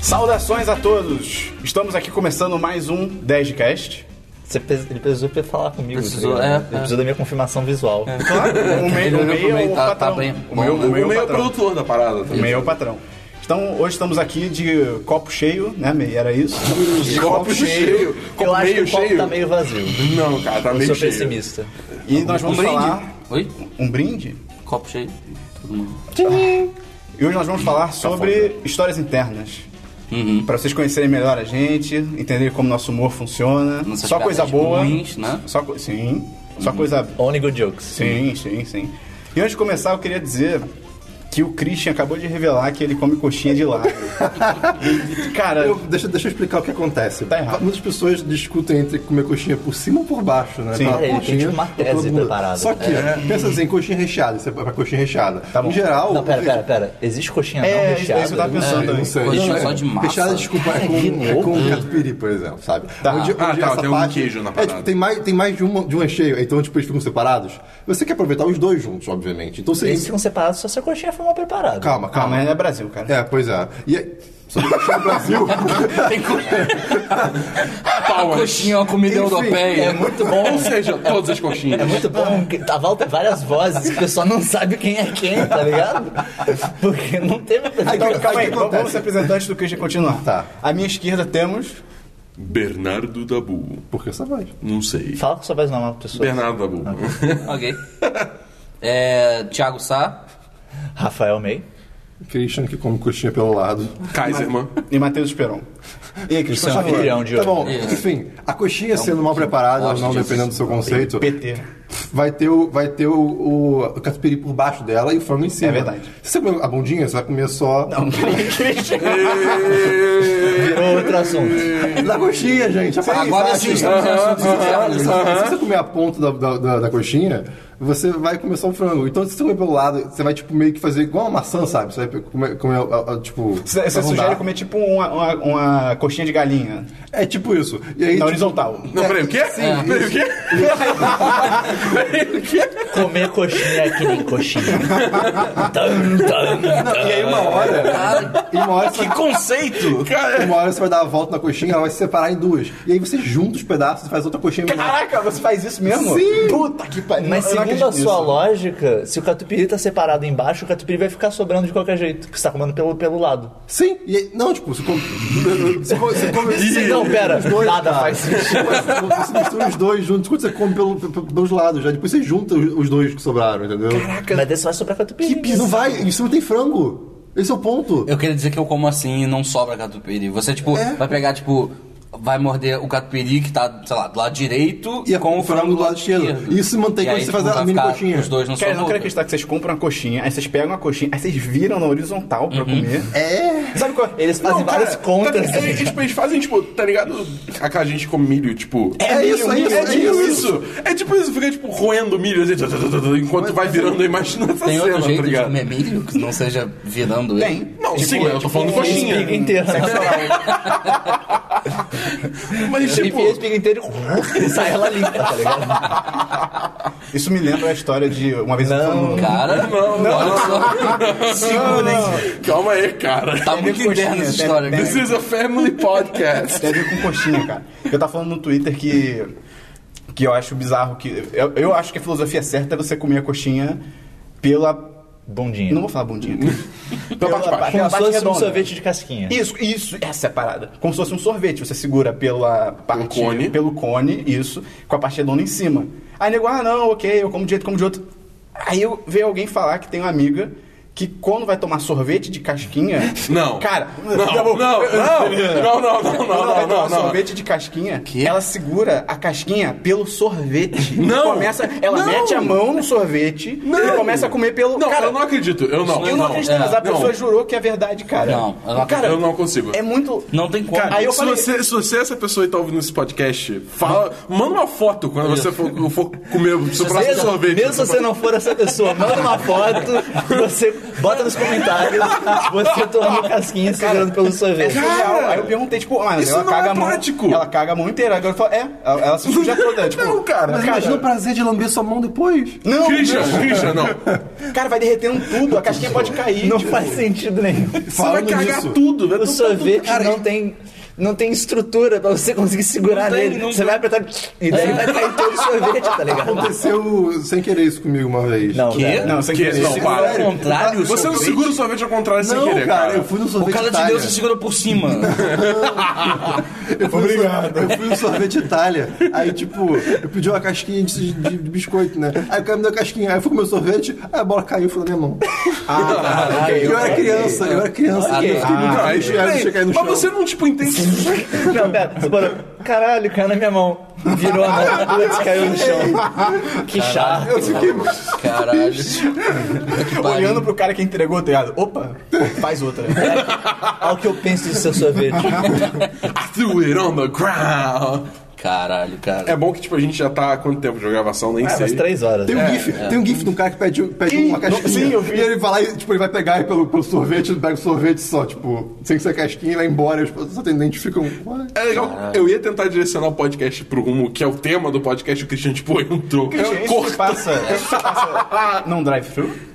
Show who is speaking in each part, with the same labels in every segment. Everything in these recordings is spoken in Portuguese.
Speaker 1: Saudações a todos! Estamos aqui começando mais um 10 de cast.
Speaker 2: Você pres- ele precisou pe- falar comigo.
Speaker 3: Precisou,
Speaker 2: tá ligado?
Speaker 3: é,
Speaker 2: ele
Speaker 3: é.
Speaker 2: precisou da minha confirmação visual.
Speaker 1: O meio, o meio é o
Speaker 3: Tá- tá
Speaker 1: patrão.
Speaker 3: bem.
Speaker 1: O meu,
Speaker 4: O meio é o
Speaker 1: patrão.
Speaker 4: produtor da parada
Speaker 1: O
Speaker 4: também.
Speaker 1: meio é o patrão. Então, hoje estamos aqui de copo cheio, né, meio? Era isso?
Speaker 4: De Copo cheio.
Speaker 2: Eu
Speaker 4: Copo
Speaker 2: acho que
Speaker 4: meio
Speaker 2: o copo
Speaker 4: cheio.
Speaker 2: tá meio vazio.
Speaker 4: Não, cara, tá
Speaker 2: Eu
Speaker 4: meio
Speaker 2: sou
Speaker 4: cheio.
Speaker 2: pessimista.
Speaker 1: E nós vamos
Speaker 3: Um brinde.
Speaker 1: falar...
Speaker 3: Oi?
Speaker 1: Um brinde?
Speaker 3: Copo cheio. Todo mundo.
Speaker 1: E hoje nós vamos
Speaker 3: Hum, tá
Speaker 1: falar sobre histórias internas.
Speaker 3: Uhum.
Speaker 1: Pra vocês conhecerem melhor a gente, entenderem como nosso humor funciona.
Speaker 3: Nossas
Speaker 1: só coisa
Speaker 3: piadas
Speaker 1: boa.
Speaker 3: ruins, né? Uhum.
Speaker 1: Só co- sim. Só coisa.
Speaker 2: Only good jokes.
Speaker 1: Sim, sim, sim. E antes de começar, eu queria dizer que o Christian acabou de revelar que ele come coxinha de lado. Cara,
Speaker 5: Eu- deixa, deixa eu explicar o que acontece.
Speaker 1: Tá errado.
Speaker 5: Muitas pessoas discutem entre comer coxinha por cima ou por baixo, né?
Speaker 1: Sim.
Speaker 5: Tá uma
Speaker 1: É,
Speaker 2: ele tem
Speaker 5: coxinha
Speaker 2: tipo uma
Speaker 5: pra
Speaker 2: tese
Speaker 5: todo mundo.
Speaker 2: preparada.
Speaker 5: Só que, pensa assim, coxinha recheada, isso é pra coxinha recheada.
Speaker 1: bom.
Speaker 5: Em geral...
Speaker 2: Não, pera, pera, pera. Existe coxinha
Speaker 1: É, isso-
Speaker 2: não
Speaker 1: é
Speaker 2: recheada?
Speaker 1: isso que eu tava pensando
Speaker 5: eu
Speaker 1: também.
Speaker 5: não sei.
Speaker 3: Coxinha
Speaker 5: Não, é-
Speaker 3: só de massa.
Speaker 5: Recheada, desculpa, é
Speaker 2: que
Speaker 5: com, é
Speaker 2: louco.
Speaker 5: com catupiry, por exemplo, sabe?
Speaker 1: Tá.
Speaker 4: Ah, tá, tem um queijo na
Speaker 5: é,
Speaker 4: parada.
Speaker 5: tipo, tem mais, tem mais de, uma, de um recheio, então tipo, eles ficam separados. Você quer aproveitar os dois juntos, obviamente. Então você...
Speaker 2: Eles ficam separados só se a coxinha for mal preparada.
Speaker 5: Calma,
Speaker 1: Ah,
Speaker 5: calma.
Speaker 1: mas é Brasil, cara.
Speaker 5: É, pois é. E aí... Sobre coxinha no Brasil...
Speaker 3: Tem co... A coxinha é uma comida
Speaker 5: Enfim,
Speaker 3: europeia.
Speaker 2: É muito bom.
Speaker 4: Ou seja, todas as coxinhas.
Speaker 2: É muito bom que tava várias vozes, o pessoal não sabe quem é quem, tá ligado? Porque não teve
Speaker 1: Então, calma aí, vamos
Speaker 5: que acontece?
Speaker 1: vamos se apresentar antes do Christian continuar.
Speaker 5: Tá.
Speaker 1: À minha esquerda temos.
Speaker 4: Bernardo Dabu.
Speaker 5: Por que essa voz?
Speaker 4: Não sei.
Speaker 2: Fala com sua voz normal pra pessoa.
Speaker 4: Bernardo Dabu.
Speaker 3: Ok. É, Thiago Sá.
Speaker 2: Rafael May.
Speaker 5: Christian que come coxinha pelo lado.
Speaker 4: Kaiserman.
Speaker 1: E Matheus Esperon. E aí,
Speaker 2: Isso é
Speaker 1: Christian,
Speaker 2: um
Speaker 1: por favor.
Speaker 2: anfitrião de
Speaker 5: Tá
Speaker 2: hoje.
Speaker 5: bom, enfim, a coxinha sendo mal preparada ou
Speaker 3: gosto
Speaker 5: não,
Speaker 3: disso.
Speaker 5: dependendo do seu conceito,
Speaker 1: PT.
Speaker 5: vai ter o, vai ter o, o, o catupiry por baixo dela e o frango em cima.
Speaker 1: É verdade.
Speaker 5: Se você comer a bundinha, você vai comer só
Speaker 2: Virou outro assunto.
Speaker 5: da coxinha, gente.
Speaker 3: Agora sim, estamos em assuntos internos.
Speaker 5: Se você comer a ponta da, da, da- da coxinha, você vai comer só o frango. Então, se você comer pelo lado, você vai, tipo, meio que fazer igual uma maçã, sabe? Você vai comer, comer a- a- tipo...
Speaker 1: Você você
Speaker 5: arrondar.
Speaker 1: sugere comer tipo uma, uma, uma coxinha de galinha
Speaker 5: É tipo isso. E aí,
Speaker 1: na
Speaker 5: tipo,
Speaker 1: horizontal.
Speaker 4: Não, peraí, o quê? Peraí, o quê? Peraí, o quê?
Speaker 2: Comer coxinha é que nem coxinha. Tum, tum.
Speaker 5: e aí uma hora... e uma hora você
Speaker 3: Que conceito!
Speaker 4: Cara,
Speaker 5: Uma hora você vai dar a volta na coxinha, ela vai se separar em duas. E aí você junta os pedaços e faz outra coxinha. um
Speaker 1: Caraca, você faz isso mesmo?
Speaker 5: Sim.
Speaker 1: Puta que pariu.
Speaker 2: Mas
Speaker 1: Eu não
Speaker 2: segundo a
Speaker 1: acredito
Speaker 2: sua
Speaker 1: nisso.
Speaker 2: lógica, se o catupiry tá separado embaixo, o catupiry vai ficar sobrando de qualquer jeito, porque você tá comendo pelo, pelo lado.
Speaker 5: Sim, e aí, não, tipo, você come. Você come. Você come assim,
Speaker 2: Sim, não, pera, nada faz sentido.
Speaker 5: Você mistura os dois juntos quando você come pelo, pe- pe- pelos lados já. Depois você junta os os dois que sobraram, entendeu?
Speaker 2: Mas desse vai sobrar catupiry.
Speaker 5: Que bizarro. Não vai, em cima tem frango. Esse é o ponto.
Speaker 3: Eu queria dizer que eu como assim e não sobra catupiry. Você, tipo,
Speaker 5: É.
Speaker 3: vai pegar, tipo... Vai morder o catupiry que tá, sei lá, do lado direito
Speaker 5: E
Speaker 3: com o frango do lado esquerdo.
Speaker 5: Isso se mantém
Speaker 3: E
Speaker 5: quando
Speaker 3: aí,
Speaker 5: você
Speaker 3: tipo,
Speaker 5: faz a
Speaker 3: vai
Speaker 5: mini
Speaker 3: ficar
Speaker 5: coxinha.
Speaker 3: Os dois não
Speaker 1: Cara, eu não
Speaker 3: são
Speaker 1: quero acreditar que vocês compram uma coxinha, aí vocês pegam a coxinha, aí vocês viram na horizontal pra comer.
Speaker 5: É.
Speaker 1: Sabe qual?
Speaker 2: Eles fazem
Speaker 4: cara,
Speaker 2: várias contas. né?
Speaker 4: Tá, eles, tipo, eles fazem, tipo, tá ligado? A que a gente come milho, tipo.
Speaker 5: É isso, é isso,
Speaker 4: É
Speaker 5: é
Speaker 4: tipo
Speaker 5: isso.
Speaker 4: isso. É tipo isso, fica tipo roendo milho assim, tã, tã, tã, tã, enquanto vai virando a imaginação
Speaker 3: Tem
Speaker 4: cena,
Speaker 3: outro
Speaker 4: tá
Speaker 3: jeito de
Speaker 4: ligado?
Speaker 3: comer milho que não seja virando ele? Tipo,
Speaker 1: Tem.
Speaker 4: Não, sim, eu tô falando
Speaker 2: Eles
Speaker 4: coxinha.
Speaker 2: pegam inteiro.
Speaker 4: Mas tipo,
Speaker 2: Eles pegam inteiro e sai ela limpa, tá ligado?
Speaker 1: Isso me lembra a história de uma vez
Speaker 2: Não,
Speaker 3: Cara, não, olha só. Segura, hein?
Speaker 4: calma aí, cara.
Speaker 3: Tá né? muito
Speaker 1: coxinha,
Speaker 3: interna essa
Speaker 1: deve-
Speaker 3: história.
Speaker 1: deve-
Speaker 3: cara.
Speaker 4: This is a family podcast.
Speaker 1: Tem a ver com coxinha, cara. Eu tava falando no Twitter que. Que eu acho bizarro que. Eu, eu acho que a filosofia certa é você comer a coxinha pela.
Speaker 2: Bundinha.
Speaker 1: Não vou falar bundinha.
Speaker 4: Pela parte
Speaker 1: pela
Speaker 4: de baixo.
Speaker 2: Como se
Speaker 1: parte
Speaker 2: fosse um
Speaker 1: redonda.
Speaker 2: sorvete de casquinha.
Speaker 1: Isso, isso, essa é a parada. Como se fosse um sorvete, você segura pela parte,
Speaker 4: cone.
Speaker 1: pelo cone, isso, com a parte redonda em cima. Aí nego, ah, não, ok, eu como de jeito, como de outro. Aí eu vejo alguém falar que tem uma amiga que quando vai tomar sorvete de casquinha.
Speaker 4: Não.
Speaker 1: Cara,
Speaker 4: Não, não, não, não, não, não, não,
Speaker 1: Quando ela vai tomar
Speaker 4: não, não, não.
Speaker 1: sorvete de casquinha, ela segura a casquinha pelo sorvete. E
Speaker 4: Não.
Speaker 1: começa, ela
Speaker 4: Não.
Speaker 1: mete a mão no sorvete e começa a comer pelo.
Speaker 4: Não,
Speaker 1: cara,
Speaker 4: eu não acredito. Eu não.
Speaker 1: eu não acredito, mas a
Speaker 4: Não.
Speaker 1: pessoa jurou que é verdade, cara.
Speaker 3: Não, eu não
Speaker 1: cara,
Speaker 4: Eu não consigo.
Speaker 1: É muito.
Speaker 3: Não tem como.
Speaker 1: Cara, aí eu
Speaker 4: se,
Speaker 1: falei-
Speaker 4: você, se você é essa pessoa e tá ouvindo esse podcast, fala, manda uma foto quando você for, for comer o seu próximo
Speaker 2: é Mesmo, assim-
Speaker 4: sorvete.
Speaker 2: mesmo se você não for essa pessoa, manda uma foto, você Bota nos comentários você tomando casquinha segurando pelo
Speaker 1: É
Speaker 2: sorvete.
Speaker 1: surreal. Aí eu perguntei, tipo, ah, mas
Speaker 4: isso
Speaker 1: ela
Speaker 4: não
Speaker 1: caga
Speaker 4: é
Speaker 1: a mão.
Speaker 4: prático.
Speaker 1: Ela caga a mão inteira. Agora eu falo, é, ela, ela se suja toda. Tipo,
Speaker 4: Não, cara.
Speaker 5: Mas
Speaker 1: cara,
Speaker 5: imagina o prazer de lamber sua mão depois.
Speaker 1: não,
Speaker 4: Christian, Christian, não.
Speaker 1: não. cara, vai derretendo tudo, a casquinha pode cair.
Speaker 2: Não
Speaker 1: tipo.
Speaker 2: faz sentido nenhum.
Speaker 4: Você vai
Speaker 5: Falando
Speaker 4: cagar
Speaker 5: disso,
Speaker 4: tudo, velho.
Speaker 2: O sorvete
Speaker 5: Cara,
Speaker 2: não tem. Não tem estrutura pra você conseguir segurar
Speaker 3: Não tem,
Speaker 2: nele.
Speaker 3: não
Speaker 2: Você
Speaker 3: tem.
Speaker 2: vai apertar e daí vai cair todo o sorvete, tá ligado?
Speaker 5: Aconteceu sem querer isso comigo uma vez.
Speaker 2: Não,
Speaker 3: Quê?
Speaker 2: velho.
Speaker 1: Não, sem
Speaker 4: Que-
Speaker 1: querer.
Speaker 4: não,
Speaker 1: Segura-
Speaker 3: Ao
Speaker 4: para.
Speaker 2: Ah,
Speaker 3: contrário,
Speaker 4: Você não
Speaker 3: sorvete.
Speaker 4: segura o sorvete ao contrário sem
Speaker 5: Não,
Speaker 4: querer,
Speaker 5: cara,
Speaker 4: cara.
Speaker 5: eu fui no
Speaker 3: O
Speaker 5: sorvete
Speaker 3: cara de
Speaker 5: Itália.
Speaker 3: Deus se segura por cima.
Speaker 5: Eu fui Obrigado. eu fui no sorvete Itália. Aí, tipo, eu pedi uma casquinha de, de- de biscoito, né? Aí o cara me deu a casquinha. Aí eu fui comer o sorvete, aí a bola caiu e foi na minha mão.
Speaker 1: Ah, tá, ok,
Speaker 5: Eu,
Speaker 1: ok.
Speaker 5: era criança, eu era criança.
Speaker 3: Ok.
Speaker 5: Eu fiquei
Speaker 1: Ah,
Speaker 5: muito
Speaker 4: Cara,
Speaker 5: triste, aí eu
Speaker 4: peraí,
Speaker 5: deixei cair no
Speaker 4: mas
Speaker 5: chão.
Speaker 4: você não, tipo, entende.
Speaker 2: Não, pera, você parou. Caralho, caiu na minha mão. Virou a mão, putz, caiu no chão. Que chato.
Speaker 5: Eu fiquei muito
Speaker 3: Caralho. Puta que pariu.
Speaker 1: Olhando pro cara que entregou, tá ligado? Opa, faz outra.
Speaker 4: É,
Speaker 2: Olha o que eu penso do seu sorvete.
Speaker 4: I threw it on the ground.
Speaker 3: Caralho, cara.
Speaker 4: É bom que, tipo, a gente já tá há quanto tempo de gravação? Nem
Speaker 2: Ah,
Speaker 4: sei.
Speaker 2: umas três horas.
Speaker 5: Tem um,
Speaker 2: né?
Speaker 5: gif, tem um gif de um cara que pede, pede
Speaker 1: Ih,
Speaker 5: uma casquinha.
Speaker 1: sim, eu vi.
Speaker 5: E ele vai lá e tipo, ele vai pegar pelo, pelo sorvete, ele pega o sorvete só, tipo, sem ser casquinha e vai embora. E os- os atendentes ficam. "Ué?"
Speaker 4: É legal,
Speaker 2: Ah.
Speaker 4: eu ia tentar direcionar o podcast pro rumo que é o tema do podcast, o Christian, tipo, entrou.
Speaker 1: Gente, isso
Speaker 4: Cortou.
Speaker 1: que passa, isso que passa não drive-thru?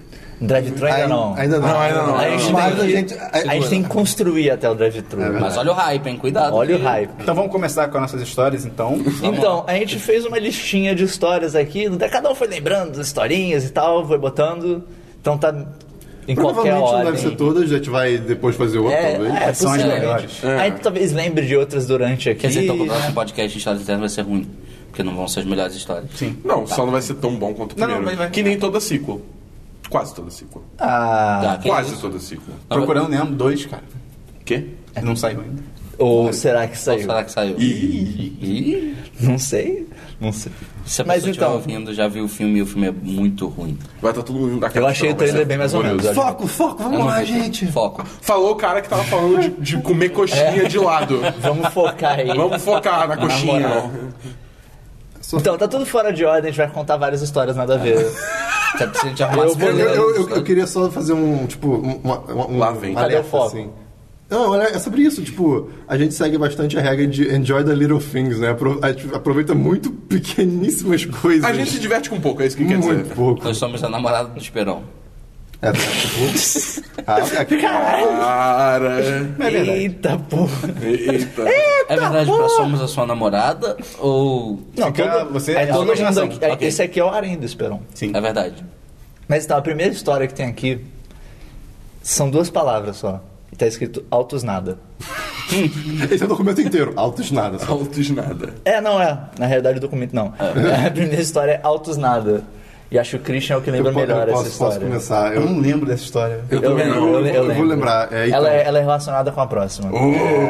Speaker 2: Drive-thru ainda não.
Speaker 5: Ainda não.
Speaker 4: Não, ainda não.
Speaker 2: A gente
Speaker 5: Mas
Speaker 2: tem
Speaker 5: a
Speaker 2: que-
Speaker 5: gente.
Speaker 2: A gente tem que construir até o drive-thru.
Speaker 3: Mas olha o hype, hein? Cuidado.
Speaker 2: Olha o
Speaker 3: que-
Speaker 2: hype.
Speaker 1: Então vamos começar com as nossas histórias, então.
Speaker 2: Então, a gente fez uma listinha de histórias aqui, até cada um foi lembrando das historinhas e tal, foi botando. Então tá em qualquer
Speaker 5: Provavelmente não
Speaker 2: ordem.
Speaker 5: deve ser todas, a gente vai depois fazer outra,
Speaker 2: É,
Speaker 5: talvez.
Speaker 2: é,
Speaker 1: São as
Speaker 2: possivelmente.
Speaker 1: melhores.
Speaker 2: Aí tu talvez lembre de outras durante aqui.
Speaker 3: Quer dizer, então, quando eu acho um podcast de histórias internas vai ser ruim. Porque não vão ser as melhores histórias. Sim.
Speaker 4: Não, só não vai ser tão bom quanto o
Speaker 1: Não,
Speaker 4: primeiro.
Speaker 1: não, mas vai.
Speaker 4: Que nem toda sequel. Quase toda sequel.
Speaker 3: Tá,
Speaker 2: Ah,
Speaker 4: Quase toda sequel.
Speaker 1: Procurando Nemo dois, cara.
Speaker 4: Quê?
Speaker 1: Não saiu ainda.
Speaker 2: ou será que saiu?
Speaker 3: Será que saiu?
Speaker 4: Ih.
Speaker 3: Ih.
Speaker 2: Não sei, não sei.
Speaker 3: Se a pessoa
Speaker 2: Mas
Speaker 3: estiver
Speaker 2: então-
Speaker 3: ouvindo, já viu o filme e o filme é muito ruim.
Speaker 4: Vai estar todo mundo na
Speaker 2: Eu achei o trailer bem mais ou menos. olha.
Speaker 5: Foco, foco,
Speaker 3: Eu
Speaker 5: vamos
Speaker 3: não
Speaker 5: lá,
Speaker 3: vi.
Speaker 5: gente.
Speaker 3: Foco.
Speaker 4: Falou o cara que tava falando de, de comer coxinha de lado.
Speaker 2: Vamos focar aí.
Speaker 4: Vamos focar na coxinha.
Speaker 2: moral. Então, tá tudo fora de ordem, a gente vai contar várias histórias nada a ver.
Speaker 3: Se a gente Tá arrumar
Speaker 2: Eu vou-
Speaker 5: Eu,
Speaker 3: spoiler,
Speaker 5: eu- eu-
Speaker 3: né?
Speaker 5: eu queria só fazer um, tipo, um- uma- uma- um,
Speaker 4: Lá vem.
Speaker 5: um
Speaker 2: Cadê o
Speaker 5: alerta,
Speaker 2: foco?
Speaker 5: assim. Não, olha, é sobre isso, tipo, a gente segue bastante a regra de enjoy the little things, né? Apro- A gente aproveita muito pequeníssimas coisas.
Speaker 4: A gente se diverte com pouco, é isso que quer dizer.
Speaker 5: muito pouco.
Speaker 3: Nós somos a namorada do Esperão.
Speaker 5: É, tá, tipo... ah, cara,
Speaker 4: Cara.
Speaker 2: Eita porra.
Speaker 4: Eita.
Speaker 3: É verdade, pra somos a sua namorada? Ou.
Speaker 2: Não,
Speaker 1: Fica-
Speaker 2: todo,
Speaker 1: você-
Speaker 2: é
Speaker 1: a
Speaker 2: todo mundo
Speaker 1: imaginação.
Speaker 2: aqui. é-
Speaker 3: Ok.
Speaker 2: Esse aqui é o Arém do Esperão.
Speaker 1: Sim.
Speaker 3: É verdade.
Speaker 2: Mas tá, a primeira história que tem aqui são duas palavras só. E tá escrito altos nada.
Speaker 5: Esse é o documento inteiro. Altos nada. Só.
Speaker 4: Altos nada.
Speaker 2: É, não é. Na realidade, o documento não. A primeira história é altos nada. E acho que o Christian é o que lembra
Speaker 5: eu, po-
Speaker 2: melhor
Speaker 5: eu posso,
Speaker 2: essa
Speaker 5: posso
Speaker 2: história.
Speaker 5: começar.
Speaker 1: Eu
Speaker 5: Eu...
Speaker 1: não lembro dessa história.
Speaker 4: Eu, também
Speaker 2: lembro,
Speaker 4: não.
Speaker 2: eu, le- eu
Speaker 5: Eu vou
Speaker 2: lembro.
Speaker 5: lembrar, é, então.
Speaker 2: ela, é, ela é relacionada com a próxima.
Speaker 1: É,
Speaker 4: Oh,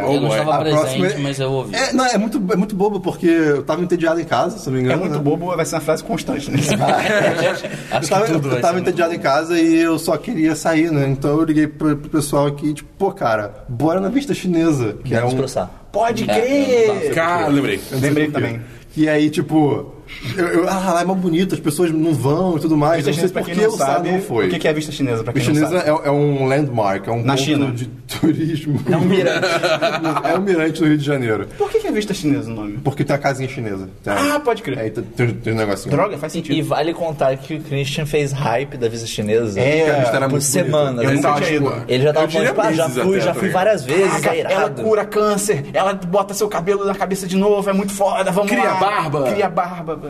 Speaker 4: oh,
Speaker 3: eu não
Speaker 4: boy.
Speaker 3: estava
Speaker 5: A
Speaker 3: presente,
Speaker 5: próxima é-
Speaker 3: mas eu ouvi.
Speaker 5: É, não, é muito, é muito bobo, porque eu tava entediado em casa, se não me
Speaker 1: É
Speaker 5: engano.
Speaker 1: muito
Speaker 5: né?
Speaker 1: bobo, vai ser uma frase constante, né?
Speaker 2: É.
Speaker 3: Acho
Speaker 5: Eu tava,
Speaker 3: que tudo
Speaker 5: eu
Speaker 3: vai
Speaker 5: tava
Speaker 3: ser
Speaker 5: entediado em casa e eu só queria sair, né? Então eu liguei pro, pro pessoal aqui, tipo, pô, cara, bora na vista chinesa. Que é
Speaker 2: Vamos
Speaker 5: um,
Speaker 2: processar.
Speaker 1: Pode
Speaker 3: É,
Speaker 1: crer!
Speaker 4: Cara, lembrei.
Speaker 5: eu não sei
Speaker 1: Lembrei
Speaker 5: por quê.
Speaker 1: também.
Speaker 5: E aí, tipo, eu, eu, ah, lá é mó bonito, as pessoas não vão e tudo mais.
Speaker 1: Vista
Speaker 5: Eu não sei
Speaker 1: chinesa, pra
Speaker 5: por
Speaker 1: quem
Speaker 5: que
Speaker 1: não
Speaker 5: o Sá
Speaker 1: sabe,
Speaker 5: não foi.
Speaker 1: o que que é vista chinesa, pra quem
Speaker 5: Vista
Speaker 1: não
Speaker 5: chinesa
Speaker 1: sabe?
Speaker 5: é, é um landmark, é um
Speaker 1: Na
Speaker 5: ponto
Speaker 1: China.
Speaker 5: de turismo.
Speaker 2: É um mirante.
Speaker 5: é um mirante no Rio de Janeiro.
Speaker 1: Por que que é vista chinesa o nome?
Speaker 5: Porque tem a casinha chinesa. Tem-
Speaker 1: Ah, pode crer.
Speaker 5: É, tem, tem, tem um negocinho.
Speaker 1: Droga, faz
Speaker 2: E, e
Speaker 1: sentido.
Speaker 2: vale contar que o Christian fez hype da visa chinesa
Speaker 5: Cara, a vista era
Speaker 2: por
Speaker 5: muito bonita.
Speaker 2: semana.
Speaker 1: Eu
Speaker 2: né?
Speaker 1: nunca
Speaker 4: tava,
Speaker 1: tinha ido.
Speaker 2: Ele já
Speaker 4: eu
Speaker 2: tava falando,
Speaker 4: diria
Speaker 2: tipo, ah, já
Speaker 4: meses
Speaker 2: fui,
Speaker 4: até,
Speaker 2: já
Speaker 4: tá
Speaker 2: fui
Speaker 4: ligado?
Speaker 2: várias vezes,
Speaker 1: Caraca,
Speaker 2: é
Speaker 1: ela
Speaker 2: irado.
Speaker 1: cura câncer, ela bota seu cabelo na cabeça de novo, é muito foda, vamos
Speaker 4: Cria
Speaker 1: lá.
Speaker 4: barba.
Speaker 1: Cria barba.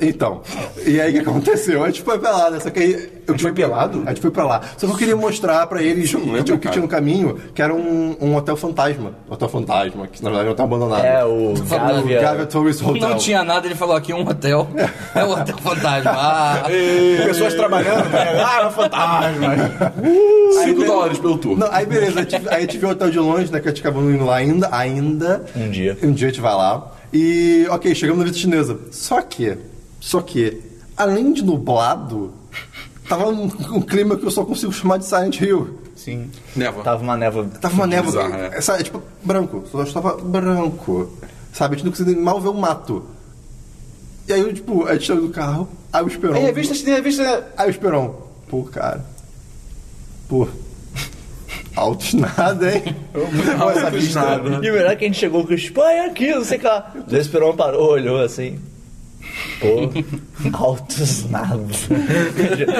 Speaker 5: Então, e aí o que aconteceu? A gente foi pra lá, né? Só que aí. Eu
Speaker 1: foi pelado?
Speaker 5: A gente foi pra lá. Só que eu queria mostrar pra eles
Speaker 4: não lembro,
Speaker 5: o que
Speaker 4: cara.
Speaker 5: tinha no caminho, que era um, um hotel fantasma. Hotel fantasma, que na verdade é um hotel abandonado.
Speaker 2: É, o
Speaker 5: O
Speaker 2: Gávea.
Speaker 5: Gavia Tourist Hotel.
Speaker 3: Não tinha nada, ele falou aqui um hotel. É o hotel fantasma. Ah,
Speaker 4: É um
Speaker 1: Pessoas trabalhando, né? Ah, era fantasma.
Speaker 4: 5 dólares pelo tour.
Speaker 5: Não, aí beleza, a gente, aí a gente viu o hotel de longe, né? Que a gente acabou não indo lá ainda, ainda.
Speaker 2: Um dia.
Speaker 5: Um dia a gente vai lá. E, ok, chegamos na Vista Chinesa. Só que, só que, além de nublado, tava um, um clima que eu só consigo chamar de Silent Hill.
Speaker 1: Sim.
Speaker 4: Neva.
Speaker 1: Tá
Speaker 2: Tava uma névoa.
Speaker 5: Tava uma névoa.
Speaker 4: bizarro, né?
Speaker 5: Sabe, tipo, branco. Só estava branco. Sabe, a gente não conseguia mal ver o mato. E aí, eu, tipo, a gente saiu do carro, aí o Esperon.
Speaker 1: É, vista chinesa, vista...
Speaker 5: Aí o Esperon. Pô, cara. Pô. Altos nada, hein?
Speaker 1: Muito boa essa
Speaker 4: Altos
Speaker 1: vista.
Speaker 4: nada.
Speaker 2: E o melhor é que a gente chegou com o Espanha é aqui, não sei o que lá. O Esperon parou, olhou assim. Pô, altos nada.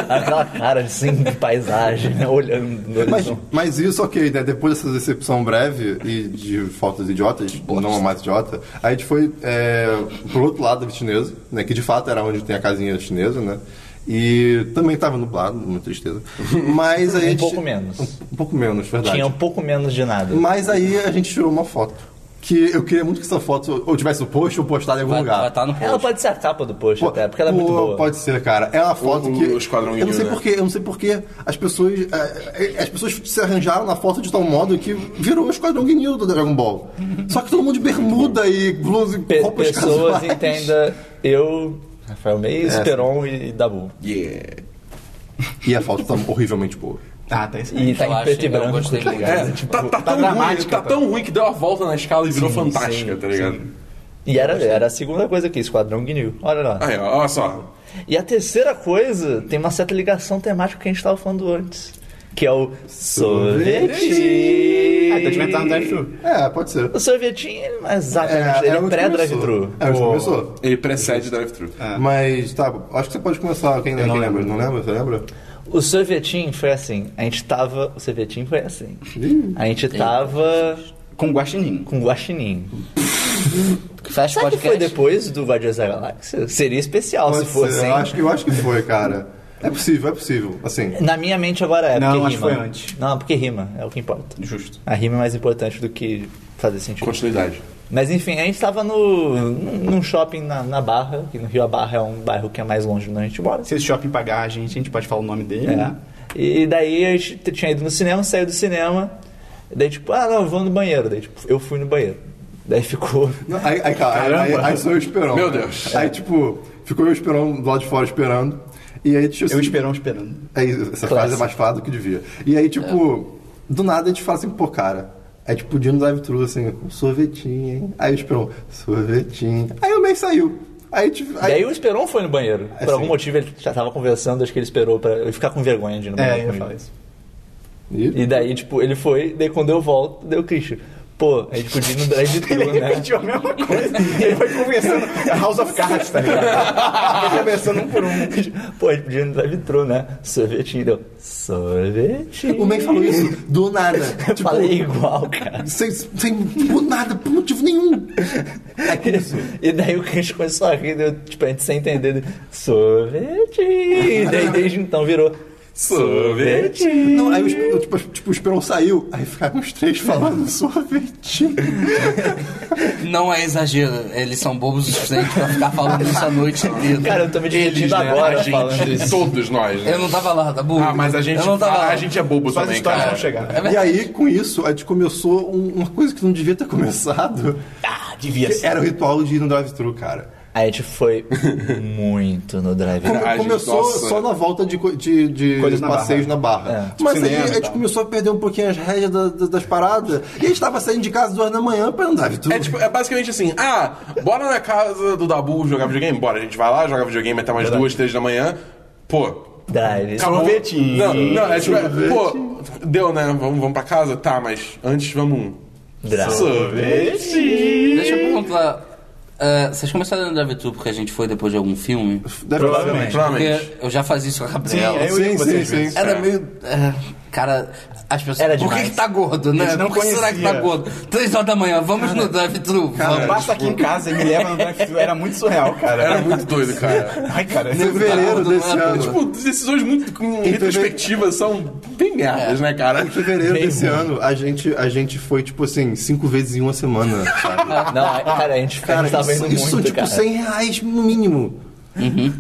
Speaker 2: Aquela cara assim de paisagem, né? Olhando no
Speaker 5: Mas,
Speaker 2: horizonte.
Speaker 5: mas isso, ok, né? Depois dessa decepção breve e de fotos idiotas, não mais idiota, a gente foi é, pro outro lado do chinesa, né? Que de fato era onde tem a casinha chinesa, né? E também tava nublado, muita tristeza. Mas a
Speaker 2: Um
Speaker 5: gente.
Speaker 2: pouco menos.
Speaker 5: Um pouco menos, verdade.
Speaker 2: Tinha um pouco menos de nada.
Speaker 5: Mas aí a gente tirou uma foto. Que eu queria muito que essa foto ou tivesse o post ou postada em algum
Speaker 3: Vai
Speaker 5: lugar.
Speaker 3: vai tá no
Speaker 2: Ela
Speaker 3: post.
Speaker 2: pode ser a capa do post até, porque ela é
Speaker 5: Pô,
Speaker 2: muito boa.
Speaker 5: Pode ser, cara. É uma foto
Speaker 4: O-
Speaker 5: que.
Speaker 4: o Esquadrão
Speaker 5: eu não sei
Speaker 4: Guinho, né?
Speaker 5: porquê, eu não sei porquê as pessoas. eh, eh, As pessoas se arranjaram na foto de tal modo que virou o Esquadrão Guinil do Dragon Ball. Só que todo mundo de bermuda e blusa e
Speaker 2: Pe-
Speaker 5: roupas
Speaker 2: pessoas
Speaker 5: casuais.
Speaker 2: entenda eu, Rafael Meis,
Speaker 5: É.
Speaker 2: Esperon e e Dabu.
Speaker 4: Yeah.
Speaker 5: E a foto tá horrivelmente boa.
Speaker 1: Ah, tá isso.
Speaker 2: E tá
Speaker 3: Eu
Speaker 2: em preto
Speaker 3: achei-
Speaker 2: e
Speaker 3: eu
Speaker 2: branco.
Speaker 3: gostei
Speaker 2: tá
Speaker 3: muito.
Speaker 2: ligado?
Speaker 4: É, tá, tá tão ruim,
Speaker 1: dramática,
Speaker 4: tá
Speaker 1: tá.
Speaker 4: tão ruim que deu a volta na escala e virou fantástica,
Speaker 2: sim,
Speaker 4: tá ligado?
Speaker 2: E era, era a segunda coisa aqui, Esquadrão Guinil. Olha lá.
Speaker 4: Aí, ó, olha só.
Speaker 2: E a terceira coisa tem uma certa ligação temática que a gente tava falando antes. Que é o sorvete.
Speaker 1: Ah, então devia estar no drive thru.
Speaker 5: É, pode ser.
Speaker 2: O sorvetinho, ele- exatamente, ele é
Speaker 5: onde
Speaker 2: pré-drive
Speaker 5: começou.
Speaker 2: thru.
Speaker 5: É onde começou.
Speaker 4: Ele precede drive-thru.
Speaker 5: Mas tá, acho que você pode começar. Quem
Speaker 1: não
Speaker 5: quem
Speaker 1: lembro.
Speaker 5: lembra? Não lembra? Você lembra?
Speaker 2: O sorvetinho foi assim, a gente tava. O sorvetinho foi assim.
Speaker 5: Ih,
Speaker 2: A gente tava
Speaker 1: Com guaxinim.
Speaker 2: com guaxinim.
Speaker 3: Fecha o
Speaker 2: Sabe que foi
Speaker 3: podcast.
Speaker 2: depois do Guardiões da Galáxia? Seria especial
Speaker 5: pode
Speaker 2: se fosse.
Speaker 5: ser.
Speaker 2: hein?
Speaker 5: Eu acho, que- eu acho que foi, cara. É possível, é possível. Assim.
Speaker 2: Na minha mente agora é,
Speaker 1: Não,
Speaker 2: porque
Speaker 1: acho que
Speaker 2: rima.
Speaker 1: foi antes.
Speaker 2: Não, porque rima, é o que importa.
Speaker 1: Justo.
Speaker 2: A rima é mais importante do que fazer sentido.
Speaker 4: Continuidade.
Speaker 2: Mas enfim, a gente tava no, num num shopping na, na Barra, que no Rio a Barra é um bairro que é mais longe de onde a gente mora.
Speaker 1: Se esse shopping pagar a gente, a gente pode falar o nome dele,
Speaker 2: É.
Speaker 1: né?
Speaker 2: E daí a gente t- tinha ido no cinema, saiu do cinema, daí tipo, ah não, eu vou no banheiro. Daí tipo, eu fui no banheiro. Daí ficou.
Speaker 5: Não, Aí, aí, cara, aí, aí,
Speaker 1: Caramba.
Speaker 5: aí sou eu esperando.
Speaker 4: Meu Deus.
Speaker 5: Aí, tipo, ficou eu esperando do lado de fora esperando. E aí, tipo,
Speaker 1: Eu
Speaker 5: assim,
Speaker 1: esperão esperando.
Speaker 5: aí, essa frase é mais falada do que devia. E aí, tipo, do nada a gente fala assim, pô, cara. É tipo, dia no drive-thru, assim, sorvetinho, hein? Aí o Esperon, sorvetinho. Aí o mês saiu. Aí, tipo, aí,
Speaker 2: Daí o Esperon foi no banheiro.
Speaker 1: É,
Speaker 2: Por algum
Speaker 5: sim.
Speaker 2: motivo ele já tava conversando, acho que ele esperou pra eu ficar com vergonha de ir no
Speaker 1: É,
Speaker 2: banheiro.
Speaker 1: eu ia
Speaker 2: comigo.
Speaker 1: falar isso.
Speaker 5: Ih,
Speaker 2: E daí, tipo, ele foi, daí quando eu volto, deu o Christian. Pô, a gente podia ir no drive-thru,
Speaker 1: Ele é
Speaker 2: né?
Speaker 1: repetiu a mesma coisa. Ele foi conversando. É House of Cards, tá ligado? Foi conversando um por um.
Speaker 2: Pô, a gente podia ir no drive-thru, né? Sorvetinho, deu. Sorvetinho.
Speaker 5: o mês falou isso do nada.
Speaker 2: Eu
Speaker 5: tipo,
Speaker 2: falei igual, cara.
Speaker 5: sem, sem do nada, por motivo nenhum. É que isso.
Speaker 2: E daí o Christian começou a rir, deu, tipo, a gente sem entender. deu, Sorvetinho. E daí desde então virou. Sorvetinho.
Speaker 5: Não, aí o Esperon, tipo, tipo, o Esperon saiu, aí ficaram os três falando sorvetinho.
Speaker 3: Não é exagero. Eles são bobos o suficiente pra ficar falando isso a noite inteira.
Speaker 2: Cara, eu tô me divertindo
Speaker 4: né?
Speaker 2: agora
Speaker 4: A gente,
Speaker 2: falando
Speaker 4: Todos nós, né?
Speaker 3: Eu não tava lá, tá burro?
Speaker 4: Ah, mas a gente,
Speaker 3: Eu não tava
Speaker 4: a,
Speaker 3: lá.
Speaker 4: gente é bobo
Speaker 1: Só as
Speaker 4: também,
Speaker 1: histórias
Speaker 4: cara.
Speaker 1: vão chegar.
Speaker 3: É
Speaker 5: E
Speaker 3: verdade.
Speaker 5: aí, com isso, a gente começou um- uma coisa que não devia ter começado.
Speaker 1: Ah, devia
Speaker 5: que Era o ritual de ir no drive-thru, cara.
Speaker 2: A gente foi muito no drive-thru.
Speaker 4: Ah, gente,
Speaker 5: começou
Speaker 4: nossa.
Speaker 5: só na volta de, co- de, de
Speaker 1: Coisas na
Speaker 5: passeios
Speaker 1: Barra.
Speaker 5: na barra. Tipo
Speaker 2: É,
Speaker 5: Mas
Speaker 1: cinema
Speaker 5: aí a
Speaker 1: e
Speaker 5: gente
Speaker 1: tal.
Speaker 5: começou a perder um pouquinho as rédeas da- da- das paradas. E a gente tava saindo de casa às duas da manhã pra ir no drive-thru.
Speaker 4: É, tipo, é basicamente assim, ah, bora na casa do Dabu jogar videogame? Bora, a gente vai lá, joga videogame até umas duas, três da manhã. Pô,
Speaker 2: Drive.
Speaker 4: acabou.
Speaker 1: Sorvetinho.
Speaker 4: Não, não, é tipo, é, pô, deu, né? Vamos, vamos pra casa? Tá, mas antes vamos... um
Speaker 2: Drive.
Speaker 4: é
Speaker 3: Deixa eu perguntar. eh, vocês começaram a drive porque a gente foi depois de algum filme?
Speaker 5: Deve-
Speaker 1: Provavelmente.
Speaker 4: Provavelmente.
Speaker 3: Porque eu já fazia isso com a Gabriela.
Speaker 1: Sim, eu ia com
Speaker 5: Sim, sim,
Speaker 1: vocês
Speaker 5: sim.
Speaker 1: mesmo.
Speaker 3: Era meio. é, cara, as pessoas.
Speaker 2: Era
Speaker 3: Por que,
Speaker 2: demais.
Speaker 3: que tá gordo, né?
Speaker 1: Eles não
Speaker 3: Por que será que tá
Speaker 1: conhecia.
Speaker 3: gordo? Três horas da manhã, vamos no drive-thru.
Speaker 1: Ela
Speaker 3: vamos.
Speaker 1: Passa aqui
Speaker 2: Tipo,
Speaker 1: em casa e me leva no drive-thru. Era muito surreal, cara.
Speaker 4: Era muito doido, cara.
Speaker 1: Ai, cara.
Speaker 5: Em fevereiro
Speaker 3: Não, não
Speaker 5: desse
Speaker 3: era-
Speaker 5: ano.
Speaker 4: Tipo, decisões muito com
Speaker 5: Em
Speaker 4: retrospectiva são bem
Speaker 3: É.
Speaker 4: merdas, né, cara?
Speaker 5: Em fevereiro
Speaker 2: Bem
Speaker 5: desse ano, a gente, a gente foi, tipo assim, cinco vezes em uma semana, sabe?
Speaker 2: Não, a- cara, a gente, a
Speaker 5: Cara,
Speaker 2: gente tava
Speaker 5: isso,
Speaker 2: indo
Speaker 5: isso
Speaker 2: muito,
Speaker 5: são, tipo,
Speaker 2: cara.
Speaker 5: 100 reais no mínimo.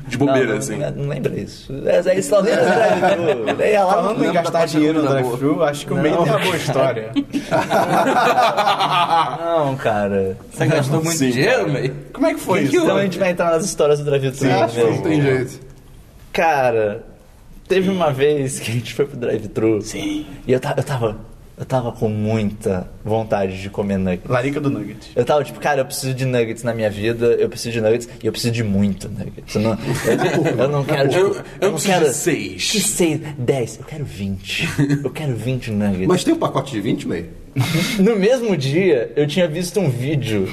Speaker 4: De bobeira,
Speaker 2: não,
Speaker 4: assim.
Speaker 2: Não, não lembra isso. É, é isso lá dentro do drive-thru. né? Daí ela não
Speaker 1: Falando em
Speaker 3: lembro da
Speaker 1: gastar
Speaker 3: parte da
Speaker 1: dinheiro no
Speaker 3: comida
Speaker 1: drive-thru, acho que o meio tem uma boa história.
Speaker 2: Não, cara.
Speaker 3: Você gastou muito
Speaker 4: Sim,
Speaker 3: dinheiro,
Speaker 4: cara.
Speaker 3: meio?
Speaker 1: Como é que foi isso?
Speaker 2: Então a gente vai entrar nas histórias do drive-thru né,
Speaker 5: Acho que não
Speaker 2: mesmo.
Speaker 5: tem jeito.
Speaker 2: Cara, teve uma vez que a gente foi pro drive-thru.
Speaker 1: Sim.
Speaker 2: E eu tava, eu tava Eu tava com muita vontade de comer nuggets.
Speaker 1: Larica do Nugget.
Speaker 2: Eu tava tipo, cara, eu preciso de nuggets na minha vida, eu preciso de nuggets e eu preciso de muito nuggets. Eu não, eu, eu não quero, tipo,
Speaker 4: Eu- eu
Speaker 2: não
Speaker 4: preciso de
Speaker 2: quero
Speaker 4: seis.
Speaker 2: Que seis? Dez. Eu quero vinte. Eu quero vinte nuggets.
Speaker 5: Mas tem um pacote de 20, meio?
Speaker 2: No mesmo dia, eu tinha visto um vídeo.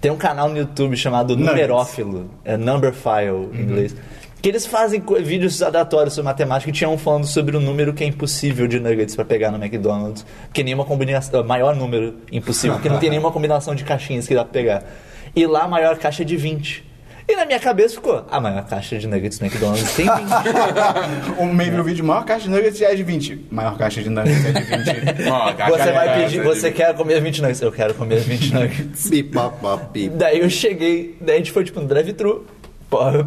Speaker 2: Tem um canal no YouTube chamado
Speaker 1: Nuggets.
Speaker 2: Numerófilo, é Number File em inglês. Que eles fazem co- vídeos aleatórios sobre matemática e tinha um falando sobre o número que é impossível de nuggets pra pegar no McDonald's. Porque nenhuma combinação. ah, Maior número impossível, porque não tem nenhuma combinação de caixinhas que dá pra pegar. E lá a maior caixa é de 20. E na minha cabeça ficou, a maior caixa de nuggets do McDonald's tem 20.
Speaker 1: O Um meio no vídeo, maior caixa de Nuggets é de 20. Maior caixa de Nuggets é de 20.
Speaker 4: Ó, cara,
Speaker 2: Você
Speaker 4: cara,
Speaker 2: vai
Speaker 4: cara,
Speaker 2: pedir,
Speaker 4: cara,
Speaker 2: você quer comer 20 nuggets? Eu quero comer 20 nuggets.
Speaker 5: Pipapapi.
Speaker 2: Daí eu cheguei, daí a gente foi tipo no drive-thru. Pode,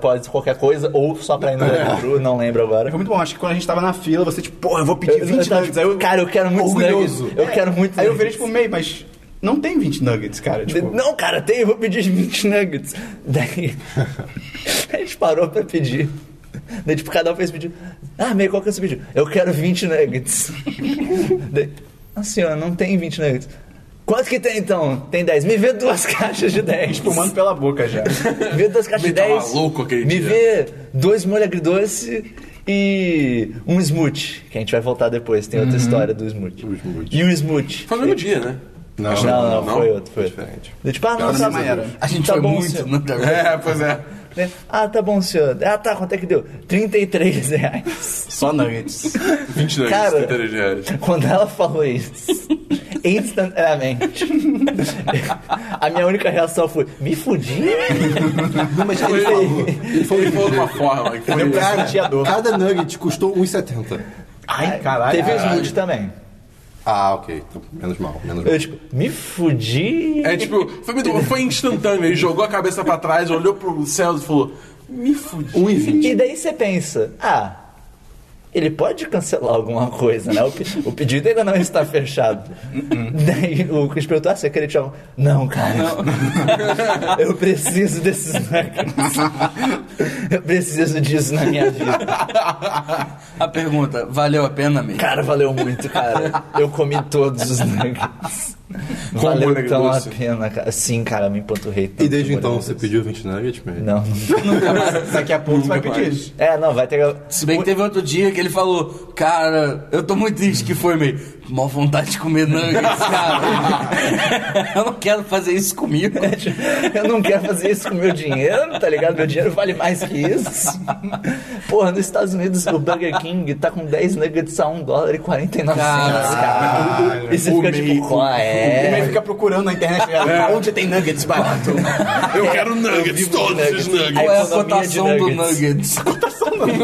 Speaker 2: pode, qualquer coisa, ou só pra ir no drive-thru, não lembro agora.
Speaker 1: Foi muito bom, acho que quando a gente tava na fila, você tipo, porra, eu vou pedir
Speaker 2: Eu-
Speaker 1: 20
Speaker 2: eu tava,
Speaker 1: Nuggets. Aí eu,
Speaker 2: cara, eu quero muito
Speaker 5: orgulhoso.
Speaker 2: nuggets. Eu quero muito
Speaker 1: aí eu virei
Speaker 2: nuggets.
Speaker 1: tipo, meio, mas não tem 20 Nuggets, cara. Tipo,
Speaker 2: Não, cara, tem, eu vou pedir 20 nuggets. Daí a gente parou pra pedir. Daí, tipo, cada um fez pedido. Ah, meio, qual que é o seu pedido? Eu quero 20 nuggets. Daí, ah, senhora, não tem 20 nuggets. Quanto que tem, então? Tem 10. Me vê duas caixas de 10.
Speaker 1: espumando pela boca já.
Speaker 2: Vê duas caixas de
Speaker 4: Me tá
Speaker 2: 10.
Speaker 4: maluco aquele
Speaker 2: Me
Speaker 4: dia.
Speaker 2: vê dois molho agridoce e um smoothie, que a gente vai voltar depois, tem outra história do smoothie. E um smoothie.
Speaker 4: Foi no mesmo dia, né?
Speaker 5: Não,
Speaker 2: Não, não,
Speaker 4: Não?
Speaker 2: foi outro, foi outro.
Speaker 5: Diferente.
Speaker 2: Eu, Tipo, ah, não,
Speaker 1: Ela
Speaker 2: tá,
Speaker 1: mesma era.
Speaker 3: A gente
Speaker 2: tá
Speaker 3: foi
Speaker 2: bom,
Speaker 3: muito né?
Speaker 2: senhor.
Speaker 3: no drive-thru.
Speaker 4: É, pois é.
Speaker 2: Né? Ah, tá bom, senhor. Ah, tá, quanto é que deu? 33 reais.
Speaker 1: Só Nuggets.
Speaker 4: 20 dólares,
Speaker 2: Cara.
Speaker 4: 33 reais.
Speaker 2: Quando ela falou isso, instantaneamente, a minha única reação foi, me fudi?
Speaker 5: Não, mas
Speaker 4: Foi-
Speaker 5: ele falou. Ele falou
Speaker 4: Ele falou de
Speaker 5: que
Speaker 4: uma forma que foi
Speaker 5: Cara,
Speaker 1: sentir a dor.
Speaker 5: cada nugget custou 1,70.
Speaker 1: Ai, caralho.
Speaker 2: Teve o
Speaker 1: caralho.
Speaker 2: smoothie também.
Speaker 5: Ah, ok. Então, menos mal, menos mal.
Speaker 2: Eu, tipo, me fudi?
Speaker 4: É tipo, foi, muito- foi instantâneo. Ele jogou a cabeça pra trás, olhou pro céu e falou: Me fudi.
Speaker 5: 1,20.
Speaker 2: E daí você pensa, ah, ele pode cancelar alguma coisa, né? O, pe- o pedido ainda não está fechado.
Speaker 5: Uhum.
Speaker 2: daí o Chris perguntou, ah, você queria tirar um... Não, cara. Eu preciso desses nuggets. Eu preciso disso na minha vida.
Speaker 3: A pergunta, valeu a pena, amigo?
Speaker 2: Cara, valeu muito, cara. Eu comi todos os nuggets.
Speaker 4: Com
Speaker 2: valeu
Speaker 4: molho
Speaker 2: tão a
Speaker 4: agridoce.
Speaker 2: pena, cara. Sim, cara, me empanturrei tanto.
Speaker 5: E desde
Speaker 2: com molho
Speaker 5: então,
Speaker 2: agridoce.
Speaker 5: você pediu 20 nuggets, meio?
Speaker 2: Não, não.
Speaker 1: Daqui a pouco você vai pedir isso.
Speaker 2: É, não, vai ter...
Speaker 3: Se bem que teve outro dia que ele falou, cara, eu tô muito triste que foi meio. Mó vontade de comer nuggets, cara. eu não quero fazer isso comigo.
Speaker 2: Eu não quero fazer isso com meu dinheiro, tá ligado? Meu dinheiro vale mais que isso. Porra, nos Estados Unidos o Burger King tá com 10 nuggets a 1 dólar e 49 centos, cara. E você fica tipo, qual
Speaker 1: O meio
Speaker 2: é?
Speaker 1: fica procurando na internet onde tem nuggets barato.
Speaker 4: Eu quero nuggets,
Speaker 2: É, vivo de
Speaker 4: todos
Speaker 2: nuggets.
Speaker 4: os nuggets.
Speaker 3: Qual é a
Speaker 2: economia de
Speaker 3: cotação do
Speaker 2: nuggets.
Speaker 3: nuggets?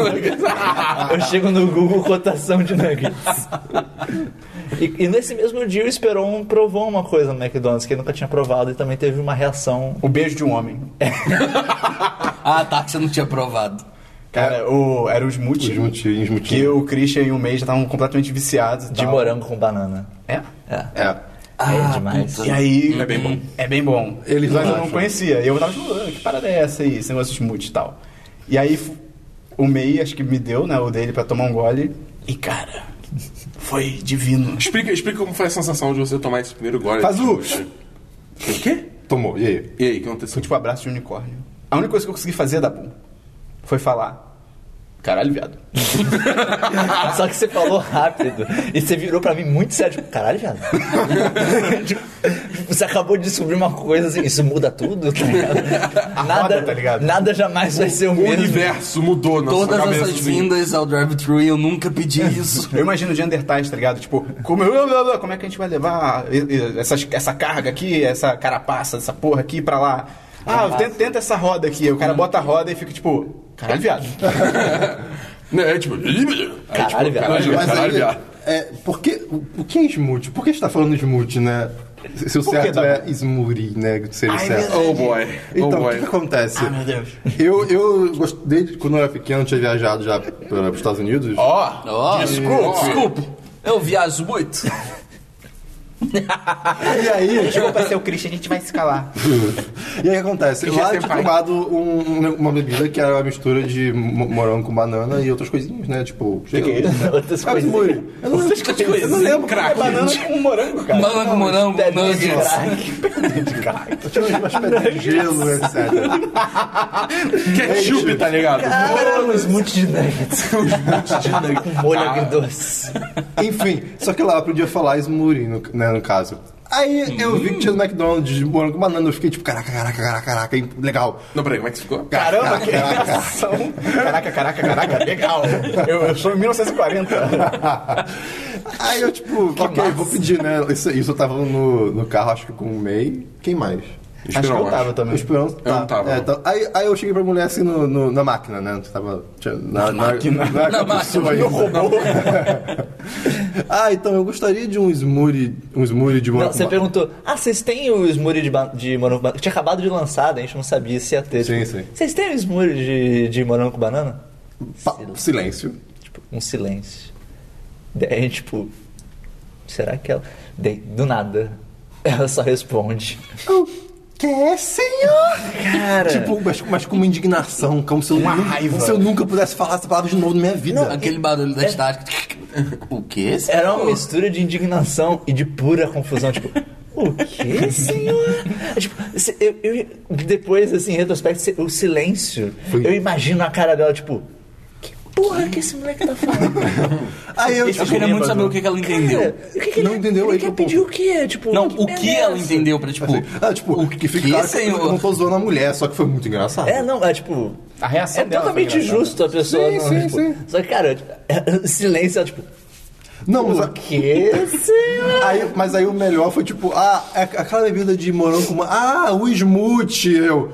Speaker 2: Eu chego no Google cotação de nuggets. E, e nesse mesmo dia o Esperon provou uma coisa no McDonald's que ele nunca tinha provado e também teve uma reação.
Speaker 1: O beijo de um homem.
Speaker 3: Ah, tá, você não tinha provado.
Speaker 1: Cara, o, era o
Speaker 5: Os
Speaker 1: Smoothie.
Speaker 5: motivos, os
Speaker 1: Que
Speaker 5: motivos.
Speaker 1: o Christian e o May já estavam completamente viciados. e
Speaker 2: De
Speaker 1: tal.
Speaker 2: morango com banana.
Speaker 1: É?
Speaker 5: É.
Speaker 2: é demais.
Speaker 1: E aí.
Speaker 4: É bem bom.
Speaker 1: É bem bom.
Speaker 5: Eles
Speaker 1: Mas eu
Speaker 5: acham.
Speaker 1: não conhecia. E eu tava tipo, "Ah, que parada é essa aí? Esse negócio de smoothie e tal. E aí f- o May, acho que me deu, né? O dele pra tomar um gole. E cara, foi divino.
Speaker 4: Explica, explica como foi a sensação de você tomar esse primeiro gole.
Speaker 1: Faz o-
Speaker 4: O quê?
Speaker 5: Tomou, e aí?
Speaker 4: E aí, o que aconteceu?
Speaker 1: Foi tipo um abraço de unicórnio. A única coisa que eu consegui fazer, Dabu, foi falar. Caralho, viado.
Speaker 2: Só que você falou rápido. E você virou pra mim muito sério. Tipo, caralho, viado. Tipo, você acabou de descobrir uma coisa assim. Isso muda tudo, tá ligado? Nada,
Speaker 1: tá ligado?
Speaker 2: nada jamais vai ser o
Speaker 4: O
Speaker 2: mesmo.
Speaker 4: universo mudou na sua
Speaker 3: Todas
Speaker 4: cabeça.
Speaker 3: essas
Speaker 4: assim.
Speaker 3: vindas ao drive-thru e eu nunca pedi isso.
Speaker 1: Eu imagino de Undertale, tá ligado? Tipo, como, blá, blá, blá, como é que a gente vai levar e- e- essas- essa carga aqui, essa carapaça, essa porra aqui pra lá? Ah, tenta, tenta essa roda aqui. Aí O cara bota a roda e fica tipo, caralho, viado.
Speaker 4: Né, É tipo. Aí, tipo,
Speaker 2: Caralho, viado.
Speaker 4: Caralho,
Speaker 5: Mas
Speaker 4: caralho,
Speaker 5: aí,
Speaker 4: viado.
Speaker 5: é, por que, o que é smoothie? Por que você tá falando smoothie, né? Se o
Speaker 1: Por que,
Speaker 5: certo
Speaker 1: Dabu?
Speaker 5: é smoothie, né? Seria o
Speaker 1: Ai,
Speaker 5: certo.
Speaker 4: Oh boy.
Speaker 5: Então,
Speaker 4: oh
Speaker 5: o
Speaker 4: boy.
Speaker 5: que, que acontece?
Speaker 1: Deus.
Speaker 5: Eu, eu gostei, de- quando eu era pequeno, eu tinha viajado já para os Estados Unidos.
Speaker 4: Ó.
Speaker 3: Ó,
Speaker 4: Desculpa.
Speaker 3: Eu viajo muito.
Speaker 5: E aí,
Speaker 1: Desculpa, seu Christian, a gente vai se calar.
Speaker 5: e aí o que acontece?
Speaker 4: Christian
Speaker 5: Lá eu tinha
Speaker 4: Senpai.
Speaker 5: tomado um- um- uma bebida que era uma mistura de mo- morango com banana e outras coisinhas, né? Tipo, que
Speaker 1: que é isso?
Speaker 2: Outras
Speaker 5: Ah, mas
Speaker 2: coisas.
Speaker 5: molho. Eu não lembro.
Speaker 3: Outras coisas.
Speaker 5: Eu não lembro.
Speaker 4: Crack.
Speaker 5: É banana com morango, cara.
Speaker 3: Banana com morango,
Speaker 2: Pedrinha de
Speaker 3: nuggets.
Speaker 2: crack.
Speaker 5: Tinha umas pedras de gelo, etc.
Speaker 4: Ketchup, tá ligado?
Speaker 2: Caramba, uns monte de nuggets. Com molho
Speaker 4: Ah.
Speaker 2: agridoce.
Speaker 5: Enfim, só que lá podia falar Smoothie, no, né, no caso. Aí eu vi que tinha no McDonald's de morango com banana, eu fiquei tipo, caraca, caraca, caraca, caraca, hein, legal.
Speaker 4: Não, peraí, como é que isso ficou?
Speaker 1: Caramba,
Speaker 5: Caraca,
Speaker 1: que engraçação. Caraca, caraca, caraca, legal. Eu, eu sou em 1940.
Speaker 5: Aí eu tipo, ok, vou pedir, né? Isso, isso eu tava no, no carro, acho que com o MEI. Quem mais?
Speaker 1: Acho que
Speaker 4: Esperão,
Speaker 1: eu tava
Speaker 5: O
Speaker 1: também.
Speaker 5: Esperança.
Speaker 4: Eu não tava,
Speaker 5: é,
Speaker 4: não.
Speaker 5: tá- aí, aí eu cheguei pra mulher assim no, no- na máquina, né? Tava. tinha- Na, na, máquina. Na,
Speaker 3: Na
Speaker 5: pessoa
Speaker 3: máquina.
Speaker 5: aí. ah, então eu gostaria de um smoothie. Um smoothie de
Speaker 2: Não,
Speaker 5: morango.
Speaker 2: você perguntou, ah, vocês têm o smoothie de, ba- de morango com banana? Tinha acabado de lançar, daí a gente não sabia se ia ter.
Speaker 5: Sim,
Speaker 2: Tipo,
Speaker 5: sim.
Speaker 2: Vocês têm o smoothie de, de morango com banana?
Speaker 5: Pa- silêncio.
Speaker 2: Tipo, um silêncio. Daí a gente, tipo, será que ela... Daí, do nada, ela só responde.
Speaker 5: O que, senhor?
Speaker 2: Cara...
Speaker 5: Tipo, mas, mas com uma indignação, como se, eu
Speaker 1: Uma
Speaker 5: nunca,
Speaker 1: raiva.
Speaker 5: como se eu nunca pudesse falar essa palavra de novo na minha vida.
Speaker 3: Aquele barulho da estática. O quê?
Speaker 2: Era um uma mistura de indignação e de pura confusão, tipo... O que, senhor? tipo, se- eu, eu- depois, assim, em retrospecto, se- o silêncio. Eu imagino a cara dela, tipo... Que porra que esse moleque tá falando?
Speaker 5: Aí eu, tipo,
Speaker 3: Eu queria é muito saber o que, que ela entendeu.
Speaker 2: Cara, o que que ele,
Speaker 5: Não entendeu
Speaker 2: ele
Speaker 5: aí que
Speaker 2: quer
Speaker 5: eu
Speaker 2: pedir
Speaker 5: ponto.
Speaker 2: o quê? Tipo,
Speaker 3: Não, o
Speaker 2: merda
Speaker 3: que
Speaker 2: é
Speaker 3: ela
Speaker 2: essa?
Speaker 3: entendeu pra, tipo...
Speaker 5: Ah, tipo, o que fica
Speaker 3: que,
Speaker 5: claro que eu
Speaker 3: senhor?
Speaker 5: não tô zoando a mulher, só que foi muito engraçado.
Speaker 2: É, não, é tipo.
Speaker 1: A reação
Speaker 2: É
Speaker 1: dela foi
Speaker 2: totalmente
Speaker 1: engraçada.
Speaker 2: justo a pessoa.
Speaker 5: Sim,
Speaker 2: não,
Speaker 5: sim,
Speaker 2: tipo,
Speaker 5: sim.
Speaker 2: Só que, cara, o silêncio, ela, tipo.
Speaker 5: Não, mas,
Speaker 2: O
Speaker 5: a-
Speaker 2: quê? senhor?
Speaker 5: Aí- mas aí o melhor foi tipo, ah, é aquela bebida de morango com. ma- Ah, o smoothie, eu.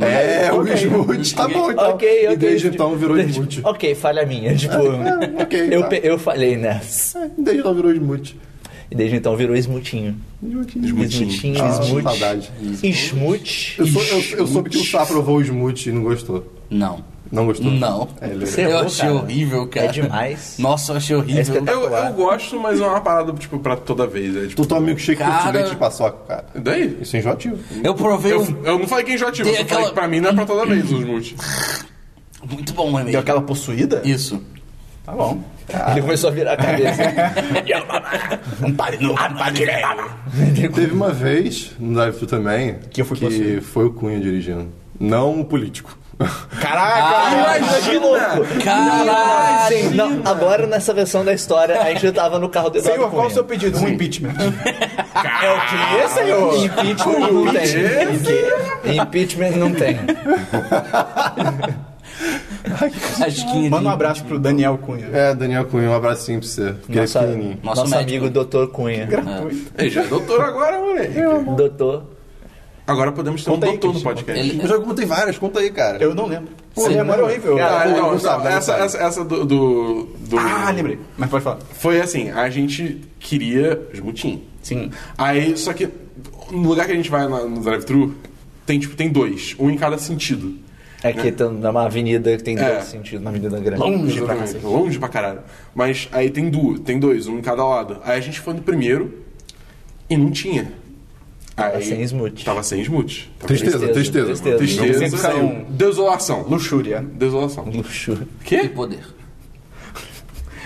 Speaker 5: É, o smoothie, tá bom então.
Speaker 2: ok, ok.
Speaker 5: E desde então virou
Speaker 2: Desde-
Speaker 5: smoothie.
Speaker 2: Ok, falha minha. Tipo,
Speaker 5: Ah, ok,
Speaker 2: eu,
Speaker 5: tá.
Speaker 2: pe- eu falhei nessa.
Speaker 5: É, Desde então virou smoothie.
Speaker 2: E desde então virou esmutinho. Esmutinho,
Speaker 5: Ah,
Speaker 2: esmute.
Speaker 5: saudade.
Speaker 2: Esmute.
Speaker 5: Eu, sou, eu, eu soube que o Sá provou o smoothie e não gostou.
Speaker 3: Não.
Speaker 5: Não gostou?
Speaker 3: Não.
Speaker 5: É, ele-
Speaker 2: Você
Speaker 3: Eu
Speaker 2: errou,
Speaker 3: achei
Speaker 2: cara.
Speaker 3: horrível, cara.
Speaker 2: É demais.
Speaker 3: Nossa, eu achei horrível.
Speaker 2: espetacular.
Speaker 4: Eu, eu gosto, mas é uma parada, tipo, pra toda vez. É, tipo,
Speaker 5: Tu toma milkshake com
Speaker 3: Cara-
Speaker 5: leite de paçoca, cara.
Speaker 4: daí?
Speaker 5: Isso é enjoativo.
Speaker 3: Eu provei
Speaker 4: Eu,
Speaker 3: um...
Speaker 4: eu não falei quem já tive, eu
Speaker 3: Tem
Speaker 4: só falei
Speaker 3: aquela-
Speaker 4: que pra mim não é pra toda vez os multi.
Speaker 3: Muito bom, né,
Speaker 1: Deu
Speaker 3: velho?
Speaker 1: aquela possuída?
Speaker 3: Isso.
Speaker 1: Tá bom.
Speaker 2: Ele começou a virar a cabeça.
Speaker 1: Um pare novo, um pare
Speaker 5: Teve uma vez, no drive-thru também,
Speaker 1: Que eu fui
Speaker 5: que
Speaker 1: possuído.
Speaker 5: foi o Cunha dirigindo. Não o político.
Speaker 1: Caraca!
Speaker 2: louco!
Speaker 3: Caralho!
Speaker 2: Não, agora nessa versão da história, a gente tava no carro do Eduardo
Speaker 1: Senhor, qual
Speaker 2: Cunha.
Speaker 1: o seu pedido? Um impeachment.
Speaker 2: É o
Speaker 5: Ah,
Speaker 2: quê, senhor? Impeachment não tem. Impeachment não tem.
Speaker 3: Asquinha
Speaker 1: Manda um
Speaker 3: de...
Speaker 1: abraço pro Daniel Cunha.
Speaker 5: É, Daniel Cunha, um abracinho pra você. Porque
Speaker 2: Nossa-
Speaker 5: ele é pequenininho.
Speaker 3: Nosso
Speaker 2: nosso
Speaker 3: médico.
Speaker 2: amigo Dr. Cunha.
Speaker 3: Ah.
Speaker 1: Gratuito.
Speaker 4: Ei, já é doutor agora, moleque.
Speaker 2: Doutor.
Speaker 4: Agora podemos ter um
Speaker 1: Conta aí,
Speaker 4: doutor no
Speaker 1: Christian,
Speaker 4: podcast.
Speaker 5: Eu
Speaker 3: Ele...
Speaker 5: já contei várias, conta aí, cara.
Speaker 1: Eu não lembro. Pô,
Speaker 3: Sim.
Speaker 1: memória é horrível.
Speaker 4: Ah,
Speaker 5: Cara,
Speaker 4: não,
Speaker 5: é não
Speaker 4: não,
Speaker 5: sabe, não
Speaker 4: essa,
Speaker 5: sabe.
Speaker 4: essa, essa do, do, do-
Speaker 1: Ah, lembrei. Mas pode falar.
Speaker 4: Foi assim, a gente queria esmutim.
Speaker 1: Sim.
Speaker 4: Aí, só que no lugar que a gente vai na- no drive-thru, tem, tipo, tem dois. Um em cada sentido.
Speaker 2: É que tá numa avenida que tem
Speaker 4: É.
Speaker 2: dois sentidos, uma avenida grande. Um
Speaker 1: Longe pra
Speaker 4: Exatamente.
Speaker 1: cacete.
Speaker 4: Longe pra caralho. Mas aí tem duas, tem dois, um em cada lado. Aí a gente foi no primeiro e não tinha. Tava
Speaker 2: sem smoothie.
Speaker 4: Tava sem smooth.
Speaker 5: Tristeza, tristeza.
Speaker 2: Tristeza.
Speaker 4: Tristeza.
Speaker 1: Sempre saiu.
Speaker 2: um.
Speaker 4: Desolação.
Speaker 1: Luxúria.
Speaker 4: Desolação.
Speaker 2: Luxo.
Speaker 3: E
Speaker 4: Quê?
Speaker 3: poder.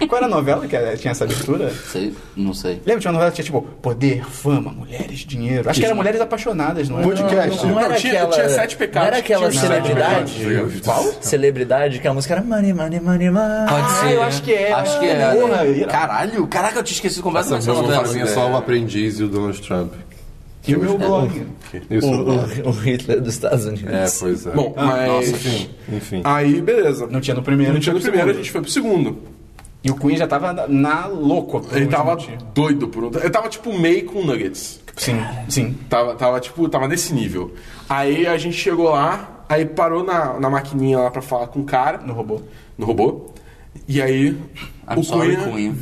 Speaker 1: Qual era a novela que era- tinha essa mistura?
Speaker 3: Sei, não sei.
Speaker 1: Lembra? Tinha uma novela que tinha tipo poder, fama, mulheres, dinheiro. Acho que era mulheres apaixonadas, não é?
Speaker 5: Podcast.
Speaker 2: Não era
Speaker 4: tinha-
Speaker 2: aquela-
Speaker 4: tinha sete pecados,
Speaker 2: Não era aquela
Speaker 4: tinha os sete
Speaker 2: celebridade.
Speaker 4: pecados.
Speaker 2: Qual? Celebridade que a música era money, money, money, money.
Speaker 3: Pode
Speaker 1: Ah,
Speaker 3: ser.
Speaker 1: eu
Speaker 3: né?
Speaker 1: acho que é.
Speaker 3: Acho que é.
Speaker 1: Porra, irado.
Speaker 3: Caralho, caraca, eu tinha esquecido completamente
Speaker 5: Essa
Speaker 3: essa
Speaker 5: música
Speaker 3: novela.
Speaker 5: pra mim é só o aprendiz e o Donald Trump.
Speaker 1: E o meu blog.
Speaker 5: Isso.
Speaker 2: O, o- o Hitler dos Estados Unidos.
Speaker 5: É, pois é.
Speaker 4: Bom, mas.
Speaker 5: enfim. enfim.
Speaker 4: Aí, beleza.
Speaker 1: Não tinha no primeiro.
Speaker 4: Não tinha no
Speaker 1: no
Speaker 4: primeiro, a
Speaker 1: segundo.
Speaker 4: gente foi pro segundo.
Speaker 1: E o Queen já tava na, na louca. por
Speaker 4: Ele
Speaker 1: um
Speaker 4: tava
Speaker 1: motivo.
Speaker 4: doido por um. Ele tava tipo meio com nuggets.
Speaker 1: Sim, sim.
Speaker 4: Tava, tava, tipo, tava nesse nível. Aí a gente chegou lá, aí parou na, na maquininha lá pra falar com o cara.
Speaker 1: No robô.
Speaker 4: No robô. E aí
Speaker 3: I'm
Speaker 4: O
Speaker 3: sorry,
Speaker 4: Cunha-
Speaker 3: Cunha.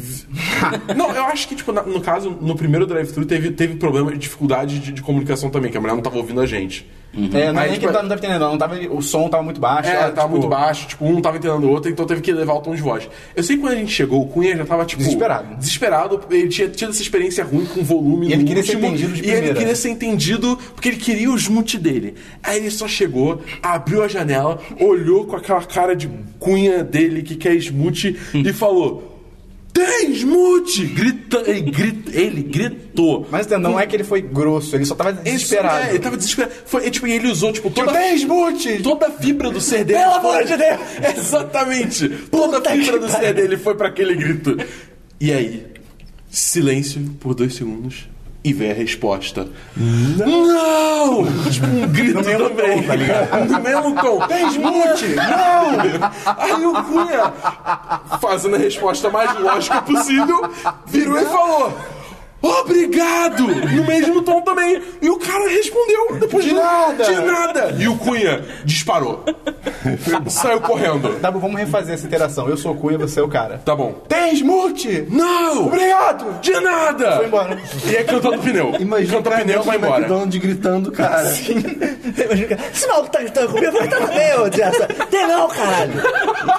Speaker 4: Não, eu acho que, tipo, na- no caso, no primeiro drive-thru teve, teve problema de dificuldade de, de comunicação também, que a mulher não tava ouvindo a gente.
Speaker 3: Uhum.
Speaker 1: É, não é
Speaker 4: Aí,
Speaker 1: nem
Speaker 4: tipo,
Speaker 1: que tá, não tava entendendo, não. Tava, o som tava muito baixo.
Speaker 4: É,
Speaker 1: ela,
Speaker 4: tava
Speaker 1: tipo,
Speaker 4: muito baixo, tipo, um não tava entendendo o outro, então teve que levar o tom de voz. Eu sei que quando a gente chegou, o Cunha já tava, tipo.
Speaker 1: Desesperado.
Speaker 4: Desesperado, ele tinha tido essa experiência ruim com volume
Speaker 1: E
Speaker 4: no
Speaker 1: ele queria ser
Speaker 4: último,
Speaker 1: entendido de
Speaker 4: E ele
Speaker 1: primeira.
Speaker 4: queria ser entendido porque ele queria os mute dele. Aí ele só chegou, abriu a janela, olhou com aquela cara de cunha dele que quer smute e falou. Tem smute! Grita, ele, grita, ele gritou.
Speaker 1: Mas entendeu, não é que ele foi grosso, ele só tava
Speaker 4: Ele-
Speaker 1: desesperado.
Speaker 4: é, ele tava desesperado. Foi, e, tipo, ele usou, tipo,
Speaker 1: Tipo,
Speaker 4: toda
Speaker 1: tem smooth!
Speaker 4: Toda a fibra do ser dele.
Speaker 2: Pelo
Speaker 4: foi-
Speaker 2: amor de Deus!
Speaker 4: Exatamente! Toda a fibra do ser dele foi pra aquele grito. E aí? Silêncio por dois segundos e vem a resposta. Não! Tipo, um grito no mesmo também. Tom, tá ligado? No mesmo tom. Desmute! Não! Aí o Cunha, fazendo a resposta mais lógica possível, virou e falou. Obrigado! No mesmo tom também. E o cara respondeu depois de
Speaker 1: nada.
Speaker 4: De nada! E o Cunha disparou. Saiu correndo.
Speaker 1: Dabu, Tá vamos refazer essa interação. Eu sou o Cunha, você é o cara.
Speaker 4: Tá bom.
Speaker 1: Tem smooth!
Speaker 4: Não!
Speaker 1: Obrigado!
Speaker 4: De nada!
Speaker 1: Foi embora.
Speaker 4: E é cantando pneu.
Speaker 5: Imagina
Speaker 4: Canta
Speaker 5: o
Speaker 4: pneu e vai embora.
Speaker 5: McDonald's gritando, cara.
Speaker 2: Imagina, cara, esse maluco tá gritando comigo, eu vou gritar também, ô desgraça. Tem não, caralho.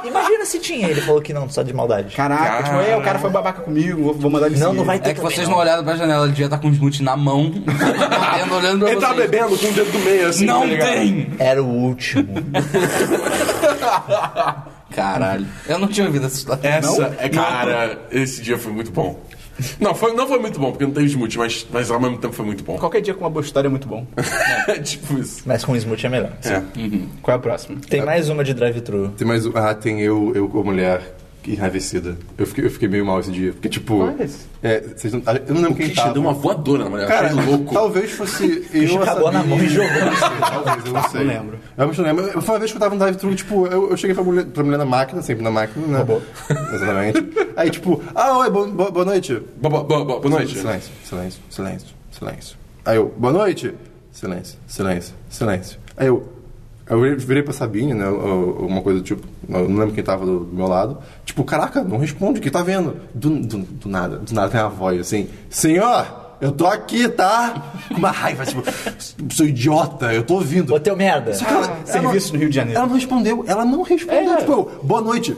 Speaker 2: Imagina se tinha. Ele falou que não, só de maldade.
Speaker 1: Caraca, tipo, é, o cara foi babaca comigo, vou, vou mandar ele
Speaker 2: Não,
Speaker 1: seguir.
Speaker 2: não vai ter
Speaker 3: É que
Speaker 2: também,
Speaker 3: vocês
Speaker 2: não.
Speaker 3: não olharam pra janela, ele devia estar com o smoothie na mão, batendo, olhando pra
Speaker 4: Ele
Speaker 5: tá
Speaker 4: tava
Speaker 3: vocês.
Speaker 4: bebendo com o dedo do meio, assim.
Speaker 3: Não
Speaker 4: tá ligado?
Speaker 3: tem!
Speaker 2: Era o último.
Speaker 3: Caralho, eu não tinha ouvido essa história.
Speaker 4: Essa,
Speaker 3: Não?
Speaker 4: é, cara, esse dia foi muito bom. Não, foi, não foi muito bom, porque não teve smooth, mas, mas ao mesmo tempo foi muito bom.
Speaker 1: Qualquer dia com uma boa história é muito bom.
Speaker 4: É tipo isso.
Speaker 2: Mas com o smoothie é melhor.
Speaker 4: É.
Speaker 1: Qual é a próxima?
Speaker 2: Tem mais uma de drive-thru.
Speaker 5: Tem mais um- Ah, tem eu, eu com a mulher enraivecida. Eu fiquei, eu fiquei meio mal esse dia. Porque, tipo.
Speaker 1: Qual é esse?
Speaker 5: é, vocês não- eu não lembro
Speaker 4: Que
Speaker 5: quem
Speaker 4: te
Speaker 5: tava.
Speaker 4: deu uma voadora na mulher,
Speaker 5: Tá, Cara,
Speaker 4: achei louco.
Speaker 5: talvez fosse eu essa
Speaker 2: acabou na mão e
Speaker 5: menina.
Speaker 2: jogou.
Speaker 5: Não sei, Talvez, eu não sei.
Speaker 1: Não lembro.
Speaker 5: Eu não lembro. Foi uma vez que eu tava no drive thru, tipo, eu, eu cheguei pra mulher, pra mulher na máquina, sempre na máquina, né? Exatamente. Aí, tipo, ah, oi, bo- bo- boa noite.
Speaker 4: Bo- bo- bo- bo- Boa noite.
Speaker 5: Silêncio, silêncio, silêncio, silêncio. Aí eu, boa noite. Silêncio, silêncio, silêncio. Aí eu, eu virei- virei pra Sabine, né? ou- ou Uma coisa do tipo, eu não lembro quem tava do meu lado. Tipo, caraca, não responde, quem tá vendo? Do, do, do nada, do nada tem uma voz assim, senhor! Eu tô aqui, tá? Com uma raiva, tipo, sou idiota, eu tô ouvindo.
Speaker 2: Ô, teu merda.
Speaker 5: Só que ela- ela
Speaker 1: serviço
Speaker 5: não-
Speaker 1: no Rio de Janeiro.
Speaker 5: Ela não respondeu, ela não respondeu.
Speaker 1: É.
Speaker 5: Tipo, eu, boa noite.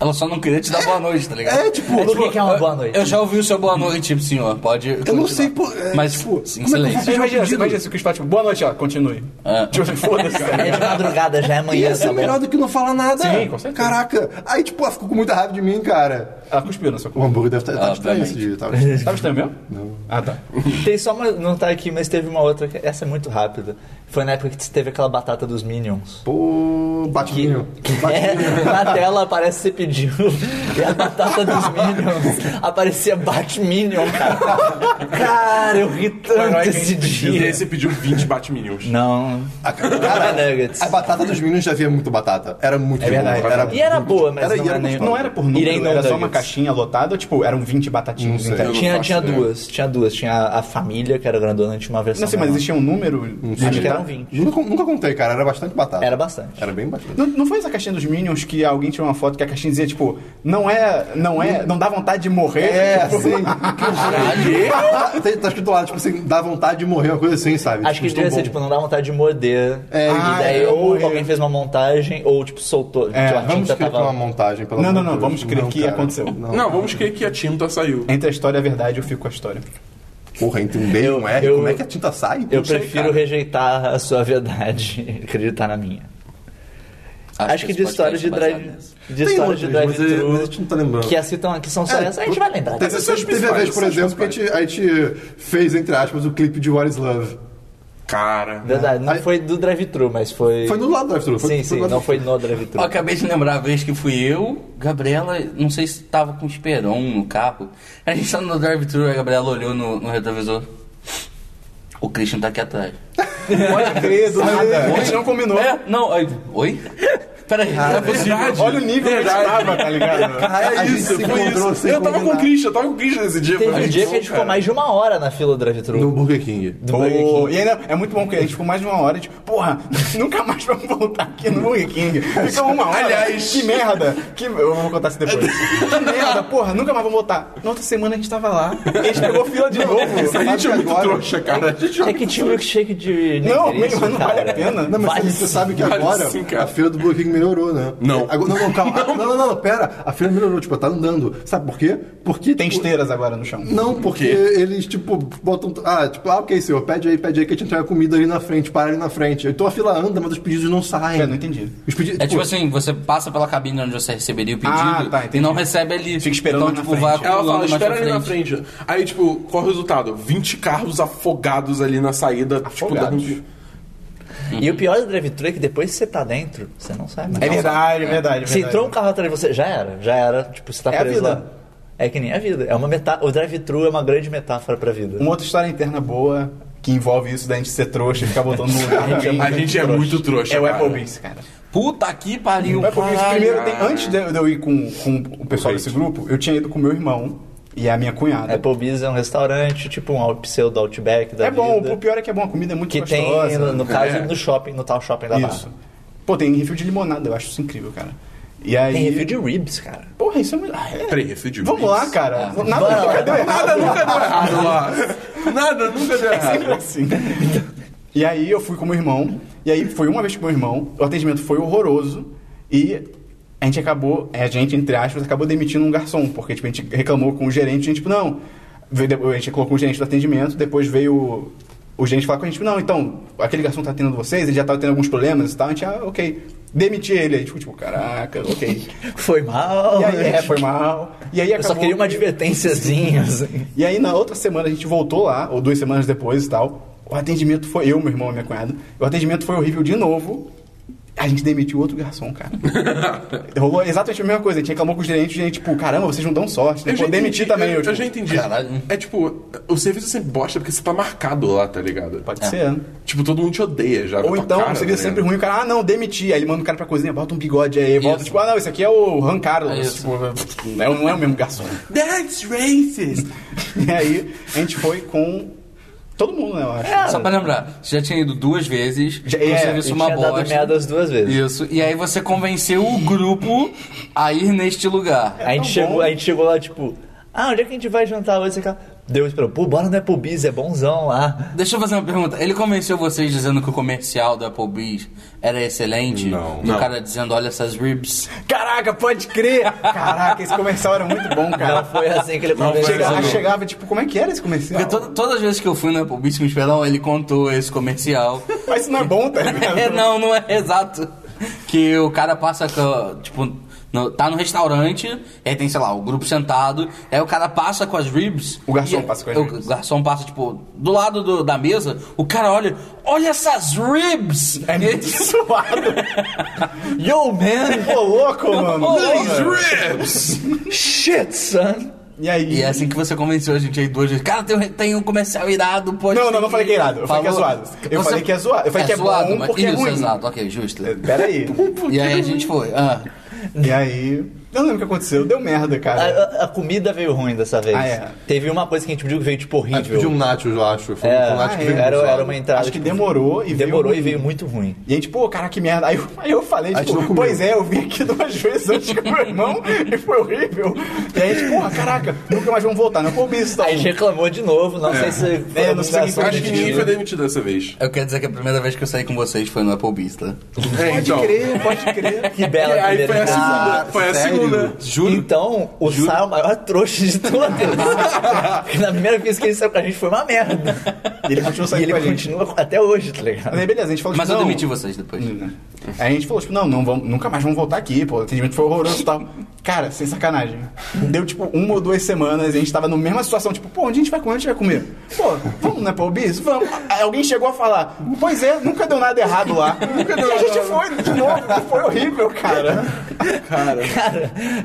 Speaker 3: Ela só não queria te dar boa noite, tá ligado?
Speaker 5: É, tipo,
Speaker 2: É tipo, o que é uma boa noite?
Speaker 3: Eu já ouvi o seu boa noite, senhor. Pode.
Speaker 5: eu não
Speaker 3: continuar.
Speaker 5: sei, pô. é,
Speaker 3: Mas,
Speaker 5: tipo,
Speaker 3: em
Speaker 5: como é que eu
Speaker 3: silêncio.
Speaker 5: vou fazer um
Speaker 1: Imagina,
Speaker 5: pedido?
Speaker 1: imagina se o Chris fala, tipo, boa noite, ó, continue. Tipo, foda-se. cara.
Speaker 2: É de madrugada, já é amanhã,
Speaker 5: Isso é
Speaker 2: essa
Speaker 5: melhor
Speaker 2: merda.
Speaker 5: do que não falar nada.
Speaker 1: Sim, com certeza.
Speaker 5: Caraca. Aí, tipo, ela ficou com muita raiva de mim, cara.
Speaker 1: Ela cuspiu na sua
Speaker 5: O
Speaker 1: conta.
Speaker 5: hambúrguer deve estar tá
Speaker 3: Ah,
Speaker 5: estranho esse dia. Tá. Mas
Speaker 1: Tava estranho mesmo? Não. Ah, tá.
Speaker 2: Tem só uma, não tá aqui, mas teve uma outra. que- Essa é muito rápida. Foi na época que teve aquela batata dos Minions.
Speaker 5: Pô, batinho.
Speaker 2: É, na tela aparece você pediu. E a batata dos Minions aparecia Bat Minion, cara. Cara, eu ri
Speaker 1: Mas não é
Speaker 2: tanto
Speaker 1: que a
Speaker 2: esse
Speaker 1: gente
Speaker 4: E aí
Speaker 2: dia.
Speaker 4: você pediu 20 Batminions.
Speaker 2: Não.
Speaker 5: A, Ah,
Speaker 2: Cara, nuggets.
Speaker 5: a batata dos meninos já havia muito batata. Era muito
Speaker 2: É verdade.
Speaker 5: boa.
Speaker 2: E era boa, mas não
Speaker 5: era- e era
Speaker 2: era nem-
Speaker 5: gostosa.
Speaker 1: Não era por número,
Speaker 2: Irei não
Speaker 1: era só
Speaker 2: nuggets.
Speaker 1: uma caixinha lotada, ou, tipo, eram 20 batatinhas
Speaker 5: Não sei.
Speaker 1: internas.
Speaker 2: Tinha,
Speaker 4: faço
Speaker 2: tinha
Speaker 4: ideia.
Speaker 2: duas, tinha duas. Tinha a, a família, que era grandona, e tinha uma versão.
Speaker 1: Não sei, mas
Speaker 2: menor.
Speaker 1: existia um número.
Speaker 2: Acho que
Speaker 1: limitado?
Speaker 2: eram 20.
Speaker 5: Nunca, nunca contei, cara. Era bastante batata.
Speaker 2: Era bastante.
Speaker 5: Era bem bastante.
Speaker 1: Não, não foi essa caixinha dos Minions que alguém tirou uma foto que a caixinha dizia, tipo, não é, não é, não dá vontade de morrer.
Speaker 5: É,
Speaker 1: Tipo,
Speaker 5: assim. Tá, tá escrito lá, tipo assim, dá vontade de morrer, uma coisa assim, sabe?
Speaker 2: Acho que
Speaker 5: Tipo,
Speaker 2: devia
Speaker 5: estou
Speaker 2: ser,
Speaker 5: bom.
Speaker 2: tipo, não dá vontade de morder.
Speaker 5: É,
Speaker 2: e
Speaker 1: ah,
Speaker 2: daí,
Speaker 1: é,
Speaker 2: ou
Speaker 1: morrer.
Speaker 2: alguém fez uma montagem, ou, tipo, soltou.
Speaker 1: É,
Speaker 2: tipo, a
Speaker 5: Vamos
Speaker 2: tinta
Speaker 5: crer que é
Speaker 2: tava.
Speaker 5: uma montagem, pelo
Speaker 1: Não,
Speaker 5: amor
Speaker 1: não,
Speaker 5: de
Speaker 1: não,
Speaker 5: Deus.
Speaker 1: vamos crer que
Speaker 5: cara.
Speaker 1: aconteceu.
Speaker 5: Não.
Speaker 4: Não, vamos crer que a tinta saiu.
Speaker 1: Entre a história e a verdade, eu fico com a história.
Speaker 5: Porra, entre um B e
Speaker 2: Eu-
Speaker 5: um R,
Speaker 2: eu-
Speaker 5: como é que a tinta sai?
Speaker 2: Eu
Speaker 5: Não sei,
Speaker 2: prefiro
Speaker 5: cara.
Speaker 2: rejeitar a sua verdade e acreditar na minha. Acho, que, de
Speaker 3: esse
Speaker 2: história de
Speaker 3: podcast é baseado
Speaker 2: drive.
Speaker 3: nisso.
Speaker 2: De
Speaker 5: Tem
Speaker 2: história
Speaker 5: outras,
Speaker 2: de
Speaker 5: mas, é- mas a
Speaker 2: drive-thru.
Speaker 5: gente não tá lembrando. É,
Speaker 2: Que, assim, tão- que são só essas. A gente vai lembrar.
Speaker 5: Teve,
Speaker 4: Essas são as
Speaker 5: teve a
Speaker 4: principais,
Speaker 5: vez, por
Speaker 4: essas são as
Speaker 5: exemplo, que a gente, a gente fez, entre aspas, o clipe de What is Love.
Speaker 4: Cara.
Speaker 2: Verdade, não
Speaker 5: Aí-
Speaker 2: foi do drive-thru, mas foi.
Speaker 5: Foi no lado do drive-thru. foi-
Speaker 2: Sim,
Speaker 5: foi
Speaker 2: sim,
Speaker 5: no lado
Speaker 2: não
Speaker 5: do-
Speaker 2: foi no
Speaker 3: Eu
Speaker 2: drive-thru.
Speaker 3: acabei de lembrar a vez que fui eu, Gabriela, não sei se tava com o Esperon no carro. A gente tá no drive-thru, a Gabriela olhou no, no retrovisor. O Christian tá aqui atrás.
Speaker 1: É. Pode crer, do nada. A gente não combinou.
Speaker 3: É, não, aí, oi? Peraí,
Speaker 5: Ah,
Speaker 3: é possível.
Speaker 4: Verdade.
Speaker 1: Olha o nível que a gente
Speaker 4: Verdade.
Speaker 1: tava, tá ligado?
Speaker 5: A
Speaker 4: É
Speaker 5: gente
Speaker 4: isso,
Speaker 5: se
Speaker 4: foi
Speaker 5: encontrou
Speaker 4: isso.
Speaker 5: sem
Speaker 4: Eu tava com o
Speaker 5: combinar.
Speaker 4: Christian, eu tava com o Christian esse dia.
Speaker 2: Teve
Speaker 4: foi
Speaker 2: um
Speaker 4: muito
Speaker 2: dia
Speaker 4: bom,
Speaker 2: que a gente
Speaker 4: cara.
Speaker 2: ficou mais de uma hora na fila do drive-thru.
Speaker 5: No Burger King.
Speaker 4: um
Speaker 2: Do Burger King.
Speaker 1: Pô, E ainda é muito bom que a gente ficou mais de uma hora, tipo, porra, nunca mais vamos voltar aqui no Burger King. Ficou uma hora.
Speaker 4: Aliás.
Speaker 1: que merda. Que, eu vou contar isso depois. que merda, porra, nunca mais vamos voltar. Na outra semana a gente tava lá, e a gente pegou fila de novo.
Speaker 4: A gente é muito trouxa, cara. A gente
Speaker 2: É que tinha milkshake de.
Speaker 1: Não,
Speaker 2: negriço,
Speaker 1: mas não vale
Speaker 2: cara.
Speaker 1: a pena.
Speaker 5: Não, mas
Speaker 2: Vale
Speaker 5: você sabe que
Speaker 4: vale
Speaker 5: agora
Speaker 4: sim, cara.
Speaker 5: a fila do Burger King melhorou, né?
Speaker 4: Não.
Speaker 5: Agora- não, não, calma. Não, não, não, pera. A fila melhorou, tipo, tá andando. Sabe por quê? Porque.
Speaker 1: Tem
Speaker 5: tipo,
Speaker 1: esteiras agora no chão.
Speaker 5: Não, porque eles, tipo, botam. Ah, tipo, ah, ok, senhor, pede aí, pede aí que a gente entrega a comida ali na frente, para ali na frente. Então a fila anda, mas os pedidos não saem.
Speaker 1: É, não entendi.
Speaker 5: Os pedidos.
Speaker 3: É tipo assim, você passa pela cabine onde você receberia o pedido
Speaker 1: Ah, tá, entendi.
Speaker 3: e não recebe ali.
Speaker 1: Fica esperando
Speaker 3: então,
Speaker 1: na
Speaker 3: tipo,
Speaker 1: frente.
Speaker 3: vai
Speaker 4: Ela
Speaker 3: acumulando
Speaker 4: fala,
Speaker 3: mais pra
Speaker 4: espera ali na frente. Aí, tipo, qual o resultado? 20 carros afogados ali na saída.
Speaker 1: Afogados.
Speaker 4: Tipo, dando...
Speaker 2: E o pior do drive-thru é que depois que você tá dentro, você não sai mais.
Speaker 1: É verdade, é verdade. é
Speaker 2: Se entrou um
Speaker 1: verdade.
Speaker 2: carro atrás de você, já era, já era. Tipo, você tá
Speaker 1: É a
Speaker 2: preso
Speaker 1: vida.
Speaker 2: lá. É que nem a vida. É uma meta... O drive-thru é uma grande metáfora pra vida.
Speaker 1: Uma outra história interna boa que envolve isso da gente ser trouxa e ficar botando no lugar. ruim.
Speaker 4: A gente é muito trouxa.
Speaker 1: É o
Speaker 4: cara.
Speaker 1: Applebee's, cara.
Speaker 3: Puta que pariu.
Speaker 1: O Applebee's,
Speaker 3: caralho. É
Speaker 1: primeiro, tem- antes de eu de eu ir com, com o pessoal desse grupo, eu tinha ido com meu irmão e a minha cunhada.
Speaker 2: Applebee's é um restaurante, tipo um out- pseudo outback da
Speaker 1: É bom,
Speaker 2: vida.
Speaker 1: o pior é que é bom, a comida é muito
Speaker 2: Que
Speaker 1: gostosa.
Speaker 2: tem, no, no caso,
Speaker 4: É.
Speaker 2: no shopping, no tal shopping da
Speaker 1: Isso.
Speaker 2: Barra.
Speaker 1: Pô, tem refil de limonada, eu acho isso incrível, cara. E aí.
Speaker 2: Tem review de ribs, cara.
Speaker 1: Porra, isso é muito. Ah, é.
Speaker 4: Peraí, refil de
Speaker 1: Vamos
Speaker 4: ribs.
Speaker 1: lá, cara.
Speaker 2: Ah, Bora
Speaker 1: Nada
Speaker 2: lá.
Speaker 1: nunca deu errado.
Speaker 4: Nada nunca deu errado lá. Nada nunca deu errado.
Speaker 1: Sempre assim. E aí eu fui com meu irmão, e aí foi uma vez com meu irmão, o atendimento foi horroroso, e a gente acabou, a gente, entre aspas, acabou demitindo um garçom, porque tipo, a gente reclamou com o gerente, a gente, tipo, não. Veio de- A gente colocou o gerente do atendimento, depois veio o- o gerente falar com a gente, tipo, não, então, aquele garçom tá atendendo vocês, ele já tá tendo alguns problemas e tal, a gente, ah, ok. Demiti ele, aí, tipo, tipo, caraca, ok.
Speaker 2: Foi mal.
Speaker 1: E aí, é, foi mal. E aí
Speaker 2: Eu
Speaker 1: acabou
Speaker 2: só queria uma
Speaker 1: que-
Speaker 2: advertênciazinha, assim.
Speaker 1: e aí na outra semana a gente voltou lá, ou duas semanas depois e tal. O atendimento foi eu, meu irmão e minha cunhada. O atendimento foi horrível de novo. A gente demitiu outro garçom, cara. Rolou exatamente a mesma coisa. A gente reclamou com os gerentes, gente, tipo, caramba, vocês não dão sorte, né?
Speaker 4: Eu já
Speaker 1: Pô, demitir
Speaker 4: entendi,
Speaker 1: também.
Speaker 4: Eu,
Speaker 1: Eu, tipo,
Speaker 4: eu já entendi.
Speaker 3: caralho.
Speaker 4: É tipo, o serviço é sempre bosta porque você tá marcado lá, tá ligado?
Speaker 1: Pode ser. né?
Speaker 4: Tipo, todo mundo te odeia já. na
Speaker 1: Ou
Speaker 4: tua
Speaker 1: então,
Speaker 4: cara,
Speaker 1: você vê
Speaker 4: tá
Speaker 1: sempre
Speaker 4: ligado?
Speaker 1: ruim, o cara, ah, não, demitir. Aí ele manda o cara pra cozinha, bota um bigode aí, volta,
Speaker 3: Isso.
Speaker 1: tipo, ah, não, esse aqui é o Han Carlos.
Speaker 3: É isso.
Speaker 1: tipo, não é- não é o mesmo garçom.
Speaker 4: That's racist.
Speaker 1: e aí, a gente foi com todo mundo, né, eu acho.
Speaker 4: É,
Speaker 3: Só pra lembrar, você já tinha ido duas vezes,
Speaker 1: Já-
Speaker 3: com
Speaker 1: é,
Speaker 3: serviço
Speaker 2: Eu
Speaker 3: uma
Speaker 2: tinha dado
Speaker 3: bosta.
Speaker 2: merda as duas vezes.
Speaker 3: Isso, e aí você convenceu o grupo a ir neste lugar.
Speaker 2: a, gente
Speaker 1: É tão
Speaker 2: chegou,
Speaker 1: bom.
Speaker 2: a gente chegou lá, tipo, ah, onde é que a gente vai jantar hoje? Você fala, Deus esperou, pô, bora no Applebee's, é bonzão lá.
Speaker 3: Deixa eu fazer uma pergunta. Ele convenceu vocês dizendo que o comercial da Applebee's era excelente?
Speaker 4: Não.
Speaker 3: Do
Speaker 4: Não.
Speaker 3: cara dizendo, olha essas ribs.
Speaker 1: Caraca, pode crer! Caraca, esse comercial era muito bom,
Speaker 2: Não
Speaker 1: cara.
Speaker 2: foi assim que ele
Speaker 4: Não foi
Speaker 2: convenceu.
Speaker 1: Chegava,
Speaker 4: não.
Speaker 1: chegava, tipo, como é que era esse
Speaker 3: Porque
Speaker 1: comercial?
Speaker 3: toda- todas as vezes que eu fui na Applebee's com o Esperão, ele contou esse comercial.
Speaker 1: Mas isso não é bom, tá ligado?
Speaker 3: É, não, não é exato. Que o cara passa, com, tipo, no- tá no restaurante, aí tem, sei lá, o grupo sentado, aí o cara passa com as ribs.
Speaker 1: O garçom
Speaker 3: e-
Speaker 1: passa com as
Speaker 3: o
Speaker 1: ribs.
Speaker 3: garçom passa, tipo, do lado do- da mesa, o cara olha, olha essas ribs!
Speaker 1: É
Speaker 3: E ele- tipo,
Speaker 1: muito é suado.
Speaker 2: Yo, man!
Speaker 1: Ô, louco, mano.
Speaker 4: These ribs.
Speaker 2: Shit, son!
Speaker 1: E aí?
Speaker 3: E é assim que você convenceu a gente aí duas vezes. Cara, tem, um- tem um comercial irado, pô.
Speaker 1: Não, não, não falei que é irado. Eu falei que é zoado. Eu falei que é zoado. Eu falei que é bom
Speaker 3: mas-
Speaker 1: porque é
Speaker 3: isso,
Speaker 1: ruim.
Speaker 3: exato. Ok, justo.
Speaker 1: Pera aí.
Speaker 3: E aí a gente foi. Ah,
Speaker 1: E aí... Eu não lembro o que aconteceu. Deu merda,
Speaker 2: A,
Speaker 1: cara.
Speaker 2: a- a comida veio ruim dessa vez.
Speaker 1: Ah, é.
Speaker 2: Teve uma coisa que a gente pediu que veio, tipo,
Speaker 5: A
Speaker 2: horrível.
Speaker 5: gente pediu um Nachos, eu acho. Foi
Speaker 2: É,
Speaker 5: um Nachos que
Speaker 1: Ah, é.
Speaker 5: veio
Speaker 2: era,
Speaker 5: muito
Speaker 2: era
Speaker 5: zoado.
Speaker 2: uma entrada.
Speaker 1: Acho que
Speaker 2: tipo,
Speaker 1: demorou e veio
Speaker 2: Demorou e
Speaker 1: ruim.
Speaker 2: veio muito ruim.
Speaker 1: E a gente, pô, cara, que merda. Aí eu, aí eu falei,
Speaker 5: A gente não
Speaker 1: tipo,
Speaker 5: comeu.
Speaker 1: pois é, eu vim aqui duas vezes antes com meu irmão e foi horrível. E aí a gente, porra, caraca, nunca mais vamos voltar. Não coube isso, tá
Speaker 2: Aí a gente reclamou de novo, não sei se foi
Speaker 1: É, não sei
Speaker 2: algum
Speaker 1: quem
Speaker 2: garçom
Speaker 4: Acho que ninguém foi demitido dessa vez.
Speaker 3: eu quero dizer que a primeira vez que eu saí com vocês foi no Applebee's, tá?
Speaker 4: É,
Speaker 1: Pode crer, pode crer.
Speaker 2: Que bela
Speaker 4: Aí
Speaker 2: primeira
Speaker 4: foi assim, a
Speaker 2: impressão.
Speaker 4: segunda.
Speaker 5: Ah,
Speaker 4: foi a
Speaker 5: sério?
Speaker 4: segunda.
Speaker 3: Juro.
Speaker 2: Então, o Sal é o maior trouxa de todos. Porque Na primeira vez que ele saiu com a gente foi uma merda.
Speaker 1: E ele continuou
Speaker 2: E
Speaker 1: saindo
Speaker 2: ele
Speaker 1: com a gente.
Speaker 2: continua até hoje, tá ligado?
Speaker 1: Mas aí, beleza, a gente falou
Speaker 3: Mas
Speaker 1: tipo,
Speaker 3: eu
Speaker 1: não.
Speaker 3: demiti vocês depois.
Speaker 1: Aí a gente falou, tipo, não, não vamos, nunca mais vamos voltar aqui, pô, o atendimento foi horroroso e tal. Cara, sem sacanagem. Deu tipo uma ou duas semanas e a gente tava na mesma situação, tipo, pô, onde a gente vai comer? Onde a gente vai comer? Pô, vamos na Paulbis? Vamos. Aí alguém chegou a falar, pois é, nunca deu nada errado lá. Nunca deu e a gente foi de novo, foi horrível, cara.
Speaker 2: Cara,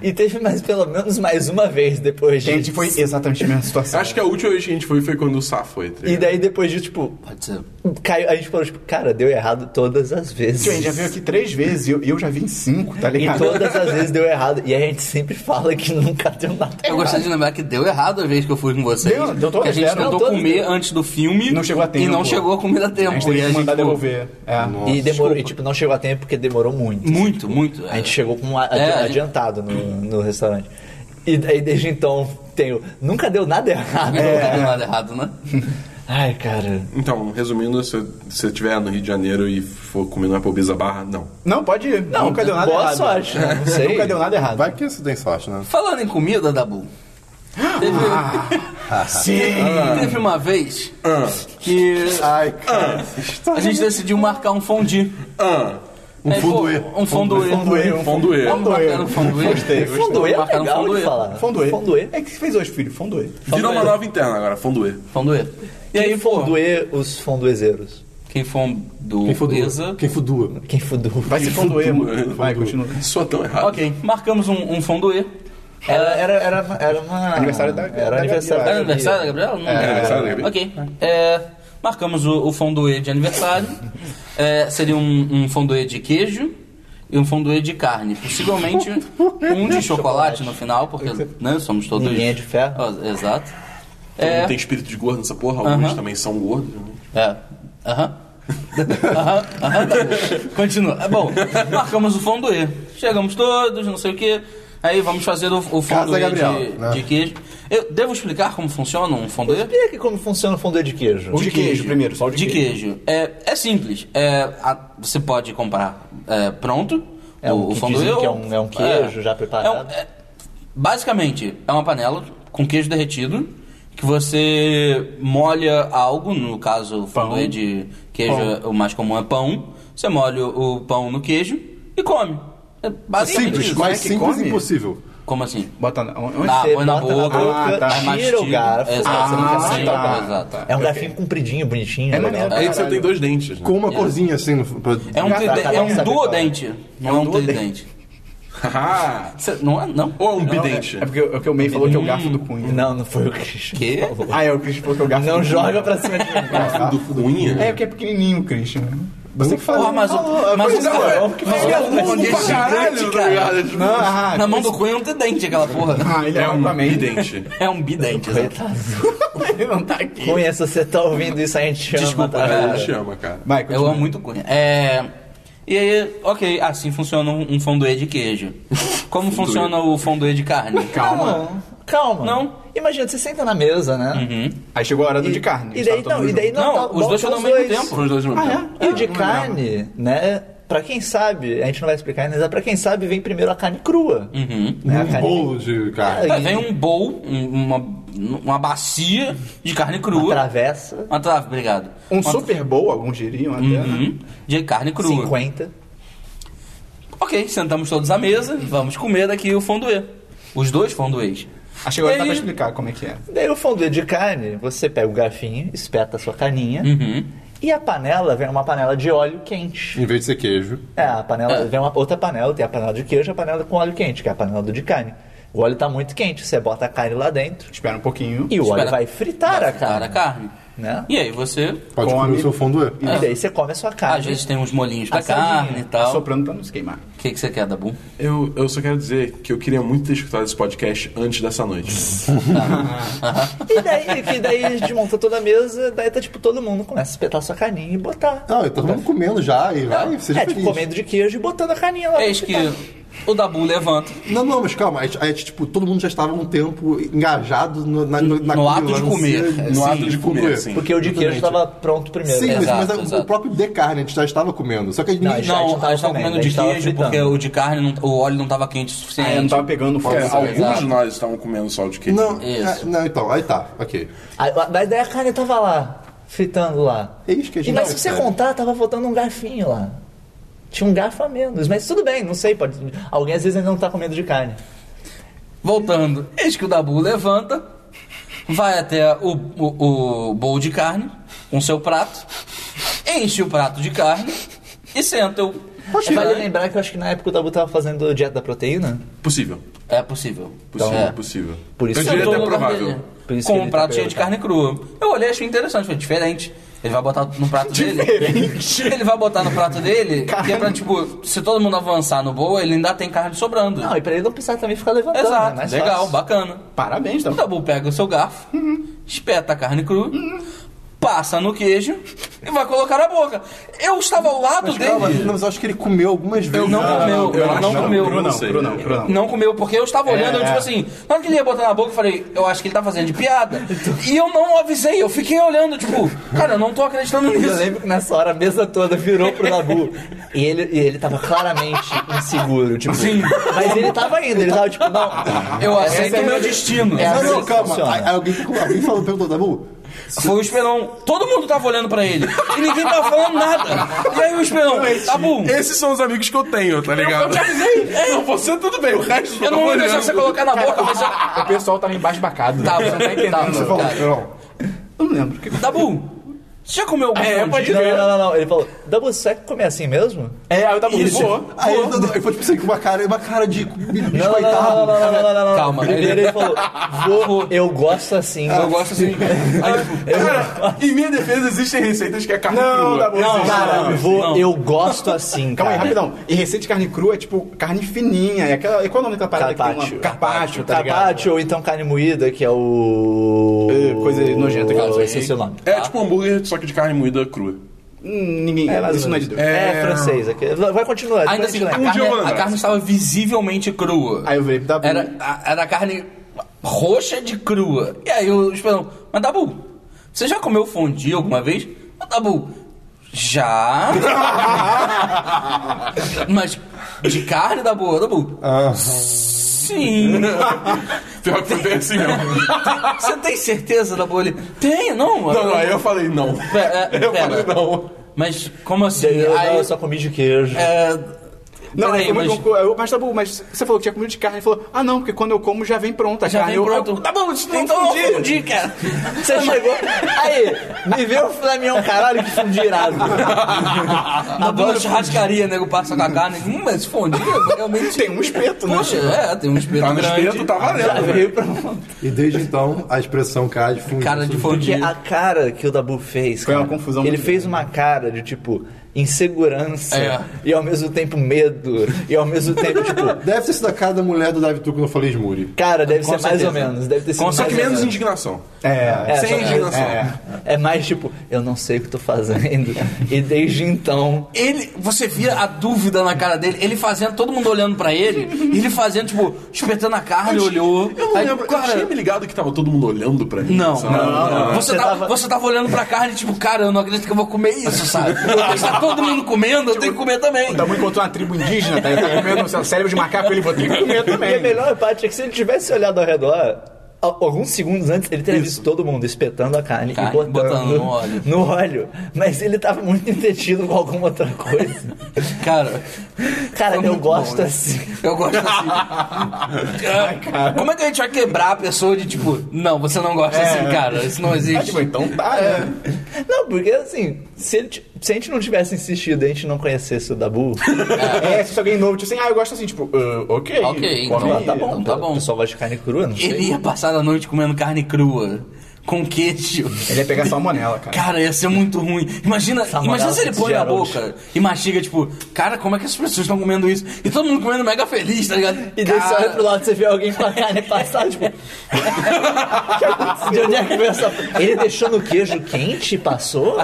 Speaker 2: e teve mais pelo menos mais uma vez depois
Speaker 1: A
Speaker 2: disso.
Speaker 1: gente foi exatamente a mesma situação.
Speaker 4: Acho que a última vez que a gente foi foi quando o Sá foi. tá
Speaker 2: E
Speaker 4: ligado?
Speaker 2: daí depois de tipo,
Speaker 3: Pode ser.
Speaker 2: caiu, a gente falou, tipo, cara, deu errado todas as vezes.
Speaker 1: Tio, a gente já veio aqui três vezes e eu, e eu já vim cinco, tá
Speaker 2: E
Speaker 1: ligado?
Speaker 2: todas as vezes deu errado. E a gente sempre fala que nunca deu nada.
Speaker 3: Eu gostaria de lembrar que deu errado a vez que eu fui com vocês.
Speaker 1: Deu, deu todas,
Speaker 3: que a gente
Speaker 1: deram.
Speaker 3: tentou
Speaker 2: Deu todas,
Speaker 3: comer
Speaker 2: deu.
Speaker 3: antes do filme.
Speaker 1: Não chegou a
Speaker 3: E
Speaker 1: tempo.
Speaker 3: não chegou a comida a tempo.
Speaker 1: a gente teve
Speaker 3: e
Speaker 1: que mandar
Speaker 3: ficou
Speaker 1: devolver. É.
Speaker 2: e demorou,
Speaker 3: desculpa.
Speaker 2: e, tipo, não chegou a tempo porque demorou muito.
Speaker 3: Muito, muito.
Speaker 2: A gente chegou com um adi-
Speaker 3: É, a gente-
Speaker 2: adiantado no, no restaurante. E daí desde então tenho. Nunca deu nada errado.
Speaker 1: É.
Speaker 3: Não deu nada errado, né?
Speaker 2: Ai, cara.
Speaker 4: Então, resumindo, se você estiver no Rio de Janeiro e for comer no Applebee's a barra, não.
Speaker 1: Não, pode ir. nunca deu nada
Speaker 2: boa
Speaker 1: errado.
Speaker 2: sorte, né? Não sei.
Speaker 1: Nunca deu nada errado.
Speaker 5: Vai que você tem sorte, né?
Speaker 3: Falando em comida, Dabu. Teve,
Speaker 1: Ah. Sim.
Speaker 3: teve uma vez
Speaker 4: Ah,
Speaker 3: que
Speaker 5: Ai, cara.
Speaker 3: a gente decidiu marcar um fondue.
Speaker 4: Ah,
Speaker 3: Um
Speaker 5: fonduê.
Speaker 3: Um fonduê.
Speaker 1: Fonduê, um
Speaker 4: Fonduê.
Speaker 3: Vamos marcar um fonduê.
Speaker 1: Gostei, gostei.
Speaker 2: Fondoe é
Speaker 3: Marcar um
Speaker 2: legal de
Speaker 3: fonduê.
Speaker 2: falar.
Speaker 1: Fondoe.
Speaker 2: Fondoe.
Speaker 1: É que você fez hoje, filho. Fondoe.
Speaker 4: virou uma
Speaker 3: Fonduê.
Speaker 4: nova interna agora, Fonduê.
Speaker 3: Fonduê. E aí, pô,
Speaker 2: Fondoe os fondoezeiros.
Speaker 3: quem fondu...
Speaker 5: Quem fudua?
Speaker 3: Beleza.
Speaker 5: Quem fudua?
Speaker 2: Quem fudou.
Speaker 1: Vai ser Fondoe, mano.
Speaker 4: Fondoe.
Speaker 1: Vai, continua.
Speaker 4: Soa tão errado.
Speaker 3: Ok, marcamos um, um fonduê.
Speaker 2: Era, era, era, era uma.
Speaker 1: Aniversário da-
Speaker 2: Era
Speaker 1: da
Speaker 2: aniversário
Speaker 1: Gabriela.
Speaker 3: Era
Speaker 2: da
Speaker 3: É aniversário da
Speaker 2: Gabi.
Speaker 3: Gabriela? Não
Speaker 4: É aniversário da Gabi?
Speaker 3: Ok. É, marcamos o, o fonduê de aniversário. É, seria um, um fonduê de queijo e um fonduê de carne. Possivelmente um de chocolate no final, porque né, somos todos...
Speaker 2: Ninguém é de ferro.
Speaker 3: Ó, Exato.
Speaker 4: Todo
Speaker 3: É,
Speaker 4: mundo tem espírito de gordo nessa porra, alguns
Speaker 3: Aham.
Speaker 4: também são gordos. né?
Speaker 3: É. Aham. Aham, aham, tá bom. Continua. É bom, marcamos o fonduê. Chegamos todos, não sei o quê. Aí vamos fazer o, o fonduê
Speaker 5: Gabriel,
Speaker 3: de,
Speaker 5: né?
Speaker 3: de queijo. Eu devo explicar como funciona um fonduê?
Speaker 2: Explica como funciona o fondoe de queijo.
Speaker 1: O de queijo primeiro, só o de
Speaker 3: De
Speaker 1: queijo.
Speaker 3: queijo. É, é simples. É, a- você pode comprar é, pronto.
Speaker 2: É o que
Speaker 3: fonduê
Speaker 2: dizem que é
Speaker 3: ou-
Speaker 2: um- é um queijo já preparado.
Speaker 3: é, basicamente, é uma panela com queijo derretido que você molha algo, no caso, o fonduê de queijo, é- o mais comum é pão. Você molha o pão no queijo e come. É basicamente
Speaker 5: Simples,
Speaker 3: isso.
Speaker 5: mais
Speaker 1: que
Speaker 5: simples
Speaker 1: come?
Speaker 5: impossível.
Speaker 3: Como assim?
Speaker 1: Bota na... Onde?
Speaker 3: Ah,
Speaker 2: Você
Speaker 3: põe na
Speaker 2: bota na
Speaker 3: boca,
Speaker 1: boca, tá.
Speaker 3: aí
Speaker 2: tira o
Speaker 3: mastiga.
Speaker 2: garfo.
Speaker 3: Exato, você
Speaker 1: Ah,
Speaker 3: não quer
Speaker 1: tá,
Speaker 3: sem. Exato.
Speaker 2: É um garfinho compridinho, bonitinho. né,
Speaker 1: É
Speaker 2: legal.
Speaker 1: maneiro.
Speaker 4: Aí você
Speaker 1: Caralho.
Speaker 4: tem dois dentes, né?
Speaker 5: Com uma corzinha assim no. pra-
Speaker 3: É um,
Speaker 1: Engraçado,
Speaker 3: tri-
Speaker 2: cada
Speaker 3: é
Speaker 2: um
Speaker 3: um
Speaker 2: sabe
Speaker 3: duodente. Não é um tridente.
Speaker 4: Haha.
Speaker 3: Cê- Não é? Não.
Speaker 4: Ou é um
Speaker 1: Não,
Speaker 4: bidente.
Speaker 1: É é porque o é que o May falou que é o garfo do cunho.
Speaker 2: Não, não foi o Christian.
Speaker 3: Quê?
Speaker 2: que falou.
Speaker 1: Ah, é, o Christian falou que é o garfo do
Speaker 2: Não
Speaker 1: cunho.
Speaker 2: joga pra cima de mim.
Speaker 4: do cunha.
Speaker 1: É, porque é pequenininho, Christian. Você que falou.
Speaker 3: Porra, mas o.
Speaker 1: Falou,
Speaker 3: Mas o.
Speaker 1: pois é,
Speaker 3: Mas
Speaker 1: ué.
Speaker 3: o. Mas o.
Speaker 4: Pra
Speaker 3: Mas
Speaker 4: caralho, tá ligado? Tipo,
Speaker 1: Não, ah,
Speaker 3: Na mão do Cunha não tem dente aquela porra.
Speaker 1: Ah, ele é um também.
Speaker 4: Bidente.
Speaker 3: É um bidente, exato.
Speaker 1: Ele não tá aqui.
Speaker 2: Cunha, se você tá ouvindo isso, a gente chama.
Speaker 3: Desculpa,
Speaker 2: tá?
Speaker 4: Cara, te ama, cara.
Speaker 1: Vai,
Speaker 3: Eu
Speaker 1: continua.
Speaker 3: amo muito Cunha. É. E aí, ok, assim funciona um um fonduê de queijo. Como funciona o fonduê de carne?
Speaker 1: Calma.
Speaker 2: Não, calma.
Speaker 3: Não.
Speaker 2: Imagina, você senta na mesa, né?
Speaker 1: Aí chegou a hora do de carne.
Speaker 2: E daí
Speaker 1: Tava todo
Speaker 2: não,
Speaker 1: mundo
Speaker 2: e daí
Speaker 1: junto.
Speaker 2: não.
Speaker 3: Não,
Speaker 2: tá-
Speaker 3: os dois
Speaker 2: bota
Speaker 3: foram ao
Speaker 2: os
Speaker 3: mesmo
Speaker 2: dois.
Speaker 3: tempo.
Speaker 4: Foram os dois ao mesmo tempo.
Speaker 1: Ah,
Speaker 2: E o de
Speaker 1: não
Speaker 2: carne, né? Pra quem sabe, a gente não vai explicar, mas pra quem sabe, vem primeiro a carne crua.
Speaker 3: Uhum.
Speaker 2: né? A
Speaker 5: Um
Speaker 2: carne
Speaker 5: bolo de carne.
Speaker 3: Aí vem um bowl, um- uma, uma bacia de carne crua.
Speaker 2: travessa,
Speaker 3: Uma trave, obrigado.
Speaker 1: Um
Speaker 3: Uma-
Speaker 1: super bowl, alguns diriam até. né?
Speaker 3: Uhum, de carne crua.
Speaker 2: 50.
Speaker 3: Ok, sentamos todos à mesa, vamos comer daqui o fonduê. Os dois fonduês.
Speaker 1: Aí chegou a hora
Speaker 3: E aí-
Speaker 1: pra explicar como é que é.
Speaker 2: Daí o fondue de carne, você pega o garfinho, espeta a sua carninha.
Speaker 3: Uhum.
Speaker 2: E a panela vem uma panela de óleo quente.
Speaker 5: Em vez de ser queijo.
Speaker 2: É, a panela
Speaker 3: É.
Speaker 2: vem uma outra panela, tem a panela de queijo e a panela com óleo quente, que é a panela do de carne. O óleo tá muito quente, você bota a carne lá dentro
Speaker 1: Espera um pouquinho.
Speaker 2: e o óleo
Speaker 3: Espera-
Speaker 2: vai fritar
Speaker 3: Vai
Speaker 2: a carne.
Speaker 3: a carne.
Speaker 2: Né?
Speaker 3: E aí você,
Speaker 5: Pode
Speaker 1: Come.
Speaker 5: comer o seu fondue. Ah,
Speaker 2: E daí você come a sua carne.
Speaker 3: às vezes tem uns molinhos pra
Speaker 2: Assadinho.
Speaker 3: carne e tal. O
Speaker 1: Tá Soprando pra não se queimar. Ah,
Speaker 3: que, que você quer, Dabu?
Speaker 4: Eu, eu só quero dizer que eu queria muito ter escutado esse podcast antes dessa noite.
Speaker 2: E daí, que daí a gente monta toda a mesa, daí tá tipo todo mundo começa a espetar sua carninha e botar.
Speaker 5: Não, todo mundo comendo já e vai, seja
Speaker 2: é, tipo,
Speaker 5: feliz.
Speaker 2: comendo de queijo e botando a carninha lá. pra
Speaker 3: Eis É que
Speaker 2: fritar.
Speaker 3: o Dabu levanta.
Speaker 5: Não, não, mas calma, a gente, a gente, tipo, todo mundo já estava um tempo engajado no, na, no, na
Speaker 3: No ato
Speaker 5: naquilo,
Speaker 3: de
Speaker 5: não
Speaker 3: comer.
Speaker 5: sei,
Speaker 4: No ato de comer, sim.
Speaker 2: Porque o de queijo tava pronto primeiro.
Speaker 5: Sim,
Speaker 2: né?
Speaker 5: mas- mas,
Speaker 3: Exato,
Speaker 5: o-
Speaker 3: exato.
Speaker 5: o próprio de carne a gente já estava comendo. Só que a gente.
Speaker 1: Ah,
Speaker 2: Não, a gente-
Speaker 3: Não, é a gente
Speaker 2: tava
Speaker 3: tava
Speaker 2: comendo,
Speaker 3: comendo
Speaker 2: a
Speaker 3: de
Speaker 2: gente tava
Speaker 3: queijo
Speaker 2: fritando.
Speaker 3: porque o de carne, não- o óleo não tava
Speaker 1: Aí Ah,
Speaker 3: quente o
Speaker 1: eu não
Speaker 3: suficiente.
Speaker 1: tava pegando fogo.
Speaker 4: É,
Speaker 1: sabe?
Speaker 4: alguns de nós estavam comendo sal de queijo.
Speaker 5: não,
Speaker 3: Isso.
Speaker 5: é, não, então, aí tá, ok.
Speaker 2: Aí, Ah, mas daí a carne tava lá, fritando lá.
Speaker 5: Eis É que a
Speaker 2: E,
Speaker 5: gente
Speaker 2: mas se você
Speaker 5: percebe.
Speaker 2: contar, tava faltando um garfinho lá. Tinha um garfo a menos, mas tudo bem, não sei, pode. Alguém às vezes ainda não tá comendo de carne.
Speaker 3: Voltando, eis que o Dabu levanta, vai até o, o, o bowl de carne com seu prato, enche o prato de carne e senta. o-
Speaker 2: É
Speaker 1: né?
Speaker 2: Vale lembrar que eu acho que na época o Dabu tava fazendo dieta da proteína.
Speaker 4: Possível.
Speaker 3: É possível.
Speaker 1: Então,
Speaker 4: Possível,
Speaker 3: é.
Speaker 4: possível.
Speaker 2: Por isso
Speaker 4: Eu
Speaker 2: que
Speaker 4: diria
Speaker 2: eu tô
Speaker 4: até
Speaker 3: Então, no lugar
Speaker 4: provável.
Speaker 3: dele.
Speaker 2: Por isso
Speaker 3: Com
Speaker 2: que
Speaker 3: um
Speaker 2: ele
Speaker 3: prato
Speaker 2: tá
Speaker 3: cheio de
Speaker 2: pelado.
Speaker 3: carne crua. Eu olhei e achei interessante, foi diferente. Ele vai botar no prato dele. Ele vai botar no prato dele, que é pra, tipo, se todo mundo avançar no boa, ele ainda tem carne sobrando.
Speaker 2: Não, e pra ele não precisar também ficar levantando. né?
Speaker 3: Exato,
Speaker 2: Mais
Speaker 3: legal,
Speaker 2: fácil.
Speaker 3: bacana.
Speaker 1: Parabéns, então.
Speaker 3: O
Speaker 1: Dabu.
Speaker 3: Dabu pega o seu garfo, espeta a carne crua, passa no queijo e vai colocar na boca. Eu estava ao lado dele.
Speaker 5: Calma, mas eu acho que ele comeu algumas vezes.
Speaker 3: não
Speaker 5: Ah,
Speaker 3: comeu,
Speaker 5: eu
Speaker 3: não
Speaker 5: acho que
Speaker 3: comeu.
Speaker 1: Cru
Speaker 4: não
Speaker 1: não,
Speaker 4: sei.
Speaker 1: cru não, cru não.
Speaker 3: Não comeu, porque eu estava olhando, eu tipo assim, na hora que ele ia botar na boca, eu falei, eu acho que ele tá fazendo de piada. E eu não avisei, eu fiquei olhando, tipo, cara, eu não tô acreditando
Speaker 2: Eu
Speaker 3: nisso.
Speaker 2: lembro que nessa hora a mesa toda virou pro Dabu. e, ele, e ele tava claramente inseguro, tipo.
Speaker 3: Sim.
Speaker 2: Mas ele tava indo, ele tava tipo, não.
Speaker 3: Eu aceito o meu destino.
Speaker 2: É
Speaker 5: Não,
Speaker 2: assim
Speaker 5: não,
Speaker 2: que
Speaker 5: calma.
Speaker 2: funciona.
Speaker 5: Aí Alguém, alguém falou, perguntou, tá bom?
Speaker 3: É, Foi o Esperão, todo mundo tava olhando pra ele, e ninguém tava falando nada. E aí o Esperão, tá bom.
Speaker 4: Esses são os amigos que né? eu tenho, tá ligado? Não, você tudo bem, o resto
Speaker 3: Eu não vou deixar você colocar na boca, mas... eu-
Speaker 6: O pessoal tava embasbacado.
Speaker 3: Tá, você não tá entendendo,
Speaker 5: Bom,
Speaker 3: cara.
Speaker 5: Ah, não.
Speaker 1: Eu não lembro. O que que-
Speaker 3: Dabu, você já comeu algum pão de
Speaker 2: Não, não, não, não, não. Ele falou, Dabu, você é que comer assim mesmo?
Speaker 6: É, aí o Dabu voou.
Speaker 5: Aí ele falou, eu falei, tipo assim, com uma cara, uma cara de biscoitado.
Speaker 2: Não, não, não, não, não, não, não, não, não, não.
Speaker 3: Calma.
Speaker 2: Primeiro ele falou, vou, eu gosto assim.
Speaker 1: Ah,
Speaker 3: Eu gosto assim.
Speaker 4: Cara, em minha defesa existem receitas que é carne
Speaker 1: Não,
Speaker 4: crua.
Speaker 1: Dabu.
Speaker 2: Não,
Speaker 1: sim.
Speaker 2: cara, vou, eu gosto assim,
Speaker 1: Calma aí,
Speaker 2: cara.
Speaker 1: rapidão. E receita de carne crua é tipo carne fininha. É aquela, e qual é o nome daquela parada que tem
Speaker 2: Carpaccio.
Speaker 1: uma... Carpaccio, tá ligado?
Speaker 2: Carpaccio ou então carne moída, que é o...
Speaker 1: É, coisa nojenta, aquela
Speaker 2: Eu
Speaker 1: coisa.
Speaker 2: esqueci o nome.
Speaker 4: É tipo um hambúrguer, só que de carne moída crua.
Speaker 1: Hum, Ninguém... isso não é de Deus.
Speaker 2: É, francês. aqui. Vai continuar.
Speaker 3: Ainda
Speaker 2: depois
Speaker 3: assim,
Speaker 2: a gente
Speaker 3: a
Speaker 2: lembra.
Speaker 4: Um dia eu vou
Speaker 3: carne, a
Speaker 4: lembrar.
Speaker 3: carne estava visivelmente crua.
Speaker 1: Aí eu virei pro Dabu.
Speaker 3: Era, a- era carne roxa de crua. E aí o Esperão, mas Dabu, você já comeu fondue alguma vez? Mas Dabu, já. mas de carne, Dabu, Dabu. Sim.
Speaker 4: Pior que foi bem assim mesmo.
Speaker 3: você tem certeza, Dabu? Ele, tem, não.
Speaker 4: Não, não, aí eu falei não.
Speaker 3: Pera, é,
Speaker 4: Eu falei
Speaker 3: pera.
Speaker 4: não.
Speaker 3: Mas como assim?
Speaker 2: Eu, eu-
Speaker 3: Aí-
Speaker 2: eu só comi de queijo.
Speaker 3: É,
Speaker 1: Não,
Speaker 3: peraí,
Speaker 1: aí, mas...
Speaker 3: mas-
Speaker 1: Eu, mas tá bom, mas você falou que tinha comido de carne. Ele falou, ah não, porque quando eu como já vem pronta a
Speaker 3: Já
Speaker 1: carne.
Speaker 3: vem
Speaker 1: Eu-
Speaker 3: pronto.
Speaker 1: eu- Tá bom, isso não
Speaker 3: então eu
Speaker 1: confundi.
Speaker 3: confundi, cara.
Speaker 2: Você chegou. Aí, me vê o filé mignon, caralho, que fundo irado.
Speaker 1: Tá
Speaker 3: Adoro Tá churrascaria, nego passa com
Speaker 4: Uhum.
Speaker 3: a carne. Hum, mas fundido, realmente.
Speaker 1: Tem um espeto, né?
Speaker 3: Poxa, é, tem um espeto
Speaker 4: Tá no
Speaker 3: grande.
Speaker 4: espeto, tá valendo. velho.
Speaker 2: Veio pra
Speaker 5: E desde então, a expressão cara de fundo. assim,
Speaker 3: Cara de
Speaker 2: Porque
Speaker 3: fundido.
Speaker 2: a cara que o Dabu fez.
Speaker 1: Foi uma
Speaker 2: cara,
Speaker 1: confusão
Speaker 2: Ele
Speaker 1: muito
Speaker 2: fez uma cara de tipo. Insegurança
Speaker 3: É.
Speaker 2: e ao mesmo tempo medo, e ao mesmo tempo, tipo,
Speaker 5: Deve ter sido a cara da mulher do Davi Tuco no Falei Esmure.
Speaker 2: cara, deve
Speaker 3: Com
Speaker 2: ser mais
Speaker 3: certeza.
Speaker 2: ou menos, deve ter sido
Speaker 3: Com
Speaker 2: mais
Speaker 4: Só que
Speaker 2: ou
Speaker 4: menos
Speaker 2: menos.
Speaker 4: indignação.
Speaker 1: É.
Speaker 2: É,
Speaker 4: Sem
Speaker 2: só-
Speaker 4: indignação.
Speaker 2: é mais tipo, eu não sei o que tô fazendo, e desde então
Speaker 3: Ele, você via a dúvida na cara dele, ele fazendo, todo mundo olhando pra ele, e ele fazendo, tipo, espetando a carne, olhou.
Speaker 4: Eu não
Speaker 3: Aí,
Speaker 4: lembro.
Speaker 3: cara,
Speaker 4: Eu tinha me ligado que tava todo mundo olhando pra mim.
Speaker 3: Não,
Speaker 4: sabe?
Speaker 3: não, não. Você,
Speaker 2: Você
Speaker 3: tava,
Speaker 2: tava-
Speaker 3: você tava olhando pra carne, tipo, cara, eu não acredito que eu vou comer isso, sabe? Está todo mundo comendo, eu tenho que comer também.
Speaker 1: O
Speaker 4: Tá
Speaker 1: Dabu encontrou uma tribo indígena, tá? Ele tá comendo sei lá, cérebro de macaco, ele falou, tem que comer
Speaker 2: E a
Speaker 1: também.
Speaker 2: melhor parte é que se ele tivesse olhado ao redor, a- alguns segundos antes, ele teria visto todo mundo espetando a carne,
Speaker 3: Carne,
Speaker 2: e botando,
Speaker 3: botando no óleo.
Speaker 2: no óleo. Mas ele tava muito entretido com alguma outra coisa.
Speaker 3: Cara,
Speaker 2: Cara,
Speaker 3: Foi
Speaker 2: eu
Speaker 3: muito
Speaker 2: gosto
Speaker 3: bom, né?
Speaker 2: assim.
Speaker 3: Eu gosto assim. Ah, Como é que a gente vai quebrar a pessoa de tipo, não, você não gosta
Speaker 4: É.
Speaker 3: assim, cara, isso não
Speaker 1: Ah,
Speaker 3: existe.
Speaker 1: tipo, então tá, né?
Speaker 2: Não, porque assim, se, ele ti- se a gente não tivesse insistido e a gente não conhecesse o Dabu,
Speaker 1: É, se fosse alguém novo, tipo assim, ah, eu gosto assim, tipo, ah, ok.
Speaker 3: Ok,
Speaker 1: come
Speaker 3: então
Speaker 1: aí.
Speaker 2: tá bom,
Speaker 3: Então tá bom.
Speaker 2: O pessoal gosta de carne crua, não sei.
Speaker 3: Ele ia passar a noite comendo carne crua, com queijo.
Speaker 1: Ele ia pegar salmonela, cara.
Speaker 3: Cara, ia ser muito ruim. Imagina,
Speaker 2: Salmonella
Speaker 3: imagina se ele põe na
Speaker 2: Fitzgerald.
Speaker 3: boca e mastiga, tipo, cara, como é que as pessoas estão comendo isso? E todo mundo comendo mega feliz, tá ligado?
Speaker 2: E daí você
Speaker 3: Cara,
Speaker 2: olha pro lado você vê alguém com a carne passada, tipo. De onde é que veio essa. Ele deixou no queijo quente e passou?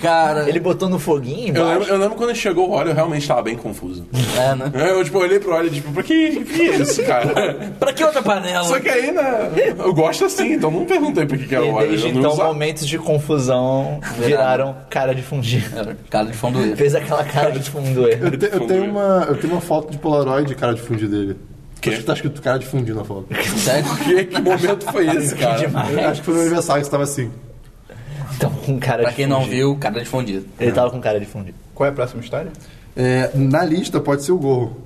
Speaker 3: cara.
Speaker 2: Ele botou no foguinho
Speaker 4: Eu
Speaker 2: embaixo?
Speaker 4: lembro, eu lembro quando chegou o óleo, eu realmente tava bem confuso.
Speaker 3: É, né?
Speaker 4: Eu, tipo, olhei pro óleo e tipo, pra que, que é isso, cara?
Speaker 3: Pra que outra panela?
Speaker 4: Só que aí, né, eu gosto assim, então não perguntei pra que que era o
Speaker 2: E
Speaker 4: óleo.
Speaker 2: desde
Speaker 4: Eu não
Speaker 2: então,
Speaker 4: usava.
Speaker 2: momentos de confusão viraram cara de fundir.
Speaker 3: Cara, Cara de fundo né?
Speaker 2: Fez aquela cara de fundo
Speaker 5: Eu,
Speaker 2: aí.
Speaker 5: te- eu tenho uma, eu tenho uma foto de Polaroid de cara de fundi dele.
Speaker 4: Quê?
Speaker 5: Acho que tá escrito cara de fundi na foto.
Speaker 3: Sério?
Speaker 4: Que, que momento foi esse, cara?
Speaker 2: Ah, é?
Speaker 5: Acho que foi no aniversário que você tava assim.
Speaker 2: Então, com cara
Speaker 3: Pra
Speaker 2: de
Speaker 3: quem não
Speaker 2: fundir.
Speaker 3: viu, cara de fundido.
Speaker 2: Ele tava com cara de fundir.
Speaker 1: Qual é a próxima história?
Speaker 5: É, na lista pode ser o gorro.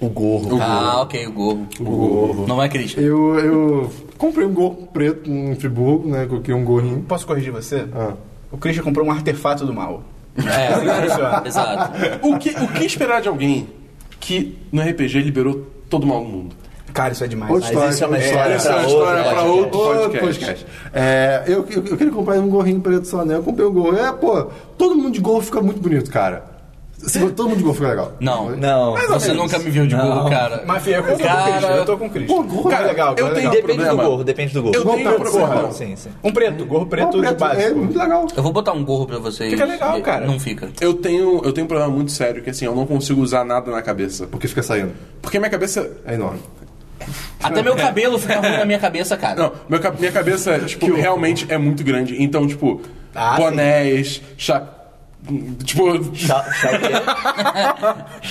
Speaker 2: O gorro.
Speaker 3: Ah, ok, o gorro. O gorro. Não é Christian.
Speaker 5: Eu, eu comprei um gorro preto em Friburgo, né? Coloquei um gorrinho.
Speaker 1: Posso corrigir você?
Speaker 5: Ah.
Speaker 1: O Christian comprou um artefato do mal.
Speaker 3: É, exato.
Speaker 4: O que, o que esperar de alguém que no RPG liberou todo o mal do mundo?
Speaker 1: Cara, isso é demais.
Speaker 5: Outra
Speaker 2: Mas isso é uma história
Speaker 4: essa é uma
Speaker 2: pra
Speaker 4: história
Speaker 2: outra.
Speaker 4: pra
Speaker 5: Outro
Speaker 4: outro podcast.
Speaker 5: podcast. É, eu, eu, eu queria comprar um gorrinho preto só, né? Eu comprei um gorro. É, pô, todo mundo de gorro fica muito bonito, cara. Se- Todo mundo de gorro fica legal. É um
Speaker 3: Não.
Speaker 2: Não. é
Speaker 3: Você nunca me viu de gorro, cara.
Speaker 1: Mas, filho, eu né? tô com o
Speaker 3: cara,
Speaker 1: Christian. Eu tô com o Christian.
Speaker 5: Pô, gorro,
Speaker 1: cara, é legal,
Speaker 4: eu
Speaker 1: cara,
Speaker 4: tenho-
Speaker 1: legal.
Speaker 2: Depende
Speaker 4: problema.
Speaker 2: do gorro, depende do gorro.
Speaker 4: Eu tenho
Speaker 5: Voltar pro
Speaker 4: outro
Speaker 5: gorro.
Speaker 4: problema.
Speaker 2: Sim, sim.
Speaker 1: Um preto, gorro preto,
Speaker 5: Pô,
Speaker 1: de
Speaker 5: é
Speaker 1: básico.
Speaker 5: muito legal.
Speaker 3: Eu vou botar um gorro pra vocês.
Speaker 1: Fica legal, cara.
Speaker 3: Não fica.
Speaker 4: Eu tenho, eu tenho um problema muito sério, que assim, eu não consigo usar nada na cabeça.
Speaker 5: Porque fica saindo.
Speaker 4: Porque minha cabeça.
Speaker 5: É enorme.
Speaker 3: Até meu cabelo fica ruim na minha cabeça, cara.
Speaker 4: Não, meu cap- minha cabeça, tipo, realmente é muito grande. Então, tipo,
Speaker 1: Ah,
Speaker 4: bonés, cha... Tipo,
Speaker 2: Chá chá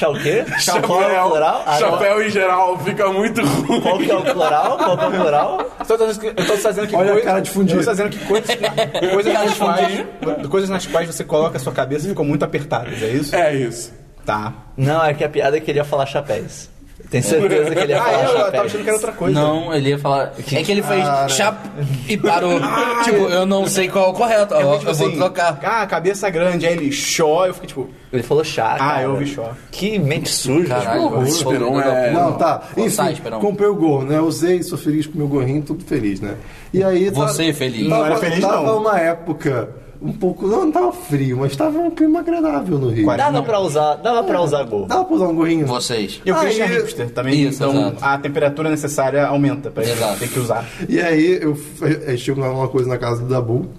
Speaker 2: o quê? Chá o quê? Qual é o
Speaker 4: chapéu,
Speaker 2: plural? Ah, não.
Speaker 4: chapéu em geral fica muito ruim.
Speaker 2: Qual que é o plural? Qual que é o plural?
Speaker 1: Eu tô, dizendo que- eu tô dizendo que
Speaker 5: Olha a
Speaker 1: coisa-
Speaker 5: cara de fundido.
Speaker 1: Eu tô dizendo que coisas, na- coisas,
Speaker 3: Cara de
Speaker 1: nas quais,
Speaker 3: fundido.
Speaker 1: coisas nas quais você coloca a sua cabeça ficam muito apertadas, é isso?
Speaker 4: É isso.
Speaker 1: Tá.
Speaker 2: Não, é que a piada é que ele ia falar chapéus. Tenho certeza que ele ia
Speaker 1: Ah,
Speaker 2: falar
Speaker 1: eu, eu tava
Speaker 2: chapéus.
Speaker 1: achando que era outra coisa.
Speaker 3: é Não, ele ia falar. É que ele fez chap e parou. tipo, eu não sei qual é o correto. Ó,
Speaker 1: Eu,
Speaker 3: Eu,
Speaker 1: tipo,
Speaker 3: vou
Speaker 1: assim,
Speaker 3: trocar.
Speaker 1: Ah, cabeça grande, aí ele chó, eu fiquei tipo.
Speaker 2: Ele falou chá,
Speaker 1: Ah,
Speaker 2: cara.
Speaker 1: eu ouvi chó.
Speaker 2: Que mente suja.
Speaker 1: tipo,
Speaker 3: Caralho,
Speaker 2: mano.
Speaker 3: o
Speaker 4: Esperon é-
Speaker 5: Não, tá.
Speaker 3: Não
Speaker 5: Enfim,
Speaker 3: sai, Esperão.
Speaker 5: comprei o gorro, né? Usei, sou feliz com meu gorrinho, tudo feliz, né? E aí... tá-
Speaker 3: Você feliz.
Speaker 5: Tava,
Speaker 1: Não era feliz,
Speaker 5: tava
Speaker 1: não.
Speaker 5: uma época um pouco... Não, não tava frio, mas tava um clima agradável no Rio.
Speaker 2: Dava pra usar, dava pra usar gorro.
Speaker 5: Dava pra usar um gorrinho.
Speaker 3: Vocês.
Speaker 1: E o
Speaker 5: Ah,
Speaker 1: Christian é
Speaker 5: e-
Speaker 1: hipster também,
Speaker 3: Isso,
Speaker 1: então
Speaker 3: exato.
Speaker 1: a temperatura necessária aumenta pra ele
Speaker 3: Exato.
Speaker 1: ter que usar.
Speaker 5: E aí eu eh, estive uma coisa na casa do Dabu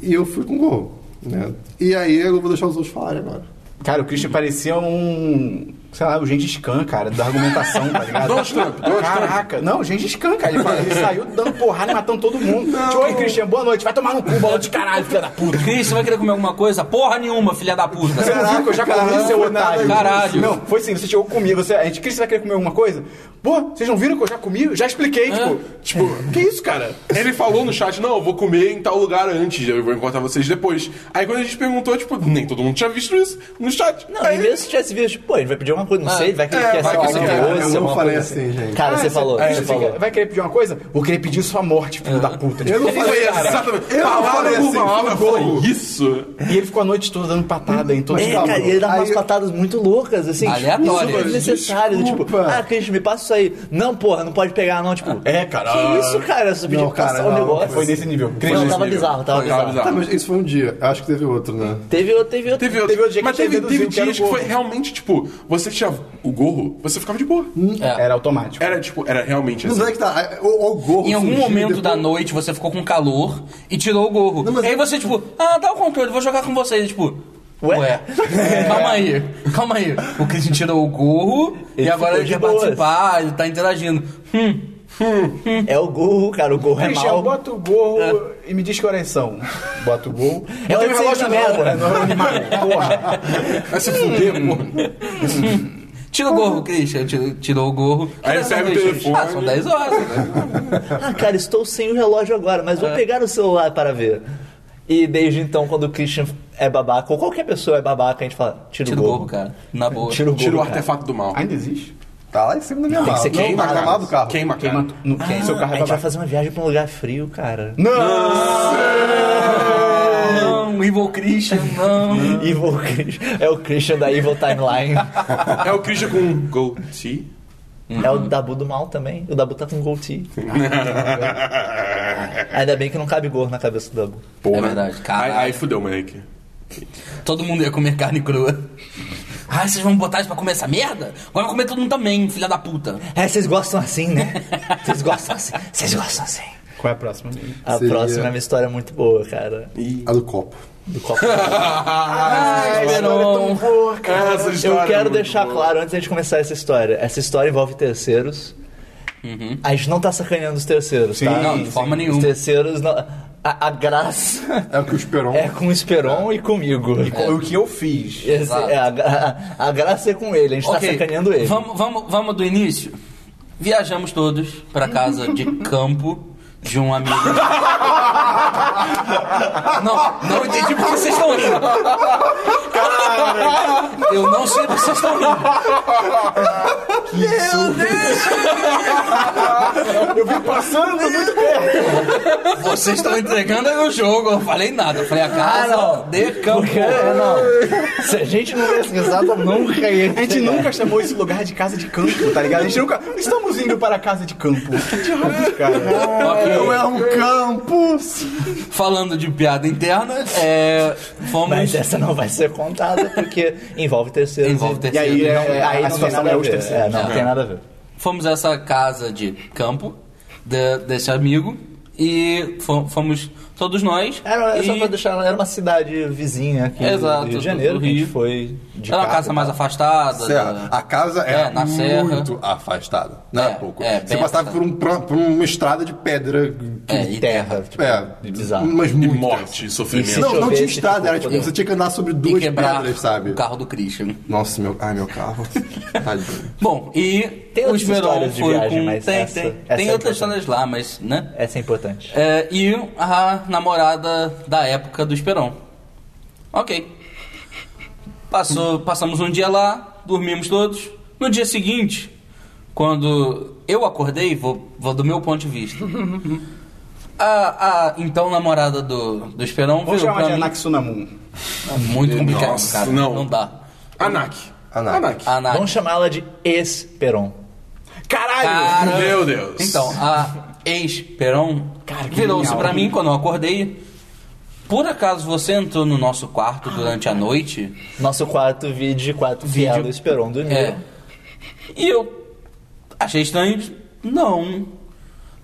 Speaker 5: e eu fui com o gol. Né? E aí eu vou deixar os outros falarem agora.
Speaker 1: Cara, o Christian parecia um. Sei lá, o Gengis Khan, cara, da argumentação, tá ligado?
Speaker 4: Donald Trump, Donald
Speaker 1: Caraca, não, o Gengis Khan, cara. Ele, fa- ele saiu dando porrada e matando todo mundo. Tchau, aí, Christian, boa noite. Vai tomar no cu, bola de caralho, filha da puta.
Speaker 3: Cris, você vai querer comer alguma coisa? Porra nenhuma, filha da puta.
Speaker 1: Você não viu que eu já comi, seu otário?
Speaker 3: Caralho.
Speaker 1: Não, foi assim, você chegou comigo. Você, a gente, Cris, você vai querer comer alguma coisa? Pô, vocês não viram que eu já comi? Eu já expliquei, tipo, tipo, que isso, cara?
Speaker 4: Ele falou no chat, não, eu vou comer em tal lugar antes, eu vou encontrar vocês depois. Aí quando a gente perguntou, tipo, nem todo mundo tinha visto isso no chat.
Speaker 2: Não,
Speaker 4: Aí-
Speaker 2: e mesmo se tivesse visto, pô, ele vai pedir alguma coisa, não sei, ele vai querer
Speaker 4: é,
Speaker 2: que
Speaker 4: vai
Speaker 2: essa
Speaker 4: que
Speaker 2: alguém
Speaker 4: você-
Speaker 2: doce,
Speaker 5: eu não
Speaker 2: alguma
Speaker 5: falei
Speaker 2: coisa
Speaker 5: assim, gente.
Speaker 2: Cara,
Speaker 1: Ah,
Speaker 2: você falou,
Speaker 1: Christian,
Speaker 2: você
Speaker 1: você
Speaker 2: falou.
Speaker 1: quer- vai querer pedir uma coisa? Vou querer pedir sua morte, filho da puta. Tipo,
Speaker 5: Eu não falei
Speaker 4: Foi
Speaker 5: cara.
Speaker 4: exatamente.
Speaker 5: Eu não
Speaker 4: palavra
Speaker 5: falei
Speaker 4: por
Speaker 5: assim,
Speaker 4: palavra, eu
Speaker 5: foi
Speaker 4: falei,
Speaker 5: gol.
Speaker 4: isso.
Speaker 1: E ele ficou a noite toda dando patada em todo
Speaker 2: É,
Speaker 5: calma.
Speaker 2: cara, e ele dava
Speaker 5: Aí
Speaker 2: umas
Speaker 5: eu-
Speaker 2: patadas muito loucas, assim.
Speaker 3: Aleatórias.
Speaker 2: Super desnecessárias. Tipo,
Speaker 5: Desculpa.
Speaker 2: ah, Christian, me passa isso aí. Não, porra, não pode pegar, não. Tipo,
Speaker 1: É, cara.
Speaker 2: que isso, cara? Subir
Speaker 5: Não,
Speaker 2: de passar
Speaker 5: cara,
Speaker 2: um
Speaker 5: não,
Speaker 2: negócio.
Speaker 1: Foi nesse nível. Cris,
Speaker 2: Não,
Speaker 1: nesse
Speaker 2: tava
Speaker 1: nível.
Speaker 2: bizarro, tava
Speaker 4: Foi, tava
Speaker 2: bizarro.
Speaker 5: Tá, mas isso foi um dia. Eu Acho que teve outro, né?
Speaker 2: Teve outro, teve outro.
Speaker 4: Teve outro.
Speaker 1: Teve outro dia que
Speaker 4: Mas
Speaker 1: tinha
Speaker 4: teve, teve
Speaker 1: reduzido, que era
Speaker 4: dias que foi
Speaker 1: gorro.
Speaker 4: realmente, tipo, você tinha o gorro, você ficava de boa.
Speaker 1: Era automático.
Speaker 4: Era, tipo, era realmente
Speaker 5: Não
Speaker 4: assim.
Speaker 5: sei que tá. O, o gorro.
Speaker 3: Em algum
Speaker 5: surgiu
Speaker 3: momento
Speaker 5: depois-
Speaker 3: da noite você ficou com calor e tirou o gorro.
Speaker 5: Não, mas-
Speaker 3: E aí você, tipo, ah, dá o controle, vou jogar com vocês. E, Tipo, ué.
Speaker 2: Ué?
Speaker 3: Calma aí, calma aí. O Christian tirou o gorro
Speaker 2: Ele
Speaker 3: e agora
Speaker 2: ficou
Speaker 3: ele
Speaker 2: de
Speaker 3: quer
Speaker 2: boas.
Speaker 3: participar, ele tá interagindo. Hum.
Speaker 2: É o gorro, cara, o gorro é
Speaker 1: Christian,
Speaker 2: mal.
Speaker 1: bota o gorro e me diz que horas são. Bota É. o gorro.
Speaker 2: É
Speaker 1: Bota
Speaker 2: hora
Speaker 1: meu
Speaker 2: de sair
Speaker 1: relógio
Speaker 2: da
Speaker 1: não,
Speaker 2: merda.
Speaker 1: é hora de animar. Porra.
Speaker 4: Vai se fuder, pô.
Speaker 3: Tira o
Speaker 2: Uhum.
Speaker 3: gorro, Christian. Tirou, tirou o gorro.
Speaker 4: Aí
Speaker 3: Cadê
Speaker 4: serve
Speaker 3: o
Speaker 4: o
Speaker 3: Christian?
Speaker 4: telefone.
Speaker 3: Ah, são 10 horas. né?
Speaker 2: Ah, cara, estou sem o relógio agora, mas
Speaker 3: É.
Speaker 2: vou pegar o celular para ver. E desde então, quando o Christian é babaca, ou qualquer pessoa é babaca, a gente fala, tira,
Speaker 3: Tira o gorro, cara. Na boa.
Speaker 2: Tira o gorro.
Speaker 4: Tira o
Speaker 2: cara.
Speaker 4: artefato do mal.
Speaker 1: Ainda existe?
Speaker 5: Tá lá em cima da minha mala.
Speaker 2: ser
Speaker 5: Não,
Speaker 2: queima,
Speaker 5: na mala do carro.
Speaker 4: Queima,
Speaker 1: Queima
Speaker 4: queima.
Speaker 1: tu- no
Speaker 2: Ah,
Speaker 1: seu carro
Speaker 2: a
Speaker 1: é
Speaker 2: gente vai
Speaker 1: babado.
Speaker 2: fazer uma viagem pra um lugar frio, cara.
Speaker 3: Não, Evil Christian, não.
Speaker 2: Evil Christian. É o Christian da Evil Timeline.
Speaker 4: É o Christian com goatee.
Speaker 2: é o Dabu do mal também. O Dabu tá com goatee. Ainda bem que não cabe gorro na cabeça do Dabu.
Speaker 3: É verdade,
Speaker 4: Aí,
Speaker 3: caralho.
Speaker 4: né? aí fudeu, moleque.
Speaker 3: Todo mundo ia comer carne crua. Ai, vocês vão botar isso pra comer essa merda? Agora vai comer todo mundo também, filha da puta.
Speaker 2: É, vocês gostam assim, né? Vocês gostam assim. Vocês gostam assim.
Speaker 1: Qual é a próxima?
Speaker 2: A
Speaker 5: Seria-
Speaker 2: próxima é uma história muito boa, cara.
Speaker 5: A do copo.
Speaker 2: Do copo.
Speaker 1: Ah,
Speaker 3: Esperon.
Speaker 4: Essa história
Speaker 2: Eu
Speaker 4: é
Speaker 2: quero
Speaker 4: muito
Speaker 2: deixar
Speaker 4: boa.
Speaker 2: claro antes de a gente começar essa história. Essa história envolve terceiros. A gente não tá sacaneando os terceiros,
Speaker 1: Sim,
Speaker 2: tá?
Speaker 3: Não, de forma
Speaker 2: Os
Speaker 3: nenhuma.
Speaker 2: terceiros. não- A, a graça
Speaker 5: É o que o Esperon.
Speaker 2: é com o Esperon e comigo.
Speaker 1: O que eu fiz?
Speaker 2: Esse-
Speaker 3: Exato.
Speaker 2: é, a, gra- a graça é com ele, a gente
Speaker 3: Ok,
Speaker 2: tá sacaneando ele.
Speaker 3: Vamos, vamos, vamos do início? Viajamos todos pra casa de campo de um amigo. não, não entendi por que vocês estão rindo. Eu não sei o que vocês estão rindo.
Speaker 1: Eu vim passando muito
Speaker 3: Vocês estão entregando o jogo. Eu não falei nada. Eu falei a casa de campo.
Speaker 2: Ah, Porque, é, não. Se a gente não pesquisar, tá tu nunca ia
Speaker 1: A gente nunca chamou esse lugar de casa de campo, tá ligado? A gente nunca. Estamos indo para a casa de campo. Que diabos, cara?
Speaker 3: Ok.
Speaker 2: Então
Speaker 5: é um campus!
Speaker 3: Falando de piada interna, é, fomos.
Speaker 2: Mas essa não vai ser contada porque envolve terceiros.
Speaker 3: Envolve
Speaker 2: E-
Speaker 1: E
Speaker 3: terceiros.
Speaker 1: aí, é, é,
Speaker 2: aí
Speaker 1: a
Speaker 2: não tem
Speaker 1: situação
Speaker 2: nada
Speaker 1: é
Speaker 2: a
Speaker 1: os
Speaker 2: ver.
Speaker 1: terceiros.
Speaker 2: É, não, tem nada a ver.
Speaker 3: Fomos a essa casa de campo de- desse amigo e fo- fomos todos nós.
Speaker 2: Era,
Speaker 3: e...
Speaker 2: Ah, é Só pra deixar, era uma cidade vizinha aqui
Speaker 3: Exato,
Speaker 2: do Rio de Janeiro,
Speaker 3: do
Speaker 2: que a gente
Speaker 3: Rio.
Speaker 2: foi de
Speaker 3: Era é uma
Speaker 2: carro
Speaker 3: casa
Speaker 2: e
Speaker 3: mais
Speaker 2: tal.
Speaker 3: afastada.
Speaker 5: Serra.
Speaker 3: da-
Speaker 5: A casa era
Speaker 3: É, na serra.
Speaker 5: muito afastada. Não
Speaker 3: É,
Speaker 5: era pouco.
Speaker 3: é,
Speaker 5: Você
Speaker 3: bem
Speaker 5: passava por, um, pra- por uma estrada de pedra.
Speaker 3: É,
Speaker 5: que-
Speaker 3: e
Speaker 2: terra,
Speaker 3: terra.
Speaker 2: tipo,
Speaker 5: é,
Speaker 2: bizarro.
Speaker 5: Mas
Speaker 4: E
Speaker 5: muito.
Speaker 4: morte e
Speaker 2: Isso.
Speaker 4: sofrimento.
Speaker 5: Não, não
Speaker 2: Deixa
Speaker 5: tinha
Speaker 2: eu ver se
Speaker 5: estrada,
Speaker 2: ficou
Speaker 5: era tipo,
Speaker 2: fodeu.
Speaker 5: você tinha que andar sobre
Speaker 3: E
Speaker 5: duas
Speaker 3: quebrar
Speaker 5: pedras, sabe?
Speaker 3: o carro do Christian.
Speaker 5: Nossa, meu. Ai, meu carro. Tadinho.
Speaker 3: Bom, e
Speaker 2: Tem
Speaker 3: o
Speaker 2: outras
Speaker 3: Esmerol
Speaker 2: histórias de
Speaker 3: foi
Speaker 2: viagem,
Speaker 3: com...
Speaker 2: mas
Speaker 3: tem,
Speaker 2: essa-
Speaker 3: tem.
Speaker 2: essa
Speaker 3: tem
Speaker 2: é
Speaker 3: outras
Speaker 2: importante.
Speaker 3: histórias lá, mas, né?
Speaker 2: Essa é importante.
Speaker 3: É, e a namorada da época do Esperão. Ok. Passou, passamos um dia lá, dormimos todos. No dia seguinte, quando eu acordei, vou, vou do meu ponto de vista. A, a então namorada do, do Esperão
Speaker 1: Vamos
Speaker 3: virou
Speaker 1: chamar de
Speaker 3: pra mim.
Speaker 1: Anaxunamun.
Speaker 3: Tá Muito complicado,
Speaker 4: Nossa,
Speaker 3: cara.
Speaker 4: não.
Speaker 3: Não dá. Ah,
Speaker 4: Anak.
Speaker 5: Anak.
Speaker 3: A Ana-
Speaker 2: Vamos chamá-la de Esperon.
Speaker 1: Caralho!
Speaker 3: Cara,
Speaker 4: Meu Deus.
Speaker 3: Então, a ex-Peron
Speaker 1: Cara, que
Speaker 3: virou-se
Speaker 1: genial.
Speaker 3: pra mim quando eu acordei. Por acaso você entrou no nosso quarto durante a noite?
Speaker 2: Nosso quarto vídeo, quarto fiel do Esperon do Nilo.
Speaker 3: É. E eu achei estranho. Não.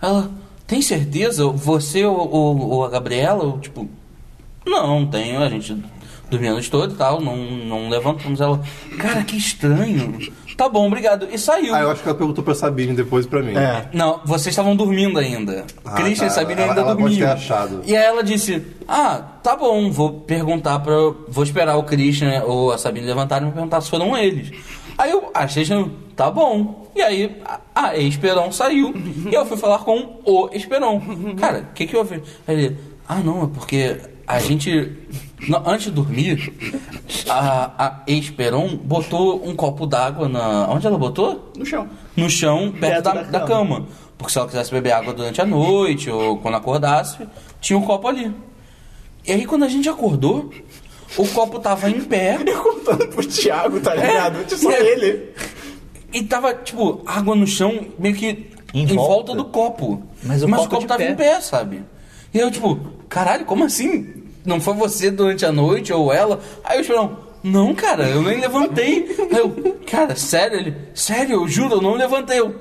Speaker 3: Ela, tem certeza? Você ou, ou, ou a Gabriela? Eu, tipo, não, tenho. A gente dormia a noite toda e tal, não, não levantamos. Ela, cara, que estranho. Tá bom, obrigado. E saiu.
Speaker 5: Ah, eu acho que ela perguntou pra Sabine depois e pra mim.
Speaker 1: É.
Speaker 3: Não, vocês estavam dormindo ainda.
Speaker 5: Ah,
Speaker 3: Christian e
Speaker 5: tá.
Speaker 3: Sabine
Speaker 5: Ela-
Speaker 3: ainda
Speaker 5: ela pode
Speaker 3: dormiam.
Speaker 5: ter achado.
Speaker 3: E aí ela disse: Ah, tá bom, vou perguntar pra. Vou esperar o Christian ou a Sabine levantarem e perguntar se foram eles. Aí eu achei estranho, tá bom. E aí a- a Esperão saiu e eu fui falar com o Esperão. Cara, o que que houve? Aí ele: Ah, não, é porque a gente. não, antes de dormir, a, a Esperon botou um copo d'água na. Onde ela botou?
Speaker 1: No chão.
Speaker 3: no chão perto, da,
Speaker 2: da
Speaker 3: da cama. Porque se ela quisesse beber água durante a noite ou quando acordasse, tinha um copo ali. E aí quando a gente acordou, o copo tava em pé
Speaker 1: Contando pro Thiago, tá ligado? Só
Speaker 3: É.
Speaker 1: ele.
Speaker 3: e tava, tipo, água no chão, meio que
Speaker 2: Em
Speaker 3: em,
Speaker 2: volta?
Speaker 3: volta. do copo.
Speaker 2: Mas o copo de
Speaker 3: tava
Speaker 2: pé.
Speaker 3: em pé, sabe? E eu, tipo, caralho, como assim? Não foi você durante a noite ou ela? Aí eu chorão, não, cara, eu nem levantei. Aí eu, cara, sério? Ele, sério, eu juro, eu não levantei. Eu,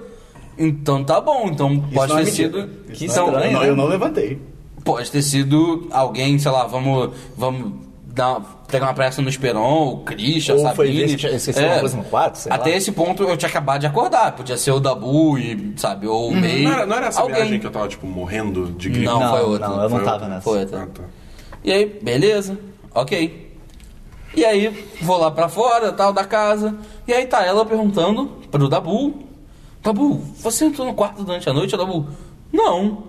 Speaker 3: então tá bom, então pode
Speaker 1: não é
Speaker 3: ter
Speaker 1: mentira.
Speaker 3: sido.
Speaker 2: Que
Speaker 3: então,
Speaker 1: Eu
Speaker 2: estranho,
Speaker 1: não,
Speaker 2: né?
Speaker 1: eu não levantei.
Speaker 3: Pode ter sido alguém, sei lá, vamos. vamos dar, pegar uma pressa no Esperon, o Christian,
Speaker 2: Ou
Speaker 3: a
Speaker 2: foi ver
Speaker 3: Sabine. É,
Speaker 2: se tinha- esqueceu uma coisa no quarto, sei lá.
Speaker 3: Até esse ponto eu tinha acabado de acordar. Podia ser o Dabu e, sabe, ou o May.
Speaker 4: Uhum. Não era, não era essa
Speaker 3: alguém.
Speaker 4: viagem que eu tava, tipo, morrendo de gripe?
Speaker 3: Não, foi outra.
Speaker 2: não, eu não
Speaker 4: Foi
Speaker 2: tava
Speaker 4: outra.
Speaker 2: nessa.
Speaker 3: Foi outra.
Speaker 4: Ah, tá.
Speaker 3: E aí, beleza, ok. E aí, vou lá pra fora, tal, da casa. E aí tá ela perguntando pro Dabu. Dabu, você entrou no quarto durante a noite, Dabu? Não.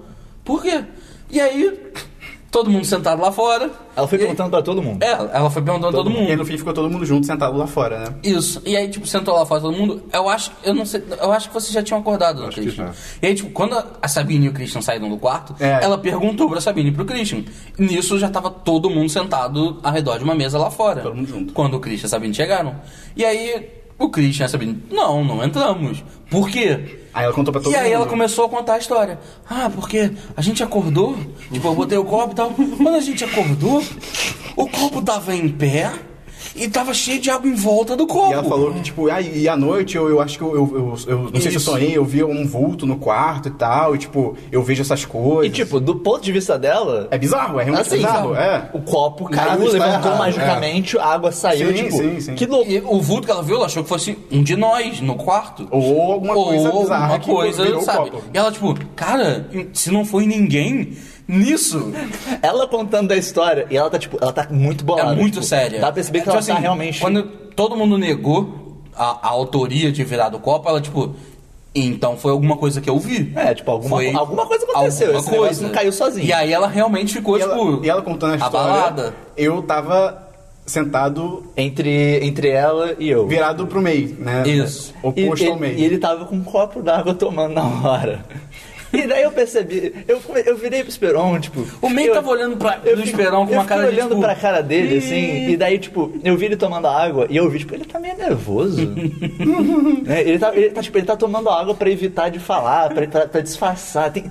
Speaker 3: Por quê? E aí, todo mundo sentado lá fora.
Speaker 2: Ela foi
Speaker 3: E aí-
Speaker 2: perguntando pra todo mundo.
Speaker 3: É, ela foi perguntando a todo mundo.
Speaker 1: E aí, no fim ficou todo mundo junto, sentado lá fora, né?
Speaker 3: Isso. E aí, tipo, sentou lá fora todo mundo. Eu acho, eu não sei, eu acho que vocês já tinham acordado, né,
Speaker 5: Acho que
Speaker 3: Christian?
Speaker 5: já.
Speaker 3: E aí, tipo, quando a Sabine e o Christian saíram do quarto,
Speaker 1: É.
Speaker 3: ela perguntou pra Sabine e pro Christian. Nisso já tava todo mundo sentado ao redor de uma mesa lá fora.
Speaker 1: Todo mundo junto.
Speaker 3: Quando o Christian e a Sabine chegaram. E aí, o Christian e a Sabine, não, não entramos. Por quê?
Speaker 1: Aí ela contou pra todo
Speaker 3: e aí
Speaker 1: mundo.
Speaker 3: ela começou a contar a história. Ah, porque a gente acordou, tipo, eu botei o copo e tal. Quando a gente acordou, o copo tava em pé e tava cheio de água em volta do copo.
Speaker 1: E ela falou que, tipo, ah, e à noite eu, eu acho que eu, eu, eu, eu não sei se eu
Speaker 3: Isso.
Speaker 1: sonhei, eu vi um vulto no quarto e tal, e tipo, eu vejo essas
Speaker 2: E
Speaker 1: coisas.
Speaker 2: tipo, do ponto de vista dela,
Speaker 1: é bizarro, é realmente
Speaker 2: Assim,
Speaker 1: bizarro, é.
Speaker 2: o copo
Speaker 5: Nada
Speaker 2: caiu,
Speaker 5: está
Speaker 2: levantou
Speaker 5: errado,
Speaker 2: magicamente, a água saiu,
Speaker 1: Sim,
Speaker 2: tipo,
Speaker 1: sim, sim.
Speaker 2: que louco.
Speaker 3: E o vulto que ela viu, ela achou que fosse um de nós no quarto.
Speaker 1: Ou alguma coisa bizarra
Speaker 3: alguma
Speaker 1: que virou
Speaker 3: coisa,
Speaker 1: o
Speaker 3: sabe?
Speaker 1: copo.
Speaker 3: E ela, tipo, cara, se não foi ninguém, nisso.
Speaker 2: Ela contando a história, e ela tá, tipo, ela tá muito bolada.
Speaker 3: é muito
Speaker 2: tipo,
Speaker 3: séria.
Speaker 2: Dá pra perceber que
Speaker 3: Tipo
Speaker 2: ela
Speaker 3: assim,
Speaker 2: tá realmente...
Speaker 3: Quando todo mundo negou a, a autoria de virar do copo, ela, tipo, então foi alguma coisa que eu vi.
Speaker 2: É, tipo, alguma,
Speaker 3: Foi
Speaker 2: alguma coisa aconteceu,
Speaker 3: alguma
Speaker 2: esse negócio não caiu sozinho.
Speaker 3: E aí ela realmente ficou,
Speaker 1: E ela,
Speaker 3: tipo,
Speaker 1: e ela contando a história,
Speaker 3: abalada.
Speaker 1: eu tava sentado
Speaker 2: Entre, entre ela e eu.
Speaker 1: virado pro meio, né?
Speaker 3: Isso.
Speaker 1: Oposto
Speaker 2: e,
Speaker 1: ao
Speaker 2: ele,
Speaker 1: meio.
Speaker 2: e ele tava com um copo d'água tomando na hora. E daí eu percebi, eu, come- eu virei pro Esperon, tipo.
Speaker 3: O May
Speaker 2: eu-
Speaker 3: tava olhando pra,
Speaker 2: eu
Speaker 3: no
Speaker 2: fico-
Speaker 3: Esperão com
Speaker 2: eu
Speaker 3: uma
Speaker 2: fiquei
Speaker 3: cara de.
Speaker 2: olhando
Speaker 3: tipo,
Speaker 2: pra cara dele, assim, e daí, tipo, eu vi ele tomando a água e eu vi, tipo, ele tá meio nervoso. Né, ele, tá, ele tá, tipo, ele tá tomando a água pra evitar de falar, pra, pra, pra disfarçar. Tem,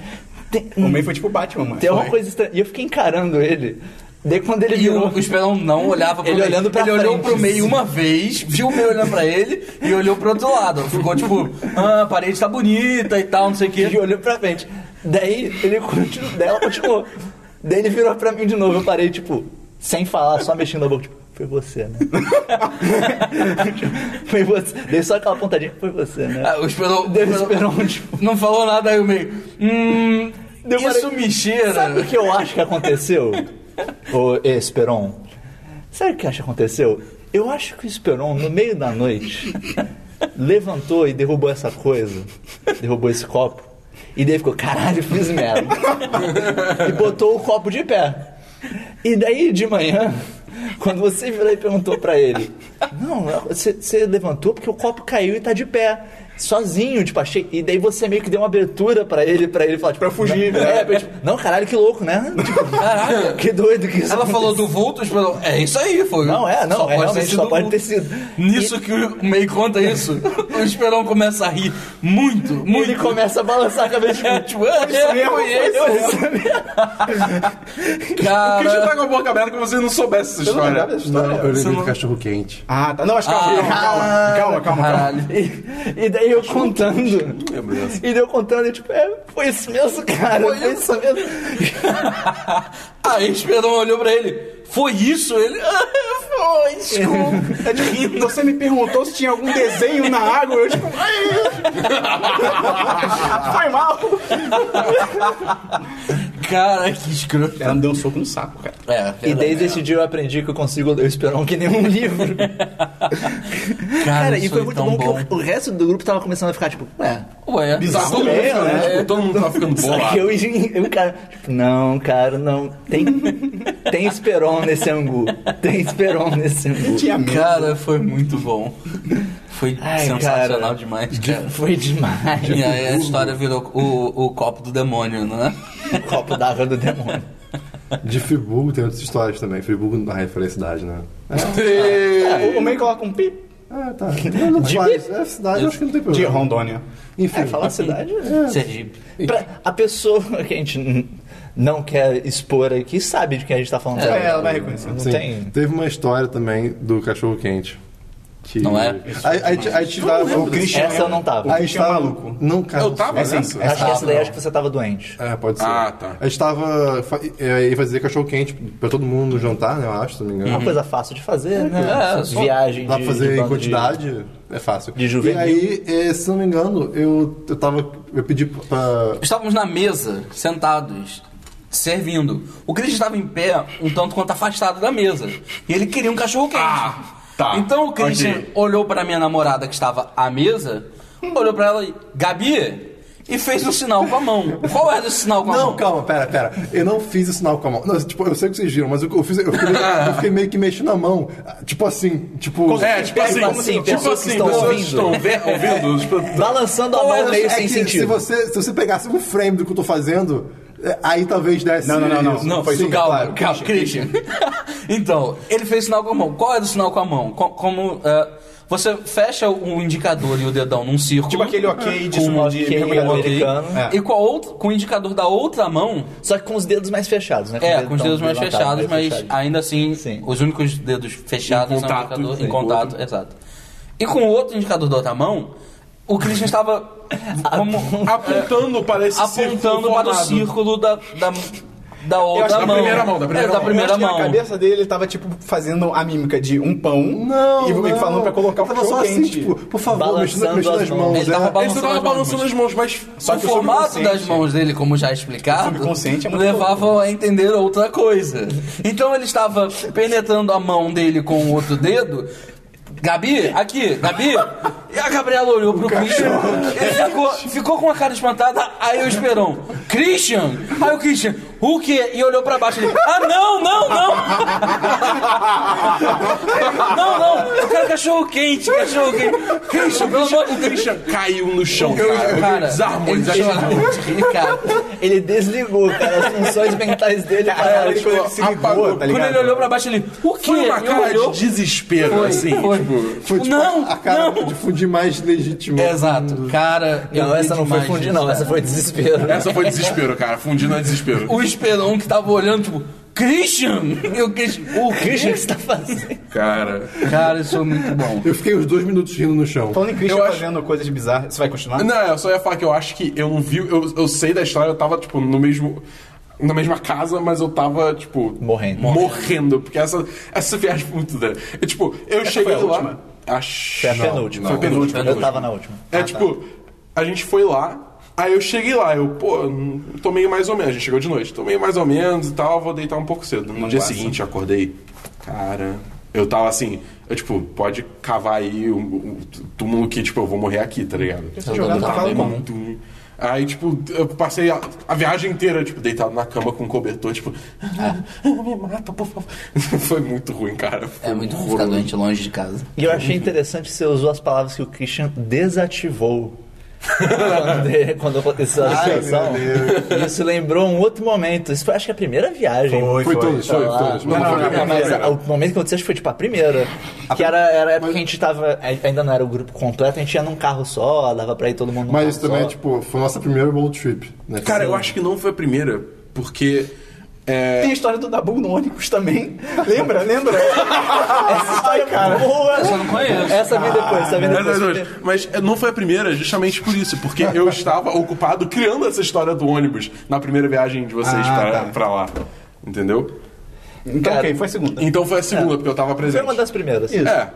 Speaker 2: tem,
Speaker 1: O meio foi tipo Batman, mano.
Speaker 2: tem alguma
Speaker 1: Foi.
Speaker 2: coisa estranha. E eu fiquei encarando ele. Daí quando ele
Speaker 3: E
Speaker 2: virou.
Speaker 3: o, o Esperão não olhava pro
Speaker 2: Ele
Speaker 3: meio.
Speaker 2: olhando pra
Speaker 3: Ele olhou
Speaker 2: frente,
Speaker 3: pro meio
Speaker 2: assim.
Speaker 3: uma vez, viu o meio olhando pra ele e olhou pro outro lado. Ficou tipo, ah, a parede tá bonita e tal, não sei o
Speaker 2: E
Speaker 3: quê.
Speaker 2: olhou pra frente. Daí ele continuou, daí ela continuou. Daí ele virou pra mim de novo, eu parei, tipo, sem falar, só mexendo a boca, tipo, foi você, né? foi você. Dei só aquela pontadinha, foi você, né?
Speaker 3: Ah, o Esperão,
Speaker 2: Daí o Esperon, tipo,
Speaker 3: não falou nada, aí o meio. Hum.
Speaker 2: Deu uma-
Speaker 3: isso me cheira.
Speaker 2: sabe o que eu acho que aconteceu? Ô, Esperon. Sabe o que eu acho que aconteceu? Eu acho que o Esperon, no meio da noite, levantou e derrubou essa coisa, derrubou esse copo, e daí ficou, caralho, fiz merda. e botou o copo de pé. E daí, de manhã, quando você virou e perguntou pra ele, não, é, você você levantou porque o copo caiu e tá de pé. Sozinho, tipo, achei. E daí você meio que deu uma abertura pra ele, pra ele falar, tipo, pra
Speaker 1: fugir,
Speaker 2: não,
Speaker 1: né?
Speaker 2: é, pra, tipo, não, caralho, que louco, né? Tipo,
Speaker 3: Caralho.
Speaker 2: que doido que isso
Speaker 3: Ela falou
Speaker 2: aconteceu."
Speaker 3: do vulto, o Esperão. É isso aí, foi.
Speaker 2: Não, é, não,
Speaker 3: Só
Speaker 2: é,
Speaker 3: pode ter
Speaker 2: realmente
Speaker 3: sido
Speaker 2: só pode
Speaker 3: vulto.
Speaker 2: ter sido.
Speaker 3: Nisso que o meio conta isso, o Esperão começa a rir muito,
Speaker 2: E
Speaker 3: muito.
Speaker 2: ele começa a balançar a cabeça.
Speaker 3: É,
Speaker 2: tipo,
Speaker 3: tipo, ah,
Speaker 1: mesmo,
Speaker 3: eu eu
Speaker 4: O Christian
Speaker 3: Cara,
Speaker 4: tá com a boca aberta como se ele não soubesse essa
Speaker 5: Eu não lembrava
Speaker 4: história.
Speaker 5: dessa história.
Speaker 4: eu lembrei do
Speaker 5: cachorro quente.
Speaker 1: Ah, tá. Não, mas calma,
Speaker 3: Ah.
Speaker 1: calma, calma, calma, calma.
Speaker 3: caralho.
Speaker 2: E, e daí eu contando. E daí eu contando, e tipo, é, foi isso mesmo, cara. Foi, isso mesmo.
Speaker 3: Aí o Esperão olhou pra ele. Foi isso? Ele. Ah, foi, desculpa.
Speaker 1: É tipo, você me perguntou se tinha algum desenho na água, eu tipo. "Ai". Foi mal!
Speaker 3: Cara, que escroto.
Speaker 1: Ela me deu um soco no saco, cara.
Speaker 3: É,
Speaker 2: E desde
Speaker 3: é.
Speaker 2: esse dia eu aprendi que eu consigo ler o Esperon que nem um livro.
Speaker 3: Cara,
Speaker 2: cara, e
Speaker 3: isso
Speaker 2: foi
Speaker 3: é
Speaker 2: muito
Speaker 3: tão
Speaker 2: bom, que o, o resto do grupo tava começando a ficar, tipo, ué.
Speaker 3: Ué, é,
Speaker 1: Bizarro
Speaker 4: Todo mundo,
Speaker 1: mesmo,
Speaker 4: cara,
Speaker 1: né?
Speaker 4: tipo, todo mundo tá ficando
Speaker 2: Só que
Speaker 4: bolado.
Speaker 2: eu, eu cara, tipo, não, cara, não. Tem, tem Esperon nesse angu. Tem Esperon nesse angu.
Speaker 1: Tinha medo.
Speaker 3: Cara, foi muito bom. Foi
Speaker 2: Ai,
Speaker 3: sensacional
Speaker 2: cara.
Speaker 3: demais,
Speaker 2: De-
Speaker 3: cara.
Speaker 2: Foi demais.
Speaker 3: E aí a história virou o, o copo do demônio, né?
Speaker 2: o copo d'água do demônio.
Speaker 5: De Friburgo tem outras histórias também. Friburgo na referência à cidade, né?
Speaker 1: O, o meio coloca um pi
Speaker 5: Ah, tá. Não, não faz. É cidade, eu acho que não tem
Speaker 1: de
Speaker 5: problema.
Speaker 1: Rondônia.
Speaker 5: Enfim.
Speaker 2: É, falar cidade.
Speaker 3: Sergipe.
Speaker 2: Pra- a pessoa que a gente n- não quer expor aqui sabe de quem a gente tá falando.
Speaker 1: É,
Speaker 2: dela.
Speaker 1: ela vai reconhecendo.
Speaker 2: Não
Speaker 5: Sim.
Speaker 2: tem.
Speaker 5: Teve uma história também do cachorro quente. Que...
Speaker 3: Não é?
Speaker 5: Aí, aí, te- aí te dá.
Speaker 1: O Christian
Speaker 2: Essa eu
Speaker 1: é-
Speaker 2: não tava.
Speaker 1: O
Speaker 5: Aí
Speaker 1: Christian é
Speaker 5: estava
Speaker 1: maluco.
Speaker 5: Não, cara.
Speaker 4: Eu tava
Speaker 5: é assim.
Speaker 4: nessa?
Speaker 2: Acho que essa daí
Speaker 3: não.
Speaker 2: acho que você tava doente.
Speaker 5: É, pode ser.
Speaker 4: Ah, tá.
Speaker 5: A gente tava. fa- é, Ia fazer cachorro quente pra todo mundo no jantar, né? Eu acho, se não me
Speaker 2: É
Speaker 5: engano.
Speaker 2: Uma coisa fácil de fazer, né?
Speaker 3: É, só-
Speaker 2: Viagem
Speaker 5: Dá
Speaker 2: de,
Speaker 5: pra fazer
Speaker 2: de
Speaker 5: em
Speaker 2: bando de-
Speaker 5: quantidade, é fácil.
Speaker 2: de juvenil.
Speaker 5: E aí, eh, se não me engano, eu, eu tava. Eu pedi pra.
Speaker 3: Estávamos na mesa, sentados, servindo. O Chris estava em pé, um tanto quanto afastado da mesa. E ele queria um cachorro quente.
Speaker 4: Ah, tá.
Speaker 3: Então o Christian
Speaker 4: Ok.
Speaker 3: olhou para minha namorada que estava à mesa, olhou para ela e, Gabi, e fez um sinal com a mão. Qual era esse sinal com a
Speaker 5: Não,
Speaker 3: mão?
Speaker 5: calma, pera, pera. Eu não fiz o sinal com a mão. Não, tipo, eu sei que vocês viram, mas eu, eu fiz, eu, fiquei, meio- eu fiquei meio que mexendo a mão. Tipo assim, tipo.
Speaker 4: É, tipo assim,
Speaker 2: Tipo assim,
Speaker 4: tipo
Speaker 2: pessoas que
Speaker 4: assim,
Speaker 2: estão
Speaker 4: pessoas que
Speaker 2: ouvindo.
Speaker 4: estão ve- ouvindo. tipo,
Speaker 2: Balançando a mão meio
Speaker 5: é
Speaker 2: sem
Speaker 5: que Se
Speaker 2: sentido.
Speaker 5: você, se você pegasse um frame do que eu tô fazendo, é, aí talvez desse.
Speaker 1: Não, não, não, não.
Speaker 5: isso.
Speaker 3: Não,
Speaker 1: Foi
Speaker 3: foi
Speaker 1: sim,
Speaker 3: calma,
Speaker 1: claro.
Speaker 3: calma, Christian. então, ele fez sinal com a mão. Qual era o sinal com a mão? Co- como. é, você fecha o indicador e o dedão num círculo. um
Speaker 1: Tipo aquele ok de,
Speaker 2: Com
Speaker 1: de
Speaker 2: ok,
Speaker 1: mergulhador.
Speaker 2: ok. americano.
Speaker 1: É.
Speaker 3: E com, a outra- com o indicador da outra mão,
Speaker 2: Só que com os dedos mais fechados, né?
Speaker 3: é, com os dedos mais
Speaker 2: levantados,
Speaker 3: fechados, mas
Speaker 2: mais fechadinhos.
Speaker 3: ainda assim,
Speaker 2: Sim.
Speaker 3: os únicos dedos fechados
Speaker 4: Em
Speaker 3: são o
Speaker 4: contato,
Speaker 3: indicador-
Speaker 4: sim.
Speaker 3: em contato,
Speaker 4: Outro.
Speaker 3: exato. E com o outro indicador da outra mão, o Christian estava como
Speaker 4: Apontando para esse
Speaker 3: apontando
Speaker 4: círculo
Speaker 3: para o
Speaker 4: formado.
Speaker 3: círculo da, da, da
Speaker 1: acho
Speaker 3: outra
Speaker 1: que da
Speaker 3: mão.
Speaker 4: primeira mão, da primeira
Speaker 3: É,
Speaker 4: mão.
Speaker 1: Eu acho que
Speaker 3: mão.
Speaker 1: na cabeça dele ele tava tipo fazendo a mímica de um pão
Speaker 5: Não,
Speaker 1: e
Speaker 5: não.
Speaker 1: falando pra colocar um o
Speaker 5: eu tava só
Speaker 1: cachorro
Speaker 5: assim,
Speaker 1: quente.
Speaker 5: tipo, por favor,
Speaker 2: Balançando
Speaker 5: mexendo, mexendo
Speaker 2: as
Speaker 5: as
Speaker 2: mãos.
Speaker 5: mãos.
Speaker 3: Ele tava
Speaker 4: Ele
Speaker 5: é.
Speaker 4: só tava
Speaker 3: Balançando
Speaker 4: balançando
Speaker 3: as
Speaker 4: as mãos, mas
Speaker 3: Só que o formato das mãos dele, como já explicado,
Speaker 1: O subconsciente é muito
Speaker 3: levava a entender outra coisa. Então ele estava penetrando a mão dele com o outro dedo. Gabi, aqui, Gabi. E a Gabriela olhou pro Christian. Ele ficou, ficou com a cara espantada. Aí o Esperão, Christian? Aí o Christian, o quê? E olhou pra baixo. Ele, ah, não, não, não. Não, não, eu quero cachorro quente, cachorro quente. é Christian, pelo amor de Deus.
Speaker 4: Christian caiu no chão,
Speaker 3: Eu-
Speaker 4: cara.
Speaker 3: cara,
Speaker 4: desarmou,
Speaker 3: ele
Speaker 4: desarmou.
Speaker 3: chorou. Cara,
Speaker 2: Ele desligou, cara, as funções mentais dele
Speaker 1: Cara,
Speaker 2: pararam.
Speaker 1: É, ele,
Speaker 2: Tipo,
Speaker 1: quando ele se ligou,
Speaker 4: apagou.
Speaker 1: tá
Speaker 3: quando
Speaker 1: ligado?
Speaker 3: ele olhou pra baixo, ele. O quê?
Speaker 4: Foi uma
Speaker 3: E
Speaker 4: cara
Speaker 3: olhou,
Speaker 4: de desespero, assim.
Speaker 3: foi.
Speaker 4: Tipo,
Speaker 5: Foi tipo
Speaker 3: Não,
Speaker 5: a cara
Speaker 3: não.
Speaker 5: de fundir mais legítima.
Speaker 3: é
Speaker 5: Hum.
Speaker 3: Exato, cara. eu
Speaker 2: não,
Speaker 3: ri
Speaker 2: essa não foi
Speaker 3: demais
Speaker 2: fundir,
Speaker 3: disso,
Speaker 2: não,
Speaker 3: cara.
Speaker 2: essa foi desespero.
Speaker 4: essa foi desespero, cara. Fundindo é desespero.
Speaker 3: O Esperon que tava olhando, tipo, Christian! E o Christian. O
Speaker 2: Christian, o
Speaker 3: Christian?
Speaker 2: que você tá fazendo?
Speaker 4: Cara.
Speaker 3: Cara, isso foi muito bom.
Speaker 5: Eu fiquei uns dois minutos rindo no chão.
Speaker 1: Falando em Christian
Speaker 4: Eu acho-
Speaker 1: fazendo coisas bizarras, você vai continuar?
Speaker 4: Não, eu só ia falar que eu acho que eu não vi. Eu, eu sei da história, eu tava, tipo, no mesmo. Na mesma casa, mas eu tava, tipo.
Speaker 2: Morrendo.
Speaker 4: Morrendo. Porque essa, essa viagem foi muito dura. É tipo, eu cheguei
Speaker 1: foi a
Speaker 4: lá.
Speaker 1: última?
Speaker 4: Acho.
Speaker 2: Foi a penúltima.
Speaker 4: Foi a penúltima.
Speaker 2: Eu tava na última.
Speaker 4: É tipo, a gente foi lá. Aí eu cheguei lá, eu, pô, hum, tô meio mais ou menos. A gente chegou de noite, tô meio mais ou menos e tal, vou deitar um pouco cedo. No dia seguinte, eu acordei. Cara, eu tava assim, eu tipo, pode cavar aí o, o túmulo que, tipo, eu vou morrer aqui, tá ligado?
Speaker 1: jogando
Speaker 4: Tava
Speaker 1: cavalo comum.
Speaker 4: muito- Aí, tipo, eu passei a, a viagem inteira, tipo, deitado na cama com um cobertor, tipo, "Ah, me mata, por favor. Foi muito ruim, cara. Foi
Speaker 3: É muito ruim ficar
Speaker 4: horroroso.
Speaker 3: doente longe de casa.
Speaker 2: E eu achei interessante que você usou as palavras que o Christian desativou. quando ele- quando aconteceu a
Speaker 5: Ai,
Speaker 2: situação.
Speaker 5: meu
Speaker 2: Isso lembrou um outro momento. Isso foi, acho que a primeira viagem.
Speaker 5: Foi todos,
Speaker 2: Sei
Speaker 5: foi
Speaker 2: Tá lá. Ah,
Speaker 5: todos.
Speaker 2: Não,
Speaker 5: Mas
Speaker 2: não,
Speaker 5: foi a
Speaker 2: não,
Speaker 5: primeira.
Speaker 2: mas a- o momento que aconteceu acho que foi tipo a primeira. Que era, era a época que a gente tava. Ainda não era o grupo completo, a gente ia num carro só, dava pra ir todo mundo num
Speaker 5: Mas
Speaker 2: carro
Speaker 5: isso também,
Speaker 2: só.
Speaker 5: tipo, foi a nossa primeira road trip. Né?
Speaker 4: Cara, eu acho que não foi a primeira, porque. é,
Speaker 1: Tem a história do Dabu no ônibus também. Lembra, lembra? Essa história, cara.
Speaker 2: Boa!
Speaker 3: Eu não conheço.
Speaker 2: Essa vem depois, essa vem
Speaker 4: Mas, mas,
Speaker 2: depois.
Speaker 4: mas, mas não foi a primeira, justamente por isso, porque eu estava ocupado criando essa história do ônibus na primeira viagem de vocês
Speaker 1: Ah,
Speaker 4: pra,
Speaker 1: tá.
Speaker 4: pra lá. Entendeu?
Speaker 1: Então,
Speaker 2: Cara.
Speaker 1: ok, foi a segunda.
Speaker 4: Então foi a segunda, porque eu tava
Speaker 2: Foi
Speaker 4: presente.
Speaker 2: uma das primeiras.
Speaker 4: É.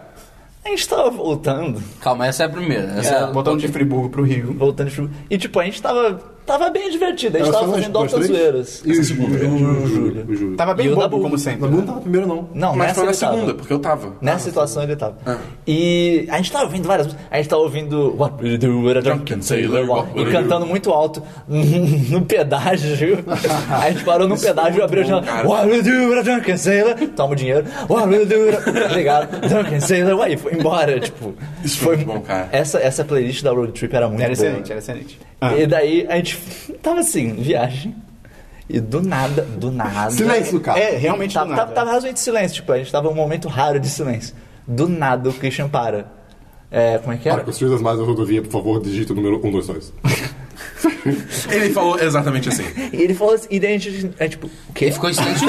Speaker 2: A gente tava voltando.
Speaker 3: Calma, essa é a primeira. Essa é,
Speaker 1: É, Voltando de Friburgo pro Rio.
Speaker 2: Voltando de Friburgo. E tipo, a gente tava. Tava bem divertido, a gente
Speaker 5: Era
Speaker 2: tava
Speaker 5: só nós
Speaker 2: fazendo
Speaker 5: dois,
Speaker 2: altas
Speaker 5: três?
Speaker 2: zoeiras.
Speaker 5: E o Júlio. O Júlio. O Júlio.
Speaker 1: Tava bem
Speaker 2: E o
Speaker 1: bobo,
Speaker 2: Dabu.
Speaker 1: como sempre.
Speaker 5: Mas não tava primeiro, não.
Speaker 2: Não, é
Speaker 4: Mas
Speaker 2: nessa
Speaker 4: foi na
Speaker 2: ele tava.
Speaker 4: segunda, porque eu tava.
Speaker 2: Nessa situação ele tava.
Speaker 4: Ah.
Speaker 2: E a gente tava ouvindo várias músicas. A gente tava ouvindo What Will You Do With a Drunken Sailor
Speaker 4: What Will
Speaker 2: e
Speaker 4: You
Speaker 2: cantando muito alto no pedágio. a gente parou no pedágio e abriu a janela.
Speaker 4: cara.
Speaker 2: What Will You Do With a Drunken Sailor? Toma o dinheiro. What Will You Do With a... Tá ligado? Drunken Sailor. Ué, e foi embora. Tipo,
Speaker 4: Isso foi muito bom, cara.
Speaker 2: Essa, essa playlist da Road Trip era muito
Speaker 1: Era
Speaker 2: boa.
Speaker 1: excelente, era excelente. Ah.
Speaker 2: E daí a gente tava assim, viagem. E do nada, do nada.
Speaker 5: Silêncio no carro.
Speaker 1: É, realmente
Speaker 2: Tava,
Speaker 1: do nada.
Speaker 2: tava, Tá, tava razoavelmente silêncio, tipo, a gente tava num momento raro de silêncio. Do nada o Christian para. É, como é que
Speaker 5: Para
Speaker 2: era?
Speaker 5: construir as mais da rodovia, por favor, digita o número 1, 2, 2.
Speaker 4: Ele falou exatamente assim.
Speaker 2: E ele falou assim, e daí a gente, é tipo, o quê?
Speaker 3: Ele ficou em silêncio.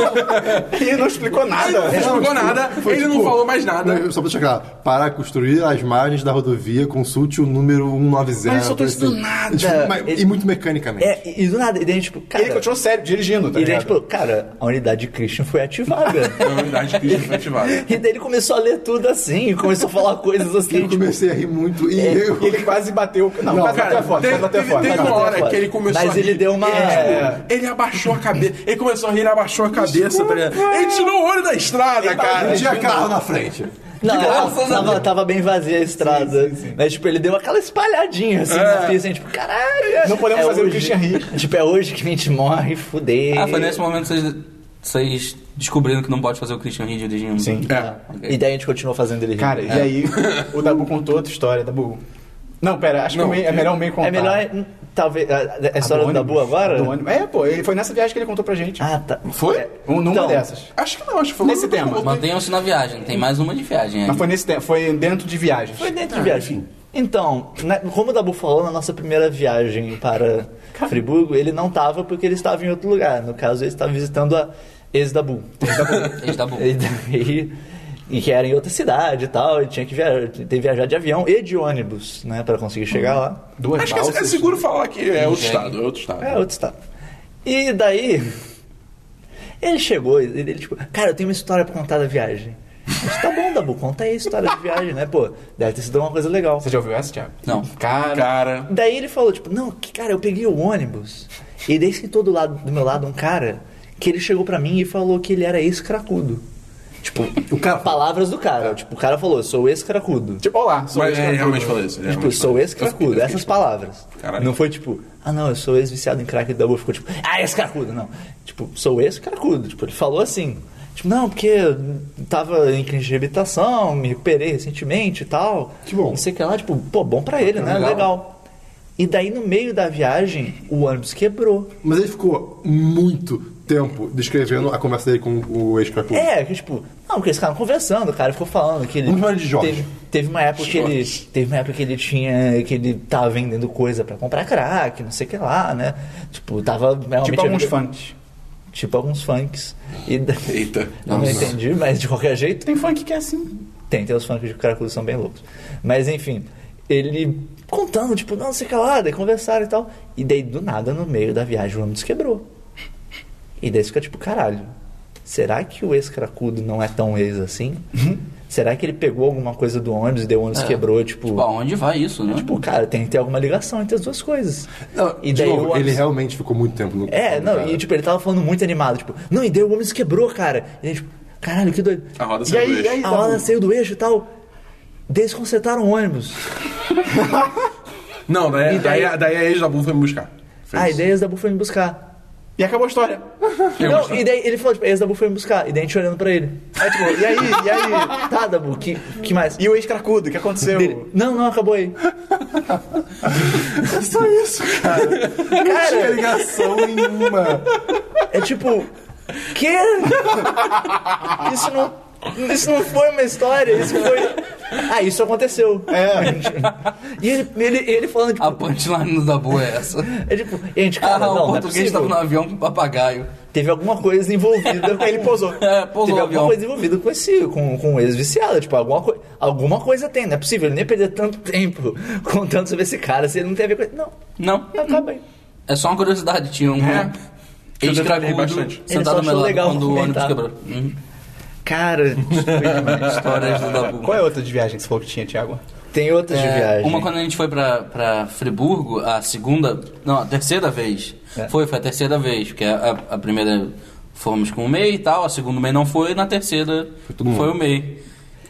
Speaker 1: E não explicou
Speaker 4: Ele
Speaker 1: nada.
Speaker 4: não falou nada, ele não falou mais nada.
Speaker 5: tipo, Só pra deixar claro, para construir as margens da rodovia, consulte o número 190.
Speaker 1: Mas eu tô
Speaker 5: Assim.
Speaker 1: ensinado.
Speaker 5: Tipo, mas-
Speaker 2: Ele-
Speaker 5: E muito mecanicamente.
Speaker 2: É, e, e do nada, e daí a gente, tipo, cara.
Speaker 1: Ele continuou sério, dirigindo, tá
Speaker 2: e daí a
Speaker 1: ligado?
Speaker 2: gente falou, cara, a unidade de Christian foi ativada.
Speaker 4: Na verdade, Cristo foi ativado.
Speaker 2: e daí ele começou a ler tudo assim, e começou a falar coisas assim,
Speaker 5: Eu
Speaker 2: tipo,
Speaker 5: comecei a rir muito e eu...
Speaker 1: E ele quase bateu. Não,
Speaker 5: Não,
Speaker 1: quase bateu a
Speaker 4: Cara,
Speaker 1: foto,
Speaker 4: teve,
Speaker 1: quase bateu a
Speaker 4: teve-
Speaker 1: foto. Quase
Speaker 4: teve uma
Speaker 1: bateu a
Speaker 4: hora
Speaker 2: foto.
Speaker 4: que ele começou
Speaker 2: Mas
Speaker 4: a rir.
Speaker 2: ele deu uma-
Speaker 4: e ele, tipo, ele abaixou a cabeça. Ele começou a rir, ele abaixou a cabeça. tá ligado? Ele tirou o olho da estrada, cara.
Speaker 5: Não tá tinha carro na frente.
Speaker 2: Não, ela
Speaker 3: graças a
Speaker 2: tava, tava bem vazia a estrada. Né? Tipo, ele deu aquela espalhadinha assim na pista, gente, tipo, caralho.
Speaker 1: É.
Speaker 2: é
Speaker 1: Não podemos fazer o Christian rir.
Speaker 2: Tipo, é hoje que a gente morre, fudeu.
Speaker 3: Ah, foi nesse momento que vocês, vocês descobriram que não pode fazer o Christian Reed dirigindo.
Speaker 1: Sim.
Speaker 4: É.
Speaker 2: E daí a gente continuou fazendo ele rir. É.
Speaker 1: Cara, e aí o Dabu contou outra história, Dabu. Não, pera, acho
Speaker 4: Não.
Speaker 1: que o meio- é melhor o meio contar.
Speaker 2: é melhor, hum, talvez, a, a história do Dabu
Speaker 1: ônibus,
Speaker 2: agora?
Speaker 1: do ônibus. É, pô, ele foi nessa viagem que ele contou pra gente.
Speaker 2: Ah, tá.
Speaker 4: Foi?
Speaker 1: Um- numa
Speaker 2: Então,
Speaker 1: dessas.
Speaker 4: Acho que não, acho que foi
Speaker 1: Nesse
Speaker 4: outra-
Speaker 1: tema.
Speaker 4: outra-
Speaker 3: Mantenham-se na viagem, tem mais uma de viagem. aí.
Speaker 1: Mas foi nesse tempo, foi dentro de viagens.
Speaker 2: Foi dentro de viagem. Então, na- como o Dabu falou, na nossa primeira viagem para Friburgo, ele não tava porque ele estava em outro lugar. No caso, ele estava visitando a ex-Dabu.
Speaker 3: Eles da boa.
Speaker 2: E daí- e que era em outra cidade e tal, e tinha que viajar, ter que viajar de avião e de ônibus, né, Pra conseguir chegar lá.
Speaker 1: Duas
Speaker 4: Acho que é- é,
Speaker 1: balsas.
Speaker 4: seguro falar que é outro estado, é outro estado.
Speaker 2: É outro estado. E daí ele chegou, ele, ele tipo, cara, eu tenho uma história pra contar da viagem. Eu disse, tá bom, Dabu, conta aí a história da viagem, né? Pô, deve ter sido uma coisa legal.
Speaker 1: Você já ouviu essa, Thiago?
Speaker 3: Não.
Speaker 1: Cara,
Speaker 4: Cara,
Speaker 2: Daí ele falou, tipo, não, que, cara, eu peguei o ônibus. E daí sentou do, lado, do meu lado um cara que ele chegou pra mim e falou que ele era ex-cracudo. Tipo,
Speaker 5: O cara-
Speaker 2: palavras do cara. Tipo, o cara falou, eu sou ex-cracudo.
Speaker 1: tipo, olá, sou
Speaker 4: mas
Speaker 1: eu,
Speaker 4: é,
Speaker 1: Dabu.
Speaker 4: realmente falei isso.
Speaker 2: Tipo, eu
Speaker 4: realmente
Speaker 2: sou
Speaker 4: falei. Eu
Speaker 2: ex-cracudo,
Speaker 4: fiquei- eu
Speaker 2: essas palavras.
Speaker 4: Caralho.
Speaker 2: Não foi tipo, ah não, eu sou ex-viciado em crack e da boa ficou tipo, ah, ex-cracudo, não. Tipo, sou ex-cracudo. Tipo, ele falou assim. Tipo, não, porque eu tava em clínica de reabilitação, me recuperei recentemente e tal.
Speaker 5: Que bom.
Speaker 2: Não sei o que lá, tipo, pô, bom pra ele, né?
Speaker 1: legal.
Speaker 2: Legal. E daí, no meio da viagem, o ônibus quebrou.
Speaker 5: Mas ele ficou muito tempo descrevendo a conversa dele com o ex-cracudo.
Speaker 2: É, que tipo, não, porque eles ficaram conversando, o cara ficou falando que ele.
Speaker 5: Vamos chamar ele de Jorge.
Speaker 2: Teve, teve uma época que ele. Teve uma época que ele tinha. que ele tava vendendo coisa pra comprar crack, não sei o que lá, né? Tipo, tava realmente.
Speaker 1: Tipo alguns funks.
Speaker 2: Tipo alguns funks. E da-
Speaker 4: Eita.
Speaker 2: eu não entendi, mas de qualquer jeito.
Speaker 1: Tem funk que é assim.
Speaker 2: Tem, tem os funk de cracudo são bem loucos. Mas enfim, ele contando, tipo, não, não sei o que lá, daí conversaram e tal. E daí, do nada, no meio da viagem, o ônibus quebrou. E daí fica tipo, caralho, será que o ex-cracudo não é tão ex assim? será que ele pegou alguma coisa do ônibus e deu ônibus
Speaker 3: É.
Speaker 2: quebrou, tipo.
Speaker 3: Tipo, aonde vai isso, né?
Speaker 2: Tipo, cara, tem que ter alguma ligação entre as duas coisas.
Speaker 5: Não,
Speaker 2: e
Speaker 5: de
Speaker 2: daí
Speaker 5: novo,
Speaker 2: o
Speaker 5: ele
Speaker 2: ônibus-
Speaker 5: realmente ficou muito tempo no
Speaker 2: É,
Speaker 5: no
Speaker 2: não,
Speaker 5: cara.
Speaker 2: e tipo, ele tava falando muito animado, tipo, não, e daí o ônibus quebrou, cara. E aí, tipo, caralho, que doido.
Speaker 4: A roda saiu do eixo.
Speaker 2: A roda saiu do eixo e tal. Desconcertaram o ônibus.
Speaker 4: Não, daí,
Speaker 2: E daí-
Speaker 4: daí, daí a ex da Bull foi me buscar. Fez.
Speaker 2: Ah, e daí a Exdabu foi me buscar.
Speaker 1: E acabou a história.
Speaker 5: é
Speaker 2: Não, e daí ele falou, tipo, a Exdabu foi me buscar. E daí a gente olhando pra ele.
Speaker 1: É, tipo, e aí, e aí?
Speaker 2: Tá, Dabu, que, que mais?
Speaker 1: E o ex-cracudo, o que aconteceu?
Speaker 2: Ele, não, não, acabou aí.
Speaker 5: É só isso, cara. Não tinha ligação nenhuma.
Speaker 2: É tipo, que? Isso não... Isso não foi uma história, isso foi. Ah, isso aconteceu. É. E ele, ele, ele falando tipo, que.
Speaker 3: A punchline da boa é essa.
Speaker 2: É tipo, gente,
Speaker 3: Ah,
Speaker 2: cara, não,
Speaker 3: o
Speaker 2: não é
Speaker 3: português
Speaker 2: possível.
Speaker 3: tava no avião com um papagaio.
Speaker 2: Teve alguma coisa envolvida. com-
Speaker 1: Ele pousou.
Speaker 3: É, pousou
Speaker 2: Teve
Speaker 3: o
Speaker 2: alguma
Speaker 3: avião.
Speaker 2: coisa envolvida com esse, com, com o ex-viciado. Tipo, alguma, coi- alguma coisa tem, não é possível. Ele nem perder tanto tempo contando sobre esse cara se ele não tem a ver com. Não,
Speaker 3: Não,
Speaker 2: acaba aí.
Speaker 3: é só uma curiosidade. Tinha um
Speaker 4: detalhei
Speaker 3: ex-cracudo
Speaker 4: bastante.
Speaker 2: Ele só
Speaker 3: sentado ao meu
Speaker 2: achou
Speaker 3: lado
Speaker 2: legal
Speaker 3: quando o ônibus
Speaker 2: comentar.
Speaker 3: quebrou. Hum,
Speaker 2: Cara,
Speaker 3: histórias do Dabu.
Speaker 1: Qual é a outra de viagem que você falou que tinha, Thiago?
Speaker 2: tem outras tipo de
Speaker 3: É,
Speaker 2: viagem.
Speaker 3: Uma quando a gente foi pra, pra Friburgo, a segunda. Não, a terceira vez. Foi, foi a terceira vez, porque a, a- a primeira fomos com o MEI e tal, a segunda o MEI não foi, na terceira
Speaker 5: todo mundo.
Speaker 3: foi o MEI.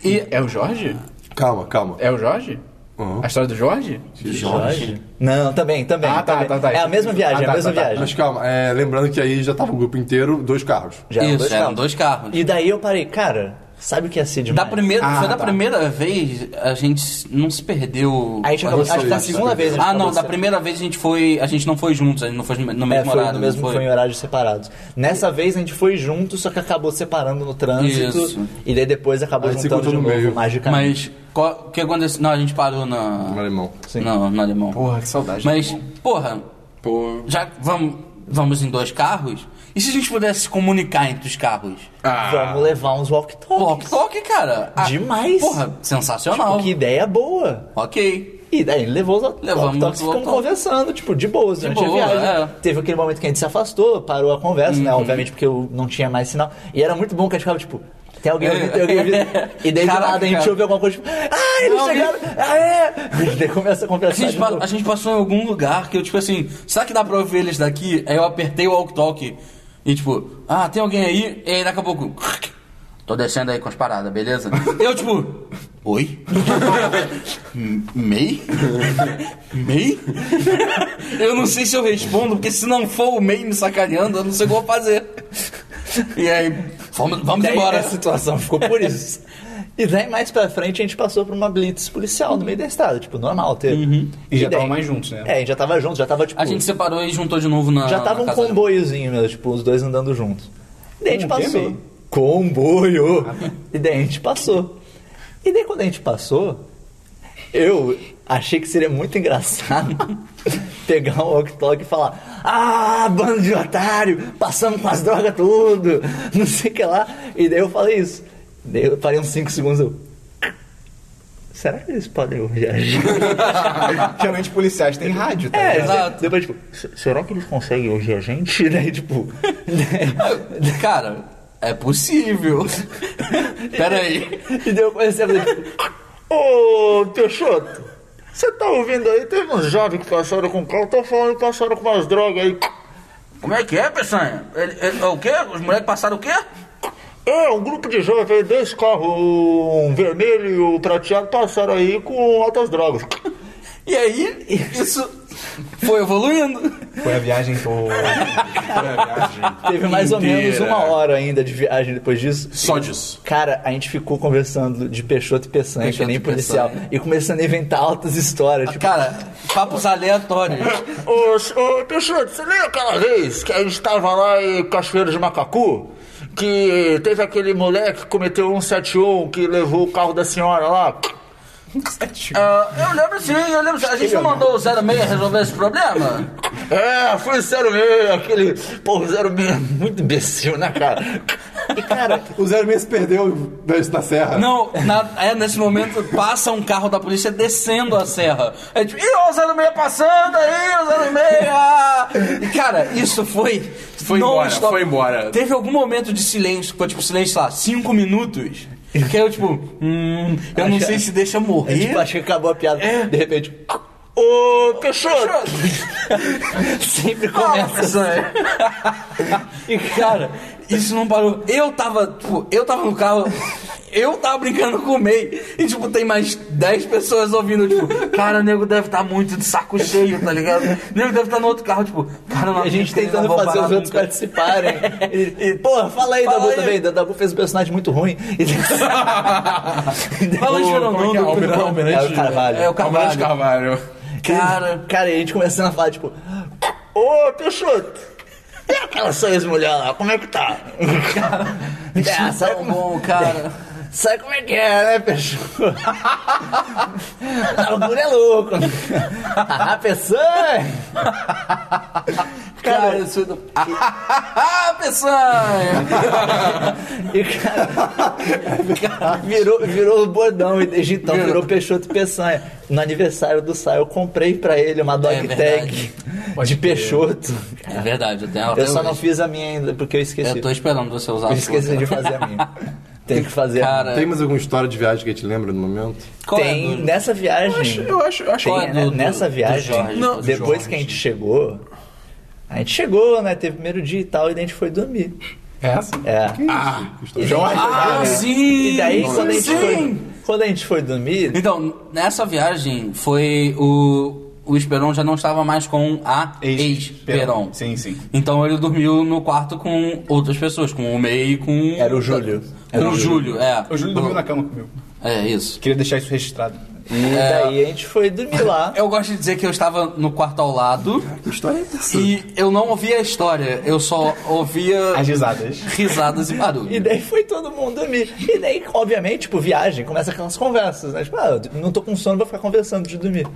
Speaker 3: E
Speaker 1: É o Jorge?
Speaker 5: Calma, calma.
Speaker 1: É o Jorge?
Speaker 5: Uhum.
Speaker 1: A história do Jorge?
Speaker 2: Jorge? Não, também, também.
Speaker 1: Ah, tá,
Speaker 2: também.
Speaker 1: tá, tá.
Speaker 2: É a mesma viagem,
Speaker 1: Ah, tá,
Speaker 2: é a mesma
Speaker 1: tá, tá.
Speaker 2: viagem.
Speaker 5: Mas calma, é, lembrando que aí já tava o grupo inteiro, dois carros.
Speaker 2: Já eram
Speaker 3: Isso,
Speaker 2: dois
Speaker 3: eram
Speaker 2: carros.
Speaker 3: é um dois carros.
Speaker 2: é. E daí eu parei, cara, sabe o que ia ser demais?
Speaker 3: da primeira,
Speaker 1: Ah,
Speaker 3: foi da
Speaker 1: tá.
Speaker 3: primeira vez a gente não se perdeu.
Speaker 2: A gente acabou, acho que da segunda vez a gente
Speaker 3: Ah, não,
Speaker 2: acabou
Speaker 3: da
Speaker 2: sendo-
Speaker 3: primeira vez a gente foi. A gente não foi juntos, a gente não foi no
Speaker 2: É,
Speaker 3: mesmo
Speaker 2: foi,
Speaker 3: horário.
Speaker 2: no
Speaker 3: não
Speaker 2: mesmo,
Speaker 3: foi?
Speaker 2: foi em horários separados. Nessa vez a gente foi junto, só que acabou separando no trânsito.
Speaker 3: Isso.
Speaker 2: E daí depois acabou
Speaker 5: Aí se
Speaker 2: juntando de
Speaker 5: encontrou no
Speaker 2: novo,
Speaker 5: meio.
Speaker 2: magicamente.
Speaker 3: Mas qual- o que aconteceu? Não, a gente parou na.
Speaker 5: No um alemão.
Speaker 2: Sim.
Speaker 3: Não, no alemão.
Speaker 1: Porra, que saudade.
Speaker 3: Mas, porra,
Speaker 4: Pô.
Speaker 3: já que vamos, vamos em dois carros, e se a gente pudesse se comunicar entre os carros?
Speaker 4: Ah,
Speaker 2: Vamos levar uns walk-talks.
Speaker 3: Walk-talk, cara. Ah,
Speaker 2: Demais.
Speaker 3: Porra, sensacional.
Speaker 2: Tipo, Que ideia boa.
Speaker 3: Ok.
Speaker 2: E daí ele levou os
Speaker 3: Levamos
Speaker 2: walk-talks
Speaker 3: os
Speaker 2: e ficamos
Speaker 3: walk-talks.
Speaker 2: conversando, tipo, de boas durante
Speaker 3: boa,
Speaker 2: a viagem.
Speaker 3: é. Uhum.
Speaker 2: Teve aquele momento que a gente se afastou, parou a conversa, né? Obviamente porque eu não tinha mais sinal. E era muito bom que a gente ficava, tipo... Tem alguém ouvindo, tem alguém ouvindo. E daí
Speaker 3: Caraca,
Speaker 2: do nada a gente
Speaker 3: cara.
Speaker 2: ouve alguma coisa, tipo... Ah, eles
Speaker 3: Não,
Speaker 2: chegaram! Ah, é! E daí começa a
Speaker 3: A
Speaker 2: conversar
Speaker 3: gente,
Speaker 2: de
Speaker 3: pa-
Speaker 2: novo.
Speaker 3: a gente passou em algum lugar que eu, tipo assim, será que dá pra ouvir eles daqui? Aí eu apertei o walk-talk e, tipo, ah, tem alguém aí? E aí daqui a pouco, tô descendo aí com as paradas, beleza? eu, tipo, oi? M- Mei? Mei? eu não sei se eu respondo, porque se não for o Mei me sacaneando, eu não sei o que eu vou fazer. E aí, vamos, vamos
Speaker 2: Daí
Speaker 3: embora.
Speaker 2: A situação ficou por isso. E daí mais pra frente a gente passou por uma blitz policial no meio da estrada, tipo, normal ter.
Speaker 1: E já
Speaker 2: daí-
Speaker 1: tava mais juntos, né?
Speaker 2: É, a gente já tava junto, já tava tipo.
Speaker 3: A gente separou e juntou de novo Ah, na.
Speaker 2: já tava
Speaker 3: na
Speaker 2: um
Speaker 3: casa dele.
Speaker 2: comboiozinho mesmo, tipo, os dois andando juntos. E daí a gente
Speaker 1: Um quê,
Speaker 2: passou.
Speaker 1: meio?
Speaker 2: Comboio! E daí a gente passou. E daí quando a gente passou, eu achei que seria muito engraçado pegar um walk-talk e falar: Ah, bando de otário, passamos com as drogas tudo, não sei o que lá. E daí eu falei isso. Daí eu parei uns 5 segundos eu. Será que eles podem ouvir a gente?
Speaker 1: É, Geralmente policiais têm rádio, tá?
Speaker 2: É,
Speaker 1: ligado?
Speaker 2: exato. Depois, tipo, "Se- será que eles conseguem ouvir a gente? E daí, tipo.
Speaker 3: Cara, é possível. Pera aí.
Speaker 2: e daí eu comecei a fazer, tipo, ô Peixoto, você tá ouvindo aí? Teve uns jovens que passaram com carro, tá falando que passaram com umas drogas aí.
Speaker 3: Como é que é, Peçanha? Ele, ele- é o quê? Os moleques passaram o quê?
Speaker 2: É, um grupo de jovens aí, dois carros, um vermelho e o prateado, passaram aí com altas drogas.
Speaker 3: E aí, isso foi evoluindo.
Speaker 1: Foi a viagem por.
Speaker 2: Teve mais ou menos
Speaker 4: Inteira.
Speaker 2: uma hora ainda de viagem depois disso.
Speaker 4: Só disso.
Speaker 2: Cara, a gente ficou conversando de Peixoto e Peçanha, que
Speaker 3: Peixoto
Speaker 2: nem
Speaker 3: e
Speaker 2: policial,
Speaker 3: Peçanha.
Speaker 2: e começando a inventar altas histórias. Tipo,
Speaker 3: Cara, papos aleatórios.
Speaker 7: Ô, ô, Peixoto, você lembra aquela vez que a gente tava lá em Cachoeiro de Macacu? Que teve aquele moleque que cometeu 171, que levou o carro da senhora lá?
Speaker 3: Ah, eu lembro sim, eu lembro sim. A gente não mandou o 06 resolver esse problema?
Speaker 7: É, foi o 06, aquele... Pô, o 06 é muito imbecil, né, cara?
Speaker 2: e cara,
Speaker 5: O Zero Meia se perdeu na, na serra.
Speaker 3: Não, na- é, nesse momento passa um carro da polícia descendo a serra. É tipo, ih, ó, o 06 passando aí, o 06. ah!" E, Cara, isso foi.
Speaker 4: Foi embora,
Speaker 3: non-stop.
Speaker 4: foi embora.
Speaker 3: Teve algum momento de silêncio, ficou tipo silêncio, sei lá, cinco minutos. Que eu, tipo, hum, eu não
Speaker 2: Acho-
Speaker 4: é
Speaker 3: sei se deixa
Speaker 2: a gente
Speaker 3: morrer.
Speaker 2: tipo, acha que acabou a piada. De repente,
Speaker 7: Ô, Peixoto,
Speaker 3: tipo,
Speaker 2: sempre
Speaker 3: Fala,
Speaker 2: começa.
Speaker 3: Peçanha. E cara, isso não parou. Eu tava, tipo, eu tava no carro, eu tava brincando com o MEI. E tipo, tem mais 10 pessoas ouvindo, tipo, cara, o nego deve tá muito de saco cheio, tá ligado? O nego deve tá no outro carro, tipo, cara, não
Speaker 2: E a gente
Speaker 3: acredito que eu
Speaker 2: tentando
Speaker 3: não vou
Speaker 2: fazer
Speaker 3: parar
Speaker 2: os outros
Speaker 3: nunca.
Speaker 2: participarem. E, Porra, fala aí,
Speaker 3: Fala
Speaker 2: Dabu
Speaker 3: aí.
Speaker 2: também. Da- Dabu fez um personagem muito ruim.
Speaker 3: Fala aí, Fernando.
Speaker 4: é? Almirante- Almirante-
Speaker 2: É o Carvalho.
Speaker 3: É o Carvalho.
Speaker 4: Almirante Carvalho.
Speaker 3: Cara,
Speaker 2: Cara, e a gente começando a falar, tipo,
Speaker 7: ô, Peixoto.
Speaker 2: aquela sua ex-mulher lá, como é que tá?
Speaker 3: é,
Speaker 2: Cara,
Speaker 3: tão bom, cara.
Speaker 2: Sabe como é que é, né, Peixoto? o Bruno é louco. A é. Peçanha.
Speaker 3: Cara, isso. Ah, Peçanha!
Speaker 2: E, cara, virou, virou bordão e desde então virou, Peixoto e Peçanha. No aniversário do Sai, eu comprei pra ele uma dog
Speaker 3: É verdade.
Speaker 2: tag de Peixoto.
Speaker 3: É verdade, eu tenho
Speaker 2: Eu só não fiz a minha ainda, porque eu esqueci.
Speaker 3: Eu tô esperando você usar
Speaker 2: Eu
Speaker 3: a
Speaker 2: esqueci
Speaker 3: sua,
Speaker 2: de
Speaker 3: cara.
Speaker 2: fazer a minha. Tem que fazer. a
Speaker 3: Cara,
Speaker 5: Tem mais alguma história de viagem que a gente lembra no momento?
Speaker 3: qual é a
Speaker 2: tem
Speaker 3: do-
Speaker 2: nessa viagem.
Speaker 4: Eu acho, eu acho.
Speaker 3: Qual é
Speaker 2: tem,
Speaker 3: do-
Speaker 2: né?
Speaker 3: do-
Speaker 2: nessa
Speaker 3: do
Speaker 2: viagem,
Speaker 3: Jorge,
Speaker 4: Não,
Speaker 3: do
Speaker 2: depois
Speaker 3: Jorge.
Speaker 2: que a gente chegou, a gente chegou, né? Teve o primeiro dia e tal, e daí a gente foi dormir.
Speaker 6: É essa?
Speaker 2: É.
Speaker 5: História-
Speaker 1: É.
Speaker 3: Ah, sim!
Speaker 2: E daí quando a gente
Speaker 3: sim!
Speaker 2: foi. Quando a gente foi dormir,
Speaker 3: Então, nessa viagem foi o. O Esperon já não estava mais com a ex-Peron.
Speaker 1: Sim, sim.
Speaker 3: Então ele dormiu no quarto com outras pessoas, com o May e com.
Speaker 2: Era o Júlio.
Speaker 3: Com o Júlio, é.
Speaker 1: O Júlio dormiu na cama comigo.
Speaker 3: É isso.
Speaker 1: Queria deixar isso registrado.
Speaker 2: e
Speaker 3: É.
Speaker 2: daí a gente foi dormir lá.
Speaker 3: Eu gosto de dizer que eu estava no quarto ao lado
Speaker 5: Que história é essa?
Speaker 3: e eu não ouvia a história, eu só ouvia
Speaker 1: As risadas.
Speaker 3: risadas e barulho.
Speaker 2: E daí foi todo mundo dormir. E daí, obviamente, tipo, viagem, começa aquelas conversas, né? Tipo, ah, eu não tô com sono, vou ficar conversando de dormir.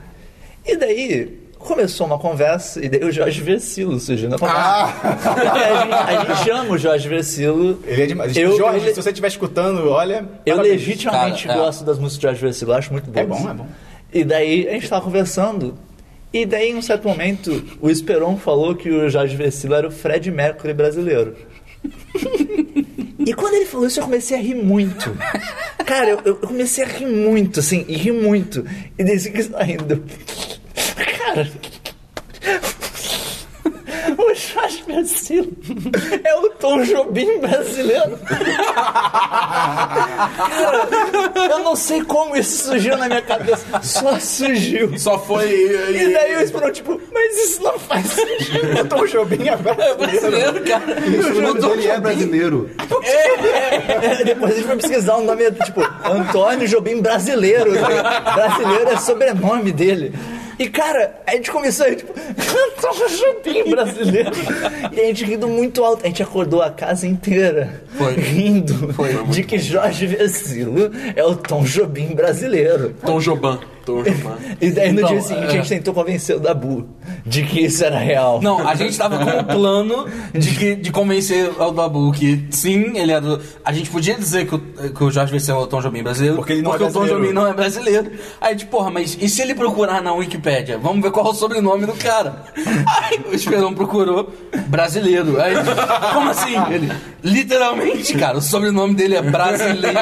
Speaker 2: E daí, começou uma conversa, e daí o Jorge Versilo surgiu na conversa. a, gente, a gente chama o Jorge Versilo.
Speaker 1: Ele é demais.
Speaker 2: Eu,
Speaker 1: Jorge,
Speaker 2: eu,
Speaker 1: se você estiver escutando, olha.
Speaker 2: eu
Speaker 1: parabéns.
Speaker 2: legitimamente
Speaker 3: Cara, é.
Speaker 2: gosto das músicas do Jorge Versilo, eu acho muito boas.
Speaker 1: É bom, é bom.
Speaker 2: E daí, a gente tava conversando, e daí, em um certo momento, o Esperon falou que o Jorge Versilo era o Fred Mercury brasileiro. E quando ele falou isso, eu comecei a rir muito. Cara, eu, eu comecei a rir muito, assim, e ri muito. E desde que saindo. Cara. O Jorge Versilo é o Tom Jobim brasileiro. Cara, eu não sei como isso surgiu na minha cabeça. Só surgiu.
Speaker 4: Só foi.
Speaker 2: E daí eu esperou, tipo, mas isso não faz sentido.
Speaker 1: Eu tô o Jobim agora.
Speaker 3: brasileiro, cara. Eu tô-
Speaker 5: Ele é brasileiro.
Speaker 2: É, Depois a gente foi pesquisar o nome, tipo, Antônio Jobim Brasileiro. né? Brasileiro é sobrenome dele. E, cara, a gente começou aí, tipo, Antônio Jobim Brasileiro. E a gente rindo muito alto. A gente acordou a casa inteira
Speaker 3: Foi.
Speaker 2: rindo de que Jorge Vecilo é o Tom Jobim Brasileiro.
Speaker 4: Tom Joban. Tom Joban.
Speaker 2: E daí no
Speaker 3: Então,
Speaker 2: dia seguinte a gente tentou convencer o Dabu de que isso era real.
Speaker 3: Não, a gente tava com o plano de, que- de convencer o Dabu que sim, ele é do. A gente podia dizer que o, que o Jorge Vencel é o Tom Jobim brasileiro,
Speaker 1: Porque ele não é
Speaker 3: o Tom
Speaker 1: brasileiro.
Speaker 3: Jobim não é brasileiro. Aí, tipo, porra, mas e se ele procurar na Wikipédia? Vamos ver qual é o sobrenome do cara. Aí o Esperão procurou brasileiro. Aí, como assim? Ele, literalmente, cara, o sobrenome dele é brasileiro.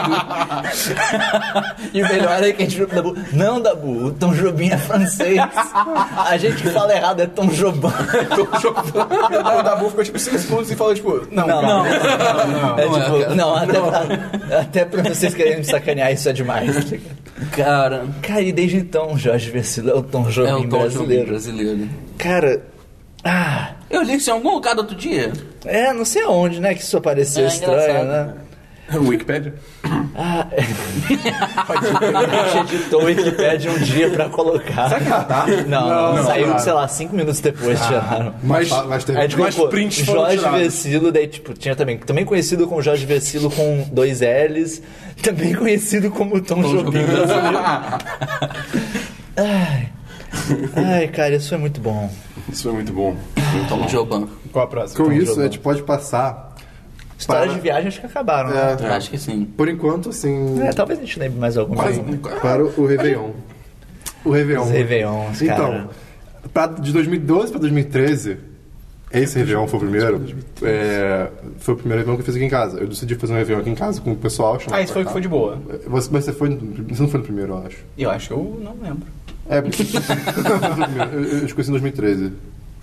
Speaker 2: E o melhor é que a gente viu pro Dabu. Não, Dabu, o Tom Jobim é francês. A gente que fala errado é Tom Jobin.
Speaker 1: o Dabu ficou tipo 5 segundos e falou, tipo, não,
Speaker 2: Não,
Speaker 1: cara.
Speaker 2: não. É,
Speaker 3: Não é,
Speaker 2: tipo,
Speaker 3: cara.
Speaker 2: não, até, pra- até pra vocês quererem me sacanear, isso é demais.
Speaker 3: Cara,
Speaker 2: Cara, e desde então, Jorge Versilo é o Tom Jobim
Speaker 3: é o Tom Jobim
Speaker 2: brasileiro.
Speaker 3: brasileiro.
Speaker 2: Cara, Ah,
Speaker 3: Eu li isso em algum lugar do outro dia.
Speaker 2: é, não sei aonde, né, que isso apareceu
Speaker 3: É,
Speaker 2: estranho,
Speaker 3: engraçado.
Speaker 2: né?
Speaker 4: Wikipedia?
Speaker 2: Ah, a gente editou o Wikipedia um dia pra colocar. Será que Não, não, Ah. saiu, sei lá, cinco minutos depois tiraram.
Speaker 4: Mas,
Speaker 5: Mas, mas teve-
Speaker 2: Aí, tipo,
Speaker 4: Mas
Speaker 2: pô,
Speaker 4: prints foram
Speaker 2: Jorge
Speaker 4: tirados.
Speaker 2: Vecilo, daí, tipo, tinha também, também conhecido como Jorge Vecilo com dois L's, também conhecido como Tom, Jobim brasileiro. Ai. Ai, cara, isso é muito bom.
Speaker 4: isso foi muito bom.
Speaker 3: Tom Joban.
Speaker 1: Qual a próxima? Então,
Speaker 5: Com isso,
Speaker 2: jogando.
Speaker 5: é, tipo, a gente pode passar.
Speaker 2: Histórias
Speaker 5: Para-
Speaker 2: de viagem acho que acabaram, né?
Speaker 5: é,
Speaker 3: Acho que sim.
Speaker 5: por enquanto, assim.
Speaker 2: É, talvez a gente lembre mais alguma
Speaker 5: Mas,
Speaker 2: coisa.
Speaker 4: um-
Speaker 5: para o Réveillon. O Réveillon.
Speaker 2: Os Réveillons, cara.
Speaker 5: Então, pra- de 2012 pra 2013, esse Réveillon foi o primeiro. é, foi o primeiro Réveillon que eu fiz aqui em casa. Eu decidi fazer um Réveillon aqui em casa com o pessoal. chamar
Speaker 1: Ah, isso foi
Speaker 5: pra
Speaker 1: o
Speaker 5: cá.
Speaker 1: que foi de boa.
Speaker 5: Você, mas você, foi, no- você não foi no primeiro, eu acho.
Speaker 1: Eu acho que eu não lembro.
Speaker 5: É, porque. eu, eu te conheci em 2013.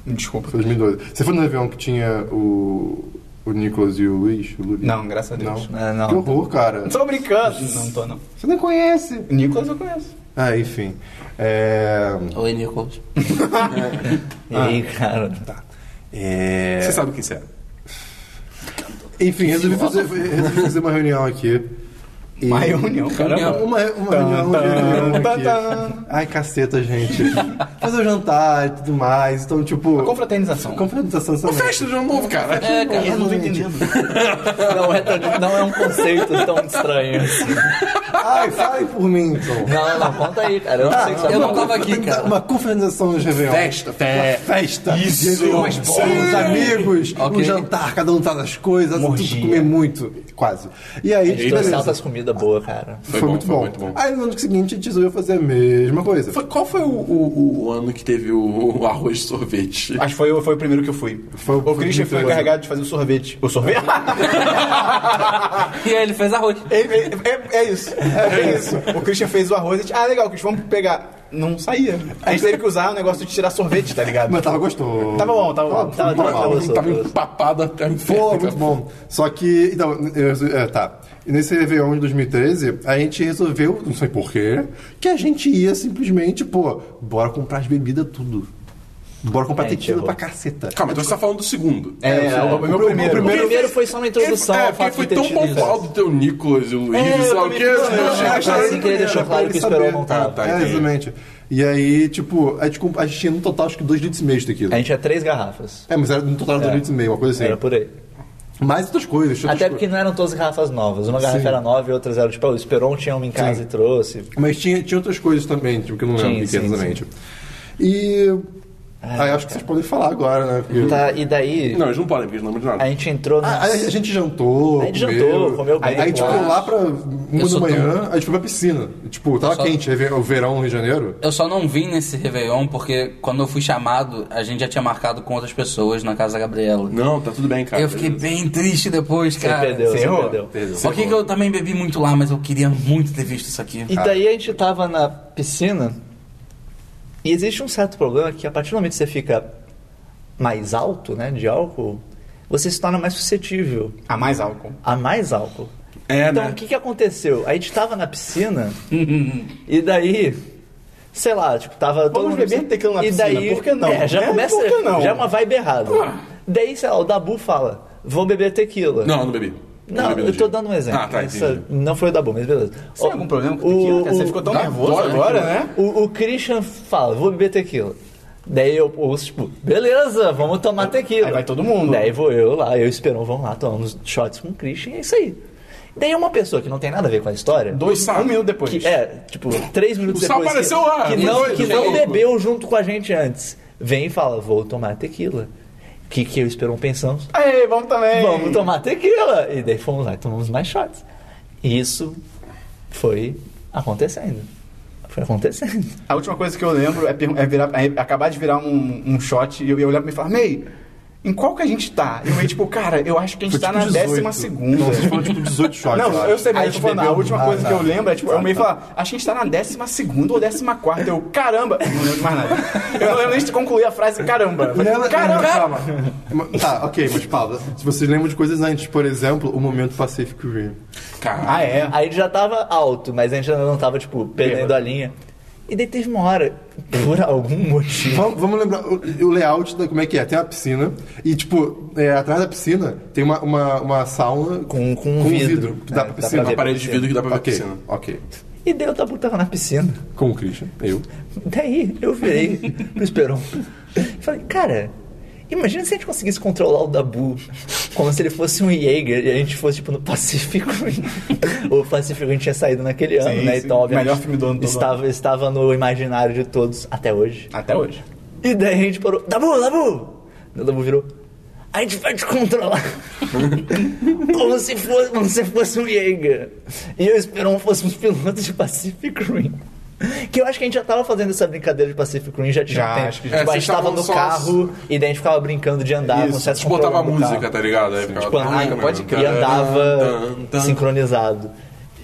Speaker 1: Desculpa.
Speaker 5: Foi 2012. Você foi no Réveillon que tinha o. O Nicolas e o Luiz? O Luiz?
Speaker 1: Não, graças a Deus.
Speaker 5: Não.
Speaker 2: Ah, não.
Speaker 5: Que horror, cara.
Speaker 1: Tô brincando. Não tô, não.
Speaker 5: Você nem conhece.
Speaker 1: Nicolas eu conheço.
Speaker 5: Ah, enfim. É.
Speaker 3: Oi, Nichols.
Speaker 2: E
Speaker 4: Ah.
Speaker 2: aí, cara.
Speaker 5: é...
Speaker 4: Você sabe quem você é.
Speaker 5: Enfim, resolvi fazer,
Speaker 1: é
Speaker 5: resolvi fazer uma reunião aqui. E...
Speaker 1: Uma reunião,
Speaker 5: Uma,
Speaker 1: caramba.
Speaker 5: uma reunião
Speaker 1: Tan,
Speaker 5: de reunião
Speaker 1: tan,
Speaker 5: aqui.
Speaker 1: tan.
Speaker 5: Ai, caceta, gente. fazer o jantar e tudo mais. Então, tipo.
Speaker 1: Confraternização.
Speaker 5: Confraternização. também.
Speaker 4: Festa de ano novo, cara.
Speaker 3: É, cara.
Speaker 1: Eu não tô entendendo.
Speaker 2: Não é, tão- não é um conceito tão estranho. assim.
Speaker 5: Ai, fale por mim, então.
Speaker 2: Não, não, conta aí, cara. Eu não sei o que você
Speaker 3: Eu não
Speaker 2: tá falando.
Speaker 3: tava aqui, cara.
Speaker 5: Uma confraternização de Réveillon.
Speaker 3: É.
Speaker 4: Festa, fé.
Speaker 5: Festa.
Speaker 4: Isso.
Speaker 5: Réveillon, Os amigos,
Speaker 3: Ok.
Speaker 5: um jantar, cada um tá nas coisas, tudo
Speaker 2: orgia.
Speaker 5: comer muito, quase. E aí,
Speaker 2: A gente
Speaker 5: beleza.
Speaker 2: trouxe altas comidas boas, cara.
Speaker 5: Foi,
Speaker 4: bom,
Speaker 5: muito,
Speaker 4: foi
Speaker 5: bom.
Speaker 4: muito bom.
Speaker 5: Aí no ano seguinte a gente resolveu fazer a mesma coisa.
Speaker 4: Foi- qual foi o, o- o ano que teve o, o arroz de sorvete?
Speaker 1: Acho que foi, o- foi o primeiro que eu fui.
Speaker 5: Foi o-
Speaker 1: o Christian
Speaker 5: foi
Speaker 1: foi
Speaker 5: o-
Speaker 1: encarregado de fazer o sorvete. O sorvete?
Speaker 3: E aí ele fez arroz.
Speaker 1: é, é- é- é isso. É, é isso. O Christian fez o arroz e a gente, ah, legal, Christian, vamos pegar. Não saía. A gente teve que usar o negócio de tirar sorvete, tá ligado?
Speaker 5: Mas tava gostoso.
Speaker 1: Tava bom, tava bom.
Speaker 5: Tava, assim.
Speaker 2: Tava-
Speaker 5: mal.
Speaker 2: tava-
Speaker 4: Tava empapada até a
Speaker 5: Pô,
Speaker 4: inferno,
Speaker 5: muito
Speaker 4: cara.
Speaker 5: bom. Só que, então, eu resol- é, tá. E nesse Réveillon de 2013, a gente resolveu, não sei porquê, que a gente ia simplesmente, pô, bora comprar as bebidas tudo. Bora comprar
Speaker 2: É,
Speaker 5: tequila
Speaker 2: chegou.
Speaker 5: pra caceta.
Speaker 4: Calma, então você tá falando do segundo.
Speaker 1: É, é, o, meu primeiro.
Speaker 2: O primeiro foi só uma introdução
Speaker 4: É,
Speaker 2: ao
Speaker 4: porque
Speaker 2: fato
Speaker 4: foi
Speaker 2: de ter
Speaker 4: tão
Speaker 2: tido isso.
Speaker 4: pontual do teu Nicolas e o Luiz,
Speaker 1: eu
Speaker 4: sabe o
Speaker 1: também
Speaker 4: quê?
Speaker 1: não,
Speaker 4: Eu
Speaker 1: não,
Speaker 4: achei-
Speaker 5: É,
Speaker 2: Mas
Speaker 5: pra
Speaker 2: assim
Speaker 5: ele
Speaker 2: que ele
Speaker 5: saber,
Speaker 2: deixou
Speaker 5: pra
Speaker 2: claro
Speaker 5: ele
Speaker 2: que o Esperon
Speaker 5: saber.
Speaker 2: não tava.
Speaker 4: Ah, tá,
Speaker 5: é,
Speaker 4: entendi.
Speaker 5: exatamente. E aí, tipo, a gente, comp- a gente tinha no total acho que 2 litros e meio de tequila.
Speaker 2: A gente tinha três garrafas.
Speaker 5: É, mas era no total 2
Speaker 2: É.
Speaker 5: litros e meio, uma coisa assim.
Speaker 2: Era por aí.
Speaker 5: Mais outras coisas. outras
Speaker 2: Até
Speaker 5: coisas.
Speaker 2: porque não eram todas garrafas novas. Uma garrafa
Speaker 5: Sim.
Speaker 2: era nova e outras eram, tipo, o Esperon tinha uma em casa
Speaker 5: Sim.
Speaker 2: e trouxe.
Speaker 5: Mas tinha, tinha outras coisas também, tipo, que eu não lembro
Speaker 2: Sim,
Speaker 5: o que é
Speaker 2: sim, Ah,
Speaker 5: exatamente. E. aí acho que vocês podem falar agora, né? Porque-
Speaker 2: Tá, e daí
Speaker 4: Não, eles não podem, porque eles não lembram de nada.
Speaker 2: a gente entrou na.
Speaker 5: Ah, aí a gente jantou.
Speaker 2: A gente jantou, comeu bem,
Speaker 5: Aí, aí, tipo,
Speaker 2: claro.
Speaker 5: lá pra
Speaker 3: Eu
Speaker 5: uma da
Speaker 3: sou
Speaker 5: manhã, a gente foi pra piscina. E, tipo, tava
Speaker 3: só-
Speaker 5: quente, é o verão no Rio de Janeiro.
Speaker 3: Eu só não vim nesse Réveillon porque quando eu fui chamado, a gente já tinha marcado com outras pessoas na casa da Gabriela.
Speaker 4: Não, tá tudo bem, cara.
Speaker 3: eu fiquei bem triste depois,
Speaker 2: Você
Speaker 3: cara.
Speaker 2: perdeu, você
Speaker 1: errou?
Speaker 2: perdeu.
Speaker 3: Só que eu também bebi muito lá, mas eu queria muito ter visto isso aqui.
Speaker 2: E tá- daí a gente tava na piscina e existe um certo problema que a partir do momento que você fica mais alto, né, de álcool, você se torna mais suscetível
Speaker 1: A Ah, mais álcool.
Speaker 2: a mais álcool.
Speaker 4: É,
Speaker 2: então,
Speaker 4: né?
Speaker 2: o que, que aconteceu? A gente tava na piscina e daí, sei lá, tipo, tava todo
Speaker 1: Vamos
Speaker 2: mundo...
Speaker 1: beber um tequila na
Speaker 2: e
Speaker 1: piscina,
Speaker 2: daí,
Speaker 1: por que não?
Speaker 2: É, já
Speaker 1: Né?
Speaker 2: começa...
Speaker 1: Por que não? Ah.
Speaker 2: Já é uma vibe errada. Daí, sei lá, o Dabu fala, vou beber tequila.
Speaker 4: Não, eu não bebi.
Speaker 2: Não,
Speaker 4: bebi no
Speaker 2: eu tô
Speaker 4: dia.
Speaker 2: dando um exemplo.
Speaker 4: Ah, tá,
Speaker 2: Essa-
Speaker 4: entendi.
Speaker 2: não foi o Dabu, mas beleza.
Speaker 1: Você tem
Speaker 2: Ó,
Speaker 1: algum problema com tequila, cara? Você ficou tão
Speaker 4: Dá
Speaker 1: nervoso
Speaker 4: dó, né,
Speaker 1: agora,
Speaker 4: tequila?
Speaker 1: né?
Speaker 2: o, o Christian fala, vou beber tequila. Daí eu ouço, tipo, beleza, vamos tomar tequila.
Speaker 1: Aí vai todo mundo.
Speaker 2: Daí vou eu lá, eu e o Esperon, vamos lá, tomamos shots com o Christian e é isso aí. Daí uma pessoa que não tem nada a ver com a história,
Speaker 1: Dois,
Speaker 4: Sá.
Speaker 1: um minuto depois.
Speaker 2: que é, tipo, três minutos
Speaker 4: O Sá
Speaker 2: depois. que-
Speaker 4: apareceu lá,
Speaker 2: Que
Speaker 4: foi
Speaker 2: não,
Speaker 4: doido,
Speaker 2: que
Speaker 4: foi
Speaker 2: não
Speaker 4: louco.
Speaker 2: bebeu junto com a gente antes, vem e fala, vou tomar tequila. O que, que eu e o Esperon pensamos?
Speaker 1: Aí, vamos então. também.
Speaker 2: Vamos tomar tequila. E daí fomos lá e tomamos mais shots. E isso foi acontecendo. Foi acontecendo.
Speaker 1: A última coisa que eu lembro é, pergun- é virar- é acabar de virar um, um shot e eu, eu olhar pra mim e falar, May, em qual que a gente tá? E o May, tipo, cara, eu acho que a gente
Speaker 5: Foi
Speaker 1: tá
Speaker 5: tipo
Speaker 1: na
Speaker 5: 18.
Speaker 1: décima segunda.
Speaker 5: Não, vocês foram tipo 18 shots.
Speaker 1: Não, eu sei, mas
Speaker 2: Aí
Speaker 1: eu tô
Speaker 2: te
Speaker 1: falando, a
Speaker 2: bebeu-
Speaker 1: última
Speaker 2: Ah,
Speaker 1: coisa
Speaker 2: tá.
Speaker 1: que eu lembro é, tipo, eu meio
Speaker 5: tá.
Speaker 1: falar, acho que a gente tá na décima segunda ou décima quarta. Eu, caramba! Eu não lembro de mais nada. Eu não lembro nem de concluir a frase, caramba. Eu falei,
Speaker 5: Lembra-
Speaker 1: Caramba!
Speaker 5: Ma- Tá, ok, mas pausa. Se vocês lembram de coisas antes, por exemplo, o momento Pacific Rim.
Speaker 4: Caralho.
Speaker 1: Ah, é.
Speaker 2: A gente já tava alto, mas a gente ainda não tava, tipo, perdendo a linha. E daí teve uma hora, por algum motivo.
Speaker 5: Vamos, vamos lembrar o, o layout da como é que é. Tem uma piscina e, tipo, é, atrás da piscina tem uma, uma, uma sauna
Speaker 2: Com- com um vidro.
Speaker 5: que dá
Speaker 2: É, dá
Speaker 5: pra piscina.
Speaker 2: pra
Speaker 4: Uma
Speaker 2: ver.
Speaker 4: parede de vidro que dá pra ver a
Speaker 5: Ok,
Speaker 4: piscina.
Speaker 5: ok.
Speaker 2: E daí eu tava, tava na piscina.
Speaker 5: Com o Christian, eu.
Speaker 2: Daí eu virei pro Esperon. e Falei, cara, imagina se a gente conseguisse controlar o Dabu como se ele fosse um Jaeger e a gente fosse, tipo, no Pacífico. o Pacífico a gente tinha saído naquele ano,
Speaker 1: Sim,
Speaker 2: né?
Speaker 1: sim.
Speaker 2: Então, obviamente,
Speaker 1: Melhor filme do ano todo.
Speaker 2: estava, estava no imaginário de todos até hoje.
Speaker 1: Até hoje.
Speaker 2: E daí a gente parou, Dabu, Dabu! O Dabu virou, a gente vai te controlar. Como se fosse, como se fosse um Jaeger. E eu e o Esperon fôssemos pilotos um de Pacific Rim. Que eu acho que a gente já tava fazendo essa brincadeira de Pacific Rim já tinha
Speaker 1: Já,
Speaker 2: um tempo.
Speaker 1: acho que
Speaker 4: já.
Speaker 2: Tipo,
Speaker 4: É,
Speaker 2: a
Speaker 4: vocês
Speaker 2: gente tava
Speaker 4: estavam
Speaker 2: no
Speaker 4: só-
Speaker 2: carro e daí a gente ficava brincando de andar com certos
Speaker 4: Tipo, botava
Speaker 2: controles do
Speaker 4: música,
Speaker 2: carro.
Speaker 4: tá ligado? Aí ficava...
Speaker 2: Tipo,
Speaker 4: Ah,
Speaker 2: andar,
Speaker 1: né,
Speaker 4: pode
Speaker 2: e andava sincronizado.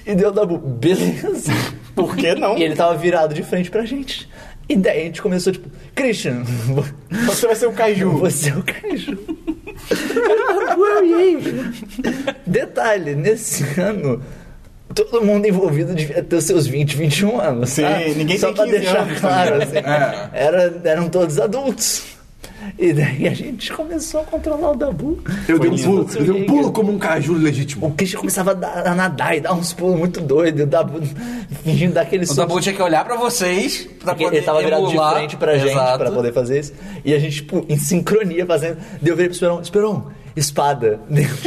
Speaker 2: E deu Dabu, beleza.
Speaker 1: Por que não?
Speaker 2: E ele tava virado de frente pra gente. E daí a gente começou, tipo, Christian,
Speaker 1: Então Você vai ser o Kaiju.
Speaker 2: você é o Caju. Detalhe, nesse ano, todo mundo envolvido devia ter os seus 20, 21 anos.
Speaker 1: Sim,
Speaker 2: tá?
Speaker 1: ninguém
Speaker 2: Só
Speaker 1: tem
Speaker 2: pra
Speaker 1: 15
Speaker 2: deixar
Speaker 1: anos, tá
Speaker 2: claro, assim,
Speaker 4: É.
Speaker 2: era, eram todos adultos. E daí a gente começou a controlar o Dabu.
Speaker 5: Eu dei um
Speaker 2: Como se
Speaker 5: pulo,
Speaker 2: fosse
Speaker 5: eu dei um
Speaker 2: Jaeger.
Speaker 5: pulo como um caju legítimo.
Speaker 2: O Christian começava a, dar- a nadar e dar uns pulos muito doidos. e O Dabu fingindo dar aquele
Speaker 3: O
Speaker 2: susto.
Speaker 3: Dabu tinha que olhar pra vocês pra
Speaker 2: Porque
Speaker 3: poder
Speaker 2: ele tava virado de
Speaker 3: emular.
Speaker 2: frente pra gente
Speaker 3: Exato.
Speaker 2: pra poder fazer isso. E a gente, tipo, em sincronia fazendo. Deu ver pro Esperon, Esperon, espada.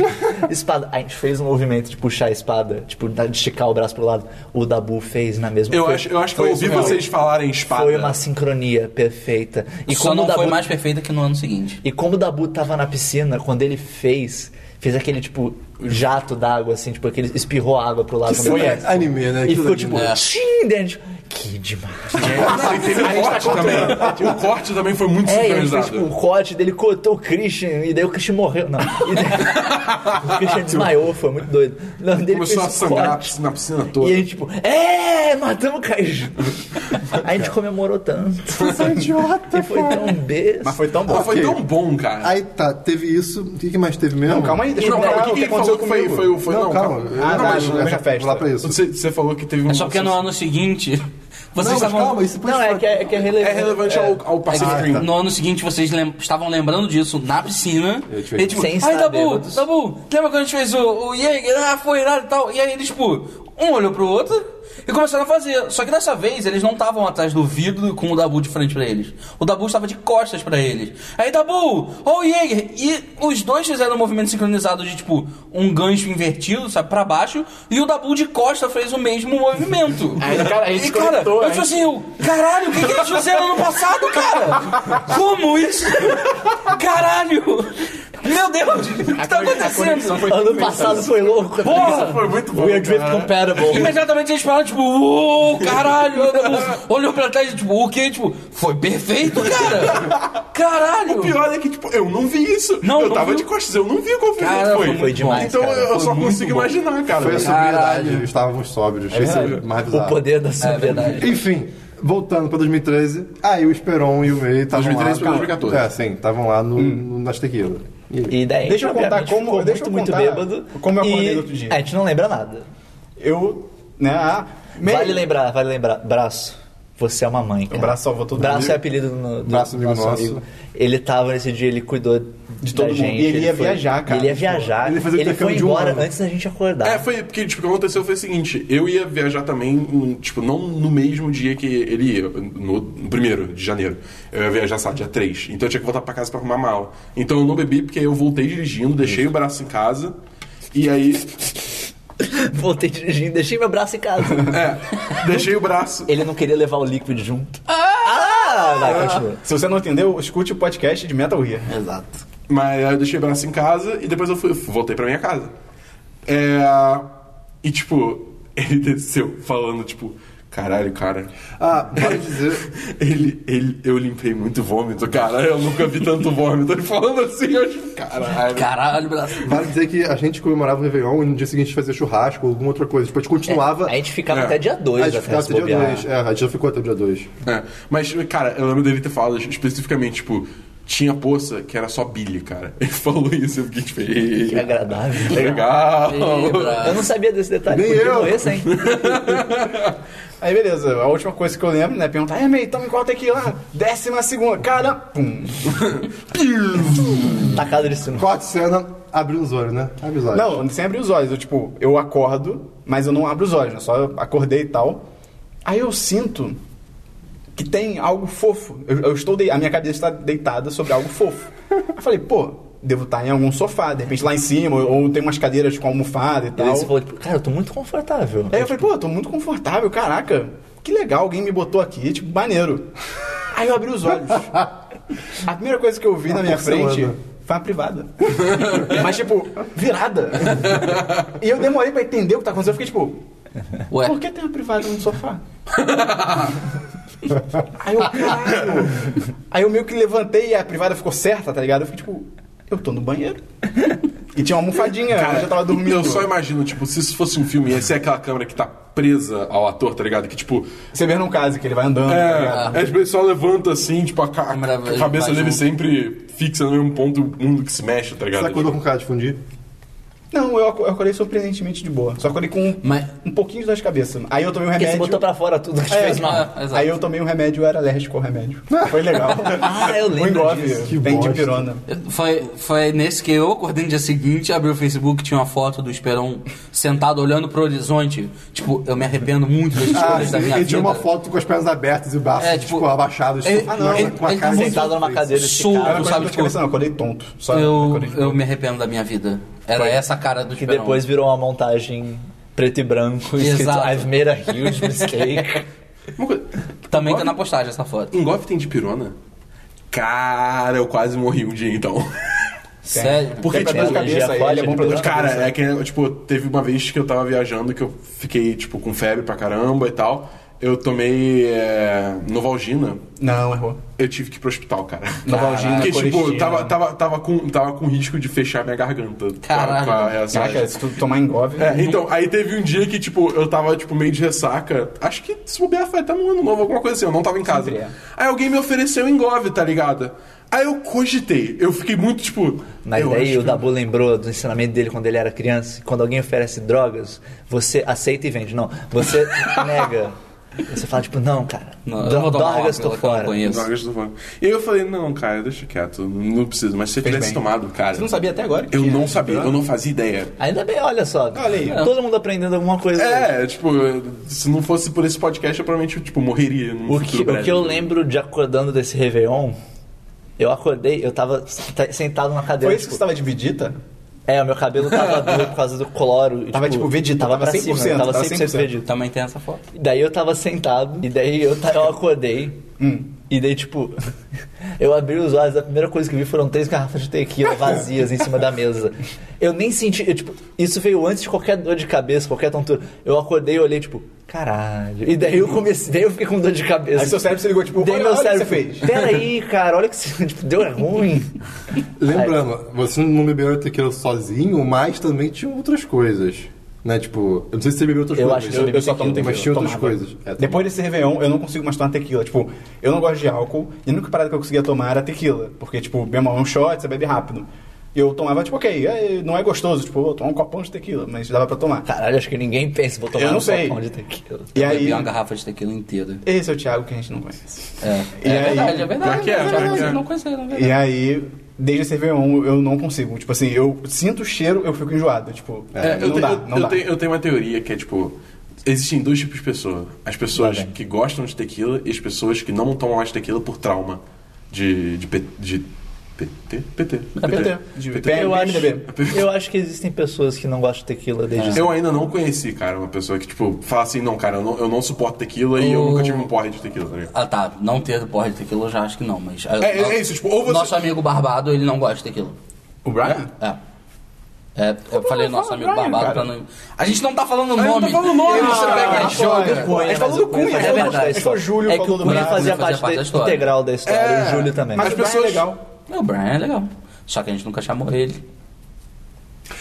Speaker 2: espada. A gente fez um movimento de puxar a espada, tipo, da- de esticar o braço pro lado. O Dabu fez na mesma
Speaker 4: Eu
Speaker 2: foi-
Speaker 4: acho, eu acho que eu
Speaker 2: foi
Speaker 4: ouvi
Speaker 2: surreal.
Speaker 4: vocês falarem espada.
Speaker 2: Foi uma sincronia perfeita. E
Speaker 3: Só
Speaker 2: quando
Speaker 3: não
Speaker 2: o Dabu
Speaker 3: foi mais perfeita que no ano seguinte.
Speaker 2: e como o Dabu tava na piscina, quando ele fez, fez aquele tipo jato d'água, assim, tipo, aquele espirrou água pro lado.
Speaker 5: cena
Speaker 2: Foi-
Speaker 5: anime, né?
Speaker 2: E
Speaker 5: Aquilo
Speaker 2: ficou
Speaker 5: ali,
Speaker 2: tipo,
Speaker 5: né?
Speaker 3: É.
Speaker 2: "Tchim", daí a gente, que demais.
Speaker 4: Nossa, e teve o corte também. O corte também foi muito
Speaker 2: É, e ele fez tipo,
Speaker 4: sincronizado.
Speaker 2: um corte dele, cortou o Christian, e daí o Christian morreu. Não. E daí, o Christian desmaiou, foi muito doido. Não, dele
Speaker 4: Começou a
Speaker 2: fez um
Speaker 4: sangrar
Speaker 2: corte,
Speaker 4: na piscina toda.
Speaker 2: E a gente, tipo, é, matamos o Kaiju. a gente comemorou tanto. Você idiota, E foi tão besta.
Speaker 1: Mas foi tão bom.
Speaker 4: Ah, foi
Speaker 5: Ok.
Speaker 4: tão bom, cara.
Speaker 5: Aí tá, teve isso. O que, que mais teve mesmo?
Speaker 1: Não, calma aí, deixa
Speaker 4: não,
Speaker 1: eu
Speaker 4: calma,
Speaker 1: falar
Speaker 4: o que, que ele falou que foi, foi, foi.
Speaker 5: Não,
Speaker 4: Não,
Speaker 5: calma.
Speaker 4: calma.
Speaker 1: Ah,
Speaker 5: não,
Speaker 1: tá,
Speaker 5: mas
Speaker 1: no mega festa.
Speaker 5: Lá pra isso.
Speaker 4: Você, você falou que teve um.
Speaker 3: É só porque no ano seguinte, vocês
Speaker 5: não, mas
Speaker 3: estavam.
Speaker 5: calma, isso
Speaker 2: Não, é que é, que é
Speaker 4: É
Speaker 2: relevante.
Speaker 4: relevante ao, ao Pacific
Speaker 3: É que
Speaker 4: Rim.
Speaker 3: No ano seguinte vocês lem- estavam lembrando disso na piscina.
Speaker 5: Eu te
Speaker 3: E aí, tipo,
Speaker 2: Sem
Speaker 3: ai,
Speaker 2: estar
Speaker 3: Dabu,
Speaker 2: bêbados."
Speaker 3: Dabu, lembra quando a gente fez o, o Jäger? Ah, foi irado e tal. E aí eles, tipo, um olhou pro outro e começaram a fazer. Só que dessa vez eles não estavam atrás do vidro com o Dabu de frente pra eles. O Dabu estava de costas pra eles. Aí, Dabu, ô Jäger! E os dois fizeram um movimento sincronizado de, tipo, um gancho invertido, sabe, pra baixo. E o Dabu de costas fez o mesmo movimento.
Speaker 6: Aí, cara, aí
Speaker 3: e, cara,
Speaker 6: desconectou,
Speaker 3: eu
Speaker 6: aí-
Speaker 3: tipo assim, eu, caralho, o que, que eles fizeram ano passado, cara? Como isso? Caralho! Meu Deus, o que tá acontecendo?
Speaker 2: Ano passado foi louco.
Speaker 3: Porra!
Speaker 4: Foi muito bom.
Speaker 2: We're Drift
Speaker 4: cara.
Speaker 2: Compatible.
Speaker 3: Imediatamente eles falaram, tipo, uou, caralho! Olhou pra trás e, tipo, o quê? Tipo, foi perfeito, cara! Caralho!
Speaker 4: O pior é que, tipo, eu não vi isso.
Speaker 3: Não,
Speaker 4: eu
Speaker 3: não
Speaker 4: tava
Speaker 3: viu?
Speaker 4: de costas, eu não vi o conflito.
Speaker 3: Cara, foi
Speaker 4: foi.
Speaker 3: muito bom.
Speaker 2: demais,
Speaker 4: Então
Speaker 2: cara.
Speaker 4: eu só consigo imaginar, cara. Então,
Speaker 5: Foi assim, a sobriedade, estávamos sóbrios. Esse é mais
Speaker 2: O
Speaker 5: bizarro.
Speaker 2: poder da sobriedade.
Speaker 5: Enfim, voltando pra 2013, aí o Esperon e o May estavam
Speaker 4: 2013 pra
Speaker 5: lá.
Speaker 4: 2014.
Speaker 5: É, sim, estavam lá no, no, nas tequilas.
Speaker 2: E daí,
Speaker 1: Deixa eu contar
Speaker 2: obviamente,
Speaker 1: como-
Speaker 2: ficou
Speaker 1: deixa eu
Speaker 2: muito,
Speaker 1: contar
Speaker 2: muito bêbado.
Speaker 1: como eu acordei
Speaker 2: e
Speaker 1: no outro dia.
Speaker 2: A gente não lembra nada.
Speaker 1: Eu. Né? ah, me-
Speaker 2: Vale lembrar, vale lembrar. Braço. Você é uma mãe. Cara.
Speaker 1: Braço salvou todo
Speaker 2: Braço
Speaker 1: mundo.
Speaker 2: é apelido do, do
Speaker 5: Braço amigo nosso.
Speaker 2: Ele tava nesse dia, ele cuidou de
Speaker 1: todo mundo.
Speaker 2: Gente,
Speaker 1: E ele ia
Speaker 2: foi-
Speaker 1: viajar, cara.
Speaker 2: Ele ia viajar.
Speaker 5: Ele ia fazer o
Speaker 2: Ele
Speaker 5: intercâmbio
Speaker 2: foi
Speaker 5: de um
Speaker 2: embora
Speaker 5: ano.
Speaker 2: antes da gente acordar.
Speaker 4: É, foi porque, tipo, o que aconteceu foi o seguinte, eu ia viajar também, hum, tipo, não no mesmo dia que ele ia, no, no primeiro de janeiro. Eu ia viajar, sabe, dia 3. Então eu tinha que voltar pra casa pra arrumar a mala. Então eu não bebi, porque eu voltei dirigindo, deixei o braço em casa, e aí,
Speaker 2: Voltei dirigindo, deixei meu braço em casa.
Speaker 4: é, deixei o braço.
Speaker 2: ele não queria levar o líquido junto. Ah! Vai, continua.
Speaker 1: Se você não entendeu, escute o podcast de Metal Gear.
Speaker 2: Exato.
Speaker 4: Mas aí eu deixei o braço em casa, e depois eu fui, voltei pra minha casa. É, e, tipo, ele desceu falando, tipo, caralho, cara...
Speaker 5: Ah, pode dizer.
Speaker 4: Ele, ele, eu limpei muito vômito, cara. Eu nunca vi tanto vômito. Ele falando assim, eu tipo, caralho.
Speaker 3: Caralho, braço.
Speaker 5: Vale dizer que a gente comemorava o Réveillon e no dia seguinte a gente fazia churrasco ou alguma outra coisa. Tipo, a gente continuava.
Speaker 2: A gente ficava
Speaker 4: É.
Speaker 2: até dia
Speaker 5: a
Speaker 2: 2
Speaker 5: gente
Speaker 2: até
Speaker 5: ficava
Speaker 2: se
Speaker 5: até dia
Speaker 2: bobear.
Speaker 5: 2. É, a gente já ficou até o dia 2.
Speaker 4: É, mas, cara, eu lembro dele ter falado especificamente, tipo, Tinha poça que era só bile, cara. Ele falou isso, eu fiquei tipo, "Ei,
Speaker 2: Que É agradável.
Speaker 4: legal.
Speaker 2: Eu não sabia desse detalhe.
Speaker 5: Nem
Speaker 2: Podia
Speaker 5: eu.
Speaker 2: morrer sem.
Speaker 1: Aí beleza, a última coisa que eu lembro, né? Perguntar, é, meio, tamo em qual tequila? Décima segunda, cara, pum.
Speaker 2: Tacado de sino.
Speaker 5: Corte cena, abriu os olhos, né? Abre os olhos.
Speaker 1: Não, sem abrir os olhos. Eu, tipo, eu acordo, mas eu não abro os olhos, né? Só eu acordei e tal. Aí eu sinto que tem algo fofo. Eu, eu estou dei- A minha cabeça está deitada sobre algo fofo. Eu falei, pô, devo estar em algum sofá, de repente lá em cima, ou, ou tem umas cadeiras com almofada e
Speaker 2: E
Speaker 1: tal.
Speaker 2: daí você falou, tipo, cara, eu tô muito confortável.
Speaker 1: Aí eu falei, pô, eu tô muito confortável, caraca. Que legal, alguém me botou aqui, tipo, maneiro. Aí eu abri os olhos. A primeira coisa que eu vi na
Speaker 4: Tá
Speaker 1: minha
Speaker 5: porcelana.
Speaker 1: frente foi uma privada. Mas, tipo, virada. E eu demorei pra entender o que tá acontecendo. Eu fiquei, tipo,
Speaker 3: Ué,
Speaker 1: por que tem uma privada no sofá? Aí eu, caralho. Aí eu meio que levantei e a privada ficou certa, tá ligado? Eu fiquei, tipo, eu tô no banheiro. E tinha uma almofadinha, cara, eu já tava dormindo.
Speaker 4: Eu só imagino, tipo, se isso fosse um filme, ia ser aquela câmera que tá presa ao ator, tá ligado? Que, tipo,
Speaker 1: Você vê num caso que ele vai andando, tá ligado?
Speaker 4: é, é tipo, ele só levanta assim, tipo, a, ca-
Speaker 3: Câmera
Speaker 4: a cabeça
Speaker 3: vai
Speaker 4: dele
Speaker 3: junto.
Speaker 4: sempre fixa no mesmo ponto, o mundo que se mexe, tá
Speaker 5: Você
Speaker 4: ligado?
Speaker 5: acordou com cara de fundir?
Speaker 1: Não, eu, aco- eu acordei surpreendentemente de boa. Só acordei com um,
Speaker 3: Mas-
Speaker 1: um pouquinho de dor de cabeça. Aí eu tomei um
Speaker 2: Porque você
Speaker 1: remédio. É,
Speaker 2: botou pra fora tudo que te fez mal.
Speaker 3: ah, exato.
Speaker 1: Aí eu tomei um remédio, eu era alérgico ao remédio. Foi legal.
Speaker 2: Ah, eu
Speaker 1: o
Speaker 2: lembro disso.
Speaker 1: engove,
Speaker 5: Que
Speaker 1: tem
Speaker 5: bosta.
Speaker 1: de pirona.
Speaker 3: Foi, foi nesse que eu acordei no dia seguinte, abri o Facebook, tinha uma foto do Esperão sentado olhando pro horizonte. Tipo, eu me arrependo muito das
Speaker 5: Ah,
Speaker 3: escolhas da minha
Speaker 5: ele
Speaker 3: vida.
Speaker 5: tinha uma foto com as pernas abertas e o braço,
Speaker 3: É,
Speaker 5: tipo,
Speaker 3: tipo,
Speaker 5: abaixado.
Speaker 3: ele-
Speaker 5: tipo,
Speaker 3: ah, não, ele-
Speaker 5: com a
Speaker 3: ele
Speaker 5: cara
Speaker 3: tá
Speaker 2: Sentado numa cadeira
Speaker 3: Sul.
Speaker 1: Eu
Speaker 2: esticada.
Speaker 1: não
Speaker 3: sabe,
Speaker 1: acordei de
Speaker 3: tipo,
Speaker 1: cabeça, não, eu acordei tonto. Só
Speaker 3: Eu,
Speaker 1: acordei de
Speaker 3: eu
Speaker 1: boa.
Speaker 3: me arrependo da minha vida. Era essa a cara do
Speaker 2: Que
Speaker 3: Esperão.
Speaker 2: depois virou uma montagem preto e branco. Escrito,
Speaker 3: Exato.
Speaker 2: I've made a huge mistake.
Speaker 4: Uma coisa-
Speaker 3: Também tá na postagem essa foto.
Speaker 4: Engolfe Um tem dipirona? Cara, eu quase morri um dia então.
Speaker 3: Sério?
Speaker 4: Porque,
Speaker 1: Tem pra
Speaker 4: tipo,
Speaker 1: dor de
Speaker 2: ela já
Speaker 1: cabeça, aí,
Speaker 2: foge
Speaker 1: ele é bom pra
Speaker 2: de
Speaker 1: dor de
Speaker 4: Cara,
Speaker 1: cabeça.
Speaker 4: é que, tipo, teve uma vez que eu tava viajando que eu fiquei, tipo, com febre pra caramba e tal. Eu tomei é, Novalgina.
Speaker 1: Não, errou.
Speaker 4: Eu tive que ir pro hospital, cara.
Speaker 1: Novalgina,
Speaker 4: Porque, tipo,
Speaker 1: Ah, coristina.
Speaker 4: tava, tava, tava, com, tava com risco de fechar minha garganta.
Speaker 3: Caralho.
Speaker 4: Com a- essa-
Speaker 1: Caraca, se tu tomar engove.
Speaker 4: É, então, aí teve um dia que, tipo, eu tava, tipo, meio de ressaca. Acho que se bobear foi até no ano novo, alguma coisa assim, eu não tava em casa.
Speaker 1: Sempre é.
Speaker 4: Aí alguém me ofereceu engove, tá ligado? Aí eu cogitei. Eu fiquei muito, tipo.
Speaker 2: Mas
Speaker 4: eu
Speaker 2: daí
Speaker 4: acho
Speaker 2: o
Speaker 4: que-
Speaker 2: Dabu lembrou do ensinamento dele quando ele era criança. Quando alguém oferece drogas, você aceita e vende. Não, você nega. Você fala, tipo, não, cara.
Speaker 3: Não, eu não vou tomar
Speaker 2: drogas,
Speaker 3: uma
Speaker 2: tô
Speaker 3: pílula que eu não
Speaker 2: fora.
Speaker 3: conheço.
Speaker 4: Drogas do Vang. E aí eu falei, não, cara, deixa quieto, não preciso. Mas se eu tivesse
Speaker 1: bem.
Speaker 4: tomado, cara.
Speaker 1: Você não sabia até agora? que
Speaker 4: Eu
Speaker 1: tinha
Speaker 4: não
Speaker 1: de
Speaker 4: sabia,
Speaker 1: pirona?
Speaker 4: eu não fazia ideia.
Speaker 2: Ainda bem, olha só.
Speaker 1: Olha aí.
Speaker 2: Todo mundo aprendendo alguma coisa.
Speaker 4: É, tipo, se não fosse por esse podcast, eu provavelmente tipo, morreria. num
Speaker 2: O
Speaker 4: futuro
Speaker 2: que, o
Speaker 4: breve.
Speaker 2: que eu lembro de acordando desse Réveillon, eu acordei, eu tava senta- sentado na cadeira.
Speaker 1: Foi isso que
Speaker 2: tipo,
Speaker 1: você tava de bidita?
Speaker 2: É, o meu cabelo tava duro por causa do cloro. e,
Speaker 1: Tava, tipo, vegeta,
Speaker 2: Tava,
Speaker 1: tava
Speaker 2: pra
Speaker 1: 100%,
Speaker 2: cima, tava
Speaker 1: tava
Speaker 2: 100%,
Speaker 1: 100%.
Speaker 2: vegeta.
Speaker 3: Também tem essa foto.
Speaker 2: Daí eu tava sentado, e daí eu, ta- eu acordei.
Speaker 1: Hum.
Speaker 2: E daí, tipo, eu abri os olhos, a primeira coisa que eu vi foram três garrafas de tequila vazias em cima da mesa. Eu nem senti, eu, tipo, isso veio antes de qualquer dor de cabeça, qualquer tontura. Eu acordei e olhei, tipo, caralho. E daí eu comecei, daí eu fiquei com dor de cabeça.
Speaker 1: Aí seu cérebro se ligou, tipo,
Speaker 2: Daí
Speaker 1: olha,
Speaker 2: meu
Speaker 1: olha o que
Speaker 2: cérebro,
Speaker 1: você fez.
Speaker 2: peraí, cara, olha que você, tipo, deu ruim.
Speaker 5: Lembrando, você não bebeu tequila sozinho, mas também tinha outras coisas. Né, tipo, eu não sei se você bebeu outras
Speaker 2: Eu
Speaker 5: coisas.
Speaker 2: acho que
Speaker 5: mas-
Speaker 2: eu bebi
Speaker 1: só tomo tequila.
Speaker 2: tequila.
Speaker 5: Mas tinha outras
Speaker 1: tomava.
Speaker 5: coisas. É,
Speaker 1: Depois desse Réveillon, eu não consigo mais tomar tequila. Tipo, eu não gosto de álcool e a única parada que eu conseguia tomar era tequila. Porque, tipo, bem mal, é um shot, você bebe rápido. E eu tomava, tipo, ok, é, não é gostoso. Tipo, vou tomar um copão de tequila, mas dava pra tomar.
Speaker 2: Caralho, acho que ninguém pensa, vou tomar
Speaker 1: Eu não
Speaker 2: um
Speaker 1: sei.
Speaker 2: copão de tequila.
Speaker 1: E
Speaker 3: Eu
Speaker 1: aí,
Speaker 3: bebi uma garrafa de tequila inteira.
Speaker 1: esse é o Thiago que a gente não conhece.
Speaker 3: É,
Speaker 1: E
Speaker 3: é
Speaker 1: aí?
Speaker 3: verdade, é
Speaker 4: Pior
Speaker 3: verdade.
Speaker 4: que é, pior que é.
Speaker 3: Não conhecia, não conhecia.
Speaker 1: E aí, desde esse Réveillon, eu não consigo. Tipo assim, eu sinto o cheiro, eu fico enjoado. Tipo,
Speaker 4: É, eu,
Speaker 1: não
Speaker 4: tenho,
Speaker 1: dá,
Speaker 4: eu-
Speaker 1: não
Speaker 4: eu
Speaker 1: dá.
Speaker 4: tenho- eu tenho uma teoria que é tipo. Existem dois tipos de pessoa. As pessoas que gostam de tequila e as pessoas que não tomam mais tequila por trauma de. de, P- de PT? PT.
Speaker 1: É PT. De PM,
Speaker 2: Eu acho, é
Speaker 1: MDB.
Speaker 2: eu acho que existem pessoas que não gostam de tequila desde
Speaker 4: Eu ainda não conheci, cara, uma pessoa que, tipo, fala assim, não, cara, eu não, eu não suporto tequila e eu
Speaker 3: O-
Speaker 4: nunca tive um porre de tequila, tá ligado?
Speaker 3: Ah tá, não ter porra de tequila eu já acho que não, mas. ah,
Speaker 4: É, é isso, tipo, ou você-
Speaker 3: Nosso amigo barbado, ele não gosta de tequila.
Speaker 1: O Brian?
Speaker 3: É. É, eu falei nosso amigo barbado pra não. A gente não tá falando o
Speaker 4: não
Speaker 3: nome.
Speaker 4: tá falando o nome,
Speaker 3: Ele
Speaker 4: cara.
Speaker 3: pega e joga.
Speaker 1: Pô, a gente
Speaker 3: né?
Speaker 1: falou do Cunha, a gente
Speaker 2: é
Speaker 1: falou do- a
Speaker 2: verdade.
Speaker 1: gente falou do Júlio,
Speaker 2: é que
Speaker 1: falou
Speaker 2: o
Speaker 1: do
Speaker 2: Cunha
Speaker 1: Brian.
Speaker 2: fazia
Speaker 3: Cunha fazia
Speaker 2: parte,
Speaker 3: parte
Speaker 2: da-
Speaker 3: da história.
Speaker 2: integral da história,
Speaker 4: É,
Speaker 2: o Júlio também.
Speaker 1: Mas
Speaker 4: As
Speaker 1: o Brian é
Speaker 4: pessoas-
Speaker 1: legal.
Speaker 3: Não, O Brian é legal. Só que a gente nunca chamou ele.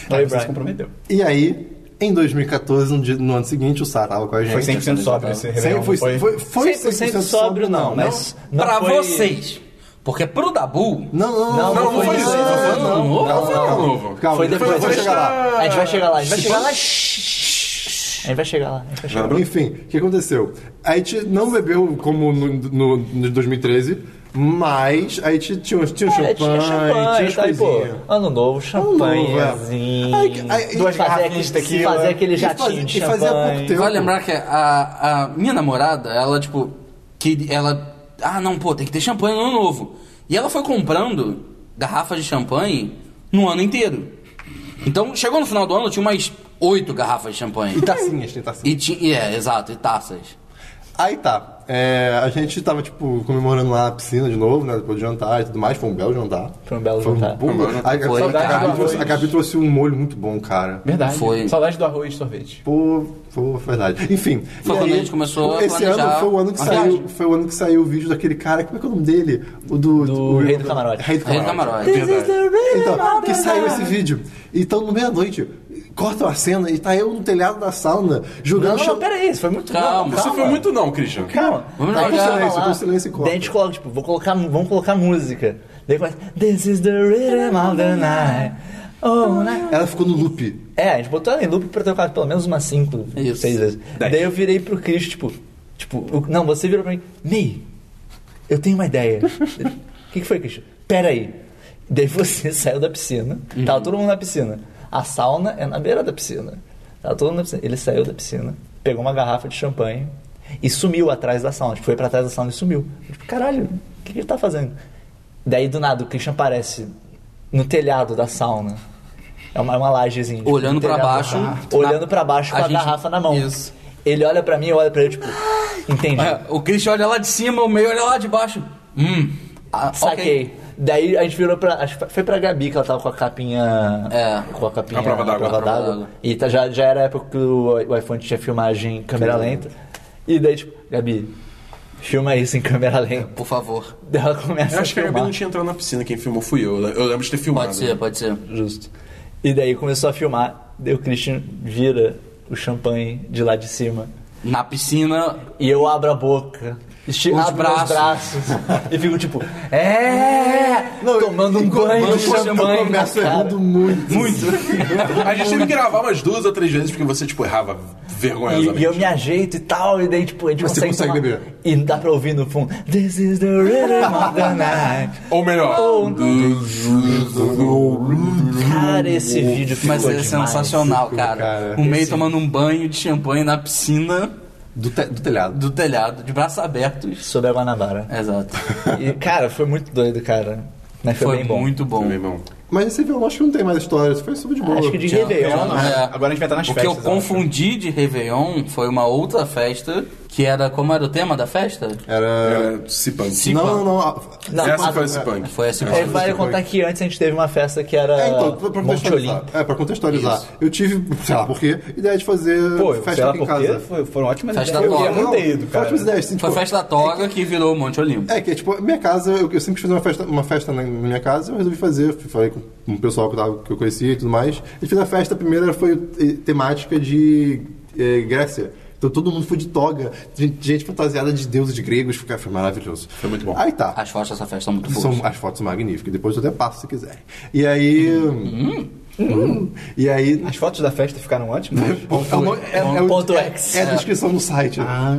Speaker 2: Oi,
Speaker 1: Aí você se
Speaker 2: Brian.
Speaker 1: comprometeu.
Speaker 5: E aí, em 2014, no, dia- no ano seguinte, o Sarau com a gente.
Speaker 1: Foi 100% sóbrio esse
Speaker 5: Sem-
Speaker 1: Réveillon.
Speaker 5: foi,
Speaker 1: não foi?
Speaker 5: foi, foi
Speaker 2: 100% sóbrio não, mas... Não
Speaker 3: pra
Speaker 2: foi-
Speaker 3: vocês. Porque pro Dabu.
Speaker 5: Não, não, não.
Speaker 4: Não, não foi isso. Não foi ano novo. Não foi ano novo.
Speaker 5: Calma,
Speaker 2: Foi depois,
Speaker 5: vou
Speaker 2: vamos
Speaker 5: chegar lá.
Speaker 2: A gente vai chegar lá, a gente vai chegar lá. A gente vai chegar lá. a gente vai chegar lá.
Speaker 5: Enfim, o que aconteceu? A gente não bebeu como no, no, no 2013, mas a gente tinha, uns- tinha um
Speaker 2: É,
Speaker 5: champanhe,
Speaker 2: tinha champanhe,
Speaker 5: tinha
Speaker 2: tá aí,
Speaker 5: as
Speaker 2: pô.
Speaker 5: coisinhas.
Speaker 2: Ano novo, champanhezinho.
Speaker 5: Ai, que- ai,
Speaker 2: Duas
Speaker 5: e
Speaker 2: fazer
Speaker 5: garrafinha
Speaker 2: aquele,
Speaker 5: de
Speaker 2: se
Speaker 5: tequila.
Speaker 2: fazer aquele
Speaker 5: E
Speaker 2: jatinho
Speaker 5: fazer-
Speaker 2: de
Speaker 5: e fazer há pouco
Speaker 2: champanhe.
Speaker 5: tempo.
Speaker 3: Vale lembrar que a, a minha namorada, ela, tipo, que ela. Ah, não, pô, tem que ter champanhe no ano novo. E ela foi comprando garrafas de champanhe no ano inteiro. Então, chegou no final do ano, tinha umas oito garrafas de champanhe.
Speaker 5: E tacinhas, tem tacinhas.
Speaker 3: E ti- e é, exato, e taças.
Speaker 5: Aí tá. É, a gente tava, tipo, comemorando lá na piscina de novo, né? Depois do jantar e tudo mais. Foi um belo jantar.
Speaker 2: Foi um belo jantar.
Speaker 5: bom-
Speaker 4: Foi um belo
Speaker 5: A, a-
Speaker 3: Foi,
Speaker 5: a- a-
Speaker 3: cara.
Speaker 5: a- Gabi trouxe, a Gabi trouxe um molho muito bom, cara.
Speaker 6: Verdade.
Speaker 3: Foi.
Speaker 6: Saudade do arroz e sorvete.
Speaker 5: Pô, pô, é verdade. Enfim.
Speaker 3: Foi
Speaker 5: e
Speaker 3: quando a gente começou a
Speaker 5: Esse
Speaker 3: planejar
Speaker 5: ano foi o ano que
Speaker 3: a
Speaker 5: saiu.
Speaker 3: viagem.
Speaker 5: Foi o ano que saiu o vídeo daquele cara. Como é que é o nome dele? O do.
Speaker 2: Do
Speaker 5: o-
Speaker 2: Rei do Camarote.
Speaker 5: Rei do
Speaker 3: Rei do
Speaker 5: Camarote.
Speaker 3: camarote.
Speaker 5: Então, que saiu esse vídeo. Então, no meia-noite, corta a cena e tá eu no telhado da sauna
Speaker 2: Não, não,
Speaker 5: jogando. cham-
Speaker 2: não, pera aí, isso foi muito bom,
Speaker 3: Calma,
Speaker 4: Você foi muito não, Christian.
Speaker 2: Calma,
Speaker 3: Vamos
Speaker 2: Aí
Speaker 5: jogar.
Speaker 2: tava
Speaker 5: Silêncio,
Speaker 2: lá,
Speaker 5: com silêncio e corta.
Speaker 2: Daí a gente coloca, tipo, vou colocar, vamos colocar música. Daí começa, This is the rhythm of the night. Oh, night.
Speaker 5: Ela ficou no loop.
Speaker 2: É, a gente botou ela em loop pra tocar pelo menos umas 5,
Speaker 3: Isso.
Speaker 2: 6 vezes. Daí eu virei pro Chris, tipo, tipo, o- não, você virou pra mim, Ney, eu tenho uma ideia. O que, que foi, Chris? Pera aí. Daí você saiu da piscina, tava todo mundo na piscina. A sauna é na beira da piscina. Tava todo mundo na piscina. Ele saiu da piscina, pegou uma garrafa de champanhe e sumiu atrás da sauna. Tipo, foi pra trás da sauna e sumiu. Eu, Tipo, caralho, o que, que ele tá fazendo? Daí do nada o Christian aparece no telhado da sauna. É uma, é uma lajezinha. tipo,
Speaker 3: Olhando
Speaker 2: no
Speaker 3: pra
Speaker 2: telhado da
Speaker 3: baixo,
Speaker 2: sauna.
Speaker 3: na-
Speaker 2: Olhando pra baixo com
Speaker 3: a
Speaker 2: a,
Speaker 3: gente-
Speaker 2: garrafa na mão.
Speaker 3: Isso.
Speaker 2: Ele olha pra mim, eu olho pra ele, tipo, entendi.
Speaker 3: É, o Christian olha lá de cima, o meio olha lá de baixo. Hum. Ah, ok.
Speaker 2: Saquei. Daí a gente virou pra. Acho que foi pra Gabi que ela tava com a capinha.
Speaker 3: É.
Speaker 2: Com a capinha.
Speaker 4: A prova d'água.
Speaker 2: prova
Speaker 3: A prova
Speaker 2: d'água.
Speaker 3: d'água.
Speaker 2: E tá- já, já era a época que o, o iPhone tinha filmagem em câmera lenta. E daí, tipo, Gabi, filma isso em câmera lenta.
Speaker 3: Por favor.
Speaker 2: Daí ela começa
Speaker 4: Eu acho
Speaker 2: a
Speaker 4: que a
Speaker 2: filmar.
Speaker 4: Gabi não tinha entrado na piscina, quem filmou fui eu. Eu lembro de ter filmado.
Speaker 3: Pode ser, pode ser.
Speaker 2: Justo. E daí começou a filmar. Daí o Christian vira o champanhe de lá de cima.
Speaker 3: Na piscina,
Speaker 2: E eu abro a boca. Estico
Speaker 3: Os
Speaker 2: abro braços.
Speaker 3: braços.
Speaker 2: braços e fico tipo, é! tomando um banho de champanhe. né,
Speaker 5: Eu começo
Speaker 2: cara.
Speaker 5: errando
Speaker 3: um
Speaker 5: muito.
Speaker 4: Muito. a gente teve que gravar umas duas ou três vezes porque você, tipo, errava vergonhosamente.
Speaker 2: E, e eu me ajeito e tal, e daí, tipo, a gente
Speaker 5: Você
Speaker 2: consegue,
Speaker 5: consegue
Speaker 2: tomar-
Speaker 5: beber.
Speaker 2: E dá pra ouvir no fundo. This is the rhythm of the night.
Speaker 4: Ou melhor.
Speaker 2: Cara, esse vídeo ficou
Speaker 3: Mas é
Speaker 2: demais.
Speaker 3: sensacional,
Speaker 5: Ficou,
Speaker 3: cara.
Speaker 5: cara.
Speaker 3: O meio tomando um banho de champanhe na piscina
Speaker 5: Do, te- do telhado.
Speaker 3: do telhado, de braços abertos.
Speaker 2: Sobre a Guanabara.
Speaker 3: Exato.
Speaker 2: E, cara, foi muito doido, cara. Mas foi,
Speaker 3: Foi
Speaker 2: bem bom.
Speaker 3: muito bom.
Speaker 4: Meu irmão.
Speaker 5: Mas esse violão acho que não tem mais história. Isso foi super de boa.
Speaker 2: Ah, Acho que de
Speaker 3: Tinha-
Speaker 2: Réveillon. né?
Speaker 3: tinha- é.
Speaker 1: Agora a gente vai estar nas
Speaker 3: o que
Speaker 1: festas.
Speaker 3: eu
Speaker 1: eu acho.
Speaker 3: confundi de Réveillon foi uma outra festa, que era. Como era o tema da festa?
Speaker 5: É. Era...
Speaker 4: Era Cipan.
Speaker 3: Cipan.
Speaker 5: Não, não, não. a-
Speaker 2: Não,
Speaker 4: Essa
Speaker 2: a-
Speaker 4: foi É, esse punk.
Speaker 3: Foi esse
Speaker 2: É, vale contar que antes a gente teve uma festa que era
Speaker 5: É, então, pra
Speaker 2: Monte Tá.
Speaker 5: contextualizar.
Speaker 2: Olimpo.
Speaker 5: É, pra contextualizar. Eu tive, sei lá por quê, ideia de fazer
Speaker 6: Pô, sei
Speaker 5: festa
Speaker 6: lá
Speaker 5: aqui em
Speaker 6: por quê,
Speaker 5: casa.
Speaker 6: foi- foram ótimas
Speaker 3: Festa
Speaker 6: ideias. Eu
Speaker 2: É
Speaker 6: queria
Speaker 3: nova.
Speaker 6: muito ter ido, cara.
Speaker 5: Ótimas ideias, assim,
Speaker 3: Foi a
Speaker 5: tipo,
Speaker 3: festa da toga que virou o Monte Olimpo.
Speaker 5: É, que é tipo, a minha casa, eu, eu sempre quis fazer uma festa, uma festa na, na minha casa, eu resolvi fazer, fui- falei com um pessoal que, tava- que eu conhecia e tudo mais. E fiz a festa, a primeira foi eh, temática de eh, Grécia. Então todo mundo foi de toga, gente, gente fantasiada de deuses gregos, ah, foi, cara, foi maravilhoso. Foi
Speaker 4: muito bom.
Speaker 5: Aí tá.
Speaker 3: As fotos dessa festa são muito boas.
Speaker 5: São, as fotos são magníficas, depois eu até passo se quiser. E aí. Hum. E aí.
Speaker 6: As fotos da festa ficaram ótimas.
Speaker 5: É, o nome- é- é o-
Speaker 2: Ponto
Speaker 5: é-
Speaker 2: X.
Speaker 5: é a descrição do site. Ah,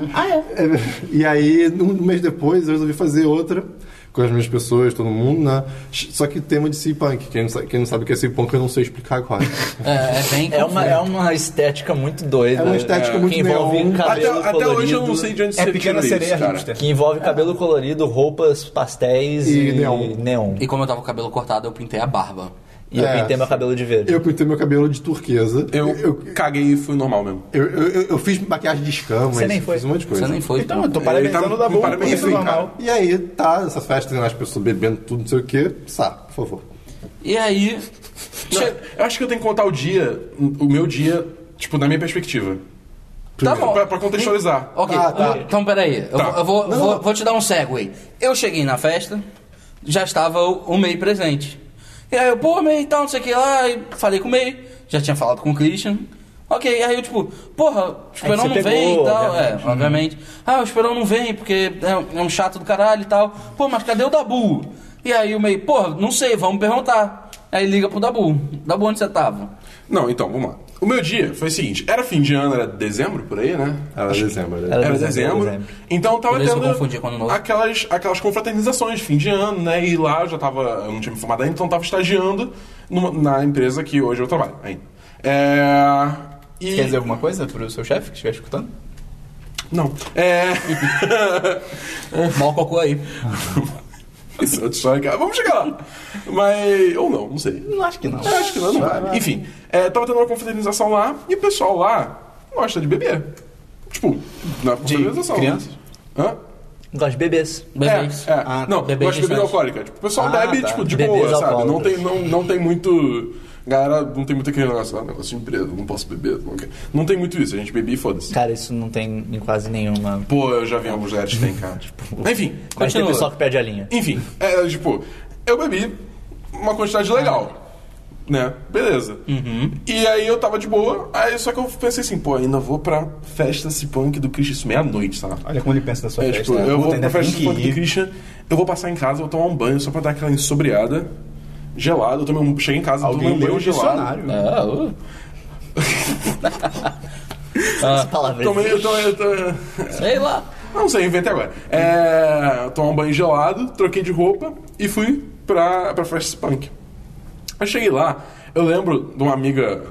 Speaker 5: é. E aí, um mês depois, eu resolvi fazer outra com as minhas pessoas, todo mundo, né? Só que tema de C-Punk. Quem, não sa- quem não sabe o que é C-Punk, eu não sei explicar agora.
Speaker 3: É, é bem.
Speaker 2: É uma, é uma estética muito doida.
Speaker 5: É uma estética muito
Speaker 2: que envolve
Speaker 5: neon.
Speaker 4: Até,
Speaker 2: cabelo
Speaker 4: até
Speaker 2: colorido,
Speaker 4: hoje eu não sei de onde É.
Speaker 6: É
Speaker 4: você
Speaker 6: pequena
Speaker 4: tirou
Speaker 6: sereia
Speaker 4: isso, cara.
Speaker 6: hipster.
Speaker 2: Que envolve cabelo colorido, roupas, pastéis e,
Speaker 5: E neon.
Speaker 2: neon.
Speaker 3: E como eu tava com o cabelo cortado, eu pintei a barba.
Speaker 2: E eu
Speaker 5: É.
Speaker 2: pintei meu cabelo de verde.
Speaker 5: Eu pintei meu cabelo de turquesa.
Speaker 4: Eu,
Speaker 5: eu,
Speaker 4: caguei e fui normal mesmo.
Speaker 5: eu, eu- eu fiz maquiagem de escamas.
Speaker 2: Você nem foi.
Speaker 5: Fiz um monte de coisa.
Speaker 3: Você nem foi.
Speaker 6: Então, eu tô
Speaker 3: pô.
Speaker 6: parabenizando
Speaker 4: Ele
Speaker 6: o
Speaker 4: tá-
Speaker 6: Dabu.
Speaker 4: parabéns,
Speaker 6: Isso é
Speaker 4: cara.
Speaker 6: normal.
Speaker 5: E aí, tá, essa festa, né, as pessoas bebendo tudo, não sei o quê. Sá, por favor.
Speaker 3: E aí.
Speaker 4: Não, eu acho que eu tenho que contar o dia, o meu dia, tipo, na minha perspectiva.
Speaker 3: Tá bom.
Speaker 4: Pra, pra contextualizar.
Speaker 3: Ok,
Speaker 5: Tá, tá.
Speaker 3: então peraí, eu,
Speaker 4: Tá.
Speaker 3: vou- eu vou,
Speaker 5: Não,
Speaker 3: vou,
Speaker 5: não.
Speaker 3: vou te dar um segue. Eu cheguei na festa, já estava o, o May presente. E aí eu, pô, May, tal, não sei o que lá, e falei com o May, já tinha falado com o Christian. Ok, aí eu tipo, porra, o Esperão
Speaker 2: você
Speaker 3: não
Speaker 2: pegou,
Speaker 3: vem e tal.
Speaker 2: obviamente.
Speaker 3: É, obviamente. Ah, o Esperão não vem porque é um, é um chato do caralho e tal. Pô, mas cadê o Dabu? E aí o meio, porra, não sei, vamos perguntar. Aí liga pro Dabu. Dabu, onde você tava?
Speaker 4: Não, então, vamos lá. O meu dia foi o seguinte, era fim de ano, era dezembro por aí, né?
Speaker 5: Era dezembro, né?
Speaker 2: Era
Speaker 4: Era
Speaker 2: dezembro,
Speaker 4: dezembro.
Speaker 2: dezembro.
Speaker 4: Então eu tava
Speaker 3: Por isso eu
Speaker 4: tendo
Speaker 3: confundi com Ano Novo.
Speaker 4: aquelas, aquelas confraternizações de fim de ano, né? E lá eu já tava. Eu não tinha me formado ainda, então eu tava estagiando numa- na empresa que hoje eu trabalho ainda. É. E...
Speaker 6: Quer dizer alguma coisa pro seu chefe que estiver escutando?
Speaker 4: Não. É.
Speaker 3: Mal cocô aí.
Speaker 4: Isso é outra história, cara. Vamos chegar lá. Mas. Ou não, não sei.
Speaker 6: Não acho que não.
Speaker 4: Eu acho que não, não vai. Enfim, é, tava tendo uma confraternização lá e o pessoal lá gosta de beber. Tipo, na confraternização.
Speaker 6: crianças?
Speaker 4: Hã?
Speaker 2: Gosto de bebês.
Speaker 3: Bebês.
Speaker 4: É, é.
Speaker 6: Ah,
Speaker 4: não,
Speaker 3: bebês
Speaker 4: gosta de bebida
Speaker 3: distantes.
Speaker 4: alcoólica. Tipo, o pessoal
Speaker 6: Ah,
Speaker 4: bebe,
Speaker 6: tá.
Speaker 4: tipo, de
Speaker 2: Bebês
Speaker 4: boa, sabe? Não tem,
Speaker 2: alcoólatras.
Speaker 4: não, não tem muito. Galera, não tem muito aquele negócio, ah, negócio de empresa, não posso beber. Não, quero. Não tem muito isso, a gente bebe e foda-se.
Speaker 2: Cara, isso não tem em quase nenhuma.
Speaker 4: Pô, eu já vi em alguns lugares que tem, cara. Tipo, Enfim,
Speaker 2: Mas tem
Speaker 3: Continua.
Speaker 2: pessoal que perde a linha.
Speaker 4: enfim, é, tipo, eu bebi uma quantidade legal. Né? Beleza. E aí eu tava de boa, aí só que eu pensei assim, pô, ainda vou pra festa punk do Christian, isso meia-noite, sabe?
Speaker 6: Olha como ele pensa na sua
Speaker 4: É,
Speaker 6: festa.
Speaker 4: tipo, eu
Speaker 6: Puta,
Speaker 4: vou
Speaker 6: ainda
Speaker 4: pra festa
Speaker 6: tem
Speaker 4: do
Speaker 6: que ir.
Speaker 4: Christian, eu vou passar em casa, vou tomar um banho só pra dar aquela ensobriada, gelado. Eu tomei um, cheguei em casa, tomei
Speaker 6: Alguém
Speaker 4: um
Speaker 6: leu o
Speaker 4: banho gelado.
Speaker 6: dicionário.
Speaker 3: Ah, uh. Ah.
Speaker 2: Essa palavra
Speaker 4: Tomei, eu tomei, eu tomei.
Speaker 3: Sei lá.
Speaker 4: Não sei, inventei agora. É, tomar um banho gelado, troquei de roupa e fui pra, pra festa punk. Eu cheguei lá, eu lembro de uma amiga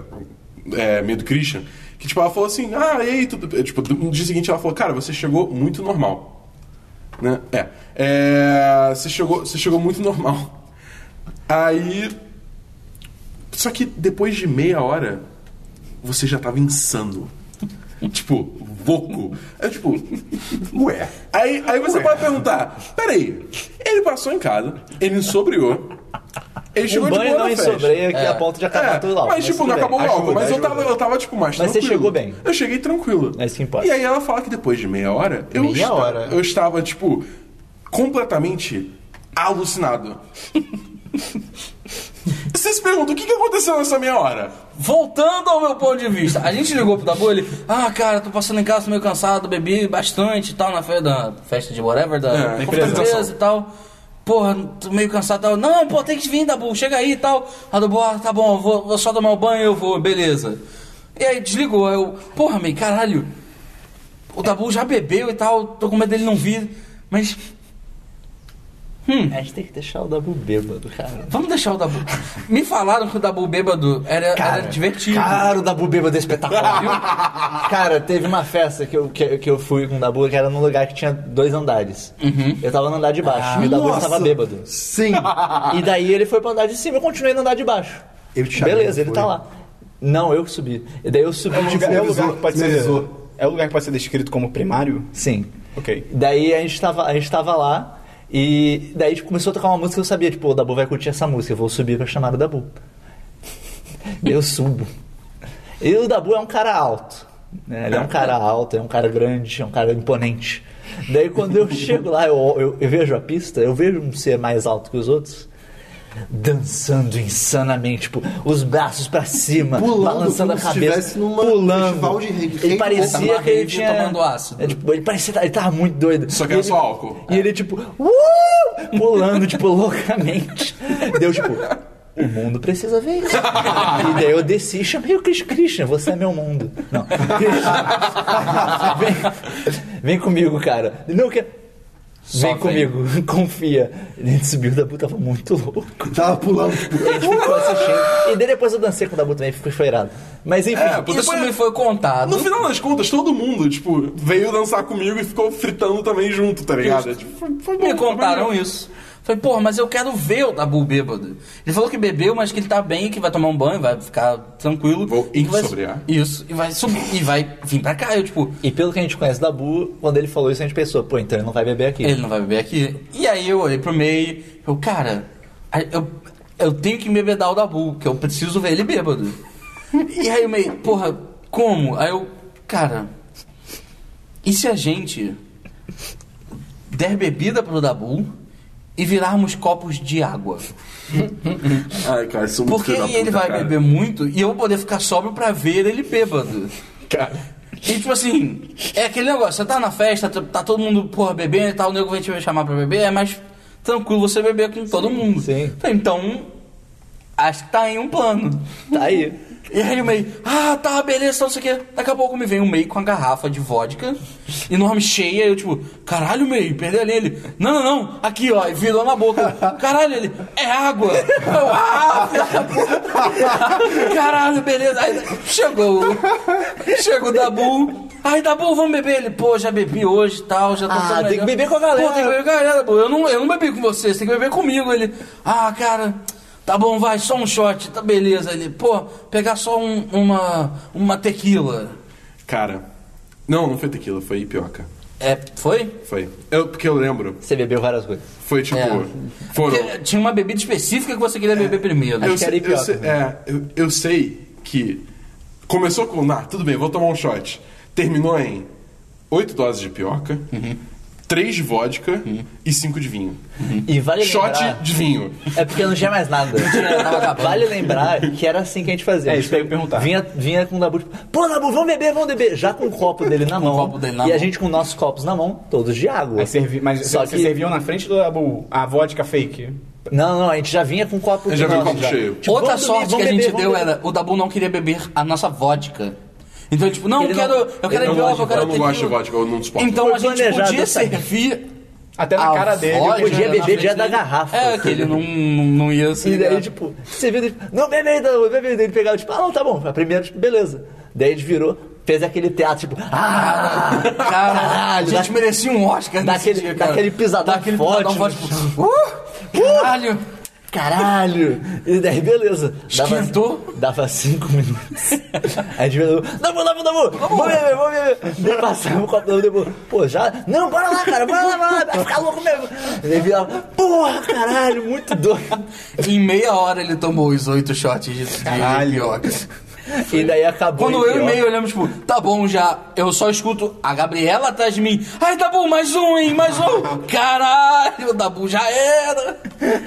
Speaker 4: é, minha do Christian, que tipo, ela falou assim, ah, e aí, tudo bem?" Tipo, no dia seguinte ela falou, cara, você chegou muito normal. Né? É. É, Você chegou, você chegou muito normal. Aí. Só que depois de meia hora, você já tava insano. Tipo, louco. É tipo, ué. Aí, aí você pode perguntar: peraí, ele passou em casa, ele sobriou, ele chegou
Speaker 2: Um
Speaker 4: de
Speaker 2: banho
Speaker 4: boa
Speaker 2: não
Speaker 4: na
Speaker 2: em
Speaker 4: festa.
Speaker 2: sobreia que é. a ponto de acabar
Speaker 4: É,
Speaker 2: tudo lá.
Speaker 4: Mas, tipo,
Speaker 2: tudo
Speaker 4: não
Speaker 2: bem.
Speaker 4: acabou
Speaker 2: Acho-
Speaker 4: logo. mas eu
Speaker 5: ajuda.
Speaker 4: tava, eu tava, tipo, mais
Speaker 2: Mas você
Speaker 4: tranquilo.
Speaker 2: chegou bem.
Speaker 4: Eu cheguei tranquilo.
Speaker 2: É isso que importa.
Speaker 4: E aí ela fala que depois de meia hora, eu,
Speaker 6: Meia
Speaker 4: esta-
Speaker 6: hora.
Speaker 4: eu estava, tipo, completamente alucinado. Você se pergunta, o que que aconteceu nessa meia hora?
Speaker 3: Voltando ao meu ponto de vista, a gente ligou pro Dabu ele, ah, cara, tô passando em casa, tô meio cansado, bebi bastante e tal, na festa, da festa de whatever, da,
Speaker 4: É,
Speaker 3: da
Speaker 4: empresa.
Speaker 3: empresa e tal. Porra, tô meio cansado e tal. Não, pô, tem que vir, Dabu, chega aí e tal. A Dabu, ah, tá bom, vou, vou só tomar um banho eu vou, beleza. E aí desligou, aí eu, porra, meio caralho, o Dabu já bebeu e tal, tô com medo dele não vir, mas
Speaker 2: A gente tem que deixar o Dabu bêbado, cara.
Speaker 3: vamos deixar o Dabu. Me falaram que o Dabu bêbado era,
Speaker 2: Cara,
Speaker 3: era divertido.
Speaker 2: Cara, o Dabu bêbado é espetacular. viu? cara, teve uma festa que eu, que, que eu fui com o Dabu, que era num lugar que tinha dois andares.
Speaker 5: Uhum.
Speaker 2: Eu tava no andar de baixo, e o Dabu tava bêbado.
Speaker 5: Sim!
Speaker 2: E daí ele foi pro andar de cima, eu continuei no andar de baixo.
Speaker 5: Ah. Eu te chamei,
Speaker 2: Beleza, ele
Speaker 5: foi.
Speaker 2: tá lá. Não, eu que subi. E daí eu subi,
Speaker 6: É o lugar-
Speaker 2: tipo,
Speaker 6: é o lugar que pode ser.
Speaker 5: Sinalizou.
Speaker 6: É o lugar que pode ser descrito como primário?
Speaker 2: Sim.
Speaker 6: Ok.
Speaker 2: Daí a gente tava, a gente tava lá e daí tipo, começou a tocar uma música que eu sabia, tipo, o Dabu vai curtir essa música, eu vou subir pra chamar o Dabu. eu subo. E o Dabu é um cara alto. né? Ele é um cara alto, é um cara grande, é um cara imponente. Daí quando eu chego lá, eu, eu, eu vejo a pista, eu vejo um ser mais alto que os outros. Dançando insanamente, tipo, os braços pra cima,
Speaker 5: Pulando,
Speaker 2: balançando a
Speaker 5: como se
Speaker 2: cabeça,
Speaker 5: estivesse numa
Speaker 2: pulando.
Speaker 5: festival de reggae.
Speaker 2: ele
Speaker 5: Quem
Speaker 2: parecia
Speaker 3: tomava
Speaker 2: que ele
Speaker 3: reggae
Speaker 2: tinha
Speaker 3: tomando ácido?
Speaker 2: é, tipo, ele parecia, ele tava muito doido.
Speaker 4: Só que
Speaker 2: E
Speaker 4: era
Speaker 2: ele-
Speaker 4: só álcool.
Speaker 2: E ele, tipo, uh, pulando, tipo, loucamente. Deu, tipo, o mundo precisa ver isso. E daí eu desci e chamei o Chris Christian, você é meu mundo. Não, Christian, vem, vem comigo, cara. Ele, Não, quer. Vem
Speaker 3: vem.
Speaker 2: comigo, confia. Ele subiu da puta, tava muito louco.
Speaker 5: Tava pulando, tipo,
Speaker 2: A gente ficou assistindo. E daí depois eu dancei com o Dabu também, ficou feirado. Mas enfim,
Speaker 4: É, pô,
Speaker 3: Isso
Speaker 4: depois-
Speaker 3: me foi contado.
Speaker 4: No final das contas, todo mundo, tipo, veio dançar comigo e ficou fritando também junto, tá ligado? Tipo, foi, foi bom,
Speaker 3: Me contaram
Speaker 4: foi
Speaker 3: isso. Falei, porra, mas eu quero ver o Dabu bêbado. Ele falou que bebeu, mas que ele tá bem, que vai tomar um banho, vai ficar tranquilo.
Speaker 4: Vou
Speaker 3: E que vai-
Speaker 4: ensobriar.
Speaker 3: Isso, e vai subir, e vai vir pra cá. Eu, tipo,
Speaker 2: E pelo que a gente conhece da Bu, quando ele falou isso, a gente pensou, pô, então ele não vai beber aqui.
Speaker 3: ele não vai beber aqui. E aí eu olhei pro meio, eu, cara, aí eu, eu tenho que embebedar o Dabu, que eu preciso ver ele bêbado. E aí o meio, porra, como? Aí eu, cara, e se a gente der bebida pro Dabu e virarmos copos de água.
Speaker 4: Ai, cara, isso é muito
Speaker 3: Porque
Speaker 4: filho da
Speaker 3: ele
Speaker 4: puta,
Speaker 3: vai
Speaker 4: cara.
Speaker 3: beber muito e eu vou poder ficar sóbrio pra ver ele bêbado.
Speaker 4: Cara,
Speaker 3: E tipo assim, é aquele negócio, você tá na festa, tá- tá todo mundo, porra, bebendo e tal, o nego vai te chamar pra beber, é mais tranquilo você beber com todo mundo.
Speaker 2: sim.
Speaker 3: Então, acho que tá em um plano.
Speaker 2: Tá aí.
Speaker 3: E aí o meio, ah, tá, beleza, não sei o quê. Daqui a pouco me vem o meio com a garrafa de vodka, enorme, cheia, eu tipo, caralho, meio, perdeu ali ele. Não, não, não, aqui, ó, e virou na boca. Caralho, ele, é água. Eu, ah, filha da puta. caralho, beleza. Aí chegou, o- chegou o Dabu. Aí, Dabu, vamos beber ele. Pô, já bebi hoje e tal, já tô
Speaker 2: Ah,
Speaker 3: tão
Speaker 2: tem que
Speaker 3: melhor.
Speaker 2: beber com a galera.
Speaker 3: Pô, tem que beber com a galera, Dabu. Eu não, eu não bebi com você, você tem que beber comigo. Ele, ah, cara... Tá bom, vai, só um shot, tá beleza. Ele, pô, pegar só um- uma, uma tequila.
Speaker 4: cara. Não, não foi tequila, foi ipioca.
Speaker 3: É, foi?
Speaker 4: Foi. Eu, porque eu lembro,
Speaker 2: Você bebeu várias coisas.
Speaker 4: foi tipo.
Speaker 3: É.
Speaker 4: Foram. É.
Speaker 3: Porque tinha uma bebida específica que você queria beber primeiro.
Speaker 4: Eu
Speaker 2: que era
Speaker 4: sei, eu,
Speaker 2: ipioca,
Speaker 4: sei, é, eu, eu sei que começou com, ah, tudo bem, vou tomar um shot. Terminou em oito doses de pioca, três de vodka e cinco de vinho.
Speaker 2: E vale
Speaker 4: Shot
Speaker 2: lembrar...
Speaker 4: de vinho.
Speaker 2: É porque não tinha mais nada.
Speaker 3: tava acabando.
Speaker 2: vale lembrar que era assim que a gente fazia.
Speaker 6: É, isso que eu ia perguntar.
Speaker 2: Vinha, vinha com o Nabu, tipo, pô, Nabu, vamos beber, vamos beber. Já com o copo dele na mão.
Speaker 3: copo dele na
Speaker 2: e a
Speaker 3: mão.
Speaker 2: gente com nossos copos na mão, todos de água.
Speaker 6: Aí servi, mas
Speaker 2: Só
Speaker 6: vocês
Speaker 2: que-
Speaker 6: serviam na frente do Dabu a vodka fake.
Speaker 2: Não, não, a gente já vinha com o copo
Speaker 4: Eu já vi
Speaker 2: nosso,
Speaker 4: o copo cheio.
Speaker 2: Tipo,
Speaker 3: Outra
Speaker 2: vamos beber,
Speaker 3: sorte que a
Speaker 2: vamos
Speaker 3: gente
Speaker 2: beber,
Speaker 3: deu
Speaker 2: vamos beber.
Speaker 3: era o Dabu não queria beber a nossa vodka. Então, ele, tipo, não,
Speaker 2: Ele
Speaker 3: eu quero,
Speaker 2: não-
Speaker 3: eu quero
Speaker 2: ele não
Speaker 3: ipioca,
Speaker 2: gosta-
Speaker 3: eu quero
Speaker 4: eu não
Speaker 3: tequila.
Speaker 4: gosto de vodka, eu não suporto.
Speaker 3: Então
Speaker 2: Foi
Speaker 3: a gente
Speaker 2: planejado,
Speaker 3: podia
Speaker 2: sabe?
Speaker 3: servir.
Speaker 6: Até na
Speaker 3: a
Speaker 6: cara dele.
Speaker 3: vodka
Speaker 2: Podia
Speaker 3: na
Speaker 2: beber
Speaker 3: frente
Speaker 2: direto da
Speaker 3: dele.
Speaker 2: garrafa.
Speaker 3: É, que ele não, não, não ia se
Speaker 2: E daí,
Speaker 3: ligar.
Speaker 2: tipo, você viu, tipo, não, bebe aí, Dabu, bebe aí. Daí Ele pegava, tipo, ah, não, tá bom. A primeira, tipo, beleza. Daí ele virou, fez aquele teatro, tipo, ah,
Speaker 3: Cara,
Speaker 2: caralho.
Speaker 3: a gente
Speaker 2: dá-
Speaker 3: merecia um Oscar nesse
Speaker 2: daquele-
Speaker 3: dia, cara.
Speaker 2: daquele pisadão
Speaker 3: Daquele
Speaker 2: forte,
Speaker 3: pisadão forte.
Speaker 2: né?
Speaker 3: tipo, uh, caralho.
Speaker 2: Caralho! E daí, beleza. Dava-
Speaker 3: Esquentou?
Speaker 2: Dava cinco minutos. Aí a gente veio, Dabu, Dabu, Dabu! Vamos beber, vamos beber! Daí passava o copo do Dabu, pô, já... Não, bora lá, cara, bora lá, bora lá, vai ficar louco mesmo! Daí virava, porra, caralho, muito doido!
Speaker 3: Em meia hora ele tomou os oito shots de- de
Speaker 6: Caralho.
Speaker 3: ioga.
Speaker 2: E daí acabou...
Speaker 3: Quando
Speaker 2: em
Speaker 3: eu e
Speaker 2: pior.
Speaker 3: meio olhamos, tipo, tá bom já, eu só escuto a Gabriela atrás de mim. Ai, tá bom, mais um, hein, mais um. Caralho, o Dabu já era.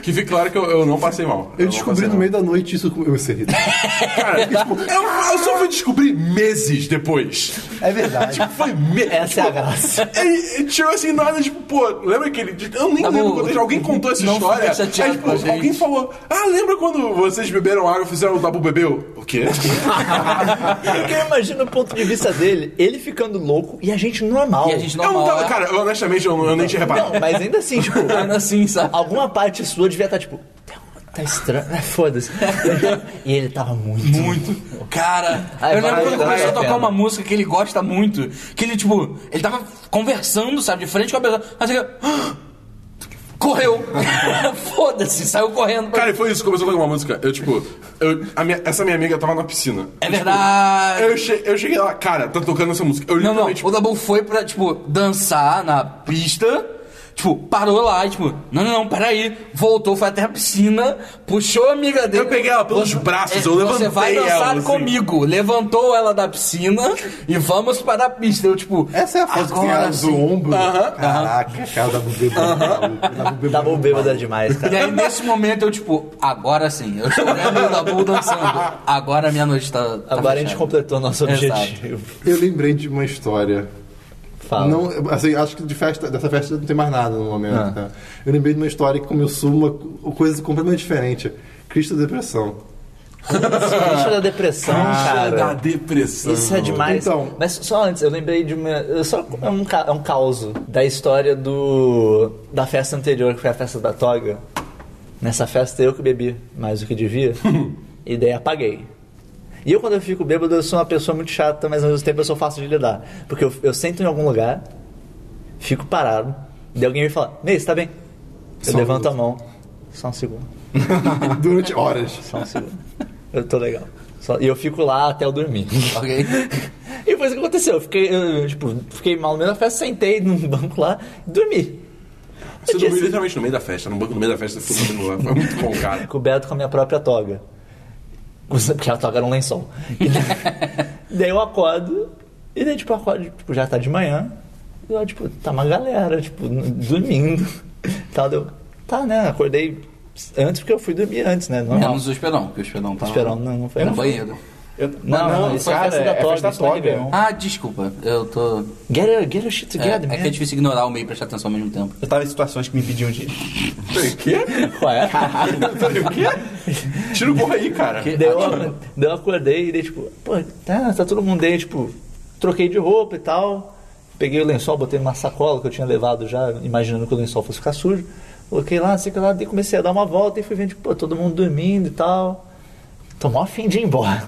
Speaker 4: Que fique claro que eu, eu não passei mal.
Speaker 5: Eu descobri no
Speaker 4: meio
Speaker 5: meio da noite isso com. Eu sei.
Speaker 4: Cara, porque, tipo, eu, eu só fui descobrir meses depois.
Speaker 2: É verdade.
Speaker 4: Tipo, foi meses.
Speaker 2: Essa é a graça.
Speaker 4: E, e chegou assim, nada, tipo, pô, lembra aquele. dia? Eu nem
Speaker 3: Tá
Speaker 4: lembro
Speaker 3: bom.
Speaker 4: quando isso- alguém contou essa
Speaker 3: Não
Speaker 4: história.
Speaker 3: fica chateado
Speaker 4: Aí,
Speaker 3: com a
Speaker 4: tipo,
Speaker 3: gente.
Speaker 4: alguém falou: Ah, lembra quando vocês beberam água e fizeram o tabu bebeu? O quê?
Speaker 2: Porque eu imagino o ponto de vista dele, ele ficando louco e a gente normal.
Speaker 3: E a gente
Speaker 4: Eu não
Speaker 3: normal,
Speaker 4: tava,
Speaker 3: é.
Speaker 4: cara, eu, honestamente, eu, eu nem tinha reparado.
Speaker 2: Não, mas ainda assim, tipo...
Speaker 3: Ainda assim, sabe?
Speaker 2: Alguma parte sua devia estar tipo. "Tá- Tá estranho. Ah, Foda-se. e ele tava muito.
Speaker 3: Muito. Cara,
Speaker 2: Ai,
Speaker 3: eu lembro
Speaker 2: vai,
Speaker 3: quando
Speaker 2: vai,
Speaker 3: começou
Speaker 2: vai,
Speaker 3: a tocar
Speaker 2: pena.
Speaker 3: uma música que ele gosta muito, que ele, tipo, ele tava conversando, sabe, de frente com a pessoa, assim, "Ah!" correu. Foda-se, saiu correndo.
Speaker 4: Cara, e foi isso, começou a tocar uma música. Eu, tipo, eu- a minha- essa minha amiga tava na piscina.
Speaker 3: é verdade.
Speaker 4: Eu, che- eu cheguei lá, cara, tá tocando essa música. Eu
Speaker 3: Não, não,
Speaker 4: literalmente.
Speaker 3: o Dabu foi pra, tipo, dançar na pista, tipo, parou lá e, tipo, não, não, não, peraí, voltou, foi até a piscina, puxou a amiga dele.
Speaker 4: Eu peguei ela pelos braços, eu
Speaker 3: Você
Speaker 4: levantei
Speaker 3: vai dançar
Speaker 4: ela, assim.
Speaker 3: comigo. Levantou ela da piscina e vamos para a pista. Eu, tipo,
Speaker 5: Essa é a foto que tem
Speaker 3: agora
Speaker 5: a do
Speaker 3: sim.
Speaker 5: ombro. Caraca, cara, dá pro bebê.
Speaker 2: Tava bêbada demais,
Speaker 3: E
Speaker 2: cara.
Speaker 3: aí, nesse momento, eu, tipo, agora sim. Eu estou olhando o Dabu dançando. Agora a minha noite tá. tá
Speaker 2: Agora a gente
Speaker 3: fechada.
Speaker 2: completou nosso
Speaker 3: Exato.
Speaker 2: objetivo.
Speaker 5: Eu lembrei de uma história.
Speaker 2: Fala.
Speaker 5: Não, assim, acho que de festa, dessa festa não tem mais nada no momento.
Speaker 2: Ah.
Speaker 5: né? Eu lembrei de uma história que começou uma co- coisa completamente diferente. Cristo da Depressão.
Speaker 2: Isso da depressão, cara.
Speaker 4: da depressão.
Speaker 2: Isso é demais.
Speaker 5: Então-
Speaker 2: Mas só antes, eu lembrei de uma. eu Só é um, ca- é um caos da história do. da festa anterior, que foi a festa da toga. Nessa festa eu que bebi mais do que devia. e daí apaguei. E eu, quando eu fico bêbado, eu sou uma pessoa muito chata, mas ao mesmo tempo eu sou fácil de lidar. Porque eu, eu sento em algum lugar, fico parado, daí alguém me fala: Ney, você tá bem? Eu
Speaker 5: Só um
Speaker 2: levanto a mão. Só um segundo.
Speaker 5: Durante horas.
Speaker 2: Só um segundo. Eu tô legal. Só- e eu fico lá até eu dormir.
Speaker 3: Ok.
Speaker 2: E foi isso que aconteceu. Eu fiquei, eu, tipo, fiquei mal no meio da festa, sentei num banco lá e dormi.
Speaker 4: Você
Speaker 2: Eu
Speaker 4: dormiu
Speaker 2: disse-
Speaker 4: literalmente no meio da festa, no banco no meio da festa, você ficou dormindo lá. Foi muito bom, cara.
Speaker 2: Coberto com a minha própria toga. Usa- Porque a toga era um lençol. E daí, daí eu acordo, e daí, tipo, eu acordo, tipo, já tá de manhã. E eu, tipo, tá uma galera, tipo, n- dormindo. Tal, deu. Tá, né? Acordei antes porque eu fui dormir antes, né? Normal.
Speaker 3: Menos o Esperão, que o Esperão tava
Speaker 2: Esperão, não, não foi.
Speaker 3: no banheiro.
Speaker 6: Eu-
Speaker 2: Não, não, isso
Speaker 6: cara,
Speaker 2: é festa da
Speaker 6: é
Speaker 2: Toga.
Speaker 6: festa
Speaker 2: isso não é
Speaker 6: Toga.
Speaker 2: Réveillon.
Speaker 3: Ah, desculpa, eu tô...
Speaker 2: Get your, get your shit
Speaker 3: É,
Speaker 2: together,
Speaker 3: é que é difícil ignorar o meio e prestar atenção ao mesmo tempo.
Speaker 6: Eu tava em situações que me impediam de.
Speaker 2: man. Qual é?
Speaker 4: Tira o gorro aí, cara.
Speaker 3: Que-
Speaker 2: Daí eu,
Speaker 3: Ah,
Speaker 2: daí eu acordei e dei tipo, pô, tá, tá todo mundo aí, tipo, troquei de roupa e tal. Peguei o lençol, botei numa sacola que eu tinha levado já, imaginando que o lençol fosse ficar sujo. Coloquei lá, sei que lá, daí comecei a dar uma volta e fui vendo, tipo, pô, todo mundo dormindo e tal. Tô mó afim de ir embora.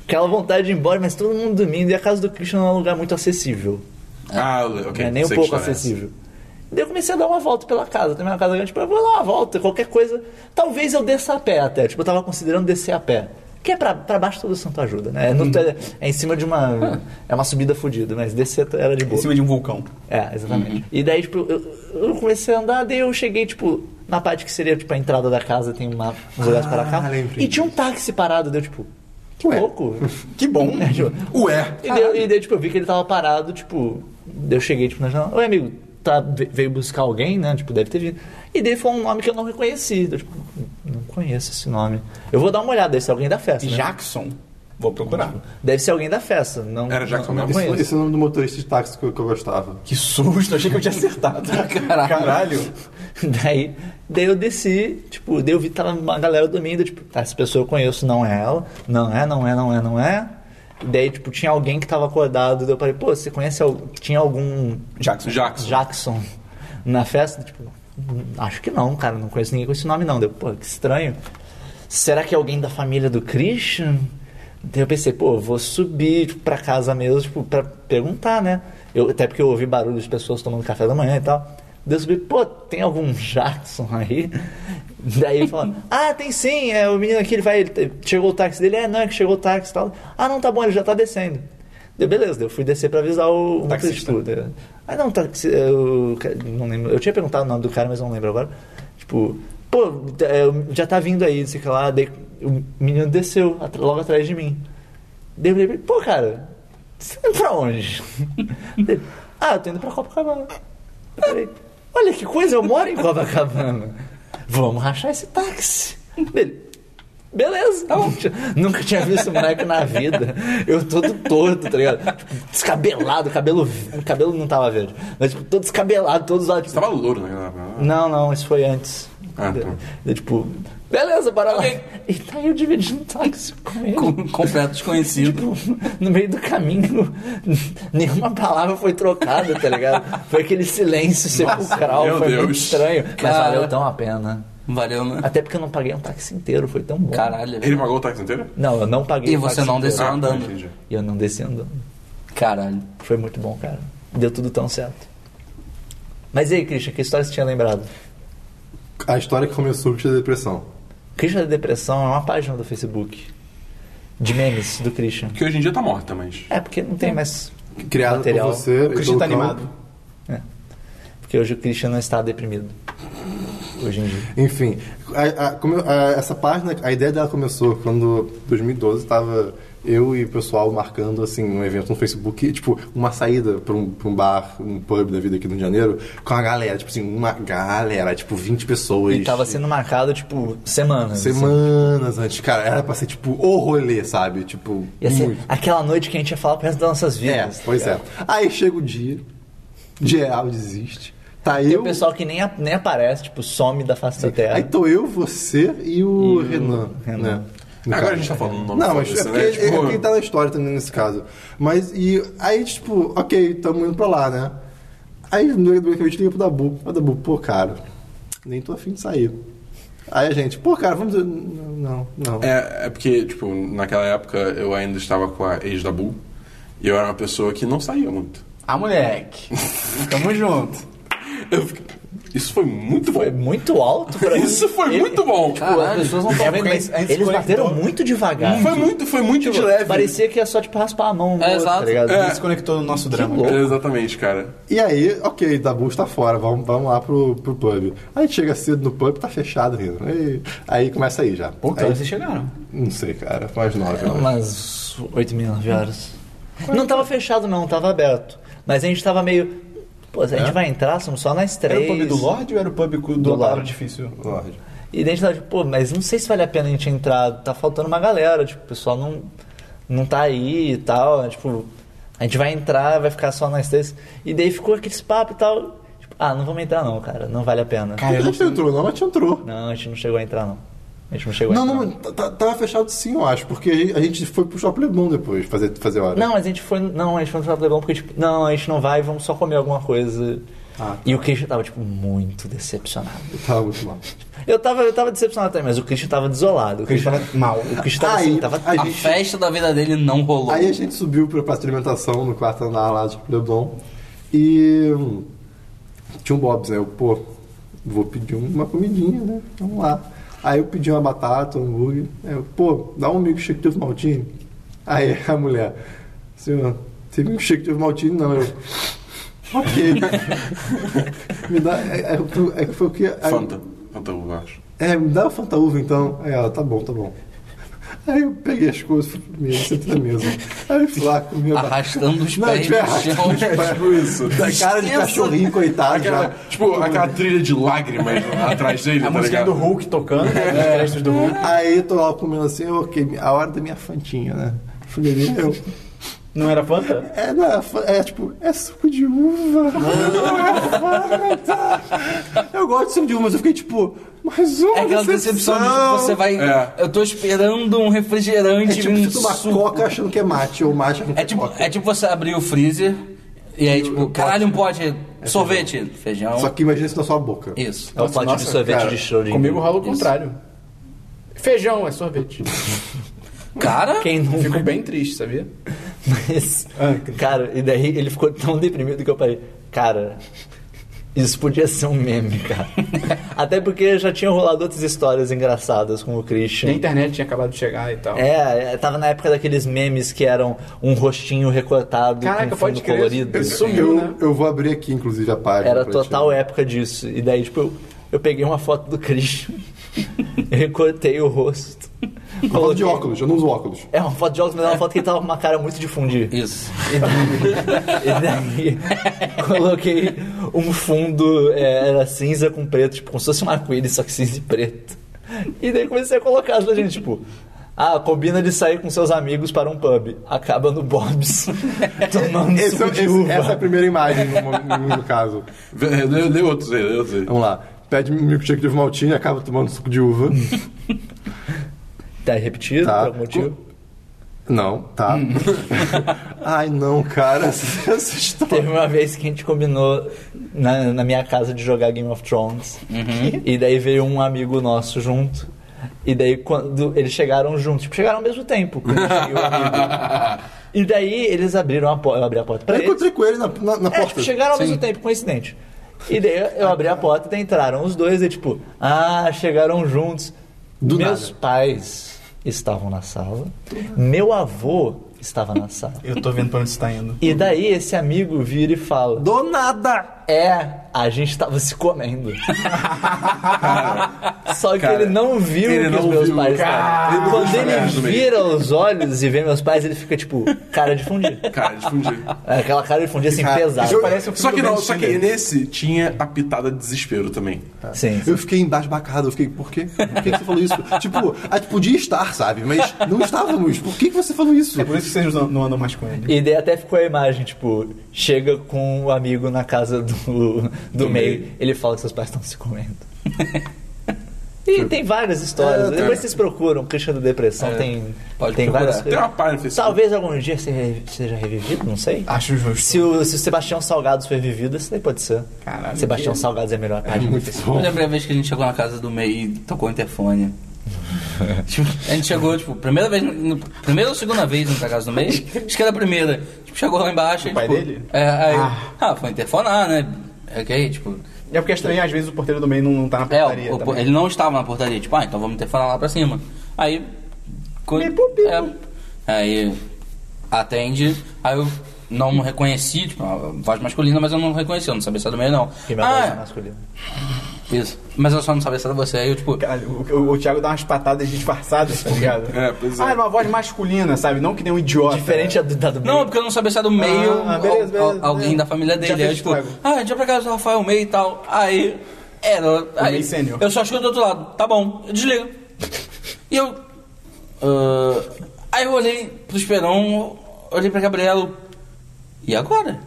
Speaker 2: Aquela vontade de ir embora, mas todo mundo dormindo. E a casa do Christian não é um lugar muito acessível.
Speaker 4: Ah, ok.
Speaker 2: Não é nem um
Speaker 4: sei
Speaker 2: pouco
Speaker 4: que história é essa.
Speaker 2: acessível. Daí eu comecei a dar uma volta pela casa. Tem uma casa grande, tipo, eu vou dar uma volta, qualquer coisa. Talvez eu desça a pé até. Tipo, eu tava considerando descer a pé. Que é pra, pra baixo todo santo ajuda, né? É, no- é- é em cima de uma. É uma subida fodida, mas descer era de boa.
Speaker 6: Em cima de um vulcão.
Speaker 2: É, exatamente. E daí, tipo, eu, eu comecei a andar, daí eu cheguei, tipo, na parte que seria, tipo, a entrada da casa, tem uma, uns lugares para cá. E tinha um táxi parado, deu, tipo, que louco.
Speaker 1: Que bom.
Speaker 2: É, tipo,
Speaker 4: Ué,
Speaker 2: e daí, e daí, tipo, eu vi que ele tava parado, tipo. daí Eu cheguei, tipo, na janela. Oi, amigo, tá, ve- veio buscar alguém, né? Tipo, deve ter vindo. E daí foi um nome que eu não reconheci. Eu, tipo, não conheço esse nome. Eu vou dar uma olhada, deve ser alguém da festa.
Speaker 6: E
Speaker 2: Né?
Speaker 6: Jackson. Vou procurar.
Speaker 2: Deve ser alguém da festa. Não,
Speaker 4: Era Jackson
Speaker 2: não, não
Speaker 4: mesmo.
Speaker 5: Esse,
Speaker 2: conheço.
Speaker 5: esse é o nome do motorista de táxi que eu, que eu gostava.
Speaker 6: Que susto, achei que eu tinha acertado.
Speaker 3: Caralho.
Speaker 6: Caralho.
Speaker 2: daí, daí eu desci, tipo, daí eu vi que tava uma galera dormindo, tipo, tá, essa pessoa eu conheço, não é ela, não é, não é, não é, não é. Daí, tipo, tinha alguém que tava acordado, daí eu falei, pô, você conhece, al- tinha algum
Speaker 6: Jackson.
Speaker 4: Jackson.
Speaker 2: Jackson na festa? Tipo, "Hum, acho que não, cara, não conheço ninguém com esse nome não. Deu, pô, que estranho. Será que é alguém da família do Christian? Daí eu pensei, pô, vou subir tipo, pra casa mesmo, tipo, pra perguntar, né? Eu, até porque eu ouvi barulho de pessoas tomando café da manhã e tal. Daí eu subi, pô, tem algum Jackson aí? Daí ele falou, ah, tem sim, é o menino aqui, ele vai, ele- chegou o táxi dele, é, não, é que chegou o táxi e tal. Ah, não, tá bom, ele já tá descendo. Deu, beleza, eu fui descer pra avisar o, o
Speaker 6: Taxista.
Speaker 2: motorista. Deu, Ah, não, taxi, eu ca- não lembro. Eu tinha perguntado o nome do cara, mas não lembro agora. Tipo, pô, é, já tá vindo aí, não sei o que lá. Daí o menino desceu at- logo atrás de mim. Daí eu falei, pra ele, pô, cara, você tá indo pra onde? Daí, ah, eu tô indo pra Copacabana. Eu falei, olha que coisa, eu moro em Copacabana. Vamos rachar esse táxi. Ele, Beleza, Nunca- nunca tinha visto um moleque na vida. Eu todo torto, tá ligado? Tipo, descabelado, cabelo. vi- Cabelo não tava verde. Mas, tipo, todo descabelado, todos lá.
Speaker 4: Você
Speaker 2: Tipo,
Speaker 4: tava louro, né?
Speaker 2: não, não, isso foi antes.
Speaker 4: Ah, tá.
Speaker 2: Eu, tipo, beleza, bora lá.
Speaker 3: Ok.
Speaker 2: E tá eu dividindo táxi com ele.
Speaker 3: Com- completo desconhecido.
Speaker 2: Tipo, no meio do caminho, nenhuma palavra foi trocada, tá ligado? Foi aquele silêncio sepulcral,
Speaker 4: meu
Speaker 2: foi muito
Speaker 4: Deus.
Speaker 2: estranho. Mas
Speaker 3: Cara.
Speaker 2: valeu tão a pena.
Speaker 3: Valeu, né?
Speaker 2: Até porque eu não paguei um táxi inteiro, foi tão bom.
Speaker 3: Caralho.
Speaker 4: Ele pagou o táxi inteiro?
Speaker 2: Não, eu não paguei.
Speaker 3: E
Speaker 2: o
Speaker 3: você
Speaker 2: táxi
Speaker 3: não
Speaker 2: inteiro.
Speaker 3: desceu andando.
Speaker 4: Ah, entendi.
Speaker 2: E eu não desci andando.
Speaker 3: Caralho.
Speaker 2: Foi muito bom, cara. Deu tudo tão certo. Mas e aí, Christian, que história você tinha lembrado?
Speaker 5: A história que começou com a depressão.
Speaker 2: Christian da Depressão é uma página do Facebook. De memes do Christian.
Speaker 4: Que hoje em dia tá morta, mas.
Speaker 2: É, porque não tem mais.
Speaker 5: Criada
Speaker 2: Material.
Speaker 5: por você.
Speaker 6: O Christian tá
Speaker 5: pelo Cão.
Speaker 6: animado.
Speaker 2: Porque hoje o Christian não está deprimido. Hoje em dia.
Speaker 5: Enfim, a- a- como eu- a- essa página, a ideia dela começou quando 2012 estava eu e o pessoal marcando assim um evento no Facebook, e, tipo, uma saída para um, pra um bar, um pub da vida aqui no Rio de Janeiro, com a galera, tipo assim, uma galera, tipo 20 pessoas.
Speaker 2: E tava sendo marcado, tipo, semanas. assim.
Speaker 5: semanas antes, cara, era pra ser tipo o rolê, sabe? Tipo,
Speaker 2: Ia ser
Speaker 5: muito.
Speaker 2: assim, aquela noite que a gente ia falar pro resto das nossas
Speaker 5: É,
Speaker 2: vidas.
Speaker 5: pois é. Aí chega o dia, geral desiste. Tá
Speaker 2: Tem
Speaker 5: eu,
Speaker 2: o pessoal que nem, a- nem aparece, tipo, some da face da terra.
Speaker 5: aí
Speaker 6: tá-
Speaker 5: tô eu, você e o Renan,
Speaker 2: Renan.
Speaker 5: né? No
Speaker 4: Agora
Speaker 5: caso.
Speaker 4: a gente tá falando o nome
Speaker 5: Não, mas é
Speaker 4: foda-se,
Speaker 5: porque
Speaker 4: né?
Speaker 5: é- é
Speaker 4: Tipo,
Speaker 5: quem tá na história também nesse caso. Mas e aí, tipo, ok, tamo indo pra lá, né? Aí no meio do meio que a gente liga pro Dabu. Aí o Dabu, pô, cara, nem tô afim de sair. Aí a gente, pô, cara, vamos. Não, não.
Speaker 4: É, é porque, tipo, naquela época eu ainda estava com a ex da Bull e eu era uma pessoa que não saía muito.
Speaker 1: Ah, moleque. Tamo junto.
Speaker 4: Eu fiquei- Isso foi muito
Speaker 2: Foi
Speaker 4: bom.
Speaker 2: É muito alto pra
Speaker 4: Isso foi
Speaker 2: Ele-
Speaker 4: muito bom.
Speaker 2: Pô, as pessoas não estão
Speaker 6: É
Speaker 2: vendo,
Speaker 6: porque
Speaker 2: mas
Speaker 6: a gente se
Speaker 2: eles bateram
Speaker 6: conectou.
Speaker 2: muito devagar.
Speaker 4: Foi muito, foi muito de leve.
Speaker 2: Parecia que ia só, tipo, raspar a mão. no
Speaker 3: É,
Speaker 2: outro,
Speaker 3: exato.
Speaker 2: tá ligado?
Speaker 6: Ele se conectou no nosso drama.
Speaker 4: É, Exatamente, cara.
Speaker 5: E aí, ok, Dabu está fora, vamos, vamos lá pro, pro pub. Aí a gente chega cedo no pub, tá fechado ainda. Aí, aí começa aí já.
Speaker 6: Pô, que
Speaker 5: Aí-
Speaker 6: hora vocês chegaram?
Speaker 5: Não sei, cara, mais nove. eu acho.
Speaker 2: Umas 8 mil, 9 horas. Não tava fechado, não, tava aberto. Mas a gente tava meio. Pô, a gente vai entrar, somos só nós
Speaker 6: É. Era
Speaker 2: três.
Speaker 6: o pub do Lorde ou era o pub do, do
Speaker 2: Lorde.
Speaker 6: palavra difícil?
Speaker 5: Lorde.
Speaker 2: E daí a gente tava tipo, pô, mas não sei se vale a pena a gente entrar, tá faltando uma galera, tipo, o pessoal não, não tá aí e tal, né? tipo, a gente vai entrar, vai ficar só nós três. E daí ficou aquele papo e tal, tipo, ah, não vamos entrar não, cara, não vale a pena.
Speaker 5: a gente não entrou, não, a gente entrou.
Speaker 2: Não, a gente não chegou a entrar não. A gente não chegou a
Speaker 5: Não,
Speaker 2: entrar.
Speaker 5: não, tá- tá- tava fechado sim, eu acho, porque a gente foi pro shopping Leblon depois, fazer, fazer hora.
Speaker 2: Não, mas a gente foi. Não, a gente foi no Leblon porque, tipo, não, a gente não vai, vamos só comer alguma coisa.
Speaker 5: Ah, tá.
Speaker 2: E o Christian tava, tipo, muito decepcionado.
Speaker 5: Eu tava muito mal.
Speaker 2: Eu tava, eu tava decepcionado também, mas o Christian tava desolado. O Christian tava mal. O Christian tava assim,
Speaker 5: Aí,
Speaker 2: tava.
Speaker 5: a
Speaker 3: A
Speaker 5: gente-
Speaker 3: festa da vida dele não rolou.
Speaker 5: Aí a gente subiu pra praça de alimentação no quarto andar lá de Leblon e hum, tinha um Bob's, né? Eu, pô, vou pedir uma comidinha, né? Vamos lá. Aí eu pedi uma batata, um hambúrguer. Aí eu, pô, dá um milkshake de ovo maltine. Aí a mulher, senhor, tem milkshake de ovo maltine? Não, eu... Ok. Me dá... é, Aí, aí, eu- aí foi o que... aí-
Speaker 4: Fanta. Fanta, eu acho.
Speaker 5: é, me dá o Fanta Uva então. Aí ela, tá bom, tá bom. Aí eu peguei as coisas, fui comer, sentei na mesa. Aí eu fui lá comer a
Speaker 3: Arrastando os
Speaker 5: Não,
Speaker 3: pés
Speaker 5: tiver
Speaker 3: no
Speaker 5: arrastando os
Speaker 3: chão.
Speaker 5: pés.
Speaker 4: Tipo isso.
Speaker 5: Da cara de
Speaker 3: Extensa.
Speaker 5: cachorrinho, coitado, já.
Speaker 4: Aquela, tipo, aquela trilha de lágrimas atrás dele,
Speaker 6: A
Speaker 4: tá
Speaker 6: música Assim, do
Speaker 4: ligado?
Speaker 6: Hulk tocando, né? Os
Speaker 2: É,
Speaker 6: créditos do Hulk.
Speaker 5: Aí eu tô lá comendo assim, ok, a hora da minha fantinha, né? Falei, meu,
Speaker 6: Não era Fanta?
Speaker 5: é, não, é, fa- é tipo, é suco de uva. Não
Speaker 3: Ah.
Speaker 5: é Fanta. Eu gosto de suco de uva, mas eu fiquei tipo, mais uma
Speaker 3: É aquela decepção de tipo, você vai.
Speaker 4: É.
Speaker 3: Eu tô esperando um refrigerante.
Speaker 5: É tipo,
Speaker 3: um
Speaker 5: você tomar
Speaker 3: suco.
Speaker 5: coca achando que é mate, ou mate achando que
Speaker 3: É
Speaker 5: é
Speaker 3: tipo,
Speaker 5: coca.
Speaker 3: é tipo você abrir o freezer e aí, tipo, caralho, um pote, sorvete, feijão.
Speaker 5: é Só que imagina isso na sua boca.
Speaker 3: Isso.
Speaker 2: É o pote de
Speaker 6: Nossa,
Speaker 2: sorvete
Speaker 5: cara,
Speaker 2: de Schrödinger.
Speaker 6: Comigo rola o
Speaker 3: Isso.
Speaker 6: contrário. Feijão é sorvete.
Speaker 3: Cara,
Speaker 2: Quem não
Speaker 6: Fico bem triste, sabia?
Speaker 2: Mas, Ah, cara, e daí ele ficou tão deprimido que eu parei, cara, isso podia ser um meme, cara. Até porque já tinha rolado outras histórias engraçadas com
Speaker 6: E
Speaker 2: o
Speaker 6: a
Speaker 2: Christian.
Speaker 6: internet tinha acabado de chegar e tal.
Speaker 2: É, é, tava na época daqueles memes que eram um rostinho recortado
Speaker 6: Caraca,
Speaker 2: com
Speaker 6: pode
Speaker 2: fundo
Speaker 6: crer.
Speaker 2: colorido.
Speaker 6: Isso
Speaker 2: assim.
Speaker 6: sumiu, né?
Speaker 5: Eu, eu vou abrir aqui, inclusive, a página.
Speaker 2: Era
Speaker 5: pra Tá
Speaker 2: total
Speaker 5: te-
Speaker 2: época disso. E daí, tipo, eu, eu peguei uma foto do Christian, recortei o rosto.
Speaker 5: Eu falo de
Speaker 2: coloquei-
Speaker 5: óculos, eu não uso óculos.
Speaker 2: É uma foto de jogos, mas é uma foto que ele tava com uma cara muito de fundir.
Speaker 3: isso.
Speaker 2: E daí coloquei um fundo, é, era cinza com preto, tipo, como se fosse um arco-íris, só que cinza e preto. E daí comecei a colocar as da gente, tipo. Ah, combina de sair com seus amigos para um pub. Acaba no Bob's, tomando um
Speaker 5: Esse-
Speaker 2: suco de
Speaker 5: esse-
Speaker 2: uva.
Speaker 5: essa é a primeira imagem, no, no- no caso.
Speaker 4: Vê- Lê, lê outros aí, lê outros aí.
Speaker 5: Vamos lá. Pede um milkshake de uva maltine, acaba tomando um suco de uva.
Speaker 2: Tá repetido
Speaker 5: Tá.
Speaker 2: por algum motivo?
Speaker 5: Não, tá. Ai, não, cara. Essa, essa
Speaker 2: Teve um
Speaker 5: história...
Speaker 2: uma vez que a gente combinou na, na minha casa de jogar Game of Thrones. E daí veio um amigo nosso junto. E daí quando eles chegaram juntos, tipo, chegaram ao mesmo tempo. quando eu cheguei, o amigo. E daí eles abriram a porta. Eu abri a porta pra
Speaker 5: Eu
Speaker 2: eles.
Speaker 5: encontrei com ele na, na, na
Speaker 2: É,
Speaker 5: porta.
Speaker 2: tipo, chegaram ao mesmo tempo, coincidente. E daí eu abri a porta e daí entraram os dois e tipo, ah, chegaram juntos.
Speaker 5: Do
Speaker 2: Meus
Speaker 5: nada.
Speaker 2: pais estavam na sala. Meu avô estava na sala.
Speaker 6: Eu tô vendo pra onde você tá indo.
Speaker 2: E daí esse amigo vira e fala:
Speaker 5: Do nada!
Speaker 2: é, a gente tava se comendo. Só que ele não viu
Speaker 4: ele
Speaker 2: que os
Speaker 4: não
Speaker 2: meus
Speaker 4: viu,
Speaker 2: pais estavam.
Speaker 4: cara. Ele não
Speaker 2: Quando
Speaker 4: viu
Speaker 2: ele
Speaker 4: isso mesmo.
Speaker 2: vira os olhos e vê meus pais, ele fica tipo, cara de fundir.
Speaker 4: Cara, difundir.
Speaker 2: É Aquela cara de fundir assim,
Speaker 5: Cara,
Speaker 2: pesada.
Speaker 5: eu-
Speaker 6: Parece um filme
Speaker 4: Só que
Speaker 6: do
Speaker 4: não,
Speaker 6: Ben
Speaker 4: só que
Speaker 6: Stiller.
Speaker 4: nesse tinha a pitada de desespero também.
Speaker 2: Sim.
Speaker 5: Eu fiquei embasbacado, eu fiquei, por quê? Por que, que você falou isso? tipo, a gente podia estar, sabe? Mas não estávamos. Por que, que você falou isso?
Speaker 6: É por isso que vocês não, não andam mais com ele.
Speaker 2: E daí até ficou a imagem, tipo, chega com o amigo na casa do, do, meio, ele fala que seus pais estão se comendo. E tem várias histórias. né? Depois vocês procuram, Christian da Depressão tem,
Speaker 3: Pode
Speaker 2: tem
Speaker 3: procurar.
Speaker 2: várias
Speaker 4: Tem uma página no Facebook.
Speaker 2: Talvez algum dia seja, revi- seja revivido, não sei.
Speaker 1: Ah,
Speaker 6: Acho justo.
Speaker 2: Se o, se o Sebastião Salgados foi revivido, isso daí pode ser.
Speaker 6: Caralho,
Speaker 2: Sebastião
Speaker 6: que-
Speaker 2: Salgados é a melhor página do Facebook.
Speaker 3: Eu lembrei a vez que a gente chegou na casa do meio e tocou o interfone. Tipo, a gente chegou, tipo, primeira vez, no- primeira ou segunda vez na casa do meio? Acho que era a primeira. Tipo, chegou lá embaixo. O
Speaker 6: pai dele?
Speaker 3: É, aí,
Speaker 6: Ah.
Speaker 3: ah. foi interfonar, né? Ok, tipo.
Speaker 6: É porque é estranho, às vezes o porteiro do meio não, não tá na
Speaker 3: É, o-
Speaker 6: portaria.
Speaker 3: o-
Speaker 6: também.
Speaker 3: ele não estava na portaria, tipo, ah, então vamos interfonar lá pra cima. Aí. co- é, aí atende, aí eu não reconheci, tipo, a voz masculina, mas eu não reconheci, eu não sabia se era do meio, não.
Speaker 2: Que minha voz é
Speaker 3: Ah,
Speaker 2: masculina.
Speaker 3: Isso. Mas eu só não sabia se era você. Aí eu, tipo,
Speaker 6: Caralho, o, o- o Thiago dá umas patadas disfarçadas, tá ligado?
Speaker 4: É, pois é.
Speaker 6: Ah, era uma voz masculina, sabe? Não que nem um idiota.
Speaker 2: Diferente da, da do
Speaker 3: Não, é porque eu não sabia se era do meio
Speaker 6: Ah, beleza,
Speaker 3: al-
Speaker 6: beleza,
Speaker 3: al- alguém
Speaker 6: beleza.
Speaker 3: da família dele.
Speaker 6: Já fez
Speaker 3: Aí, tipo,
Speaker 6: estrago.
Speaker 3: ah, a gente vai pra casa do Rafael Meio e tal. Aí, era. Aí,
Speaker 6: meio sênior.
Speaker 3: eu só escuto do outro lado. Tá bom, eu desligo. E eu. ah, aí eu olhei pro Esperão, olhei pra Gabriela. E agora?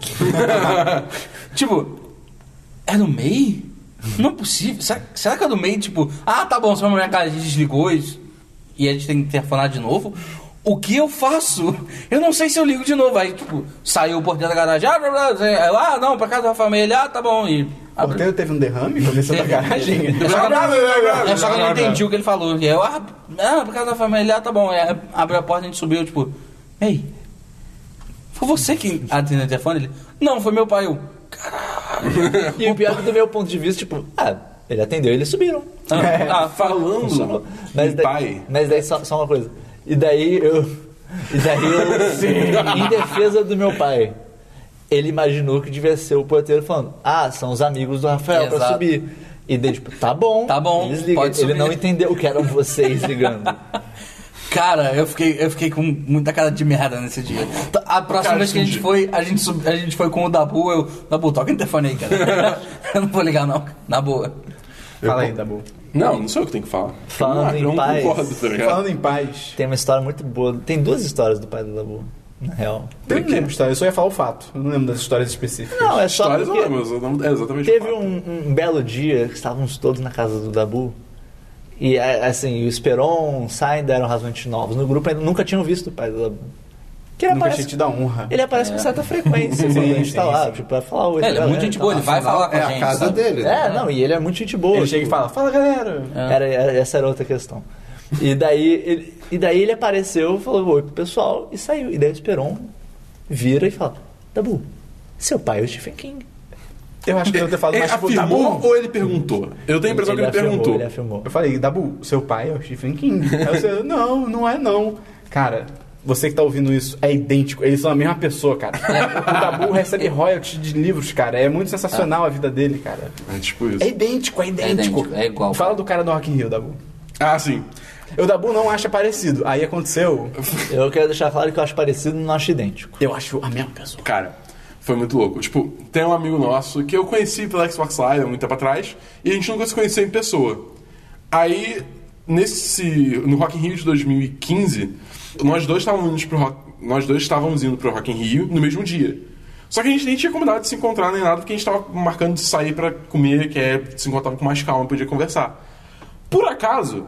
Speaker 3: tipo, é do MEI? Não é possível. Será, será que é do MEI? Tipo, ah, tá bom, você vai na minha casa, a gente desligou isso. E a gente tem que interfonar de novo. O que eu faço? Eu não sei se eu ligo de novo. Aí, tipo, saiu o porteiro da garagem. Ah, blá, blá, blá. Aí eu, ah não, pra casa do Rafael Meia. Ele, Ah, tá bom. E
Speaker 6: O porteiro teve um derrame, começou
Speaker 1: tá
Speaker 6: da garagem.
Speaker 3: é só que eu não- é só que eu não entendi o que ele falou. E eu, ah, não, por causa da família, ah, tá bom. Aí abriu a porta, a gente subiu, tipo, ei, foi você que atendeu o telefone? Ele, não, foi meu pai. Eu,
Speaker 2: E o pior é que do meu ponto de vista, tipo, ah, ele atendeu, eles subiram.
Speaker 3: ah, ah, falou.
Speaker 4: Falando
Speaker 2: Mas
Speaker 4: em
Speaker 2: daí,
Speaker 4: Um pai,
Speaker 2: Mas daí só, só uma coisa. E daí eu. E daí eu. Em defesa do meu pai. Ele imaginou que devia ser o porteiro falando: Ah, são os amigos do Rafael pra
Speaker 3: Exato.
Speaker 2: subir. E daí, tipo, tá bom.
Speaker 3: Tá bom,
Speaker 2: Eles ligam.
Speaker 3: pode
Speaker 2: Ele
Speaker 3: subir.
Speaker 2: não entendeu que eram vocês ligando.
Speaker 3: Cara, eu fiquei, eu fiquei com muita cara de merda nesse dia. T- A próxima
Speaker 4: Cara,
Speaker 3: vez que a gente
Speaker 4: entendi.
Speaker 3: foi, a gente, sub- a gente foi com o Dabu, eu, Dabu, toca o telefone aí, cara. eu não vou ligar, não, na boa.
Speaker 6: Fala aí, Dabu.
Speaker 4: Não, não sou eu que tenho que falar.
Speaker 2: Falando
Speaker 4: eu não,
Speaker 2: em
Speaker 4: eu não
Speaker 2: paz.
Speaker 4: concordo, tá ligado?
Speaker 6: Falando em paz.
Speaker 2: Tem uma história muito boa. Tem duas histórias do pai do Dabu, na real.
Speaker 6: Eu não lembro de história, eu só ia falar o fato. Eu não lembro das histórias específicas.
Speaker 2: Não, é só.
Speaker 4: Histórias
Speaker 2: porque-
Speaker 4: não, mas eu não- é exatamente
Speaker 2: Teve
Speaker 4: fato.
Speaker 2: um, um belo dia que estávamos todos na casa do Dabu. E a- assim, o Esperon, o Sainz eram razoavelmente novos no grupo, ainda nunca tinham visto o pai do Dabu. Que ele
Speaker 6: Nunca
Speaker 2: aparece,
Speaker 6: tinha te dado honra.
Speaker 2: ele aparece com certa frequência quando a gente
Speaker 6: sim,
Speaker 2: tá lá,
Speaker 6: sim.
Speaker 2: tipo, pra falar oi. tá
Speaker 3: É, ele é
Speaker 2: pra
Speaker 3: muito
Speaker 2: galera
Speaker 3: gente
Speaker 2: e
Speaker 3: boa,
Speaker 2: tal.
Speaker 3: ele vai falar com
Speaker 5: É
Speaker 3: a
Speaker 5: a
Speaker 3: gente.
Speaker 5: casa
Speaker 3: sabe?
Speaker 5: dele. né?
Speaker 2: É, não, e ele é muito gente boa.
Speaker 6: Ele chega e
Speaker 2: tipo,
Speaker 6: fala, fala galera.
Speaker 2: era, era- essa era outra questão. E daí, ele, e daí ele apareceu, falou oi pro pessoal e saiu. E daí o Esperon vira e fala: Dabu, seu pai é o Stephen King.
Speaker 6: Eu acho que eu devo ter falado
Speaker 4: Ele
Speaker 6: mais tipo,
Speaker 4: É, afirmou
Speaker 6: Dabu.
Speaker 4: ou ele perguntou? Eu tenho a impressão que ele
Speaker 2: afirmou,
Speaker 4: perguntou.
Speaker 2: Ele afirmou.
Speaker 6: Eu falei, Dabu, seu pai é o Stephen King. Aí você, não, não é não. Cara, você que tá ouvindo isso, é idêntico. Eles são a mesma pessoa, cara. O Dabu recebe royalties de livros, cara. É muito sensacional a vida dele, cara.
Speaker 4: É tipo isso.
Speaker 6: É idêntico, é idêntico.
Speaker 3: idêntico, é igual,
Speaker 6: Fala
Speaker 3: cara.
Speaker 6: do cara do Rock in Rio, Dabu.
Speaker 4: Ah, sim.
Speaker 6: O Dabu não acha parecido. Aí aconteceu,
Speaker 2: Eu quero deixar claro que eu acho parecido e não acho idêntico.
Speaker 6: eu acho a mesma pessoa.
Speaker 4: Cara, foi muito louco. Tipo, tem um amigo nosso que eu conheci pela Xbox Live há muito tempo atrás e a gente nunca se conheceu em pessoa. Aí, nesse. No Rock in Rio de 2015, nós dois estávamos indo pro Rock. Nós dois estávamos indo pro Rock in Rio no mesmo dia. Só que a gente nem tinha combinado de se encontrar nem nada, porque a gente estava marcando de sair pra comer, que é se encontrava com mais calma, podia conversar. Por acaso,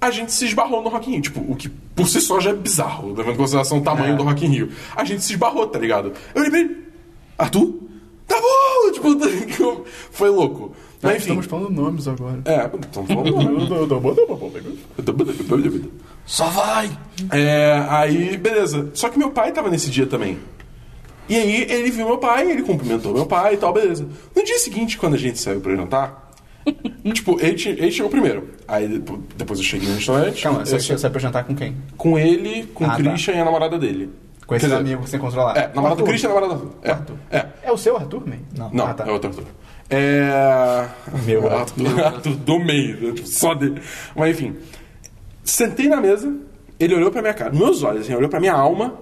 Speaker 4: a gente se esbarrou no Rock in Rio. Tipo, o que por si só já é bizarro, levando em consideração o tamanho do Rock in Rio. A gente se esbarrou, tá ligado? Eu lembrei, Arthur? Tá bom! Tipo, foi louco. Mas enfim.
Speaker 6: Estamos falando nomes agora.
Speaker 4: É, então vamos lá. Então,
Speaker 3: Só vai!
Speaker 4: É, aí, beleza. Só que meu pai tava nesse dia também. E aí ele viu meu pai, ele cumprimentou meu pai e tal, beleza. No dia seguinte, quando a gente saiu pra jantar, tipo, ele, che- ele chegou primeiro. Aí depo- depois eu cheguei no restaurante.
Speaker 6: Calma, você
Speaker 4: eu
Speaker 6: você vai pra jantar com quem?
Speaker 4: Com ele, com o
Speaker 6: tá.
Speaker 4: Christian e a namorada dele.
Speaker 6: Com esses
Speaker 4: Quer dizer,
Speaker 6: amigos sem controlar.
Speaker 4: É, namorada do
Speaker 6: Arthur.
Speaker 4: Christian e a namorada do Arthur. É, é.
Speaker 6: É o seu Arthur, man?
Speaker 4: Não,
Speaker 6: Ah, tá.
Speaker 4: é outro Arthur. É.
Speaker 2: Meu
Speaker 4: Arthur. Arthur, do meio, né? só dele. Mas enfim. Sentei na mesa, ele olhou pra minha cara, meus olhos, assim, olhou pra minha alma.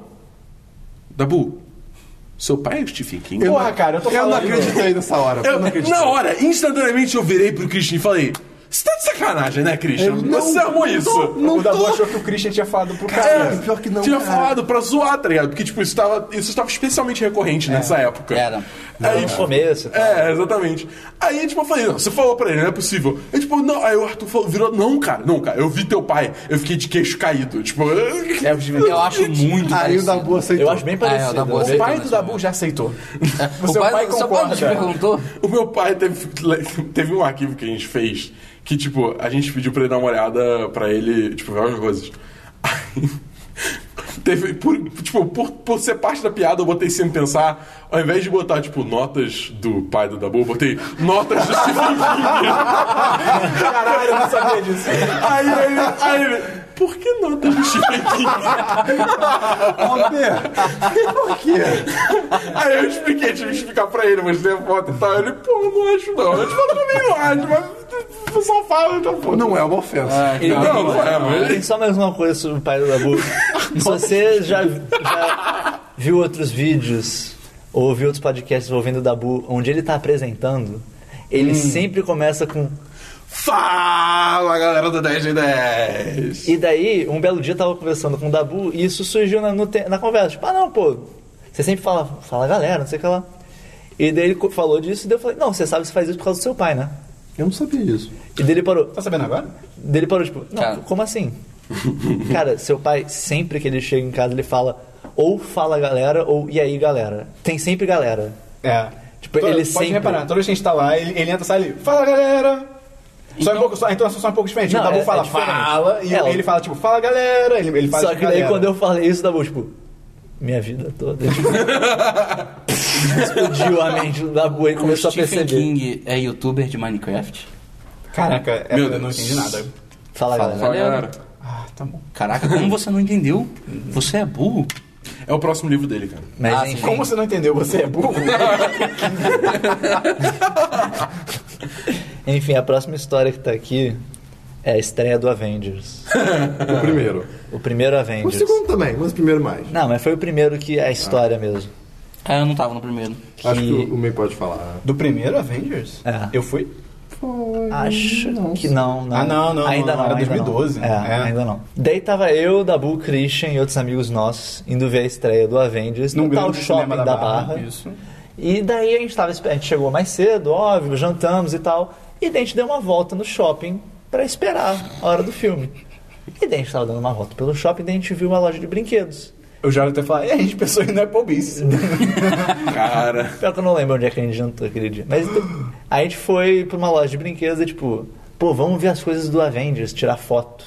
Speaker 4: Dabu, seu pai é o Stephen King?
Speaker 6: Porra, cara, eu tô
Speaker 5: Eu não
Speaker 6: falando.
Speaker 5: acreditei nessa hora.
Speaker 4: Eu- na hora, instantaneamente eu virei pro Christian e falei: Você tá de sacanagem, né, Christian? Você amou isso?
Speaker 6: o Dabu achou que o Christian tinha falado
Speaker 2: Ah,
Speaker 6: pro cara.
Speaker 4: É,
Speaker 5: pior que não,
Speaker 4: Tinha
Speaker 5: cara.
Speaker 4: falado pra zoar, tá ligado? Porque, tipo, isso tava, isso tava especialmente recorrente nessa época.
Speaker 3: Era.
Speaker 4: Aí,
Speaker 2: no
Speaker 4: tipo,
Speaker 2: começo e tal.
Speaker 4: É, exatamente. Aí, tipo, eu falei, não, você falou pra ele, não é possível. Aí, tipo, não, aí o Arthur falou, virou, não, cara, não, cara, eu vi teu pai, eu fiquei de queixo caído. Tipo,
Speaker 6: É, o Steven King.
Speaker 3: Eu acho muito
Speaker 5: Aí
Speaker 3: parecido.
Speaker 5: o Dabu aceitou.
Speaker 2: Eu acho bem
Speaker 3: É, o
Speaker 2: parecido.
Speaker 3: da boa.
Speaker 2: eu
Speaker 6: O pai
Speaker 3: Aceitando
Speaker 6: do
Speaker 3: esse
Speaker 6: Dabu
Speaker 3: momento.
Speaker 6: já aceitou.
Speaker 3: O
Speaker 6: seu pai
Speaker 3: só quando te
Speaker 6: concorda.
Speaker 3: perguntou,
Speaker 4: O meu pai teve, teve um arquivo que a gente fez que, tipo, a gente pediu pra ele dar uma olhada pra ele, tipo, várias coisas. Aí, teve, por, tipo, por, por ser parte da piada, eu botei sem pensar, ao invés de botar, tipo, notas do pai do Dabu, eu botei notas do Stephen King.
Speaker 6: Caralho, eu não sabia disso.
Speaker 4: Aí ele, aí ele, Por que não tem um chimequinho?
Speaker 5: é Por quê?
Speaker 4: Aí eu expliquei, tive que explicar pra ele, mostrei a foto e tal. Ele, pô, eu não acho não. Eu tipo, eu também não acho, mas tu só fala, então, pô.
Speaker 5: Não é uma ofensa.
Speaker 3: Ele
Speaker 4: Não, não, é, mas...
Speaker 2: Tem só mais uma coisa sobre o pai do Dabu. Se você já, já viu outros vídeos ou ouviu outros podcasts envolvendo o Dabu, onde ele tá apresentando,
Speaker 6: Hum.
Speaker 2: ele sempre começa com.
Speaker 4: Fala, galera do 10 de 10!
Speaker 2: E daí, um belo dia eu tava conversando com o Dabu e isso surgiu na, no te- na conversa. Tipo, ah não, pô, você sempre fala, fala galera, não sei o que lá. E daí ele co- falou disso e daí eu falei, não, você sabe que você faz isso por causa do seu pai, né?
Speaker 5: Eu não sabia disso.
Speaker 2: E daí ele parou,
Speaker 6: Tá sabendo agora?
Speaker 2: Dele parou, tipo, não,
Speaker 3: Cara.
Speaker 2: como assim? Cara, seu pai, sempre que ele chega em casa, ele fala ou fala galera ou e aí galera. Tem sempre galera.
Speaker 6: É.
Speaker 2: Tipo,
Speaker 6: To-
Speaker 2: ele
Speaker 6: pode
Speaker 2: sempre-
Speaker 6: reparar, toda vez que a gente tá lá, ele, ele entra e sai ali. Fala, galera! Só um pouco, só, a entonação só um pouco diferente.
Speaker 2: Não,
Speaker 6: o Dabu
Speaker 2: é- é
Speaker 6: fala,
Speaker 2: diferente.
Speaker 6: fala, e
Speaker 2: É,
Speaker 6: ele fala, tipo, fala, galera! Ele, ele fala,
Speaker 2: Só que
Speaker 6: tipo,
Speaker 2: daí
Speaker 6: galera.
Speaker 2: quando eu falei isso, Dabu, tipo, minha vida toda. tipo, explodiu a mente do Dabu, ele começou
Speaker 3: O
Speaker 2: a
Speaker 3: Stephen
Speaker 2: perceber.
Speaker 3: King é youtuber de Minecraft?
Speaker 6: Caraca, é,
Speaker 4: Meu
Speaker 6: eu
Speaker 4: Deus.
Speaker 6: não entendi nada.
Speaker 2: Fala, galera.
Speaker 3: Fala,
Speaker 4: Galera,
Speaker 6: Ah, tá bom.
Speaker 3: Caraca, como você não entendeu? Você é burro.
Speaker 4: é o próximo livro dele, cara.
Speaker 2: Mas
Speaker 3: Ah,
Speaker 2: enfim,
Speaker 6: Como você não entendeu? Você é burro?
Speaker 3: assim?
Speaker 2: enfim, a próxima história que tá aqui é a estreia do Avengers.
Speaker 5: O primeiro.
Speaker 2: O primeiro
Speaker 5: O
Speaker 2: Avengers.
Speaker 5: segundo também, mas o primeiro mais.
Speaker 2: Não, mas foi o primeiro que é a história mesmo.
Speaker 3: Ah, eu não tava no primeiro.
Speaker 5: Acho que
Speaker 2: Que-
Speaker 5: o o meio pode falar.
Speaker 6: Do primeiro Avengers?
Speaker 2: É.
Speaker 6: Eu fui?
Speaker 2: Acho que não, não.
Speaker 6: Ah, não, não,
Speaker 2: Ainda
Speaker 6: não,
Speaker 2: não,
Speaker 6: era
Speaker 2: ainda
Speaker 6: 2012,
Speaker 2: não.
Speaker 6: né?
Speaker 2: É,
Speaker 6: É.
Speaker 2: ainda não. Daí tava eu, Dabu, Christian e outros amigos nossos indo ver a estreia do Avengers
Speaker 6: Num
Speaker 2: no tal
Speaker 6: grande
Speaker 2: shopping
Speaker 6: cinema
Speaker 2: da,
Speaker 6: da
Speaker 2: Barra.
Speaker 6: Barra, isso.
Speaker 2: E daí a gente tava, esper- a gente chegou mais cedo, óbvio, jantamos e tal. E daí a gente deu uma volta no shopping pra esperar a hora do filme. E daí a gente tava dando uma volta pelo shopping e daí a gente viu uma loja de brinquedos.
Speaker 6: Eu já até falar, é, a gente pensou em Applebee's.
Speaker 4: Cara.
Speaker 2: Pior que eu não lembro onde é que a gente jantou aquele dia. Mas então, a gente foi pra uma loja de brinquedos e tipo, pô, vamos ver as coisas do Avengers, tirar foto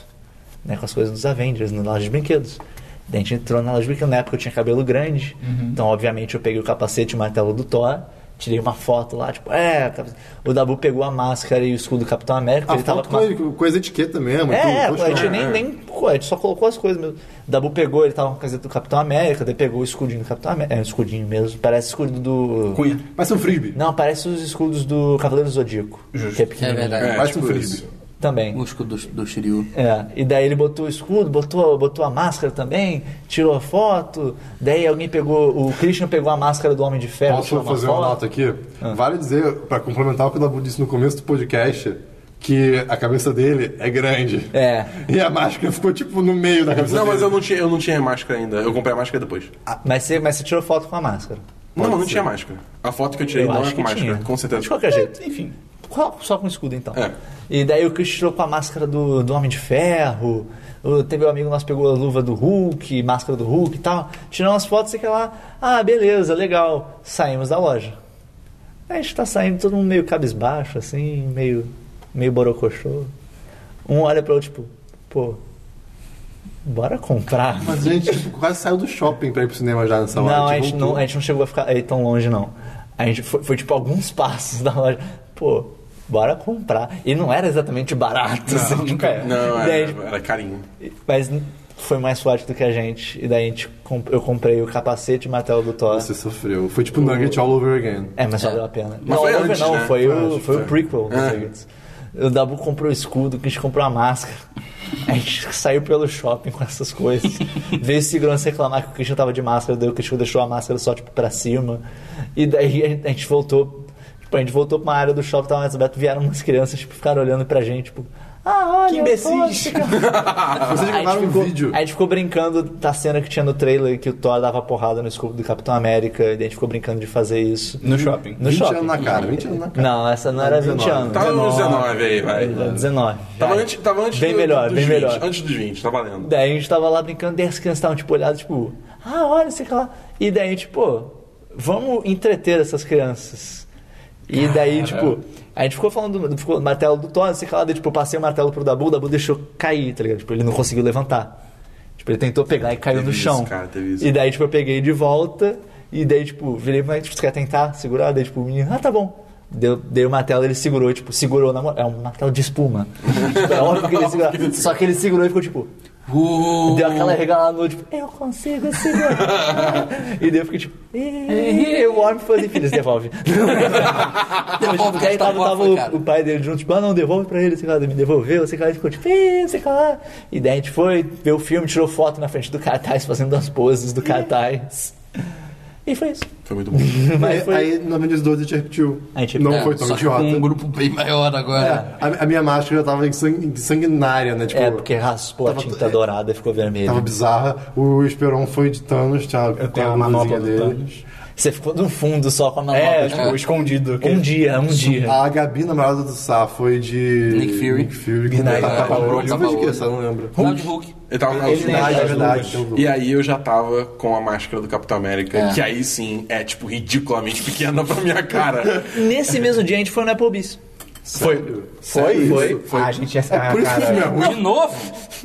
Speaker 2: né, com as coisas dos Avengers na loja de brinquedos. Daí a gente entrou na loja de brinquedos, na época eu tinha cabelo grande,
Speaker 5: Uhum.
Speaker 2: então obviamente eu peguei o capacete e o martelo do Thor, tirei uma foto lá, tipo, é, cap- o Dabu pegou a máscara e o escudo do Capitão América,
Speaker 5: A
Speaker 2: ele tava
Speaker 5: Ah, foto
Speaker 2: com uma
Speaker 5: com coisa etiqueta mesmo.
Speaker 2: é, é,
Speaker 5: tudo,
Speaker 2: a gente
Speaker 5: poxa.
Speaker 2: nem, nem. pô, a gente só colocou as coisas mesmo. O Dabu pegou, ele tava com a caseta do Capitão América, daí pegou o escudinho do Capitão América. É, o escudinho mesmo. Parece escudo do.
Speaker 6: Cunha.
Speaker 5: Parece um frisbee.
Speaker 2: Não, parece os escudos do Cavaleiro do Zodíaco. Que é
Speaker 3: É
Speaker 2: pequenininho.
Speaker 3: verdade.
Speaker 5: Parece um
Speaker 4: tipo
Speaker 5: frisbee.
Speaker 4: isso.
Speaker 2: Também.
Speaker 3: O escudo É. do, do Shiryu.
Speaker 2: É, e daí ele botou o escudo, botou, botou a máscara também, tirou a foto. Daí alguém pegou. O Christian pegou a máscara do Homem de Ferro.
Speaker 5: Posso
Speaker 2: tirou
Speaker 5: fazer uma
Speaker 2: foto.
Speaker 5: nota aqui? Vale dizer, pra complementar o que o Dabu disse no começo do podcast, que a cabeça dele é grande.
Speaker 2: É.
Speaker 5: E a máscara ficou tipo no meio da cabeça
Speaker 4: Não,
Speaker 5: dele.
Speaker 4: mas eu não tinha, eu não tinha máscara ainda. Eu comprei a máscara depois.
Speaker 2: Mas você, mas você tirou foto com a máscara.
Speaker 4: não, não tinha máscara. A foto que eu tirei
Speaker 2: Eu
Speaker 4: não
Speaker 2: acho
Speaker 4: era com
Speaker 2: que
Speaker 4: máscara,
Speaker 2: tinha.
Speaker 4: com certeza.
Speaker 2: De qualquer jeito.
Speaker 6: Enfim.
Speaker 2: Qual- Só com escudo, então.
Speaker 4: É.
Speaker 2: E daí o Chris tirou com a máscara do, do Homem de Ferro. o- Teve um amigo nosso que pegou a luva do Hulk, máscara do Hulk e tal. Tirou umas fotos e que lá. Ah, beleza, legal. Saímos da loja. Aí a gente tá saindo, todo mundo meio cabisbaixo, assim, meio, meio borocochô. Um olha pra outro, tipo, pô, bora comprar.
Speaker 5: Mas a gente tipo, quase saiu do shopping pra ir pro cinema já nessa hora. tipo,
Speaker 2: Não, a gente
Speaker 5: voltou.
Speaker 2: não, a gente não chegou a ficar aí tão longe, não. A gente foi, foi, tipo alguns passos da loja. Pô, bora comprar. E não era exatamente barato. assim, tipo,
Speaker 6: nunca é.
Speaker 4: Não, era,
Speaker 2: Daí, tipo,
Speaker 4: era carinho.
Speaker 2: Mas n- foi mais forte do que a gente. E daí a gente, comp- eu comprei o capacete e o martelo do Thor.
Speaker 5: Você sofreu. Foi tipo Nugget all over again.
Speaker 2: É, mas valeu a pena.
Speaker 4: Mas
Speaker 2: não,
Speaker 4: foi
Speaker 2: não
Speaker 4: antes,
Speaker 2: não,
Speaker 4: né?
Speaker 2: foi,
Speaker 4: Foi
Speaker 2: o,
Speaker 4: antes,
Speaker 2: foi
Speaker 4: foi.
Speaker 2: o prequel do
Speaker 4: É.
Speaker 2: Nuggets. O Dabu comprou o escudo, que a gente comprou a máscara. A gente saiu pelo shopping com essas coisas. Veio o segurança reclamar que o Christian tava de máscara, daí o Christian deixou a máscara só, tipo, pra cima. E daí a gente voltou. Tipo, a gente voltou pra uma área do shopping, tava mais aberto, vieram umas crianças, tipo, ficaram olhando pra gente, tipo, ah, olha,
Speaker 6: Que
Speaker 2: eu
Speaker 6: imbecis."
Speaker 2: posso ficar
Speaker 3: É,
Speaker 5: Vocês
Speaker 2: a gente,
Speaker 5: gravaram um
Speaker 3: tipo,
Speaker 2: ficou,
Speaker 5: vídeo.
Speaker 2: a gente ficou brincando da cena que tinha no trailer que o Thor dava porrada no escudo do Capitão América, e daí a gente ficou brincando de fazer isso.
Speaker 6: No shopping.
Speaker 3: é
Speaker 2: No
Speaker 5: 20
Speaker 2: shopping.
Speaker 5: anos na cara, 20 anos na cara.
Speaker 2: Não, essa não era 20
Speaker 5: 19.
Speaker 2: anos.
Speaker 4: Tava no 19 aí, vai.
Speaker 2: Era 19.
Speaker 4: Tava
Speaker 2: Aí.
Speaker 4: antes, tava antes
Speaker 2: Bem
Speaker 4: do-
Speaker 2: melhor,
Speaker 4: dos
Speaker 2: bem
Speaker 4: 20,
Speaker 2: melhor.
Speaker 4: Antes dos 20, tá valendo.
Speaker 2: Daí a gente tava lá brincando, daí as crianças estavam tipo olhadas, tipo, ah, olha, sei que lá. E daí, tipo, pô, vamos entreter essas crianças. E daí, tipo, a gente ficou falando do, ficou, do martelo do Thor, sei que lá, daí, tipo, eu passei o martelo pro Dabu, o Dabu deixou cair, tá ligado? Tipo, ele não conseguiu levantar. Tipo, ele tentou pegar e caiu
Speaker 4: Teve
Speaker 2: no
Speaker 4: isso,
Speaker 2: chão.
Speaker 4: cara, teve isso.
Speaker 2: E daí, tipo, eu peguei de volta, e daí, tipo, virei pra tipo, você quer tentar segurar? Daí, tipo, o menino, ah, tá bom. Deu, dei o martelo, ele segurou, tipo, segurou na mão. É um martelo de espuma. tipo, é óbvio que ele segurou. Só que ele segurou e ficou tipo.
Speaker 3: Uou.
Speaker 2: Deu aquela regalada no tipo, eu consigo segurar. e daí eu fiquei tipo, "Ih", e o Warm foi assim, filho, devolve.
Speaker 3: Devolve,
Speaker 2: Porque aí
Speaker 3: gastar
Speaker 2: tava,
Speaker 3: bola,
Speaker 2: tava o,
Speaker 3: cara.
Speaker 2: o pai dele junto, tipo, ah não, devolve pra ele, sei lá, me devolveu, sei lá, ele ficou tipo, "Ih", sei lá. E daí a gente foi ver o filme, tirou foto na frente do cartaz, fazendo as poses do cartaz. E foi isso.
Speaker 7: Foi muito bom.
Speaker 2: Mas foi-
Speaker 5: Aí, no Avengers 12, a gente repetiu.
Speaker 2: A gente-
Speaker 5: não
Speaker 3: É,
Speaker 5: foi
Speaker 3: só
Speaker 5: tão
Speaker 3: que com um
Speaker 5: idiota. É,
Speaker 3: grupo bem maior agora.
Speaker 5: A, a minha máscara já tava ensan- ensanguinária, né? Tipo,
Speaker 2: É, porque raspou a
Speaker 5: tava-
Speaker 2: tinta dourada e ficou vermelha.
Speaker 5: Tava bizarra. O Esperon foi de Thanos, tinha Eu
Speaker 1: tenho a manopla do
Speaker 2: Você ficou no fundo só com a manopla.
Speaker 1: É,
Speaker 2: tipo,
Speaker 1: tipo, escondido. que-
Speaker 2: um dia, um dia.
Speaker 5: A Gabi, namorada do Sá, foi de...
Speaker 3: Nick Fury. É,
Speaker 5: Nick Fury. tá com
Speaker 2: Midnight
Speaker 5: tapa-
Speaker 3: Tapa-olho.
Speaker 5: Tapa-olho. Foi de quê? Só não lembro.
Speaker 3: Não, de Hulk.
Speaker 7: Eu tava na
Speaker 1: Ele-
Speaker 5: Verdade,
Speaker 1: as
Speaker 5: verdade.
Speaker 7: E aí eu já tava com a máscara do Capitão América,
Speaker 3: É.
Speaker 7: que aí sim é, tipo, ridiculamente pequena pra minha cara.
Speaker 2: Nesse mesmo dia a gente foi no Applebee's.
Speaker 5: Foi.
Speaker 1: Foi?
Speaker 2: Foi.
Speaker 1: Ah, gente, essa.
Speaker 5: Por isso que o filme é ruim.
Speaker 3: De novo?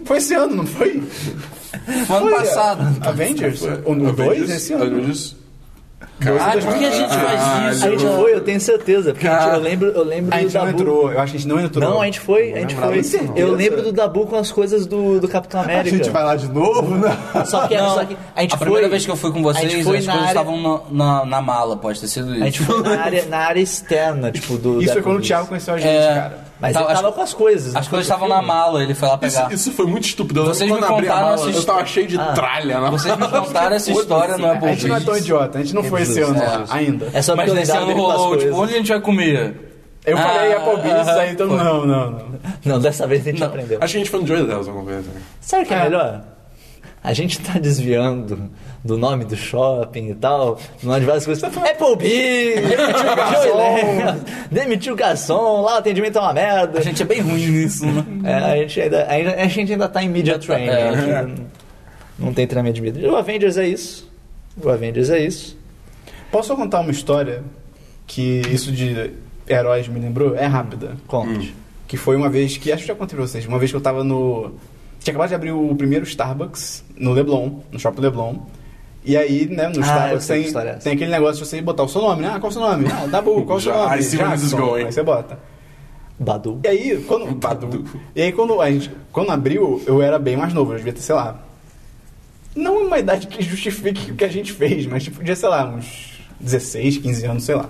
Speaker 1: Foi esse ano, não foi?
Speaker 3: No ano passado.
Speaker 1: Avengers?
Speaker 2: Um,
Speaker 1: O 2 esse ano?
Speaker 7: Avengers.
Speaker 3: Ah, por que a gente faz isso?
Speaker 2: A gente foi, eu tenho certeza. Porque a gente- eu lembro, eu lembro
Speaker 1: A
Speaker 2: do
Speaker 1: gente não
Speaker 2: Dabu.
Speaker 1: entrou, eu acho que a gente não entrou.
Speaker 2: Não, a gente foi, a gente
Speaker 5: lembrava
Speaker 2: foi.
Speaker 5: disso, não.
Speaker 2: Eu lembro do Dabu com as coisas do, do
Speaker 1: Ah,
Speaker 2: Capitão
Speaker 5: A
Speaker 2: América.
Speaker 5: gente vai lá de novo, né?
Speaker 2: Só que,
Speaker 3: Não,
Speaker 2: é só que a gente foi.
Speaker 3: primeira vez que eu fui com vocês,
Speaker 2: a gente foi
Speaker 3: as
Speaker 2: na
Speaker 3: coisas
Speaker 2: área-
Speaker 3: estavam na, na, na mala, pode ter sido isso.
Speaker 2: A gente foi na área, na área externa, tipo, do.
Speaker 1: Isso foi
Speaker 2: da
Speaker 1: quando o
Speaker 2: Applebee's.
Speaker 1: Thiago conheceu a gente,
Speaker 3: É,
Speaker 1: cara.
Speaker 2: Mas
Speaker 3: Tava-
Speaker 2: ele tava
Speaker 3: as-
Speaker 2: com as coisas.
Speaker 3: As
Speaker 2: né?
Speaker 3: coisas estavam na mala, ele foi lá
Speaker 7: Isso,
Speaker 3: pegar.
Speaker 7: isso foi muito estúpido. Eu lembro
Speaker 3: Vocês
Speaker 7: quando
Speaker 3: me
Speaker 7: eu abri a
Speaker 3: contaram
Speaker 7: mala,
Speaker 3: essa
Speaker 7: eu tava cheio de tralha na
Speaker 3: Vocês me contaram essa história no
Speaker 1: A gente não é tão
Speaker 3: Applebee's.
Speaker 1: idiota, a gente não foi esse ano lá, ainda.
Speaker 2: É só porque
Speaker 3: Mas
Speaker 2: eu
Speaker 3: nesse
Speaker 2: lembrava
Speaker 3: ano
Speaker 2: dele com as
Speaker 3: rolou, tipo,
Speaker 2: coisas.
Speaker 3: onde a gente vai comer?
Speaker 1: Eu
Speaker 3: Ah,
Speaker 1: falei Applebee's,
Speaker 3: ah,
Speaker 1: aí então não, não, não.
Speaker 2: Não, dessa vez a gente aprendeu.
Speaker 7: Acho que a gente foi no Joy Deus alguma coisa.
Speaker 4: né?
Speaker 2: Sabe o que é,
Speaker 1: É.
Speaker 2: melhor? A gente tá desviando do nome do shopping e tal, do nome de várias coisas. Applebee's! Demitiu o garçom! Demitiu o garçom, lá o atendimento é uma merda.
Speaker 3: A gente é bem ruim nisso, né?
Speaker 2: É, a, gente ainda, ainda- a gente ainda tá em media training.
Speaker 3: é.
Speaker 2: a gente ainda não- Não tem treinamento de mídia. O Avengers é isso. O Avengers é isso.
Speaker 1: Posso contar uma história que isso de heróis me lembrou? É rápida.
Speaker 2: Conte.
Speaker 1: Que foi uma vez que, acho que já contei pra vocês, uma vez que eu tava no. Tinha acabado de abrir o primeiro Starbucks no Leblon, no Shopping Leblon. E aí, né, no
Speaker 2: Ah, eu
Speaker 1: Starbucks
Speaker 2: sei que
Speaker 1: tem,
Speaker 2: história é essa.
Speaker 1: tem aquele negócio de você botar o seu nome, né? Ah, qual o seu nome? Ah, Dabu, qual o seu
Speaker 7: Já,
Speaker 1: nome?
Speaker 7: I see where this is
Speaker 1: Jackson.
Speaker 7: going.
Speaker 1: Aí você bota.
Speaker 2: Badu.
Speaker 1: E aí, quando. Badu. E aí, quando, a gente, quando abriu, eu era bem mais novo, eu devia ter, sei lá. Não uma idade que justifique o que a gente fez, mas tipo, podia, sei lá, uns 16, 15 anos, sei lá.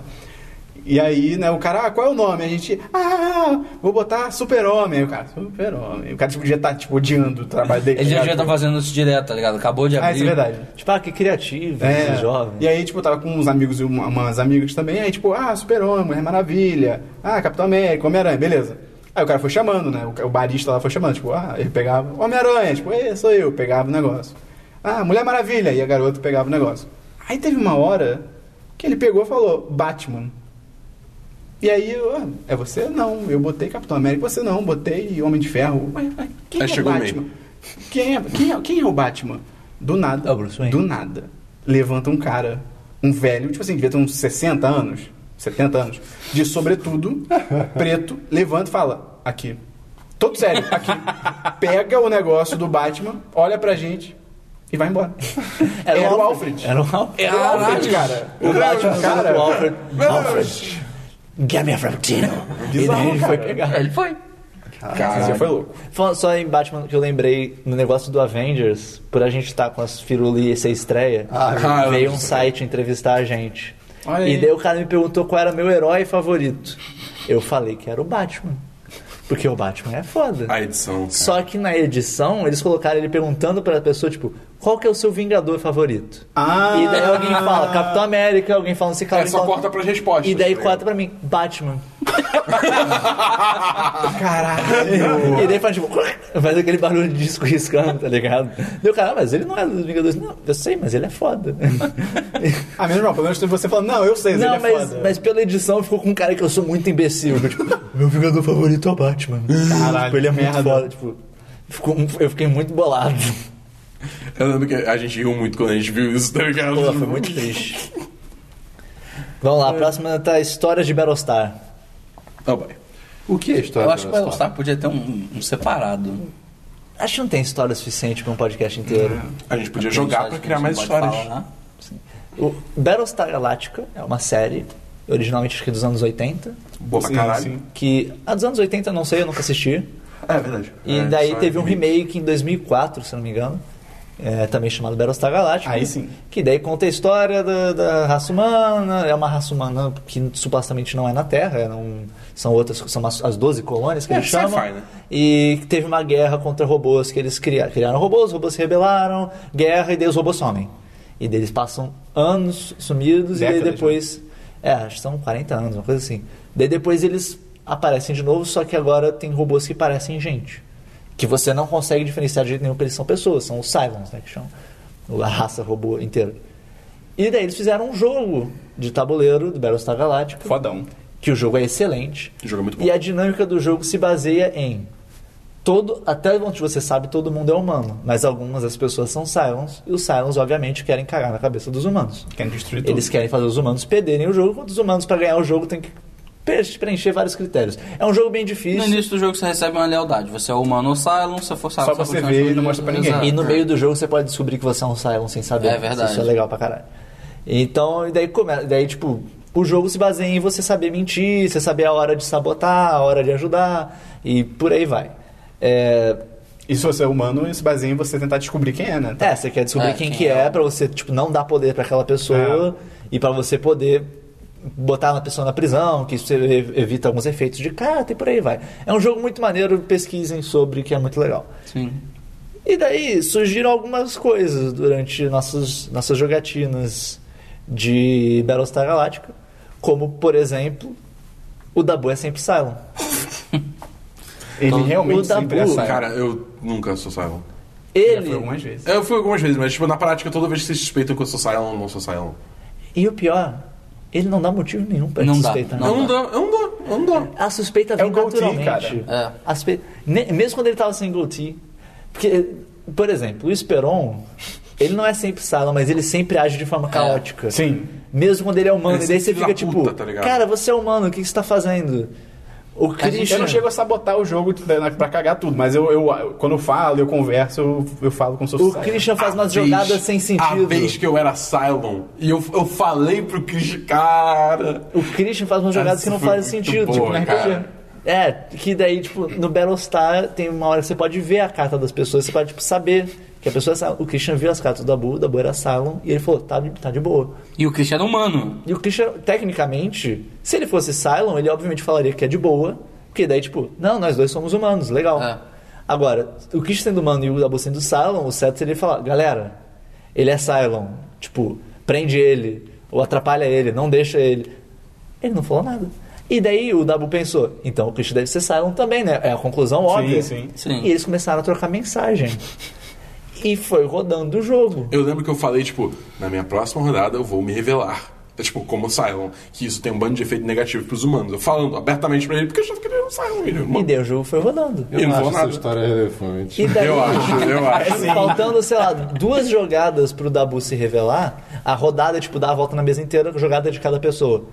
Speaker 1: E aí, né, o cara, ah, qual é o nome? A gente, ah, vou botar Super-Homem. Aí o cara, Super-Homem. O cara, tipo, já tá, tipo, odiando o trabalho dele. tá
Speaker 3: Ele já
Speaker 1: ligado?
Speaker 3: devia estar fazendo isso direto, tá ligado? Acabou de abrir.
Speaker 1: Ah, isso é verdade.
Speaker 2: Tipo, ah, que criativo,
Speaker 1: É.
Speaker 2: esse jovem.
Speaker 1: E aí, tipo, eu tava com uns amigos e uma- umas amigas também. Aí, tipo, ah, Super-Homem, Mulher Maravilha, ah, Capitão América, Homem-Aranha, beleza. Aí o cara foi chamando, né? O, ca- o barista lá foi chamando, tipo, ah, ele pegava Homem-Aranha, tipo, ei, sou eu, pegava o negócio. Ah, Mulher Maravilha, e a garota pegava o negócio. Aí teve uma hora que ele pegou e falou, Batman. E aí, eu, ah, é você? Não, eu botei Capitão América, você não, botei Homem de Ferro. Ué, mas quem
Speaker 7: Aí
Speaker 1: é
Speaker 7: chegou o
Speaker 1: Batman?
Speaker 7: meio.
Speaker 1: Quem é, quem, é, quem é o Batman? Do nada.
Speaker 2: É o Bruce Wayne.
Speaker 1: Do nada. Levanta um cara, um velho, tipo assim, devia ter uns 60 anos, 70 anos, de sobretudo, preto, levanta e fala: aqui. Todo sério, aqui. Pega o negócio do Batman, olha pra gente e vai embora. Era, o é Alfred.
Speaker 2: Era o Alfred.
Speaker 3: É
Speaker 1: Era o Alfred, cara.
Speaker 2: O
Speaker 1: Cara.
Speaker 2: Batman cara, o Alfred. Alfred, get me a Frappuccino. E daí ele foi pegar.
Speaker 3: É, Ele foi.
Speaker 1: Cara, você foi louco.
Speaker 2: Falando só em Batman, que eu lembrei, no negócio do Avengers, por a gente estar com as firulas e ser estreia,
Speaker 7: Ah, eu
Speaker 2: veio
Speaker 7: lembro
Speaker 2: um
Speaker 7: disso.
Speaker 2: site entrevistar a gente.
Speaker 1: Olha
Speaker 2: e
Speaker 1: aí.
Speaker 2: daí o cara me perguntou qual era meu herói favorito. Eu falei que era o Batman. Porque o Batman é foda.
Speaker 7: A edição. cara.
Speaker 2: Só que na edição, eles colocaram ele perguntando pra pessoa, tipo, qual que é o seu Vingador favorito?
Speaker 1: Ah.
Speaker 2: E daí alguém fala, Capitão América, alguém fala, não sei o que,
Speaker 7: É,
Speaker 2: alguém
Speaker 7: só
Speaker 2: fala-
Speaker 7: corta pras respostas.
Speaker 2: E daí
Speaker 7: tá
Speaker 2: corta pra mim, Batman.
Speaker 1: Caralho.
Speaker 2: E daí faz tipo, faz aquele barulho de disco riscando, tá ligado? Deu cara, "Ah, mas ele não é dos Vingadores. Não, eu sei, mas ele é foda.
Speaker 1: Ah, menos mal, pelo menos você falando, não, eu sei, ele
Speaker 2: não,
Speaker 1: é
Speaker 2: mas,
Speaker 1: foda.
Speaker 2: mas pela edição ficou com um cara que eu sou muito imbecil. que eu, Tipo, meu Vingador favorito é o Batman.
Speaker 1: Caralho,
Speaker 2: tipo, ele é muito
Speaker 1: merda.
Speaker 2: foda, tipo. ficou- eu fiquei muito bolado.
Speaker 7: Eu lembro que a gente riu muito quando a gente viu isso, tá ligado?
Speaker 2: Pô, foi muito triste. Vamos lá, a próxima tá Histórias de Battlestar.
Speaker 7: Ah, vai.
Speaker 5: O que é a história?
Speaker 3: Eu acho que o
Speaker 5: da nossa
Speaker 3: Battlestar podia ter um, um separado.
Speaker 2: Acho que não tem história suficiente pra um podcast inteiro.
Speaker 7: A gente podia jogar pra criar mais histórias.
Speaker 3: né?
Speaker 2: O Battlestar Galactica é uma série, originalmente acho que dos anos 80.
Speaker 7: Boa pra
Speaker 1: Sim,
Speaker 7: caralho.
Speaker 1: sim.
Speaker 2: que a dos anos 80 eu não sei, eu nunca assisti.
Speaker 4: É verdade.
Speaker 2: E
Speaker 5: É,
Speaker 2: daí
Speaker 5: só
Speaker 2: teve um
Speaker 5: remake.
Speaker 2: remake em 2004, se não me engano. é, também chamado Battlestar Galactica.
Speaker 6: Aí sim.
Speaker 2: Que daí conta a história da, da raça humana. É uma raça humana que supostamente não é na Terra. é um- são outras, são as, as 12 colônias que
Speaker 4: É,
Speaker 2: eles chamam.
Speaker 4: sci-fi, né?
Speaker 2: E que teve uma guerra contra robôs que eles criaram. Criaram robôs, os robôs se rebelaram, guerra, e daí os robôs somem. E daí eles passam anos sumidos e daí
Speaker 1: Décadas,
Speaker 2: depois. É, acho que são 40 anos, uma coisa assim. Daí depois eles aparecem de novo, só que agora tem robôs que parecem gente. Que você não consegue diferenciar de jeito nenhum que eles são pessoas, são os Cylons, né? Que chamam a raça robô inteira. E daí eles fizeram um jogo de tabuleiro do Battlestar Galactica
Speaker 1: Fodão.
Speaker 2: que o jogo é excelente.
Speaker 4: O jogo é muito bom.
Speaker 2: E a dinâmica do jogo se baseia em todo, até onde você sabe, todo mundo é humano, mas algumas das pessoas são Cylons e os Cylons obviamente querem cagar na cabeça dos humanos.
Speaker 1: Querem destruir tudo.
Speaker 2: Eles
Speaker 3: Então-
Speaker 2: querem fazer os humanos perderem o jogo, enquanto os humanos para ganhar o jogo tem que pre- preencher vários critérios. É um jogo bem
Speaker 3: No
Speaker 2: difícil.
Speaker 3: início do jogo você recebe uma lealdade. Você é humano ou Cylon, se for Cylon...
Speaker 1: Só você vê
Speaker 3: continua
Speaker 1: e não mostra pra ninguém.
Speaker 3: Exato.
Speaker 2: E no meio do jogo você pode descobrir que você é um Cylon sem saber.
Speaker 3: É verdade.
Speaker 2: Isso é legal pra caralho. Então, e daí começa. Daí, tipo, o jogo se baseia em você saber mentir, você saber a hora de sabotar, a hora de ajudar, e por aí vai. É,
Speaker 1: E se você é humano, isso baseia em você tentar descobrir quem é, né?
Speaker 2: é, você quer descobrir
Speaker 3: É,
Speaker 2: quem,
Speaker 3: quem
Speaker 2: que é,
Speaker 3: é.
Speaker 2: pra você, tipo, não dar poder pra aquela pessoa e pra você poder botar a pessoa na prisão, que isso você ev- evita alguns efeitos de carta e por aí vai. É um jogo muito maneiro, pesquisem sobre, que é muito legal.
Speaker 3: Sim.
Speaker 2: E daí surgiram algumas coisas durante nossos, nossas jogatinas de Battlestar Galactica, como, por exemplo, o Dabu é sempre Cylon.
Speaker 1: Ele realmente
Speaker 2: então, Dabu,
Speaker 1: sempre é Cylon.
Speaker 4: Cara, eu nunca sou Cylon.
Speaker 3: é
Speaker 1: Já foi
Speaker 2: Ele,
Speaker 1: algumas vezes.
Speaker 4: Eu fui algumas vezes, mas tipo, na prática, toda vez que vocês suspeitam que eu sou Cylon, eu não sou Cylon.
Speaker 2: e o pior, ele não dá motivo nenhum pra
Speaker 3: Não
Speaker 2: te
Speaker 3: dá,
Speaker 2: suspeitar.
Speaker 4: Eu não dou, eu não dou, eu não dou.
Speaker 2: A suspeita
Speaker 1: É
Speaker 2: vem
Speaker 1: o goatee,
Speaker 2: naturalmente.
Speaker 3: cara.
Speaker 2: É. A suspe- ne- Mesmo quando ele tava sem goatee. Porque, por exemplo, o Esperon, ele não é sempre Cylon, mas ele sempre age de forma caótica.
Speaker 1: Sim.
Speaker 2: Mesmo quando ele é humano.
Speaker 4: Ele
Speaker 2: e daí você
Speaker 4: sempre
Speaker 2: fica
Speaker 4: filho da
Speaker 2: tipo,
Speaker 4: puta, tá ligado?
Speaker 2: cara, você é humano, o que que você tá fazendo? O
Speaker 3: gente-
Speaker 2: Christian...
Speaker 1: Eu não chego a sabotar o jogo pra pra cagar tudo, mas eu, eu- quando eu falo, eu converso, eu, eu falo com o
Speaker 2: O
Speaker 1: social.
Speaker 2: Christian faz umas
Speaker 4: Vez-
Speaker 2: jogadas sem
Speaker 4: A
Speaker 2: sentido.
Speaker 4: vez que eu era Cylon, e eu, eu falei pro Chris, cara...
Speaker 2: O Christian faz umas jogadas
Speaker 4: Essa
Speaker 2: que não
Speaker 4: foi
Speaker 2: fazem
Speaker 4: muito
Speaker 2: sentido.
Speaker 4: boa,
Speaker 2: tipo, na RPG.
Speaker 4: cara.
Speaker 2: É, que daí, tipo, no Battlestar tem uma hora que você pode ver a carta das pessoas, você pode, tipo, saber que a pessoa é Cylon. O Christian viu as cartas do Dabu, o Dabu era Cylon, e ele falou, tá, de- tá de boa.
Speaker 3: E o Christian era humano.
Speaker 2: E o Christian, tecnicamente, se ele fosse Cylon, ele obviamente falaria que é de boa, porque daí, tipo, não, nós dois somos humanos, legal.
Speaker 3: É.
Speaker 2: Agora, o Christian sendo humano e o Dabu sendo Cylon, o certo seria falar, galera, ele é Cylon, tipo, prende ele, ou atrapalha ele, não deixa ele. Ele não falou nada. E daí o Dabu pensou, então o Christian deve ser Cylon também, né? É a conclusão óbvia.
Speaker 1: sim.
Speaker 3: Sim.
Speaker 2: E eles começaram a trocar mensagem. E foi rodando o jogo.
Speaker 4: Eu lembro que eu falei, tipo, na minha próxima rodada eu vou me revelar. É, tipo, como Cylon, que isso tem um bando de efeito negativo pros humanos. Eu falando abertamente pra ele, porque eu achava que ele era um Cylon, ele era
Speaker 2: E
Speaker 4: humano.
Speaker 2: daí o jogo foi rodando.
Speaker 4: Eu não
Speaker 5: acho
Speaker 4: vou
Speaker 5: essa
Speaker 4: nada.
Speaker 5: história relevante.
Speaker 2: E daí...
Speaker 4: Eu acho, eu acho.
Speaker 2: Assim, Faltando, sei lá, duas jogadas pro Dabu se revelar, a rodada, tipo, dá a volta na mesa inteira, jogada de cada pessoa.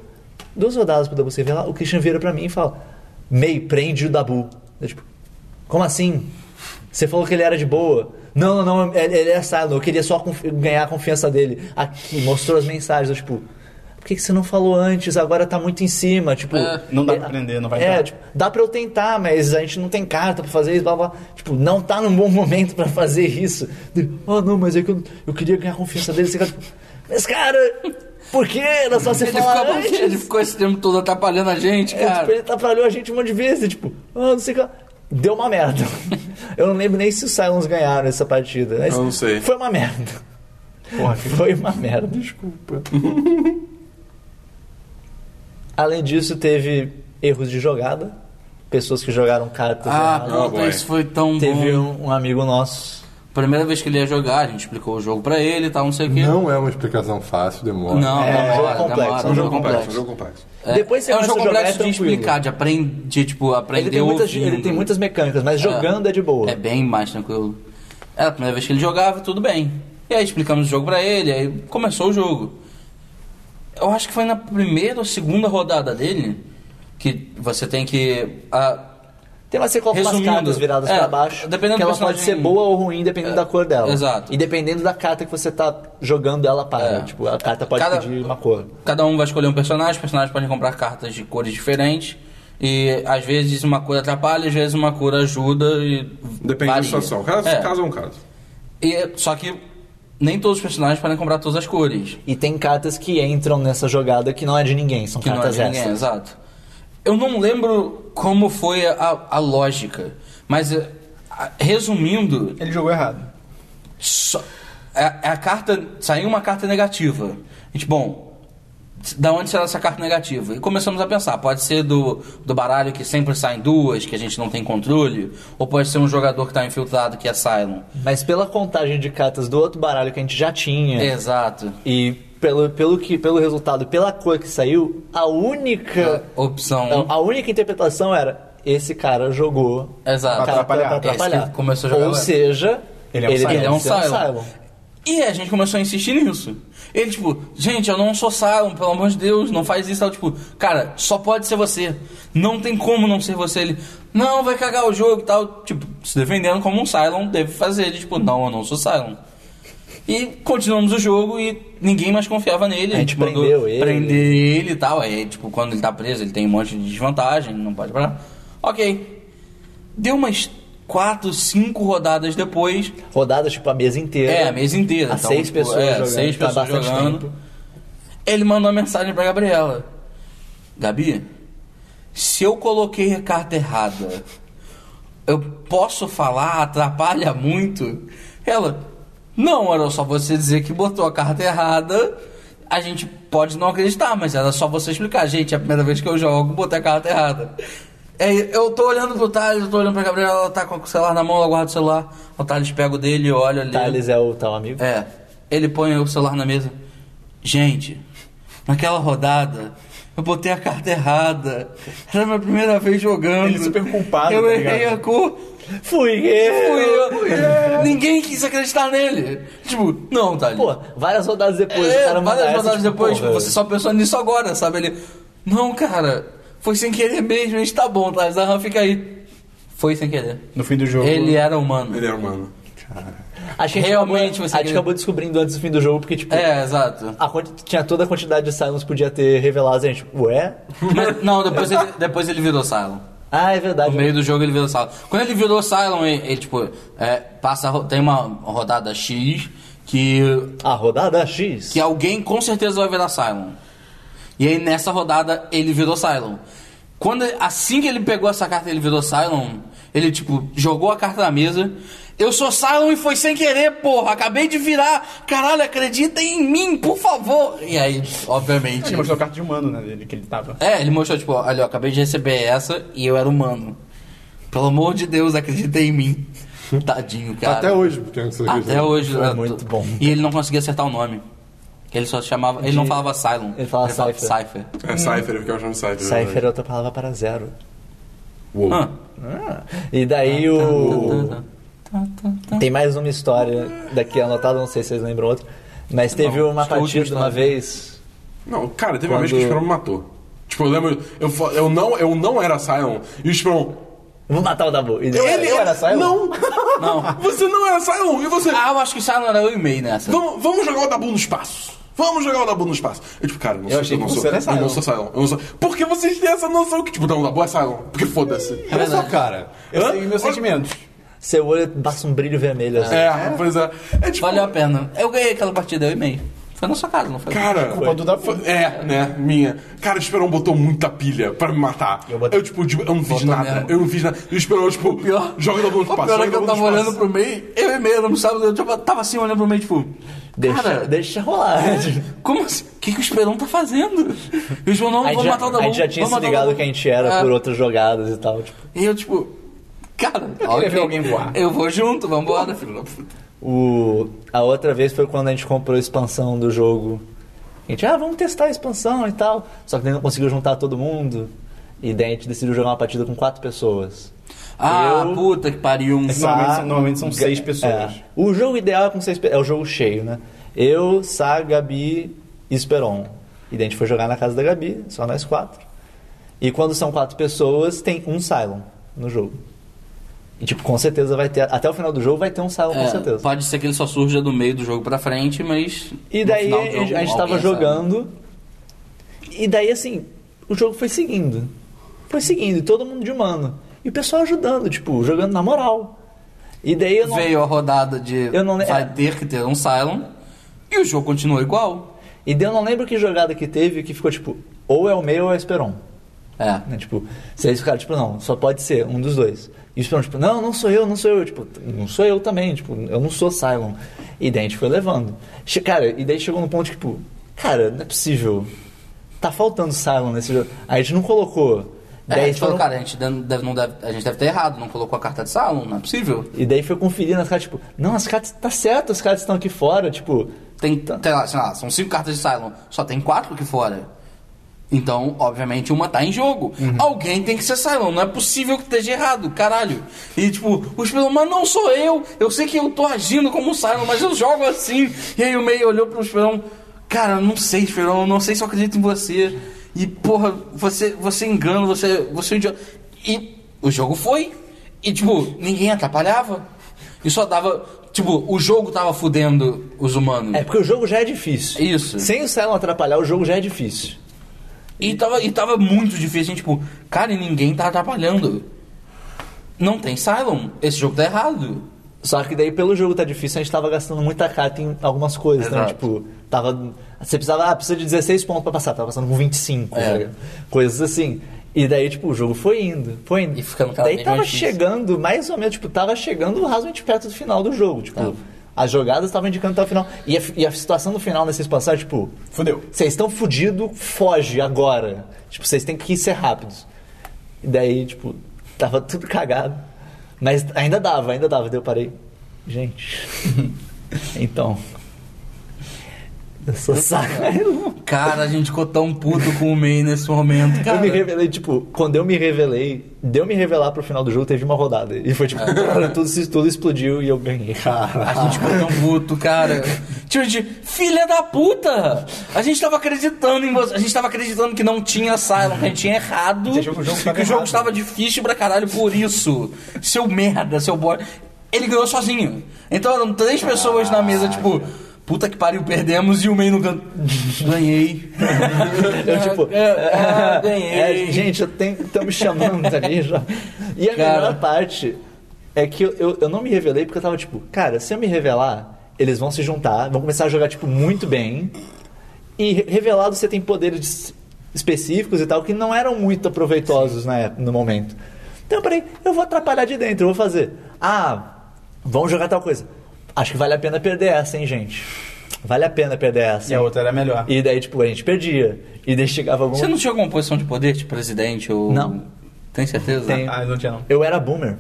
Speaker 2: Duas rodadas pro Dabu se revelar, o Christian vira pra mim e fala: Mei, prende o Dabu. Eu, tipo, como assim? Você falou que ele era de boa. Não, não, não, ele, ele é Silent, eu queria só conf- ganhar a confiança dele. Aqui, mostrou as mensagens, eu, tipo. Por que, que você não falou antes? Agora tá muito em cima, tipo...
Speaker 3: É,
Speaker 1: não dá pra prender, não vai
Speaker 2: é,
Speaker 1: dar.
Speaker 2: tipo, dá pra eu tentar, mas a gente não tem carta pra fazer isso, blá blá. Tipo, não tá num bom momento pra fazer isso. Ah, não, mas é que eu, eu queria ganhar a confiança dele. Você fica, tipo, mas cara, por que? Era só você
Speaker 3: Ele
Speaker 2: falar
Speaker 3: ficou,
Speaker 2: antes.
Speaker 3: ele ficou esse tempo todo atrapalhando a gente,
Speaker 2: É, tipo,
Speaker 3: cara.
Speaker 2: ele atrapalhou a gente um monte de vezes, tipo, ah, não sei o que. lá. Deu uma merda. Eu não lembro nem se os Cylons ganharam essa partida. mas
Speaker 4: Eu não sei.
Speaker 2: Foi uma merda. foi uma merda. Desculpa. Além disso, teve erros de jogada. Pessoas que jogaram cartas
Speaker 3: Ah,
Speaker 2: erradas.
Speaker 4: não,
Speaker 3: puta,
Speaker 4: boy.
Speaker 3: isso foi tão
Speaker 2: Teve
Speaker 3: bom.
Speaker 2: um, um amigo nosso.
Speaker 3: Primeira vez que ele ia jogar, a gente explicou o jogo pra ele e tal, não sei o quê.
Speaker 5: Não é uma explicação fácil, demora.
Speaker 3: Não,
Speaker 2: É,
Speaker 3: demora,
Speaker 2: jogo complexo,
Speaker 3: demora,
Speaker 2: é um
Speaker 4: É um
Speaker 2: jogo
Speaker 4: complexo, é um jogo complexo.
Speaker 3: É,
Speaker 2: Depois você
Speaker 3: é um
Speaker 2: começa
Speaker 3: jogo
Speaker 2: a jogar,
Speaker 3: complexo
Speaker 2: é
Speaker 3: de
Speaker 2: tranquilo.
Speaker 3: explicar, de, aprender, de tipo, aprender
Speaker 2: Ele tem, muitas,
Speaker 3: ouvindo.
Speaker 2: ele tem muitas mecânicas, mas jogando é de boa.
Speaker 3: É bem mais tranquilo. Era a primeira vez que ele jogava, tudo bem. E aí explicamos o jogo pra ele, aí começou o jogo. Eu acho que foi na primeira ou segunda rodada dele que você tem que. ah,
Speaker 2: Tem uma sequência com umas
Speaker 3: Resumindo,
Speaker 2: cartas viradas
Speaker 3: é,
Speaker 2: pra baixo.
Speaker 3: dependendo
Speaker 2: que
Speaker 3: do
Speaker 2: ela pode ser
Speaker 3: personagem-
Speaker 2: boa ou ruim, dependendo
Speaker 3: É,
Speaker 2: da cor dela.
Speaker 3: exato.
Speaker 2: E dependendo da carta que você tá jogando ela para.
Speaker 3: É.
Speaker 2: Tipo, a carta pode
Speaker 3: Cada-
Speaker 2: pedir uma cor.
Speaker 3: Cada um vai escolher um personagem, os personagens podem comprar cartas de cores diferentes. E às vezes uma cura atrapalha, às vezes uma cura ajuda e.
Speaker 4: Depende
Speaker 3: varia.
Speaker 4: da situação. Caso
Speaker 3: É.
Speaker 4: é. caso é um caso.
Speaker 3: E, só que nem todos os personagens podem comprar todas as cores.
Speaker 2: E tem cartas que entram nessa jogada que não é de ninguém, são
Speaker 3: Que não é
Speaker 2: cartas
Speaker 3: de ninguém,
Speaker 2: extras.
Speaker 3: exato. Eu não lembro como foi a, a lógica, mas eh, a- resumindo,
Speaker 1: Ele jogou errado.
Speaker 3: só, é, a, a carta saiu uma carta negativa. A gente, bom, da onde será essa carta negativa? E começamos a pensar, pode ser do, do baralho que sempre saem duas, que a gente não tem controle, ou pode ser um jogador que está infiltrado que é Cylon.
Speaker 2: Mas pela contagem de cartas do outro baralho que a gente já tinha.
Speaker 3: É. Exato.
Speaker 2: E pelo, pelo, que, pelo resultado, pela cor que saiu, a única.
Speaker 3: Opção. um.
Speaker 2: Não, a única interpretação era: esse cara jogou.
Speaker 3: Exato.
Speaker 2: a carta
Speaker 1: Atrapalhar.
Speaker 2: Pra atrapalhar.
Speaker 3: Esse que começou a jogar
Speaker 2: Ou
Speaker 3: lá.
Speaker 2: seja,
Speaker 1: Ele é um Cylon.
Speaker 2: deve
Speaker 3: Ele é um
Speaker 2: ser um
Speaker 3: Cylon.
Speaker 2: Cylon.
Speaker 3: E a gente começou a insistir nisso. Ele, tipo, gente, eu não sou Cylon, pelo amor de Deus, não faz isso. Ela, tipo, cara, só pode ser você. Não tem como não ser você. Ele, não, vai cagar o jogo e tal. Tipo, se defendendo como um Cylon deve fazer. Ele, tipo, não, eu não sou Cylon. E continuamos o jogo e ninguém mais confiava nele.
Speaker 2: A gente prendeu ele.
Speaker 3: prender ele e tal. Aí, tipo, quando ele tá preso, ele tem um monte de desvantagem, não pode parar. Ok. Deu umas quatro, cinco rodadas depois.
Speaker 2: Rodadas tipo a mesa inteira.
Speaker 3: É, a mesa inteira.
Speaker 2: A
Speaker 3: então,
Speaker 2: seis
Speaker 3: tipo,
Speaker 2: pessoas
Speaker 3: é,
Speaker 2: jogando.
Speaker 3: seis
Speaker 2: tá
Speaker 3: pessoas
Speaker 2: bastante
Speaker 3: jogando.
Speaker 2: tempo.
Speaker 3: Ele mandou uma mensagem pra Gabriela. Gabi, se eu coloquei a carta errada, eu posso falar? Atrapalha muito? Ela, não, era só você dizer que botou a carta errada. A gente pode não acreditar, mas era só você explicar. Gente, é a primeira vez que eu jogo, botei a carta errada. É, eu tô olhando pro Thales, eu tô olhando pra Gabriela, ela tá com o celular na mão, ela guarda o celular. O Thales pega o dele, olha ali.
Speaker 2: Thales é o tal amigo.
Speaker 3: É. Ele põe o celular na mesa. Gente, naquela rodada, eu botei a carta errada. Era a minha primeira vez jogando.
Speaker 1: Ele super culpado,
Speaker 3: Eu
Speaker 1: tá
Speaker 3: errei
Speaker 1: ligado?
Speaker 3: a cor.
Speaker 2: Fui
Speaker 3: É. Fui
Speaker 2: eu!
Speaker 3: eu. Ninguém quis acreditar nele. Tipo, não, Thales.
Speaker 2: Pô, várias rodadas depois,
Speaker 3: É,
Speaker 2: o cara manda
Speaker 3: várias
Speaker 2: essa,
Speaker 3: rodadas
Speaker 2: tipo,
Speaker 3: depois,
Speaker 2: porra.
Speaker 3: tipo, você só pensou nisso agora, sabe? Ele, não, cara, foi sem querer mesmo, a gente tá bom, Thales, aham, fica aí. Foi sem querer.
Speaker 1: No fim do jogo.
Speaker 3: Ele era humano.
Speaker 4: Ele é humano.
Speaker 2: Acho que a gente
Speaker 3: Realmente
Speaker 2: acabou-
Speaker 3: você
Speaker 2: A gente
Speaker 3: queria-
Speaker 2: acabou descobrindo antes do fim do jogo, porque, tipo,
Speaker 3: É, exato.
Speaker 2: a quanti- tinha toda a quantidade de Silence podia ter revelado, a gente, ué?
Speaker 3: Mas, não, depois ele, depois ele virou Cylon.
Speaker 2: Ah, é verdade.
Speaker 3: No meio do jogo ele virou Cylon. Quando ele virou Cylon, ele, ele, tipo, é, passa, a ro- tem uma rodada X que,
Speaker 2: A rodada X.
Speaker 3: que é alguém com certeza vai virar Cylon. E aí nessa rodada ele virou Cylon. Quando, assim que ele pegou essa carta ele virou Cylon, ele tipo jogou a carta na mesa. Eu sou Cylon e foi sem querer, porra. Acabei de virar. Caralho, acredita em mim, por favor. E aí, obviamente.
Speaker 2: tipo
Speaker 6: Ele mostrou carta de humano, né? Dele, que ele tava.
Speaker 3: É, ele mostrou, tipo, olha, eu acabei de receber essa e eu era humano. Pelo amor de Deus, acredita em mim. Tadinho, cara.
Speaker 5: Até hoje, porque eu não sei o que
Speaker 3: Até
Speaker 5: é.
Speaker 3: hoje.
Speaker 2: Foi
Speaker 3: né,
Speaker 2: muito
Speaker 3: tu-
Speaker 2: bom.
Speaker 3: E ele não conseguia acertar o nome. Ele só chamava... Ele não
Speaker 2: De-
Speaker 3: falava Cylon.
Speaker 2: Ele falava Cypher.
Speaker 3: Cypher.
Speaker 4: É Cypher, eu ficava chamando Cypher.
Speaker 2: Cypher é outra palavra para zero.
Speaker 4: Uou.
Speaker 3: Ah.
Speaker 2: E daí o.
Speaker 3: Tá, tá, tá, tá.
Speaker 2: Tem mais uma história daqui anotada, não sei se vocês lembram outra. Mas teve
Speaker 3: Não,
Speaker 2: uma
Speaker 3: acho que a última
Speaker 2: partida uma
Speaker 3: história.
Speaker 2: vez.
Speaker 4: Não, cara, teve uma vez que o
Speaker 2: Quando-
Speaker 4: Esperon me matou. Tipo, eu lembro, eu, fa- eu, não, eu não era Cylon. E o Esperon.
Speaker 2: Vou matar o Dabu. E daí-
Speaker 4: Ele Não!
Speaker 3: Não.
Speaker 4: Você não era Cylon! E você.
Speaker 3: Ah, eu acho que o Cylon era eu e meio nessa.
Speaker 4: Vamos, vamos jogar o Dabu no espaço. Vamos jogar o Dabu no espaço. Eu, tipo, cara, eu não sou,
Speaker 1: achei
Speaker 4: eu não
Speaker 1: que
Speaker 4: sou,
Speaker 1: você era
Speaker 4: eu não sou Cylon. Eu não sou. Por que vocês têm essa noção que, tipo, não, o Dabu é Cylon? Porque foda-se.
Speaker 1: É.
Speaker 5: Olha só, cara.
Speaker 1: Eu
Speaker 4: Hã?
Speaker 1: sei meus
Speaker 4: Olha-
Speaker 1: sentimentos.
Speaker 2: Seu olho passa um brilho vermelho. assim.
Speaker 4: É, pois é. É tipo.
Speaker 3: Valeu a pena. Eu ganhei aquela partida, eu e meio. Foi na sua casa, não foi?
Speaker 4: Cara,
Speaker 1: do Dabu.
Speaker 4: foi- é, né? Minha. Cara, o Esperão botou muita pilha pra me matar. Eu, tipo, de- eu não fiz
Speaker 3: Botou
Speaker 4: nada.
Speaker 3: mesmo.
Speaker 4: Eu não fiz nada. E o Esperão, tipo,
Speaker 3: pior-
Speaker 4: joga da bola no
Speaker 3: O
Speaker 4: espaço.
Speaker 3: pior é que
Speaker 4: joga
Speaker 3: eu
Speaker 4: da bola
Speaker 3: tava
Speaker 4: no
Speaker 3: olhando
Speaker 4: espaço.
Speaker 3: pro meio, eu e meio, eu não sabe, eu tava- tava assim olhando pro meio, tipo.
Speaker 2: Deixa,
Speaker 3: cara,
Speaker 2: deixa rolar. Tipo,
Speaker 3: Como assim? O que, que o Esperão tá fazendo? E o João, não,
Speaker 2: A gente,
Speaker 3: vamos
Speaker 2: já,
Speaker 3: matar o Dabu.
Speaker 2: a gente já tinha
Speaker 3: vamos
Speaker 2: se
Speaker 3: matar o
Speaker 2: ligado
Speaker 3: Dabu.
Speaker 2: que a gente era
Speaker 3: É.
Speaker 2: por outras jogadas e tal. Tipo,
Speaker 3: E eu, tipo, cara, eu
Speaker 1: queria ver alguém voar.
Speaker 3: Eu vou junto, vambora, filho da puta.
Speaker 2: o, a outra vez foi quando a gente comprou a expansão do jogo. A gente, ah, vamos testar a expansão e tal. Só que daí não conseguiu juntar todo mundo. E daí a gente decidiu jogar uma partida com quatro pessoas.
Speaker 3: Ah,
Speaker 2: Eu-
Speaker 3: puta que pariu. Um...
Speaker 6: É, Normalmente, são- normalmente são seis pessoas.
Speaker 2: É. O jogo ideal é com seis pe- É o jogo cheio, né? Eu, Sá, Gabi e Esperon. E daí a gente foi jogar na casa da Gabi, só nós quatro. E quando são quatro pessoas, tem um Cylon no jogo. E tipo, com certeza vai ter. Até o final do jogo vai ter um Cylon, com
Speaker 3: É,
Speaker 2: certeza.
Speaker 3: pode ser que ele só surja do meio do jogo pra frente, mas.
Speaker 2: E
Speaker 3: no
Speaker 2: daí
Speaker 3: final
Speaker 2: a
Speaker 3: do
Speaker 2: gente,
Speaker 3: jogo
Speaker 2: a gente tava
Speaker 3: alguém sabe.
Speaker 2: jogando. E daí assim, o jogo foi seguindo. Foi seguindo, e todo mundo de humano. E o pessoal ajudando, tipo, jogando na moral. E daí eu não.
Speaker 3: Veio a rodada de
Speaker 2: Eu não le- é.
Speaker 3: vai ter que ter um Cylon e o jogo continuou igual.
Speaker 2: E daí eu não lembro que jogada que teve que ficou tipo, ou é o meio ou é o Esperon.
Speaker 3: É.
Speaker 2: Né? Tipo, se eles ficaram, tipo, não, só pode ser um dos dois. E o Esperon, tipo, não, não sou eu, não sou eu. Tipo, não sou eu também, tipo, eu não sou Cylon. E daí a gente foi levando. Che- Cara, e daí chegou num ponto que, tipo, cara, não é possível. Tá faltando Cylon nesse jogo. Aí a gente não colocou.
Speaker 3: É, a
Speaker 2: Daí
Speaker 3: gente falou,
Speaker 2: foram-
Speaker 3: cara, a gente deve, não deve, a gente deve ter errado, não colocou a carta de Cylon, não é possível.
Speaker 2: E daí foi conferindo as cartas, tipo, não, as cartas, tá certo, as cartas estão aqui fora, tipo,
Speaker 3: Tem, sei lá, sei lá, são cinco cartas de Cylon, só tem quatro aqui fora. Então, obviamente, uma tá em jogo. Alguém tem que ser Cylon, não é possível que esteja errado, caralho. E tipo, os Pelon, mas não sou eu, eu sei que eu tô agindo como um Cylon, mas eu jogo assim. E aí o meio olhou pro Esperão, cara, não sei, Esperão, eu não sei se eu acredito em você. E porra, você, você engana, você, você é um idiota. E o jogo foi. E tipo, ninguém atrapalhava. E só dava. Tipo, o jogo tava fudendo os humanos.
Speaker 2: É porque o jogo já é difícil.
Speaker 3: Isso.
Speaker 2: Sem o Cylon atrapalhar, o jogo já é difícil.
Speaker 3: E tava, e tava muito difícil, assim, tipo, cara, e ninguém tá atrapalhando. Não tem Cylon, esse jogo tá errado.
Speaker 2: Só que daí, pelo jogo tá difícil, a gente tava gastando muita carta em algumas coisas, né?
Speaker 3: Exato.
Speaker 2: Tipo, tava. Você precisava, ah, precisa de 16 pontos pra passar, tava passando com 25,
Speaker 3: É.
Speaker 2: tá ligado? Coisas assim. E daí, tipo, o jogo foi indo, foi indo.
Speaker 3: E ficando cada
Speaker 2: daí
Speaker 3: vez
Speaker 2: tava
Speaker 3: mais difícil.
Speaker 2: chegando, mais ou menos, tipo, tava chegando razoavelmente perto do final do jogo. Tipo, as jogadas estavam indicando até o final. E a, e a situação do final nessa expansão é, tipo,
Speaker 1: Fudeu.
Speaker 2: vocês estão fudido, foge agora. Tipo, vocês têm que ser rápidos. E daí, tipo, tava tudo cagado. Mas ainda dava, ainda dava. Daí eu parei. Gente. então. Eu sou saca.
Speaker 3: Cara, a gente ficou tão puto com o May nesse momento,
Speaker 2: Eu
Speaker 3: cara.
Speaker 2: me revelei, tipo, quando eu me revelei, deu me revelar pro final do jogo, teve uma rodada. E foi tipo, tudo, se- tudo explodiu e eu ganhei.
Speaker 3: A
Speaker 2: Ah.
Speaker 3: gente ficou tão puto, cara. Tipo, de filha da puta! A gente tava acreditando em você. A gente tava acreditando que não tinha Cylon, que a gente tinha errado.
Speaker 1: Esse jogo- o jogo
Speaker 3: e
Speaker 1: tava
Speaker 3: que o jogo
Speaker 1: errado.
Speaker 3: estava difícil pra caralho por isso. Seu merda, seu boy. Ele ganhou sozinho. Então eram três pessoas na mesa, tipo. Puta que pariu, perdemos e o meio no canto. Ganhei.
Speaker 2: Eu, tipo,
Speaker 3: Ah, ganhei.
Speaker 2: É, gente, eu tenho, estão me chamando ali já. E a
Speaker 3: Cara.
Speaker 2: melhor parte é que eu, eu, eu não me revelei porque eu tava tipo, cara, se eu me revelar, eles vão se juntar, vão começar a jogar, tipo, muito bem. E re- revelado você tem poderes específicos e tal que não eram muito proveitosos na época- no momento. Então eu parei, eu vou atrapalhar de dentro, eu vou fazer. Ah, vamos jogar tal coisa. Acho que vale a pena perder essa, hein, gente? Vale a pena perder essa.
Speaker 1: E a outra era melhor.
Speaker 2: E daí, tipo, a gente perdia. E daí chegava algum.
Speaker 3: Você não tinha alguma posição de poder, tipo presidente ou.
Speaker 2: Não.
Speaker 3: Tem certeza?
Speaker 2: Tenho.
Speaker 1: Ah, não tinha não.
Speaker 2: Eu era boomer.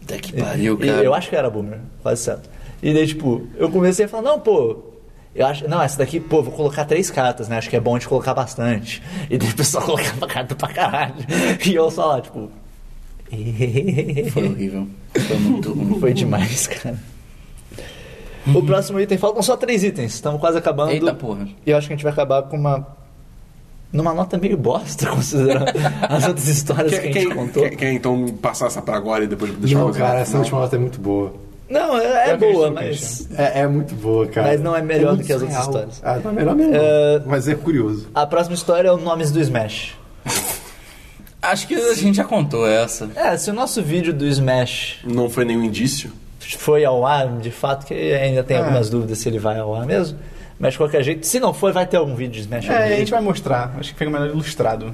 Speaker 3: Puta que pariu,
Speaker 2: E-
Speaker 3: cara.
Speaker 2: Eu acho que eu era boomer, quase certo. E daí, tipo, eu comecei a falar, não, pô. Eu acho, não, essa daqui, pô, vou colocar três cartas, né? Acho que é bom a gente colocar bastante. E daí o pessoal colocava carta pra caralho. E eu só lá, tipo.
Speaker 3: Foi horrível. Foi muito ruim.
Speaker 2: Foi demais, cara. O próximo item, faltam só três itens, estamos quase acabando.
Speaker 3: Eita porra.
Speaker 2: E eu acho que a gente vai acabar com uma. numa nota meio bosta, considerando as outras histórias que,
Speaker 4: Quer,
Speaker 2: a gente
Speaker 4: quer-
Speaker 2: contou.
Speaker 4: quer- quer, então passar essa pra agora e depois deixar
Speaker 5: Não,
Speaker 4: pra fazer no
Speaker 5: cara, essa
Speaker 4: final?
Speaker 5: última nota é muito boa.
Speaker 2: Não, é, é
Speaker 1: acredito
Speaker 2: boa,
Speaker 1: no
Speaker 2: mas.
Speaker 1: Christian.
Speaker 5: É, é muito boa, cara.
Speaker 2: Mas não é melhor
Speaker 5: muito
Speaker 2: do que as outras
Speaker 5: surreal.
Speaker 2: histórias.
Speaker 5: Ah, não é melhor mesmo.
Speaker 2: É.
Speaker 5: Mas é curioso.
Speaker 2: A próxima história é o Nomes do Smash.
Speaker 3: Acho que a gente já contou essa.
Speaker 2: É, se o nosso vídeo do Smash
Speaker 4: Não foi nenhum indício?
Speaker 2: foi ao ar, de fato, que ainda
Speaker 1: É.
Speaker 2: tem algumas dúvidas se ele vai ao ar mesmo. Mas de qualquer jeito, se não for, vai ter algum vídeo de Smash.
Speaker 1: É, a gente vai mostrar. Acho que fica melhor ilustrado.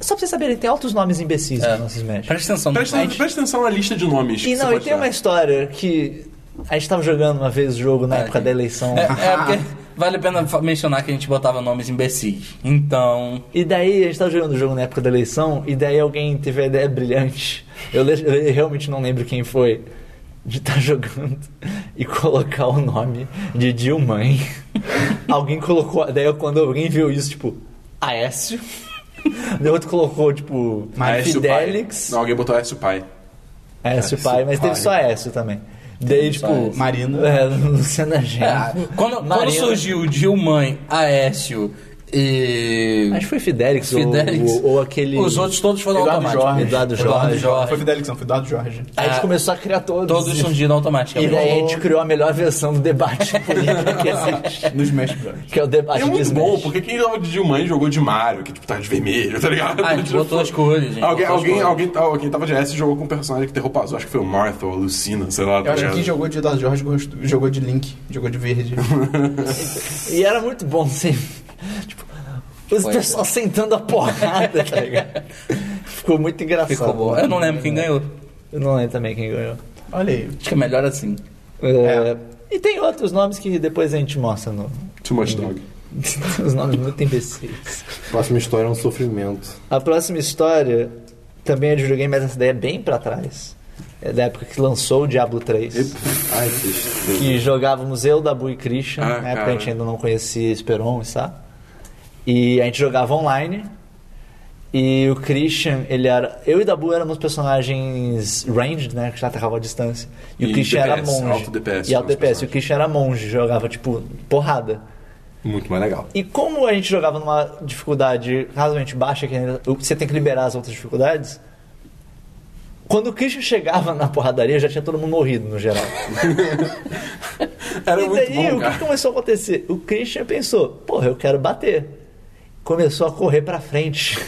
Speaker 2: Só pra vocês saberem, tem altos nomes imbecis
Speaker 3: É.
Speaker 2: no nosso Smash.
Speaker 3: Presta atenção no
Speaker 4: Presta,
Speaker 3: site.
Speaker 4: presta atenção na lista de nomes.
Speaker 2: E
Speaker 4: que
Speaker 2: não,
Speaker 4: você
Speaker 2: e
Speaker 4: pode
Speaker 2: tem
Speaker 4: dar.
Speaker 2: uma história que a gente tava jogando uma vez o jogo na
Speaker 3: É,
Speaker 2: época
Speaker 3: tem.
Speaker 2: da eleição.
Speaker 3: É, é porque vale a pena fa- mencionar que a gente botava nomes imbecis. Então.
Speaker 2: E daí a gente tava jogando o jogo na época da eleição, e daí alguém teve a ideia brilhante. Eu, le- eu realmente não lembro quem foi. De estar jogando e colocar o nome de Dilmãe. alguém colocou. Daí quando alguém viu isso, tipo, Aécio. Daí outro colocou, tipo,
Speaker 4: Aécio Ah, é Pai.
Speaker 2: Fidelix.
Speaker 4: Não, alguém botou S Pai.
Speaker 2: Aécio Pai, mas teve só Aécio também. Daí, tipo.
Speaker 3: Aécio.
Speaker 1: Marina.
Speaker 2: É, Luciana Genro.
Speaker 3: né? Quando, quando
Speaker 2: Marina.
Speaker 3: surgiu Dilmãe, Aécio E.
Speaker 2: Acho que foi Fidelix,
Speaker 3: Fidelix.
Speaker 2: Ou, ou aquele.
Speaker 3: Os outros todos foram
Speaker 1: Eduardo
Speaker 3: automáticos.
Speaker 1: Jorge.
Speaker 2: Eduardo
Speaker 3: Eduardo
Speaker 2: Jorge.
Speaker 1: Não foi
Speaker 3: Jorge.
Speaker 1: Fidelix, não, foi Dado Jorge.
Speaker 2: Aí a gente
Speaker 3: Ah,
Speaker 2: começou a criar todos.
Speaker 3: Todos um surgiram
Speaker 2: E
Speaker 3: automaticamente.
Speaker 2: daí a gente criou a melhor versão do debate político que existe.
Speaker 1: Nos Smash Bros.
Speaker 2: Que é o
Speaker 4: E
Speaker 2: debate
Speaker 4: é muito
Speaker 2: de
Speaker 4: bom,
Speaker 2: Smash.
Speaker 4: porque quem jogava de Dilmãe jogou de Mario, que tipo tava de vermelho, tá ligado?
Speaker 3: Ah, a gente botou as cores, gente. botou
Speaker 4: Alguém,
Speaker 3: as
Speaker 4: alguém,
Speaker 3: cores.
Speaker 4: alguém, alguém tava de S e jogou com um personagem que tem roupa azul. Acho que foi o Martha ou a Lucina, sei lá. tá
Speaker 1: Eu acho que
Speaker 4: ligado?
Speaker 1: quem jogou de Eduardo Jorge gost- jogou de Link, jogou de verde.
Speaker 2: E era muito bom, assim. Tipo, os
Speaker 3: Foi,
Speaker 2: pessoal sentando a porrada, tá ligado? Ficou muito engraçado.
Speaker 3: Ficou bom. Eu não lembro quem
Speaker 2: né?
Speaker 3: ganhou.
Speaker 2: Eu não lembro também quem ganhou.
Speaker 1: Olha aí.
Speaker 3: Acho que é melhor assim.
Speaker 2: É, E tem outros nomes que depois a gente mostra no.
Speaker 4: Too much dog.
Speaker 2: Os nomes muito imbecis.
Speaker 5: Próxima história é um sofrimento.
Speaker 2: A próxima história também é de videogame, mas essa daí é bem pra trás. É da época que lançou o Diablo 3.
Speaker 5: Ai, que tristeza.
Speaker 2: que jogávamos eu, Dabu e Christian.
Speaker 4: Ah,
Speaker 2: na época
Speaker 4: cara.
Speaker 2: a gente ainda não conhecia Esperon, sabe? E a gente jogava online. E o Christian, ele era. Eu e Dabu éramos personagens ranged, né? Que já atacava a distância. E,
Speaker 4: E
Speaker 2: o Christian era
Speaker 4: DPS,
Speaker 2: monge.
Speaker 4: alto DPS
Speaker 2: e alto DPS.
Speaker 4: nos
Speaker 2: E o
Speaker 4: personagens.
Speaker 2: Christian era monge, jogava tipo porrada.
Speaker 5: Muito mais legal.
Speaker 2: E como a gente jogava numa dificuldade razoavelmente baixa, que ainda- você tem que liberar as outras dificuldades. Quando o Christian chegava na porradaria, já tinha todo mundo morrido, no geral.
Speaker 4: Era
Speaker 2: e
Speaker 4: muito
Speaker 2: daí,
Speaker 4: bom,
Speaker 2: o que
Speaker 4: cara.
Speaker 2: começou a acontecer? O Christian pensou, porra, eu quero bater. Começou a correr pra frente.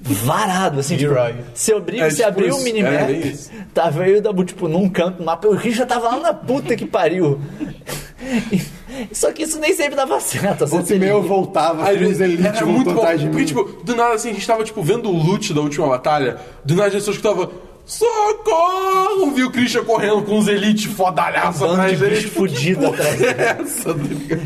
Speaker 2: Varado, assim, tipo,
Speaker 1: Herói.
Speaker 2: se obriga,
Speaker 4: É,
Speaker 2: se
Speaker 4: tipo
Speaker 2: abriu o
Speaker 4: isso. É,
Speaker 2: minimap,
Speaker 4: bem isso.
Speaker 2: tava eu e o Dabu, tipo, num canto, do mapa, e o Christian tava lá na puta que pariu. E- Só que isso nem sempre dava certo. às vezes
Speaker 5: Volta e
Speaker 2: ele-
Speaker 5: meia eu voltava com
Speaker 1: é
Speaker 5: os Elite
Speaker 4: era
Speaker 5: com
Speaker 4: muito bom.
Speaker 5: vantagem
Speaker 4: Porque, tipo, do nada assim, a gente tava, tipo, vendo o loot da última batalha, do nada a gente só escutava. Socorro! Viu o Christian correndo com os Elite fodalhaço
Speaker 2: Bando de
Speaker 4: atrás dele.
Speaker 2: bicho
Speaker 4: Tipo, que
Speaker 2: fudido
Speaker 4: porra
Speaker 2: atrás
Speaker 4: é essa, tá ligado?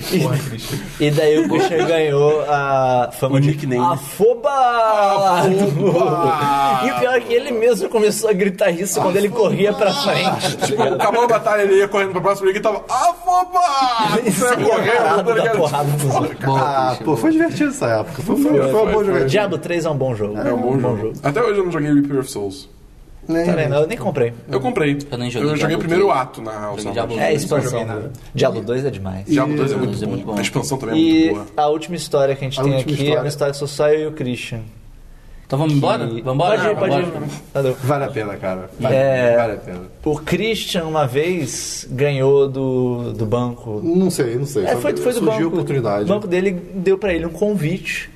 Speaker 2: E daí o Christian ganhou a fama
Speaker 4: O
Speaker 2: de
Speaker 4: nickname.
Speaker 2: Afoba! E
Speaker 4: Ah,
Speaker 2: o pior é que ele mesmo começou a gritar isso quando ele corria pra frente.
Speaker 4: Tipo, acabou a batalha, ele ia correndo pra próxima e tava afobado!
Speaker 2: Isso
Speaker 4: Você
Speaker 2: aí,
Speaker 4: correndo,
Speaker 2: parado
Speaker 4: tá
Speaker 2: da
Speaker 4: ligado?
Speaker 2: porrada
Speaker 4: Tipo,
Speaker 2: dos
Speaker 4: porra,
Speaker 2: outros.
Speaker 3: Boa,
Speaker 5: Ah,
Speaker 3: Christian,
Speaker 5: pô,
Speaker 3: boa.
Speaker 5: foi divertido essa época. Foi,
Speaker 2: um
Speaker 5: foi, foi, uma boa jogadinha.
Speaker 2: Diablo 3 é um bom jogo.
Speaker 4: É um bom jogo. Até hoje eu não joguei Reaper of Souls.
Speaker 5: Nem-
Speaker 2: Tá vendo? Eu nem comprei.
Speaker 4: Eu comprei.
Speaker 3: Eu nem joguei
Speaker 4: Eu joguei
Speaker 3: Diablo
Speaker 4: o primeiro
Speaker 3: 3.
Speaker 4: ato, na real.
Speaker 3: Joguei
Speaker 4: sabe?
Speaker 3: Diablo
Speaker 2: É a
Speaker 3: 3.
Speaker 2: expansão.
Speaker 1: joguei nada.
Speaker 2: Diablo 2 é demais.
Speaker 4: Diablo 2 é
Speaker 3: Deus,
Speaker 4: muito
Speaker 3: é
Speaker 4: bom.
Speaker 3: muito bom.
Speaker 4: A expansão também é
Speaker 2: E
Speaker 4: muito boa.
Speaker 2: a última história que a gente
Speaker 5: A
Speaker 2: tem
Speaker 5: última
Speaker 2: aqui é uma
Speaker 5: história.
Speaker 2: história que sou só eu e o Christian.
Speaker 3: Então vamos embora?
Speaker 2: E-
Speaker 3: Vamos embora?
Speaker 2: Pode ir, pode
Speaker 3: Vamos
Speaker 2: ir.
Speaker 3: embora.
Speaker 2: Valeu.
Speaker 5: Vale a pena, cara. Vale,
Speaker 2: É.
Speaker 5: vale a pena.
Speaker 2: O Christian uma vez ganhou do, do banco
Speaker 5: Não sei, não sei.
Speaker 2: É,
Speaker 5: Só
Speaker 2: foi, foi do
Speaker 5: surgiu
Speaker 2: banco.
Speaker 5: a oportunidade.
Speaker 2: O banco dele deu pra ele um convite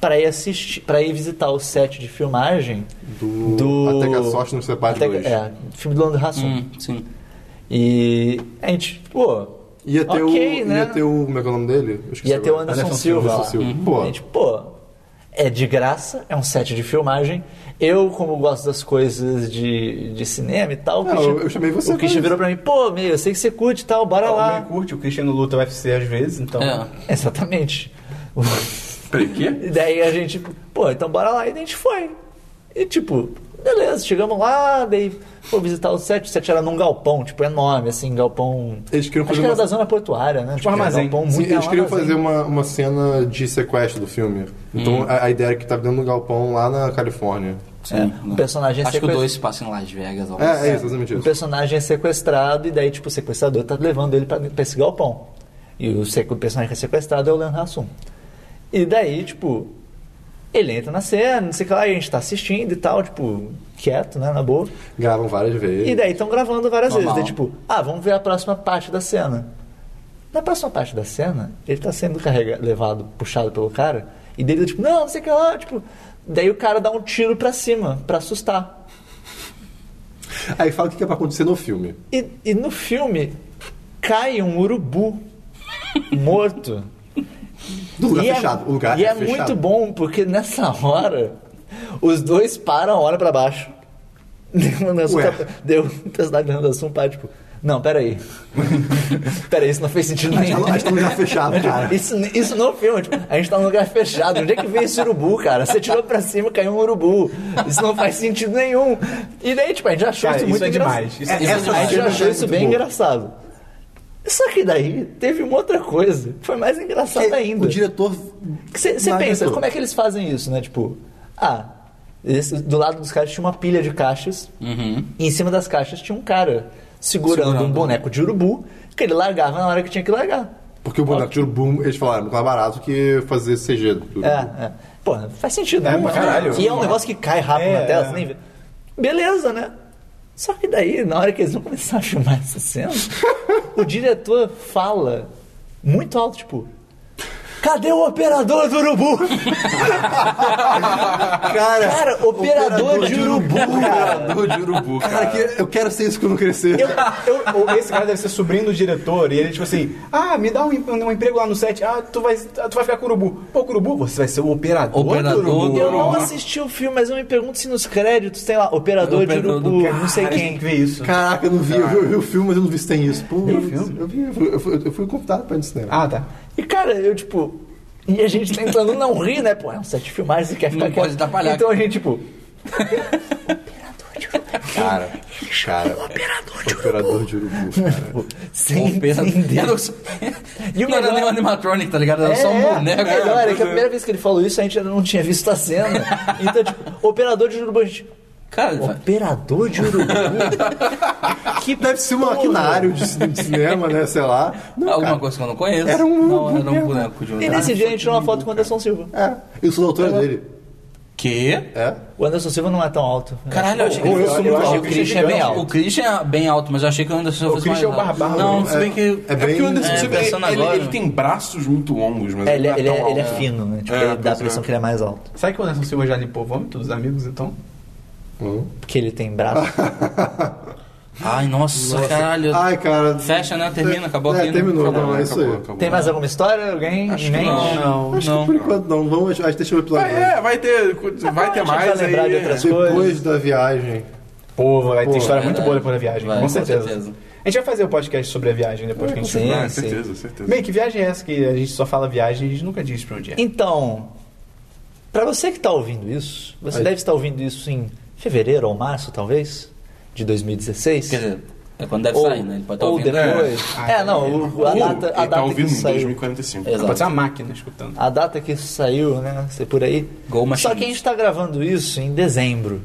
Speaker 2: pra ir assistir, para ir visitar o set de filmagem
Speaker 5: do... Até que a sorte nos separe
Speaker 2: Até que-
Speaker 5: dois.
Speaker 2: É, filme do Lando Hassum.
Speaker 3: Hum, sim.
Speaker 2: E a gente, pô,
Speaker 5: Ia ter
Speaker 2: ok,
Speaker 5: o...
Speaker 2: né?
Speaker 5: Ia ter o... Como é que é o nome dele? Eu esqueci
Speaker 2: Ia ter o
Speaker 5: agora.
Speaker 2: Anderson Silva lá.
Speaker 5: Pô,
Speaker 2: A gente, pô, é de graça, é um set de filmagem. Eu, como gosto das coisas de, de cinema e tal, o
Speaker 5: Não,
Speaker 2: Christian-
Speaker 5: eu chamei você
Speaker 2: o Christian
Speaker 5: pra
Speaker 2: virou
Speaker 5: Tá
Speaker 2: pra mim, pô, meu, eu sei que você curte e tal, bora
Speaker 1: O meio
Speaker 2: lá.
Speaker 1: curte, o Cristiano luta UFC às vezes, então.
Speaker 3: É.
Speaker 2: Exatamente.
Speaker 4: Peraí, o quê?
Speaker 2: E daí a gente, pô, então bora lá. E daí a gente foi. E tipo, beleza, chegamos lá, daí pô, visitar o set. O set era num galpão, tipo, enorme, assim, galpão.
Speaker 5: Eles queriam
Speaker 2: Acho
Speaker 5: fazer
Speaker 2: que era
Speaker 5: uma-
Speaker 2: da zona portuária, né? Tipo, era um
Speaker 1: armazém.
Speaker 2: galpão
Speaker 5: Sim,
Speaker 2: muito
Speaker 5: eles
Speaker 2: é um
Speaker 5: queriam
Speaker 2: armazém.
Speaker 5: fazer uma, uma cena de sequestro do filme. Então
Speaker 2: Hum.
Speaker 5: a, a ideia era que tava dentro do galpão lá na Califórnia.
Speaker 3: sim.
Speaker 2: É,
Speaker 5: né?
Speaker 2: o personagem é
Speaker 3: Acho que o
Speaker 2: sequest-
Speaker 3: 2 se passa em Las Vegas.
Speaker 5: É,
Speaker 3: talvez.
Speaker 5: é isso, exatamente
Speaker 2: O
Speaker 5: isso.
Speaker 2: personagem é sequestrado, e daí, tipo, o sequestrador tá levando ele pra, pra esse galpão. E o, sequ- o personagem que é sequestrado é o Leandro Hassum. E daí, tipo, ele entra na cena, não sei o que lá, e a gente tá assistindo e tal, tipo, quieto, né, na boa.
Speaker 5: Gravam várias vezes.
Speaker 2: E daí estão gravando várias
Speaker 3: Normal.
Speaker 2: vezes. Daí, tipo, ah, vamos ver a próxima parte da cena. Na próxima parte da cena, ele tá sendo carregado, levado, puxado pelo cara, e dele, tipo, não, não sei o que lá, tipo. Daí o cara dá um tiro pra cima, pra assustar.
Speaker 5: Aí fala o que que é pra acontecer no filme.
Speaker 2: E, e no filme cai um urubu morto.
Speaker 5: No lugar
Speaker 2: e é-
Speaker 5: fechado. o lugar
Speaker 2: e é,
Speaker 5: fechado.
Speaker 2: muito bom, porque nessa hora, os dois param, olham pra baixo. Deu um assunto,
Speaker 5: Ué.
Speaker 2: deu um personagem do assunto, para, tipo, não, peraí. peraí, isso não fez sentido
Speaker 5: A gente tá-
Speaker 2: nenhum.
Speaker 5: a gente tá no lugar fechado, cara.
Speaker 2: Isso, isso não é um filme, tipo, a gente tá num lugar fechado. Onde é que veio esse urubu, cara? Você tirou pra cima, caiu um urubu. Isso não faz sentido nenhum. E daí, tipo, a gente achou
Speaker 1: Cara,
Speaker 2: isso
Speaker 1: isso
Speaker 2: muito
Speaker 1: é
Speaker 2: engraçado.
Speaker 1: demais. Isso é
Speaker 2: a
Speaker 1: demais.
Speaker 2: gente
Speaker 5: Essa
Speaker 2: achou isso
Speaker 5: cena é muito
Speaker 2: bem
Speaker 5: boa.
Speaker 2: engraçado. Só que daí teve uma outra coisa que foi mais engraçada
Speaker 1: É,
Speaker 2: ainda.
Speaker 5: O diretor.
Speaker 2: Você
Speaker 5: Não
Speaker 2: pensa,
Speaker 1: assim,
Speaker 5: adiantou.
Speaker 2: como é que eles fazem isso, né? Tipo, ah, esse- do lado dos caras tinha uma pilha de caixas, e em cima das caixas tinha um cara segurando, um boneco de urubu que ele largava na hora que tinha que largar.
Speaker 5: Porque o boneco de urubu, eles falaram, é muito mais barato que fazer CG. Do...
Speaker 2: É, é. Pô, faz sentido, né?
Speaker 1: pra caralho.
Speaker 2: E é um negócio que cai rápido
Speaker 6: É,
Speaker 2: na tela,
Speaker 6: é.
Speaker 2: você nem vê. Beleza, né? Só que daí, na hora que eles vão começar a filmar essa cena, o diretor fala muito alto, tipo. Cadê o operador do urubu? cara, operador, de urubu, cara.
Speaker 4: Dor de urubu,
Speaker 5: Cara,
Speaker 4: cara.
Speaker 5: que- eu quero ser isso quando crescer.
Speaker 6: Eu- eu- ou esse cara deve ser sobrinho do diretor e ele, tipo assim, ah, me dá um, em- um emprego lá no set, ah, tu vai, tu vai ficar com o urubu. Pô, com o urubu, você vai ser o operador,
Speaker 3: Operador
Speaker 6: do urubu.
Speaker 3: do
Speaker 2: Eu não
Speaker 3: Urubu.
Speaker 2: assisti o filme, mas eu me pergunto se nos créditos tem lá, operador,
Speaker 3: Operador
Speaker 2: de
Speaker 3: do-
Speaker 2: urubu, não sei
Speaker 6: Cara, a gente
Speaker 2: quem.
Speaker 6: tem que ver isso.
Speaker 5: Caraca, eu não vi, eu vi, eu vi o filme, mas eu não vi se tem isso. Pô, eu,
Speaker 6: o filme?
Speaker 5: vi, eu fui- eu fui, eu fui convidado pra ir no cinema.
Speaker 6: Ah, tá.
Speaker 2: E cara, eu tipo. E a gente tentando não rir, né? Pô, é um set de filmagem, você quer ficar
Speaker 3: Não
Speaker 2: quieto.
Speaker 3: pode atrapalhar.
Speaker 2: Então a gente, tipo.
Speaker 5: cara, cara, operador de urubu, cara.
Speaker 2: Sem
Speaker 3: Operador-
Speaker 2: entender.
Speaker 3: Era o-
Speaker 2: E o
Speaker 3: Não era
Speaker 2: melhor-
Speaker 3: nem um animatronic, tá ligado? Era
Speaker 2: É,
Speaker 3: só um
Speaker 2: é.
Speaker 3: boneco.
Speaker 2: O melhor é que a primeira vez que ele falou isso, a gente ainda não tinha visto a cena. Então, tipo, operador de urubu, a gente.
Speaker 3: Cara,
Speaker 2: Operador de urubu? que
Speaker 5: Deve ser um
Speaker 2: porra.
Speaker 5: maquinário de, cin- de cinema, né? Sei lá. Não,
Speaker 3: alguma
Speaker 5: cara.
Speaker 3: coisa que eu não conheço.
Speaker 5: Era um
Speaker 3: não, era um
Speaker 5: boneco.
Speaker 3: boneco de um
Speaker 2: E nesse dia a gente tirou uma foto com o Anderson Silva.
Speaker 5: É, eu sou da altura dele.
Speaker 3: Que?
Speaker 5: É?
Speaker 2: O Anderson Silva não é tão alto.
Speaker 3: Caralho, eu achei que
Speaker 5: Ou eu sou muito
Speaker 3: achei
Speaker 5: alto.
Speaker 3: que o Christian é bem
Speaker 2: Gigante.
Speaker 3: alto. O Christian é bem alto, mas eu achei que o Anderson fosse mais
Speaker 6: Christian é o
Speaker 3: alto.
Speaker 6: barbado,
Speaker 3: Não,
Speaker 6: né?
Speaker 3: se bem que...
Speaker 5: É
Speaker 4: É porque
Speaker 5: bem...
Speaker 4: o Anderson
Speaker 3: É,
Speaker 4: Silva, ele-
Speaker 3: pensando
Speaker 4: ele,
Speaker 3: agora.
Speaker 4: ele tem braços muito longos, mas
Speaker 2: É, ele,
Speaker 4: não
Speaker 2: é- ele,
Speaker 4: tão
Speaker 2: é, ele é
Speaker 4: alto.
Speaker 2: fino, né? Tipo,
Speaker 4: É,
Speaker 2: ele dá a
Speaker 4: pois
Speaker 2: impressão
Speaker 4: é.
Speaker 2: que ele é mais alto.
Speaker 6: Sabe que o Anderson Silva já limpou o vômito dos amigos, então?
Speaker 5: Hum.
Speaker 2: Porque ele tem braço.
Speaker 3: é- Ai, nossa, caralho.
Speaker 5: Ai, cara.
Speaker 3: Fecha, né? Termina, acabou
Speaker 5: É,
Speaker 3: aqui. né?
Speaker 5: terminou,
Speaker 3: Acabou.
Speaker 5: não, é isso aí.
Speaker 4: Acabou, acabou.
Speaker 2: Tem mais alguma história? Alguém?
Speaker 3: Acho que
Speaker 2: Mente?
Speaker 3: não.
Speaker 6: Não.
Speaker 5: Acho
Speaker 3: Não.
Speaker 5: que por enquananto não. Vamos, acho que deixa o episódio.
Speaker 4: Vai, é, vai ter, vai ter
Speaker 2: A gente vai
Speaker 4: mais
Speaker 2: Ah, lembrar
Speaker 4: aí.
Speaker 2: de outras
Speaker 5: Depois da viagem.
Speaker 6: Pô, vai ter
Speaker 2: é
Speaker 6: história muito
Speaker 3: verdade.
Speaker 6: boa depois da viagem,
Speaker 3: Vai,
Speaker 6: com,
Speaker 3: com
Speaker 6: certeza.
Speaker 3: certeza.
Speaker 6: A gente vai fazer o podcast sobre a viagem depois que a gente
Speaker 2: Sim,
Speaker 6: tiver.
Speaker 4: Ah, certeza, certeza.
Speaker 6: Bem, que viagem é essa que a gente só fala viagem e a gente nunca diz pra onde é?
Speaker 2: Então, pra você que tá ouvindo isso, você deve estar ouvindo isso em fevereiro ou março, talvez, de 2016.
Speaker 3: Quer dizer, é quando deve
Speaker 2: ou,
Speaker 3: sair, né? Ele pode estar
Speaker 2: ou
Speaker 3: ouvindo.
Speaker 2: depois. É, não, o- a
Speaker 4: Ou
Speaker 2: data, a
Speaker 4: ele tá
Speaker 2: data que
Speaker 4: ouvindo
Speaker 2: isso
Speaker 4: em
Speaker 2: saiu.
Speaker 4: 2045.
Speaker 3: Exato.
Speaker 6: Pode ser uma máquina escutando.
Speaker 2: A data que isso saiu, né? Ser por aí.
Speaker 3: Gol Machine.
Speaker 2: Só que a gente tá gravando isso em dezembro.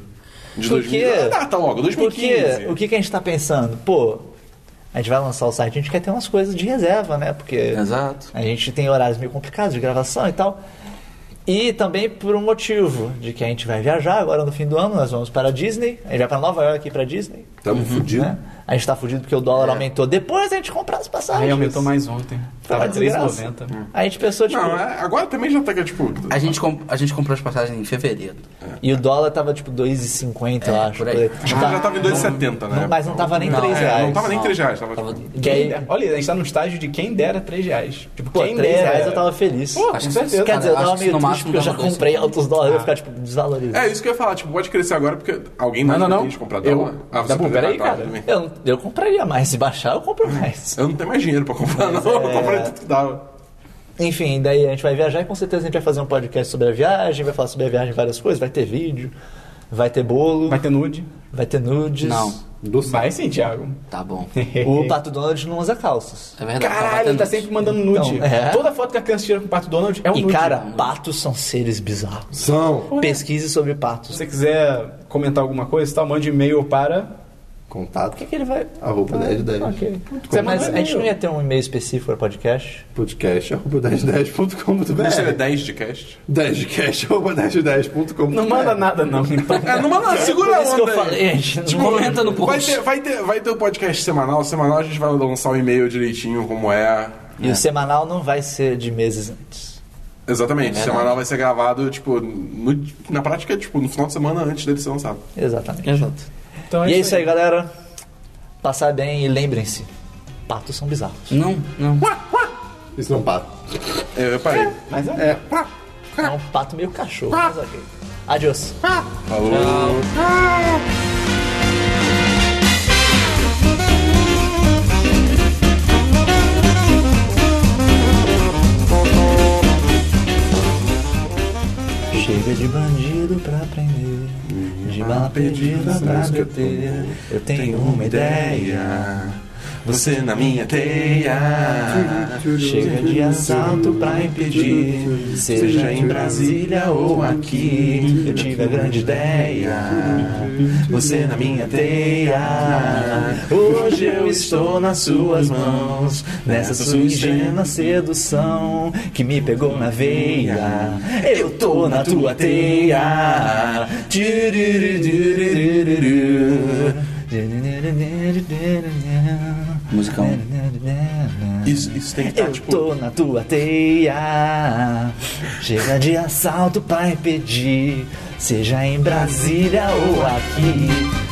Speaker 4: De
Speaker 2: Por
Speaker 4: 2000.
Speaker 2: quê?
Speaker 4: Ah, data logo,
Speaker 2: Porque
Speaker 4: 2015.
Speaker 2: o que, que a gente tá pensando? Pô, a gente vai lançar o site, a gente quer ter umas coisas de reserva, né? Porque
Speaker 3: É. Exato.
Speaker 2: a gente tem horários meio complicados de gravação e tal. E também por um motivo de que a gente vai viajar agora no fim do ano, nós vamos para a Disney, a gente vai para Nova York e para Disney.
Speaker 5: Tamo fudido.
Speaker 2: né? A gente tá fudido porque o dólar aumentou depois a gente comprar as passagens.
Speaker 6: Aí aumentou mais ontem.
Speaker 2: Foi
Speaker 6: Tava Hum.
Speaker 2: uma desgraça.
Speaker 6: 3,90.
Speaker 2: Aí a gente pensou, tipo,
Speaker 4: Não, é- agora também já tá, tipo...
Speaker 3: A gente, com- a gente comprou as passagens em fevereiro.
Speaker 2: e o dólar tava tipo 2,50, eu
Speaker 3: É,
Speaker 2: acho.
Speaker 3: por aí.
Speaker 2: tá- Não
Speaker 4: Acho que já tava em 2,70, né?
Speaker 2: não- mas não tava nem
Speaker 3: Não,
Speaker 2: 3
Speaker 3: é,
Speaker 4: É,
Speaker 2: reais.
Speaker 4: não tava nem 3 reais, tava... tipo,
Speaker 3: Tava-
Speaker 2: Que aí-
Speaker 6: Olha, a gente tá num estágio de quem dera 3 reais. Tipo,
Speaker 2: Pô,
Speaker 6: quem
Speaker 2: 3
Speaker 6: dera.
Speaker 2: reais eu tava feliz.
Speaker 6: Pô,
Speaker 3: Acho
Speaker 6: com
Speaker 3: que-
Speaker 6: certeza.
Speaker 2: Quer dizer, eu
Speaker 3: Acho
Speaker 2: tava
Speaker 3: que
Speaker 2: meio
Speaker 3: no
Speaker 2: triste
Speaker 3: máximo
Speaker 2: porque eu já
Speaker 3: dava dois
Speaker 2: comprei
Speaker 3: reais.
Speaker 2: altos dólares, eu
Speaker 6: Ah.
Speaker 2: ia ficar, tipo, desvalorizado.
Speaker 4: É, isso que eu ia falar, tipo, pode crescer agora porque alguém
Speaker 6: Não,
Speaker 4: mais
Speaker 6: não, não.
Speaker 4: de comprar
Speaker 6: Eu-
Speaker 4: dólar. Ah,
Speaker 6: Tá bom,
Speaker 4: pode-
Speaker 6: peraí,
Speaker 4: tá,
Speaker 6: cara.
Speaker 4: tudo bem.
Speaker 2: Eu, não- eu compraria mais, se baixar eu compro mais.
Speaker 4: Eu não tenho mais dinheiro pra comprar, não.
Speaker 2: é-
Speaker 4: Eu comprei tudo que dava.
Speaker 2: Enfim, daí a gente vai viajar e com certeza a gente vai fazer um podcast sobre a viagem, vai falar sobre a viagem várias coisas, vai ter vídeo, vai ter bolo,
Speaker 6: Vai
Speaker 2: vai,
Speaker 6: ter nude?
Speaker 2: ter nudes.
Speaker 3: Não,
Speaker 5: Doce.
Speaker 6: Vai sim, Thiago.
Speaker 3: tá bom.
Speaker 2: O Pato Donald não usa calças.
Speaker 3: É verdade.
Speaker 6: Caralho, ele tá sempre mandando nude.
Speaker 2: Então, é.
Speaker 6: Toda foto que a criança tira com o Pato Donald é um
Speaker 2: E
Speaker 6: nude.
Speaker 2: cara, patos são seres bizarros.
Speaker 5: São.
Speaker 2: Pesquise sobre
Speaker 6: se
Speaker 2: patos.
Speaker 6: você quiser comentar alguma coisa, e tal, mande um e-mail para...
Speaker 5: Contato.
Speaker 2: O que, que ele vai. Ah,
Speaker 5: Arroba 1010.
Speaker 2: Ok.
Speaker 6: Você
Speaker 2: Mas
Speaker 6: manda
Speaker 2: a gente
Speaker 6: e-mail.
Speaker 2: não ia ter um e-mail específico para podcast.
Speaker 5: Podcast. Arroba 1010.com.br.
Speaker 4: Isso é 10 de cast.
Speaker 5: 10cast. Arroba 1010.com.br.
Speaker 6: Não manda nada não, então.
Speaker 4: É, não, manda, segura a
Speaker 2: Por isso que eu
Speaker 4: onda aí.
Speaker 2: falei, É, a gente. não-
Speaker 3: Comenta no
Speaker 4: Vai
Speaker 3: post.
Speaker 4: ter, vai, ter, vai ter um podcast semanal. Semanal a gente vai lançar um e-mail direitinho, como é.
Speaker 2: E o semanal não vai ser de meses antes. É
Speaker 4: Exatamente. semanal vai ser gravado, tipo, no- na prática, tipo, no final de semana antes dele ser lançado.
Speaker 2: Exatamente.
Speaker 3: Exato.
Speaker 6: Então
Speaker 2: E é isso aí, galera. Passar bem e lembrem-se: patos são bizarros.
Speaker 3: Não, não.
Speaker 5: Isso não para.
Speaker 4: Eu, eu parei.
Speaker 6: Mas é.
Speaker 2: É um pato meio cachorro, mas ok. Adiós. Chega de bandido pra aprender, de bala perdida pra meter. Eu tenho
Speaker 4: Uhum.
Speaker 2: uma ideia.
Speaker 4: Você na minha teia.
Speaker 2: Chega de assalto pra impedir, seja em Brasília ou aqui. Eu tive a grande ideia. você na minha teia. Hoje eu estou nas suas mãos, nessa sua ingênua sedução que me pegou na veia. Eu tô na tua teia.
Speaker 3: Musicão.
Speaker 4: Isso, isso tem que estar,
Speaker 2: Eu
Speaker 4: tipo.
Speaker 2: tô na tua teia. Chega de assalto pra impedir, seja em Brasília ou aqui.